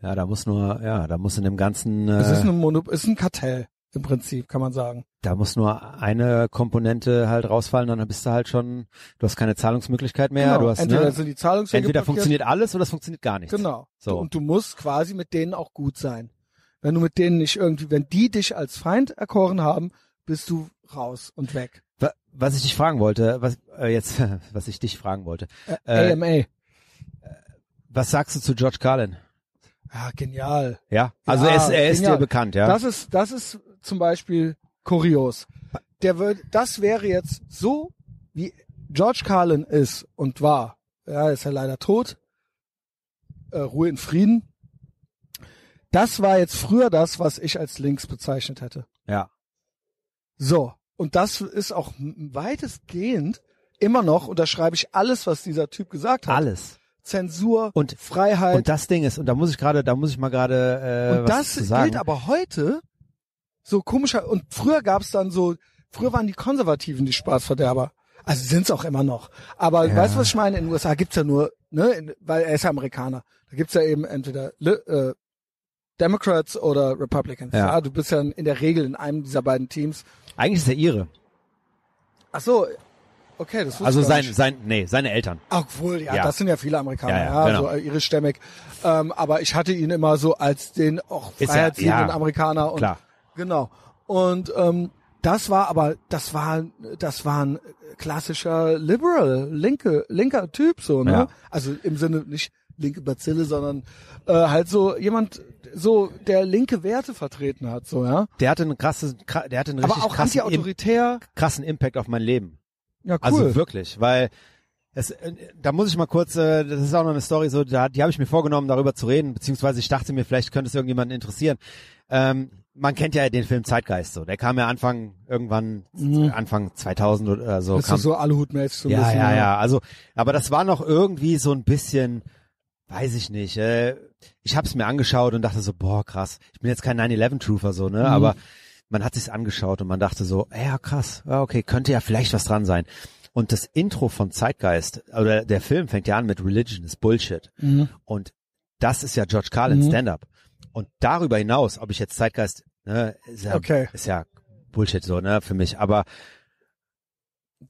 S2: ja, da muss nur, ja, da muss in dem ganzen, äh,
S1: Es ist, eine Mono ist ein Kartell im Prinzip, kann man sagen.
S2: da muss nur eine Komponente halt rausfallen, dann bist du halt schon, du hast keine Zahlungsmöglichkeit mehr,
S1: genau.
S2: du hast,
S1: entweder
S2: ne,
S1: sind die Zahlungswege
S2: entweder
S1: blockiert,
S2: funktioniert alles oder es funktioniert gar nichts.
S1: Genau.
S2: So.
S1: Und du musst quasi mit denen auch gut sein. Wenn du mit denen nicht irgendwie, wenn die dich als Feind erkoren haben, bist du raus und weg.
S2: Wa- Was ich dich fragen wollte, was äh, jetzt, was ich dich fragen wollte,
S1: Äh,
S2: Äh,
S1: AMA.
S2: was sagst du zu George Carlin?
S1: Ja, genial.
S2: Ja, also
S1: Ja,
S2: er ist, er ist
S1: genial.
S2: dir bekannt, ja.
S1: Das ist, das ist zum Beispiel kurios. Der wird, das wäre jetzt so, wie George Carlin ist und war. Ja, ist ja leider tot. Äh, Ruhe in Frieden. Das war jetzt früher das, was ich als links bezeichnet hätte.
S2: ja,
S1: So, und das ist auch m- weitestgehend immer noch, unterschreibe ich alles, was dieser Typ gesagt hat.
S2: alles.
S1: Zensur
S2: Und-
S1: Freiheit.
S2: Und das Ding ist, und da muss ich gerade, da muss ich mal gerade äh,
S1: und
S2: was
S1: das
S2: zu sagen.
S1: gilt aber heute so komischer. Und früher gab's dann so, früher waren die Konservativen die Spaßverderber. Also sind's auch immer noch. Aber
S2: Ja.
S1: weißt du, was ich meine? In den USA gibt's ja nur, ne, in, weil er ist ja Amerikaner. Da gibt's ja eben entweder Li- äh, Democrats oder Republicans.
S2: Ja.
S1: Ja. du bist ja in der Regel in einem dieser beiden Teams.
S2: Eigentlich ist er ihre.
S1: Ach so, okay, das wusste
S2: Also
S1: ich gar
S2: sein,
S1: nicht.
S2: sein, nee, seine Eltern.
S1: Obwohl, ja,
S2: Ja.
S1: das sind ja viele Amerikaner,
S2: Ja,
S1: ja,
S2: ja, genau.
S1: so äh, irischstämmig. Ähm, aber ich hatte ihn immer so als den auch
S2: Ist ja-
S1: freiheitsliebenden
S2: ja.
S1: Amerikaner. Und,
S2: Klar.
S1: Genau. Und ähm, das war aber, das war, das war ein klassischer Liberal, linke, linker Typ so, ne?
S2: Ja.
S1: Also im Sinne nicht linke Bazille, sondern äh, halt so jemand, so der linke Werte vertreten hat, so ja.
S2: Der hatte einen krassen, kra- der hatte einen
S1: Aber
S2: richtig
S1: auch
S2: krassen, Im-
S1: antiautoritär.
S2: krassen Impact auf mein Leben.
S1: Ja, cool.
S2: Also wirklich, weil Es, äh, da muss ich mal kurz, äh, das ist auch noch eine Story, so da, die habe ich mir vorgenommen, darüber zu reden, beziehungsweise ich dachte mir, vielleicht könnte es irgendjemanden interessieren. Ähm, man kennt ja den Film Zeitgeist so. Der kam ja Anfang irgendwann
S1: Mhm.
S2: Anfang 2000 oder so.
S1: Das
S2: kam,
S1: ist so Aluhutmäßig so ein
S2: ja,
S1: bisschen.
S2: ja, ja. Also, aber das war noch irgendwie so ein bisschen, weiß ich nicht. Äh, ich habe es mir angeschaut und dachte so, boah, krass. Ich bin jetzt kein 9/11-Trooper so, ne?
S1: Mhm.
S2: Aber man hat sich's angeschaut und man dachte so, äh, ja, krass. Ja, okay, könnte ja vielleicht was dran sein. Und das Intro von Zeitgeist oder der Film fängt ja an mit Religion is Bullshit.
S1: Mhm.
S2: Und das ist ja George Carlin
S1: Mhm.
S2: Stand-up. Und darüber hinaus, ob ich jetzt Zeitgeist, ne, ist ja,
S1: Okay.
S2: ist ja Bullshit so, ne, für mich. Aber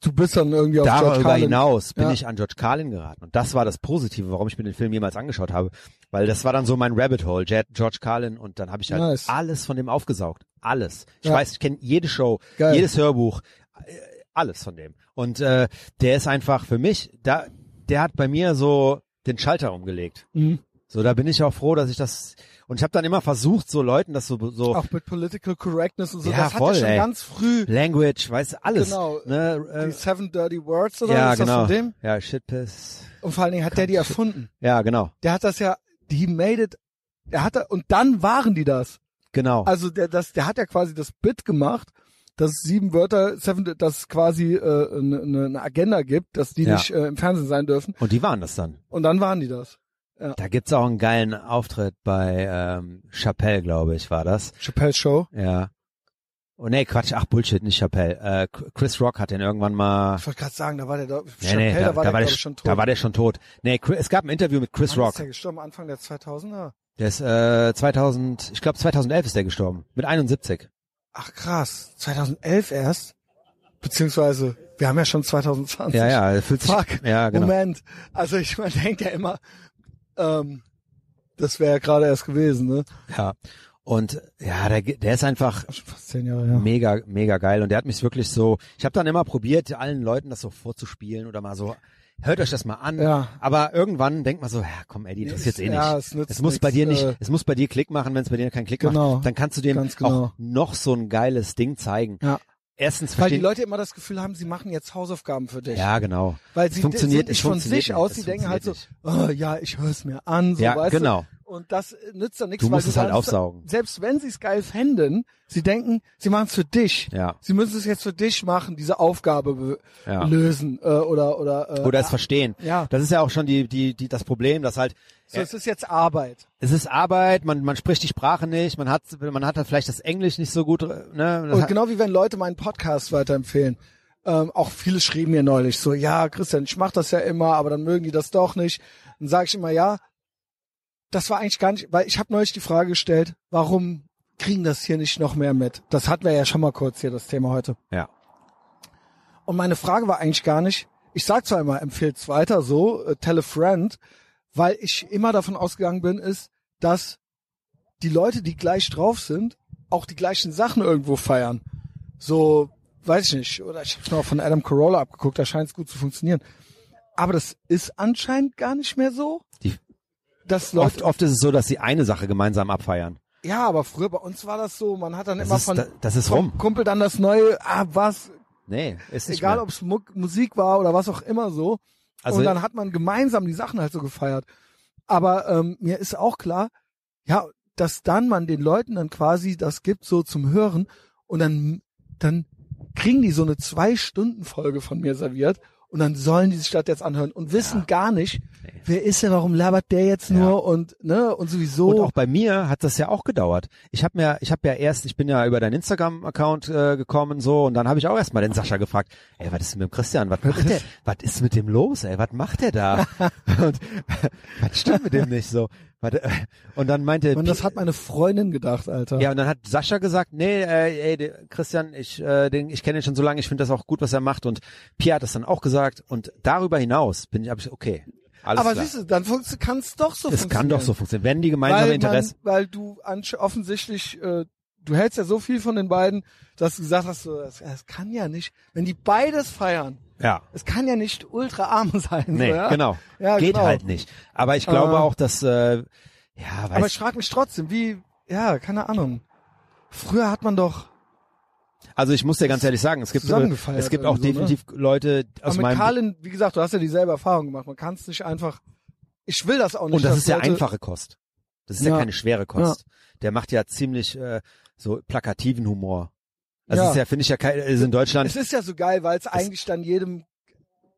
S1: Du bist dann irgendwie auf George
S2: darüber
S1: Carlin.
S2: hinaus bin
S1: Ja.
S2: ich an George Carlin geraten. Und das war das Positive, warum ich mir den Film jemals angeschaut habe. Weil das war dann so mein Rabbit Hole, Ja- George Carlin. Und dann habe ich halt
S1: Nice.
S2: alles von dem aufgesaugt. Alles. Ich
S1: Ja.
S2: weiß, ich kenne jede Show,
S1: Geil.
S2: jedes Hörbuch, äh, alles von dem. Und äh, der ist einfach für mich, da, der hat bei mir so den Schalter umgelegt.
S1: Mhm.
S2: So, da bin ich auch froh, dass ich das. Und ich habe dann immer versucht, so Leuten das so, so
S1: Auch mit Political Correctness und so.
S2: Ja,
S1: das hat
S2: voll,
S1: er schon
S2: ey.
S1: ganz früh.
S2: Language, weißt du, alles.
S1: Genau.
S2: Ne,
S1: Die
S2: äh,
S1: Seven Dirty Words oder
S2: ja,
S1: was ist das
S2: genau.
S1: von dem?
S2: Ja, Shitpiss.
S1: Und vor allen Dingen hat der die erfunden.
S2: Ja, genau.
S1: Der hat das ja, he made it. Der hat da, und dann waren die das.
S2: Genau.
S1: Also der, das, der hat ja quasi das Bit gemacht, dass es sieben Wörter, seven, dass es quasi äh, eine, eine- eine Agenda gibt, dass die
S2: Ja.
S1: nicht äh, im Fernsehen sein dürfen.
S2: Und die waren das dann.
S1: Und dann waren die das.
S2: Da gibt's auch einen geilen Auftritt bei ähm, Chappelle, glaube ich, war das.
S1: Chappelle Show.
S2: Ja. Oh nee, Quatsch, ach Bullshit, nicht Chappelle. Äh, Chris Rock hat den irgendwann mal.
S1: Ich wollte gerade sagen, da war der, da,
S2: Nee,
S1: Chappelle,
S2: nee,
S1: da, war der,
S2: der,
S1: glaub ich, schon tot.
S2: da war der schon tot. Nee, Chris, es gab ein Interview mit Chris
S1: Wann
S2: Rock.
S1: Ist der gestorben Anfang der 2000er?
S2: Der ist äh, 2000, ich glaube 2011 ist der gestorben. Mit 71.
S1: Ach krass, 2011 erst. Beziehungsweise, wir haben ja schon 2020.
S2: Ja, ja, er fühlt sich,
S1: Fuck.
S2: Ja, genau.
S1: Moment. Also ich man denkt ja immer, ähm, das wäre ja gerade erst gewesen, ne?
S2: Ja. Und ja, der, der ist einfach
S1: Schon fast zehn Jahre, ja.
S2: mega, mega geil. Und der hat mich wirklich so, ich habe dann immer probiert, allen Leuten das so vorzuspielen oder mal so, hört euch das mal an.
S1: Ja.
S2: Aber irgendwann denkt man so, ja, komm, ey, die interessiert eh nicht.
S1: Ja, es nützt
S2: es muss bei
S1: nichts,
S2: dir nicht,
S1: äh,
S2: es muss bei dir Klick machen, wenn es bei dir keinen Klick
S1: Genau.
S2: macht, dann kannst du dem
S1: Ganz genau.
S2: auch noch so ein geiles Ding zeigen.
S1: Ja.
S2: Erstens
S1: Weil die
S2: verstehen,
S1: Leute immer das Gefühl haben, sie machen jetzt Hausaufgaben für dich.
S2: ja, genau.
S1: Weil
S2: Es
S1: sie
S2: funktioniert,
S1: sind nicht
S2: es
S1: von
S2: funktioniert
S1: sich
S2: nicht,
S1: aus,
S2: es
S1: sie denken halt so,
S2: funktioniert
S1: oh, ja, ich höre es mir an, so
S2: Ja,
S1: weißt
S2: genau.
S1: du. Und das nützt dann nichts,
S2: Du
S1: weil
S2: musst
S1: sie
S2: es halt
S1: dann-
S2: aufsaugen.
S1: Selbst wenn sie es geil fänden, sie denken, sie machen es für dich.
S2: Ja.
S1: Sie müssen es jetzt für dich machen, diese Aufgabe be-
S2: Ja.
S1: lösen äh, oder oder äh,
S2: Oder es verstehen.
S1: Ja.
S2: Das ist ja auch schon die, die, die, das Problem, dass halt,
S1: so, es ist jetzt Arbeit.
S2: es ist Arbeit, man, man spricht die Sprache nicht, man hat, man hat halt vielleicht das Englisch nicht so gut, ne? Das
S1: Und
S2: hat-
S1: genau wie wenn Leute meinen Podcast weiterempfehlen. Ähm, auch viele schrieben mir neulich so, ja, Christian, ich mach das ja immer, aber dann mögen die das doch nicht. Dann sage ich immer, ja, das war eigentlich gar nicht, weil ich habe neulich die Frage gestellt, warum kriegen das hier nicht noch mehr mit? Das hatten wir ja schon mal kurz hier, das Thema heute.
S2: Ja.
S1: Und meine Frage war eigentlich gar nicht, ich sag zwar immer, empfehlt's weiter so, äh, tell a friend, weil ich immer davon ausgegangen bin, ist, dass die Leute, die gleich drauf sind, auch die gleichen Sachen irgendwo feiern. So, weiß ich nicht, oder ich hab's mir auch von Adam Carolla abgeguckt, da scheint's gut zu funktionieren. Aber das ist anscheinend gar nicht mehr so.
S2: Die-
S1: dass
S2: Oft,
S1: Leute,
S2: oft ist es so, dass sie eine Sache gemeinsam abfeiern.
S1: ja, aber früher bei uns war das so, man hat dann
S2: Das
S1: immer
S2: ist,
S1: von
S2: da- das ist
S1: vom
S2: rum.
S1: Kumpel dann das neue, ah, was,
S2: Nee, ist nicht
S1: egal
S2: mehr.
S1: ob es Musik war oder was auch immer so.
S2: Also-
S1: und dann hat man gemeinsam die Sachen halt so gefeiert. Aber ähm, mir ist auch klar, ja, dass dann man den Leuten dann quasi das gibt so zum Hören und dann dann kriegen die so eine zwei Stunden Folge von mir serviert und dann sollen die sich das jetzt anhören und wissen gar nicht, wer ist denn, warum labert der jetzt
S2: Ja.
S1: nur und ne und sowieso.
S2: Und auch bei mir hat das ja auch gedauert. Ich habe mir, ich habe ja erst, ich bin ja über deinen Instagram-Account äh, gekommen so und dann habe ich auch erstmal den Sascha gefragt, ey, was ist mit dem Christian? Was macht der? Was ist mit dem los, ey? Was macht der da? und was stimmt mit dem nicht so? Was, äh, Und dann meinte
S1: und das hat meine Freundin gedacht, Alter.
S2: Ja, und dann hat Sascha gesagt, nee, äh, ey, de- Christian, ich, äh, den, ich kenne ihn schon so lange, ich finde das auch gut, was er macht. Und Pia hat das dann auch gesagt. Und darüber hinaus bin ich, hab ich okay, alles
S1: Aber
S2: klar.
S1: siehst du, dann kann es doch so
S2: es kann doch so funktionieren, wenn die gemeinsame
S1: weil,
S2: Interesse.
S1: Man, weil du ansch- offensichtlich, äh, du hältst ja so viel von den beiden, dass du gesagt hast, so, das, das kann ja nicht, wenn die beides feiern,
S2: Ja.
S1: es kann ja nicht ultra arm sein.
S2: Nee,
S1: so, ja?
S2: genau.
S1: Ja,
S2: Geht
S1: genau.
S2: halt nicht. Aber ich glaube
S1: Äh.
S2: auch, dass, äh, ja,
S1: Aber
S2: weiß
S1: ich frage mich trotzdem, wie, ja, keine Ahnung. Früher hat man doch,
S2: Also ich muss dir ganz ehrlich sagen, es gibt
S1: Zusammengefeiert
S2: es gibt auch
S1: irgendwie so, ne?
S2: definitiv Leute
S1: Aber
S2: aus
S1: mit
S2: meinem
S1: Karlin, wie gesagt, du hast ja dieselbe Erfahrung gemacht. Man kann es nicht einfach. Ich will das auch nicht.
S2: und das
S1: dass
S2: ist ja
S1: Leute-
S2: einfache Kost. Das ist ja,
S1: Ja.
S2: keine schwere Kost. Der macht ja ziemlich äh, so plakativen Humor. Das
S1: Ja.
S2: ist ja finde ich ja kein, ist in Deutschland
S1: Es ist ja so geil, weil es eigentlich dann jedem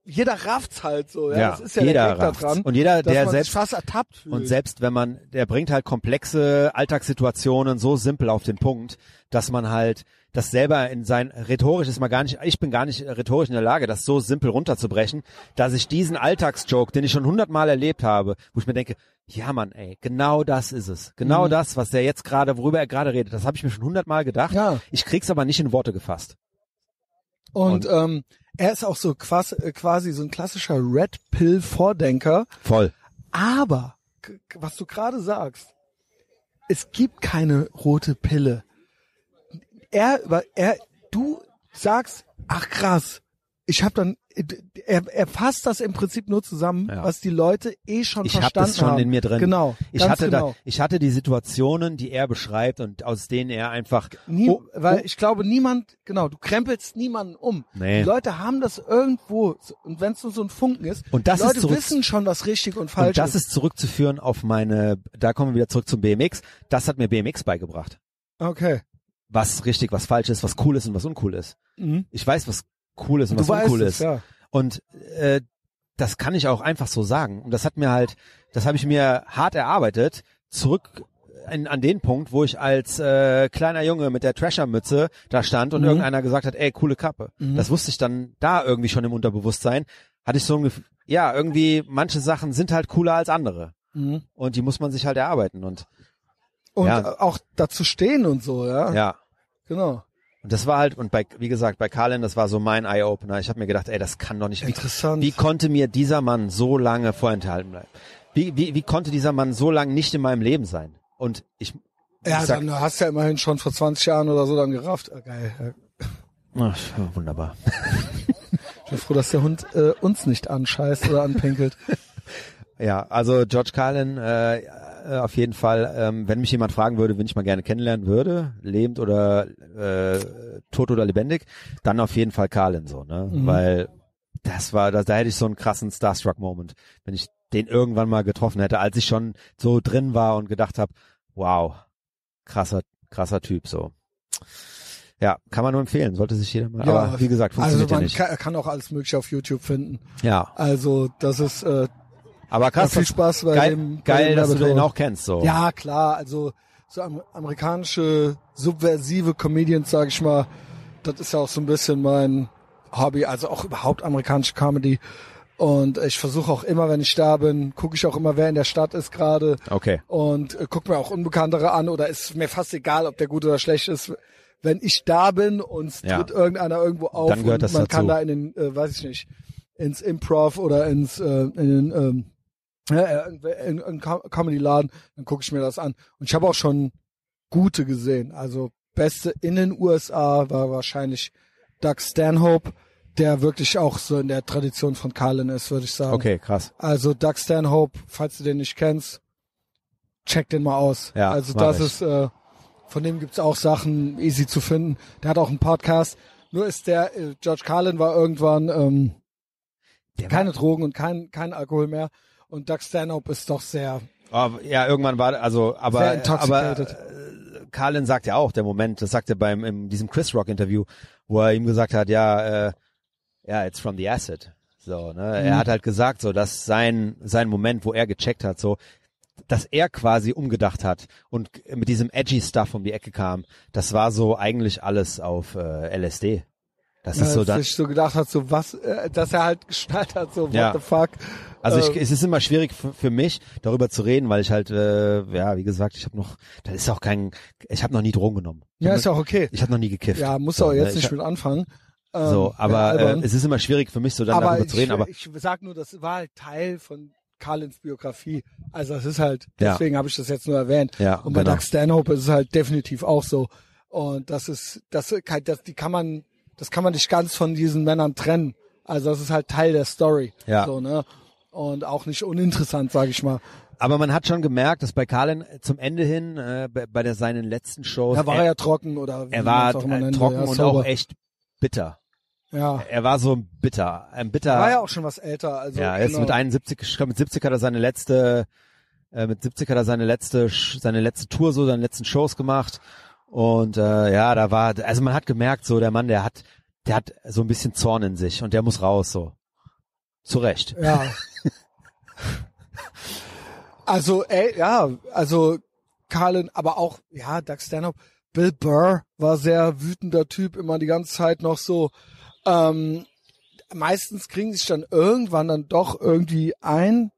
S1: jeder rafft's halt so. Ja,
S2: ja,
S1: das ist ja
S2: jeder
S1: der Gag
S2: rafft's.
S1: da dran,
S2: und jeder
S1: dass
S2: der
S1: man sich
S2: selbst
S1: fast ertappt fühlt.
S2: Und selbst wenn man, der bringt halt komplexe Alltagssituationen so simpel auf den Punkt, dass man halt das selber in sein rhetorisch ist man gar nicht, ich bin gar nicht rhetorisch in der Lage, das so simpel runterzubrechen, dass ich diesen Alltagsjoke, den ich schon hundertmal erlebt habe, wo ich mir denke, ja Mann, ey, genau das ist es. Genau
S1: Mhm.
S2: das, was der jetzt gerade, worüber er gerade redet, das habe ich mir schon hundertmal gedacht.
S1: Ja.
S2: Ich krieg's aber nicht in Worte gefasst.
S1: Und, ähm, er ist auch so quasi, äh, quasi so ein klassischer Red Pill Vordenker.
S2: Voll.
S1: Aber k- k- was du gerade sagst, es gibt keine rote Pille. Er, über- er, du sagst, ach krass, ich habe dann, er, er fasst das im Prinzip nur zusammen,
S2: Ja.
S1: was die Leute eh schon
S2: Ich hab
S1: verstanden
S2: das schon
S1: haben.
S2: in mir drin.
S1: Genau,
S2: Ich
S1: ganz
S2: hatte
S1: genau.
S2: da, ich hatte die Situationen, die er beschreibt und aus denen er einfach
S1: Nie,
S2: Oh,
S1: weil
S2: oh.
S1: ich glaube, niemand, genau, du krempelst niemanden um.
S2: Nee.
S1: Die Leute haben das irgendwo, so- und wenn es nur so ein Funken ist,
S2: Und das
S1: die Leute
S2: ist zurück-
S1: wissen schon, was richtig und falsch
S2: und das ist zurückzuführen auf meine, da kommen wir wieder zurück zum BMX. Das hat mir BMX beigebracht.
S1: Okay.
S2: Was richtig, was falsch ist, was cool ist und was uncool ist.
S1: Mhm.
S2: Ich weiß, was cool ist und
S1: Du
S2: was
S1: weißt
S2: uncool
S1: es,
S2: ist.
S1: ja.
S2: Und äh, das kann ich auch einfach so sagen. Und das hat mir halt, das habe ich mir hart erarbeitet, zurück in, an den Punkt, wo ich als äh, kleiner Junge mit der Trasher-Mütze da stand und
S1: Mhm.
S2: irgendeiner gesagt hat, ey, coole Kappe.
S1: Mhm.
S2: Das wusste ich dann da irgendwie schon im Unterbewusstsein. Hatte ich so ein Gefühl, ja, irgendwie manche Sachen sind halt cooler als andere.
S1: Mhm.
S2: Und die muss man sich halt erarbeiten. Und
S1: Und
S2: Ja.
S1: auch dazu stehen und so, ja.
S2: ja.
S1: Genau.
S2: Und das war halt, und bei, wie gesagt, bei Carlin, das war so mein Eye-Opener. Ich habe mir gedacht, ey, das kann doch nicht. Wie,
S1: Interessant.
S2: wie konnte mir dieser Mann so lange vorenthalten bleiben? Wie, wie, wie konnte dieser Mann so lange nicht in meinem Leben sein? Und ich,
S1: Ja,
S2: ich sag,
S1: dann hast du ja immerhin schon vor 20 Jahren oder so dann gerafft. Ah, geil. Ja.
S2: ach, wunderbar.
S1: Ich bin froh, dass der Hund äh, uns nicht anscheißt oder anpinkelt.
S2: Ja, also George Carlin, äh, äh, auf jeden Fall, ähm, wenn mich jemand fragen würde, wen ich mal gerne kennenlernen würde, lebend oder äh, tot oder lebendig, dann auf jeden Fall Carlin so, ne?
S1: Mhm.
S2: Weil das war, da, da hätte ich so einen krassen Starstruck-Moment, wenn ich den irgendwann mal getroffen hätte, als ich schon so drin war und gedacht habe, wow, krasser, krasser Typ so. Ja, kann man nur empfehlen, sollte sich jeder mal.
S1: Ja,
S2: aber wie gesagt,
S1: Also
S2: funktioniert
S1: man
S2: ja nicht.
S1: kann, kann auch alles mögliche auf YouTube finden.
S2: ja,
S1: Also das ist äh,
S2: aber krass,
S1: viel Spaß bei
S2: geil,
S1: dem. bei
S2: geil,
S1: dem
S2: dass du den
S1: Werbetroll.
S2: auch kennst so.
S1: Ja, klar, also so am, amerikanische subversive Comedians, sage ich mal, das ist ja auch so ein bisschen mein Hobby, also auch überhaupt amerikanische Comedy. Und ich versuche auch immer, wenn ich da bin, gucke ich auch immer, wer in der Stadt ist gerade
S2: Okay.
S1: und äh, gucke mir auch Unbekanntere an oder ist mir fast egal, ob der gut oder schlecht ist. Wenn ich da bin und es
S2: Ja.
S1: tritt irgendeiner irgendwo auf
S2: Dann gehört
S1: und
S2: das
S1: man
S2: dazu.
S1: kann da in den, äh, weiß ich nicht, ins Improv oder ins äh, in den, ähm, ja, äh, in, in, in Com- Comedy-Laden, dann gucke ich mir das an. Und ich habe auch schon gute gesehen. Also beste in den USA war wahrscheinlich Doug Stanhope, der wirklich auch so in der Tradition von Carlin ist, würde ich sagen.
S2: Okay, krass.
S1: Also Doug Stanhope, falls du den nicht kennst, check den mal aus.
S2: Ja,
S1: also
S2: mach
S1: das
S2: ich.
S1: ist, äh, von dem gibt's auch Sachen easy zu finden. Der hat auch einen Podcast. Nur ist der, äh, George Carlin war irgendwann ähm,
S2: Der
S1: keine Drogen und kein, kein Alkohol mehr. Und Doug Stanhope ist doch sehr,
S2: Aber, Ah, ja, irgendwann war, also,
S1: Sehr
S2: aber, aber
S1: intoxicated.
S2: äh, Carlin sagt ja auch, der Moment, das sagt er beim, in diesem Chris Rock Interview, wo er ihm gesagt hat, ja, äh, ja, it's from the acid. So, ne, er hat halt gesagt, so, dass sein, sein Moment, wo er gecheckt hat, so, dass er quasi umgedacht hat und g- mit diesem edgy Stuff um die Ecke kam, das war so eigentlich alles auf äh, LSD. Das ist
S1: äh,
S2: so dann,
S1: sich so gedacht hat, so was, äh, dass er halt geschnallt hat, so what
S2: Ja.
S1: the fuck.
S2: Also ich,
S1: Ähm,
S2: es ist immer schwierig für, für mich darüber zu reden, weil ich halt äh, ja wie gesagt, ich habe noch, das ist auch kein, ich habe noch nie Drogen genommen. Ich
S1: ja,
S2: hab
S1: ist
S2: noch,
S1: auch okay.
S2: ich habe noch nie gekifft.
S1: Ja, muss
S2: so,
S1: auch
S2: ne?
S1: jetzt
S2: ich,
S1: nicht mit anfangen. Ähm,
S2: So,
S1: ja,
S2: aber
S1: albern.
S2: äh, es ist immer schwierig für mich so dann
S1: aber
S2: darüber zu reden.
S1: ich,
S2: Aber
S1: ich sag nur, das war halt Teil von Karlins Biografie. Also das ist halt,
S2: Ja.
S1: deswegen habe ich das jetzt nur erwähnt.
S2: Ja,
S1: und bei
S2: genau.
S1: Doug Stanhope ist es halt definitiv auch so. Und das ist, das, kann- das, die kann man, das kann man nicht ganz von diesen Männern trennen. Also das ist halt Teil der Story.
S2: Ja.
S1: So, ne? Und auch nicht uninteressant, sage ich mal.
S2: Aber man hat schon gemerkt, dass bei Carlin zum Ende hin, äh, bei, bei der, seinen letzten Shows,
S1: Da war er ja trocken oder wie
S2: er
S1: man's
S2: war
S1: auch immer
S2: äh,
S1: nennt,
S2: trocken
S1: ja,
S2: und
S1: sober.
S2: auch echt bitter.
S1: Ja.
S2: Er war so ein bitter, ein bitter.
S1: War ja auch schon was älter, also.
S2: ja, er ist
S1: genau.
S2: mit 71, ich glaub, mit 70 hat er seine letzte, äh, mit 70 hat er seine letzte, Sch- seine letzte Tour so, seine letzten Shows gemacht. Und äh, ja, da war, also man hat gemerkt, so der Mann, der hat, der hat so ein bisschen Zorn in sich und der muss raus, so. Zu Recht.
S1: Ja. also, ey, ja, also Carlin, aber auch, ja, Doug Stanhope, Bill Burr war sehr wütender Typ, immer die ganze Zeit noch so. Ähm, meistens kriegen sie sich dann irgendwann dann doch irgendwie ein.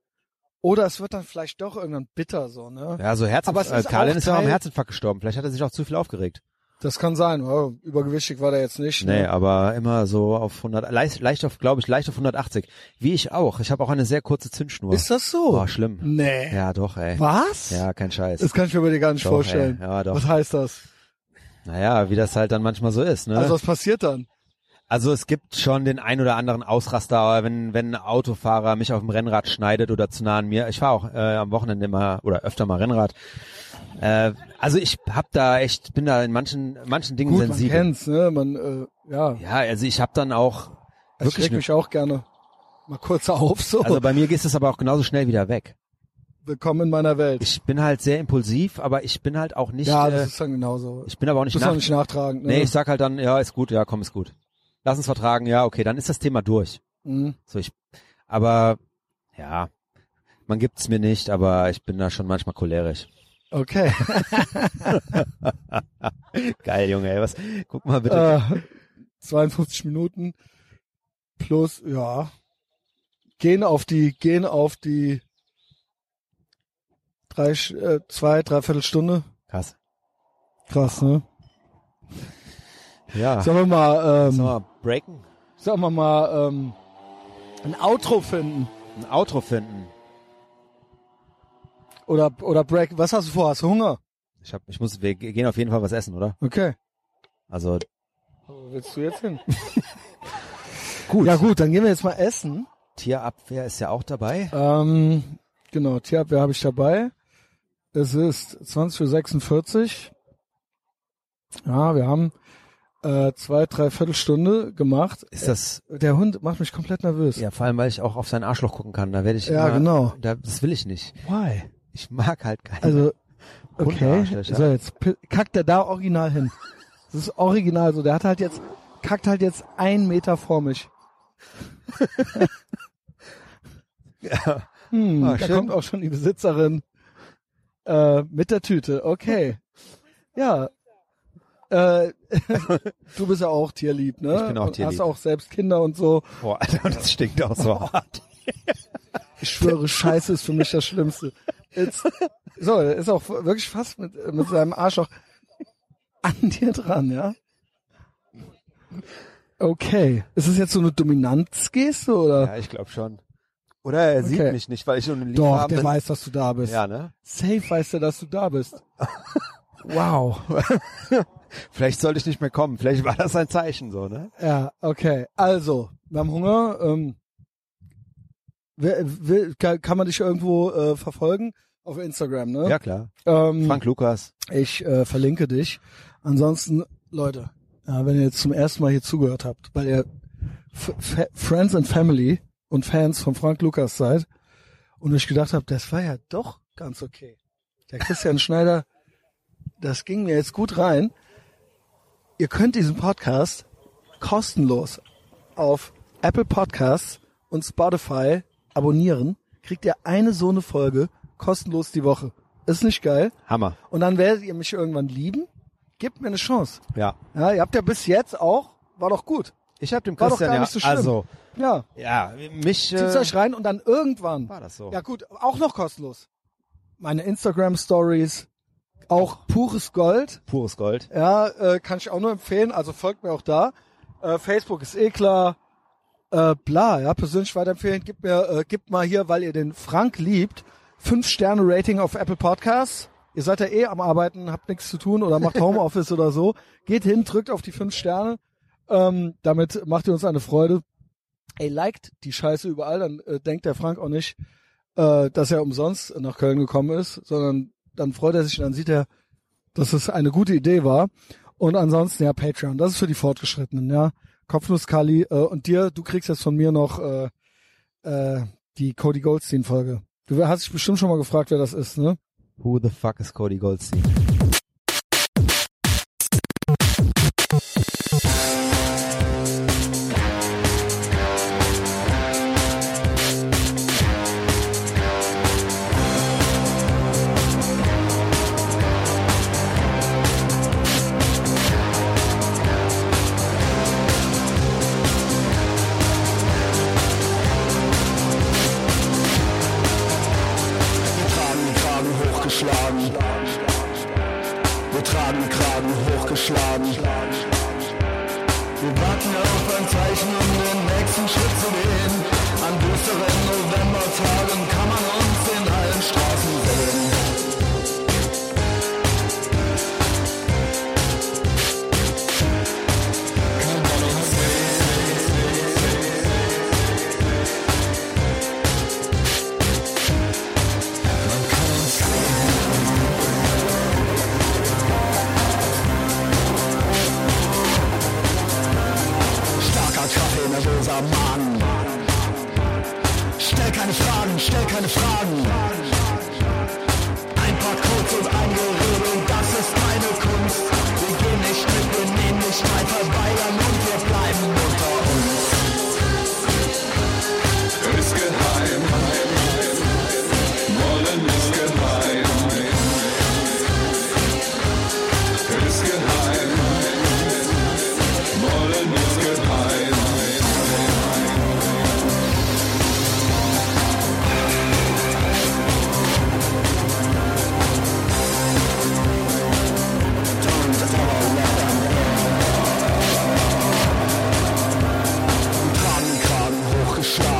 S1: Oder es wird dann vielleicht doch irgendwann bitter so, ne?
S2: Ja, so Herzen,
S1: Aber es
S2: äh,
S1: ist
S2: Karlin
S1: auch
S2: ist ja auch am
S1: Teil-
S2: Herzinfarkt gestorben. Vielleicht hat er sich auch zu viel aufgeregt.
S1: Das kann sein. Oh, übergewichtig war der jetzt nicht.
S2: Nee,
S1: ne?
S2: aber immer so auf 100, leicht, leicht auf, glaube ich, leicht auf 180. Wie ich auch. Ich habe auch eine sehr kurze Zündschnur.
S1: Ist das so?
S2: Boah, schlimm.
S1: nee.
S2: Oh, Ja, doch, ey.
S1: Was?
S2: Ja, kein Scheiß.
S1: Das kann ich mir bei dir gar nicht
S2: Doch,
S1: vorstellen.
S2: ey. Ja, doch.
S1: Was heißt das?
S2: Naja, wie das halt dann manchmal so ist, ne?
S1: Also
S2: Also,
S1: was passiert dann?
S2: es gibt schon den ein oder anderen Ausraster, aber wenn, wenn ein Autofahrer mich auf dem Rennrad schneidet oder zu nah an mir, ich fahre auch äh, am Wochenende immer oder öfter mal Rennrad. Äh, also ich hab da echt, bin da in manchen, manchen Dingen
S1: Gut, man
S2: sensibel.
S1: kennt's, ne? Man, äh, ja,
S2: Ja, also ich hab dann auch
S1: ich
S2: wirklich
S1: schreck
S2: eine,
S1: mich auch gerne mal kurz auf, so.
S2: also bei mir geht es aber auch genauso schnell wieder weg.
S1: Willkommen in meiner Welt.
S2: Ich bin halt sehr impulsiv, aber ich bin halt auch nicht,
S1: ja,
S2: äh,
S1: das ist dann genauso.
S2: ich bin aber auch nicht,
S1: Muss man
S2: nach,
S1: nicht nachtragen, ne?
S2: nee, ich sag halt dann, ja, ist gut, ja, komm, ist gut. Lass uns vertragen, ja, okay, dann ist das Thema durch.
S1: Mhm.
S2: So ich, aber ja, man gibt's mir nicht, aber ich bin da schon manchmal cholerisch.
S1: Okay.
S2: Geil, Junge, ey, was? Guck mal bitte.
S1: äh, 52 Minuten plus, ja. Gehen auf die, gehen auf die drei, Sch- äh, zwei, dreiviertel Stunde.
S2: Krass.
S1: Krass, ne?
S2: Ja.
S1: Sollen wir mal, ähm,
S2: Sollen wir breaken?
S1: sagen wir mal, ähm, ein Outro finden.
S2: Ein Outro finden.
S1: Oder, oder Break. Was hast du vor? Hast du Hunger?
S2: Ich hab, ich muss, wir gehen auf jeden Fall was essen, oder?
S1: Okay.
S2: Also
S1: Wo willst du jetzt hin? gut. Ja gut, dann gehen wir jetzt mal essen.
S2: Tierabwehr ist ja auch dabei.
S1: Ähm, genau, Tierabwehr habe ich dabei. Es ist 20.46 Uhr. Ja, wir haben äh, zwei, drei Viertelstunde gemacht. Äh,
S2: Ist das?
S1: Der Hund macht mich komplett nervös.
S2: Ja, vor allem, weil ich auch auf sein Arschloch gucken kann. Da werde ich
S1: Ja,
S2: immer,
S1: genau.
S2: Da, das will ich nicht.
S1: Why?
S2: Ich mag halt keine.
S1: Also, okay.
S2: Hundearschlöcher.
S1: So, jetzt pi- kackt er da original hin. Das ist original so. Der hat halt jetzt, kackt halt jetzt einen Meter vor mich. Hm,
S2: Ah,
S1: da
S2: schön.
S1: kommt auch schon die Besitzerin äh, mit der Tüte. Okay. Ja. Äh, du bist ja auch tierlieb, ne?
S2: Ich bin auch
S1: und
S2: tierlieb.
S1: Hast auch selbst Kinder und so.
S2: Boah, Alter, und das stinkt auch so hart.
S1: Ich schwöre, Scheiße ist für mich das Schlimmste. Jetzt, so, er ist auch wirklich fast mit, mit seinem Arsch auch an dir dran, ja? Okay. Ist es jetzt so eine Dominanzgeste oder?
S2: Ja, ich glaube schon. Oder er
S1: Okay.
S2: sieht mich nicht, weil ich nur ein
S1: Doch,
S2: Liebhaber
S1: der
S2: bin.
S1: weiß, dass du da bist.
S2: Ja, ne?
S1: Safe weiß er, dass du da bist. Wow.
S2: Vielleicht sollte ich nicht mehr kommen. Vielleicht war das ein Zeichen so, ne?
S1: Ja, okay. Also, wir haben Hunger. Ähm, wer, will, kann, kann man dich irgendwo äh, verfolgen? Auf Instagram, ne?
S2: Ja, klar.
S1: Ähm,
S2: Frank Lukas.
S1: Ich äh, verlinke dich. Ansonsten, Leute, ja, wenn ihr jetzt zum ersten Mal hier zugehört habt, weil ihr F F Friends and Family und Fans von Frank Lukas seid und euch gedacht habt, das war ja doch ganz okay. Der Christian Schneider, das ging mir jetzt gut rein. Ihr könnt diesen Podcast kostenlos auf Apple Podcasts und Spotify abonnieren. Kriegt ihr eine so eine Folge kostenlos die Woche. Ist nicht geil?
S2: Hammer.
S1: Und dann werdet ihr mich irgendwann lieben. Gebt mir eine Chance.
S2: Ja.
S1: Ja, ihr habt ja bis jetzt auch, war doch gut.
S2: Ich habe dem
S1: War doch
S2: Christian
S1: gar
S2: ja,
S1: nicht so schlimm.
S2: also
S1: Ja,
S2: ja, mich
S1: zieht's
S2: äh,
S1: euch rein und dann irgendwann.
S2: war das so.
S1: Ja gut, auch noch kostenlos. Meine Instagram Stories, auch pures Gold.
S2: pures Gold.
S1: Ja, äh, kann ich auch nur empfehlen. Also folgt mir auch da. Äh, Facebook ist eh klar. Äh, bla, ja, persönlich weiterempfehlen. Gebt mir, äh, gebt mal hier, weil ihr den Frank liebt, 5-Sterne-Rating auf Apple Podcasts. Ihr seid ja eh am Arbeiten, habt nichts zu tun oder macht Homeoffice oder so. Geht hin, drückt auf die 5 Sterne. Ähm, damit macht ihr uns eine Freude. Ey, liked die Scheiße überall, dann äh, denkt der Frank auch nicht, äh, dass er umsonst nach Köln gekommen ist, sondern dann freut er sich und dann sieht er, dass es eine gute Idee war. Und ansonsten ja Patreon, das ist für die Fortgeschrittenen, ja. Kopfnuss Kali äh, und dir, du kriegst jetzt von mir noch äh, äh, die Cody Goldstein Folge. Du hast dich bestimmt schon mal gefragt, wer das ist, ne?
S2: Who the fuck is Cody Goldstein?
S3: Wir tragen den Kragen hochgeschlagen. Wir tragen den Kragen hochgeschlagen. Wir warten auf ein Zeichen, um den nächsten Schritt zu gehen. An düsteren Novembertagen kann man uns in allen Straßen sehen. Kann man uns Starker Kaffee, nervöser Magen. Stell keine Fragen, stell keine Fragen. Ein paar Codes und ein Gerede, das ist meine Kunst. Wir gehen nicht mit, wir nehmen nicht weit verweigern und wir bleiben unter uns.
S4: ist geheim. Wollen ist geheim. Ist geheim. Wollen ist geheim.
S3: Kragen, Kragen hochgeschlagen.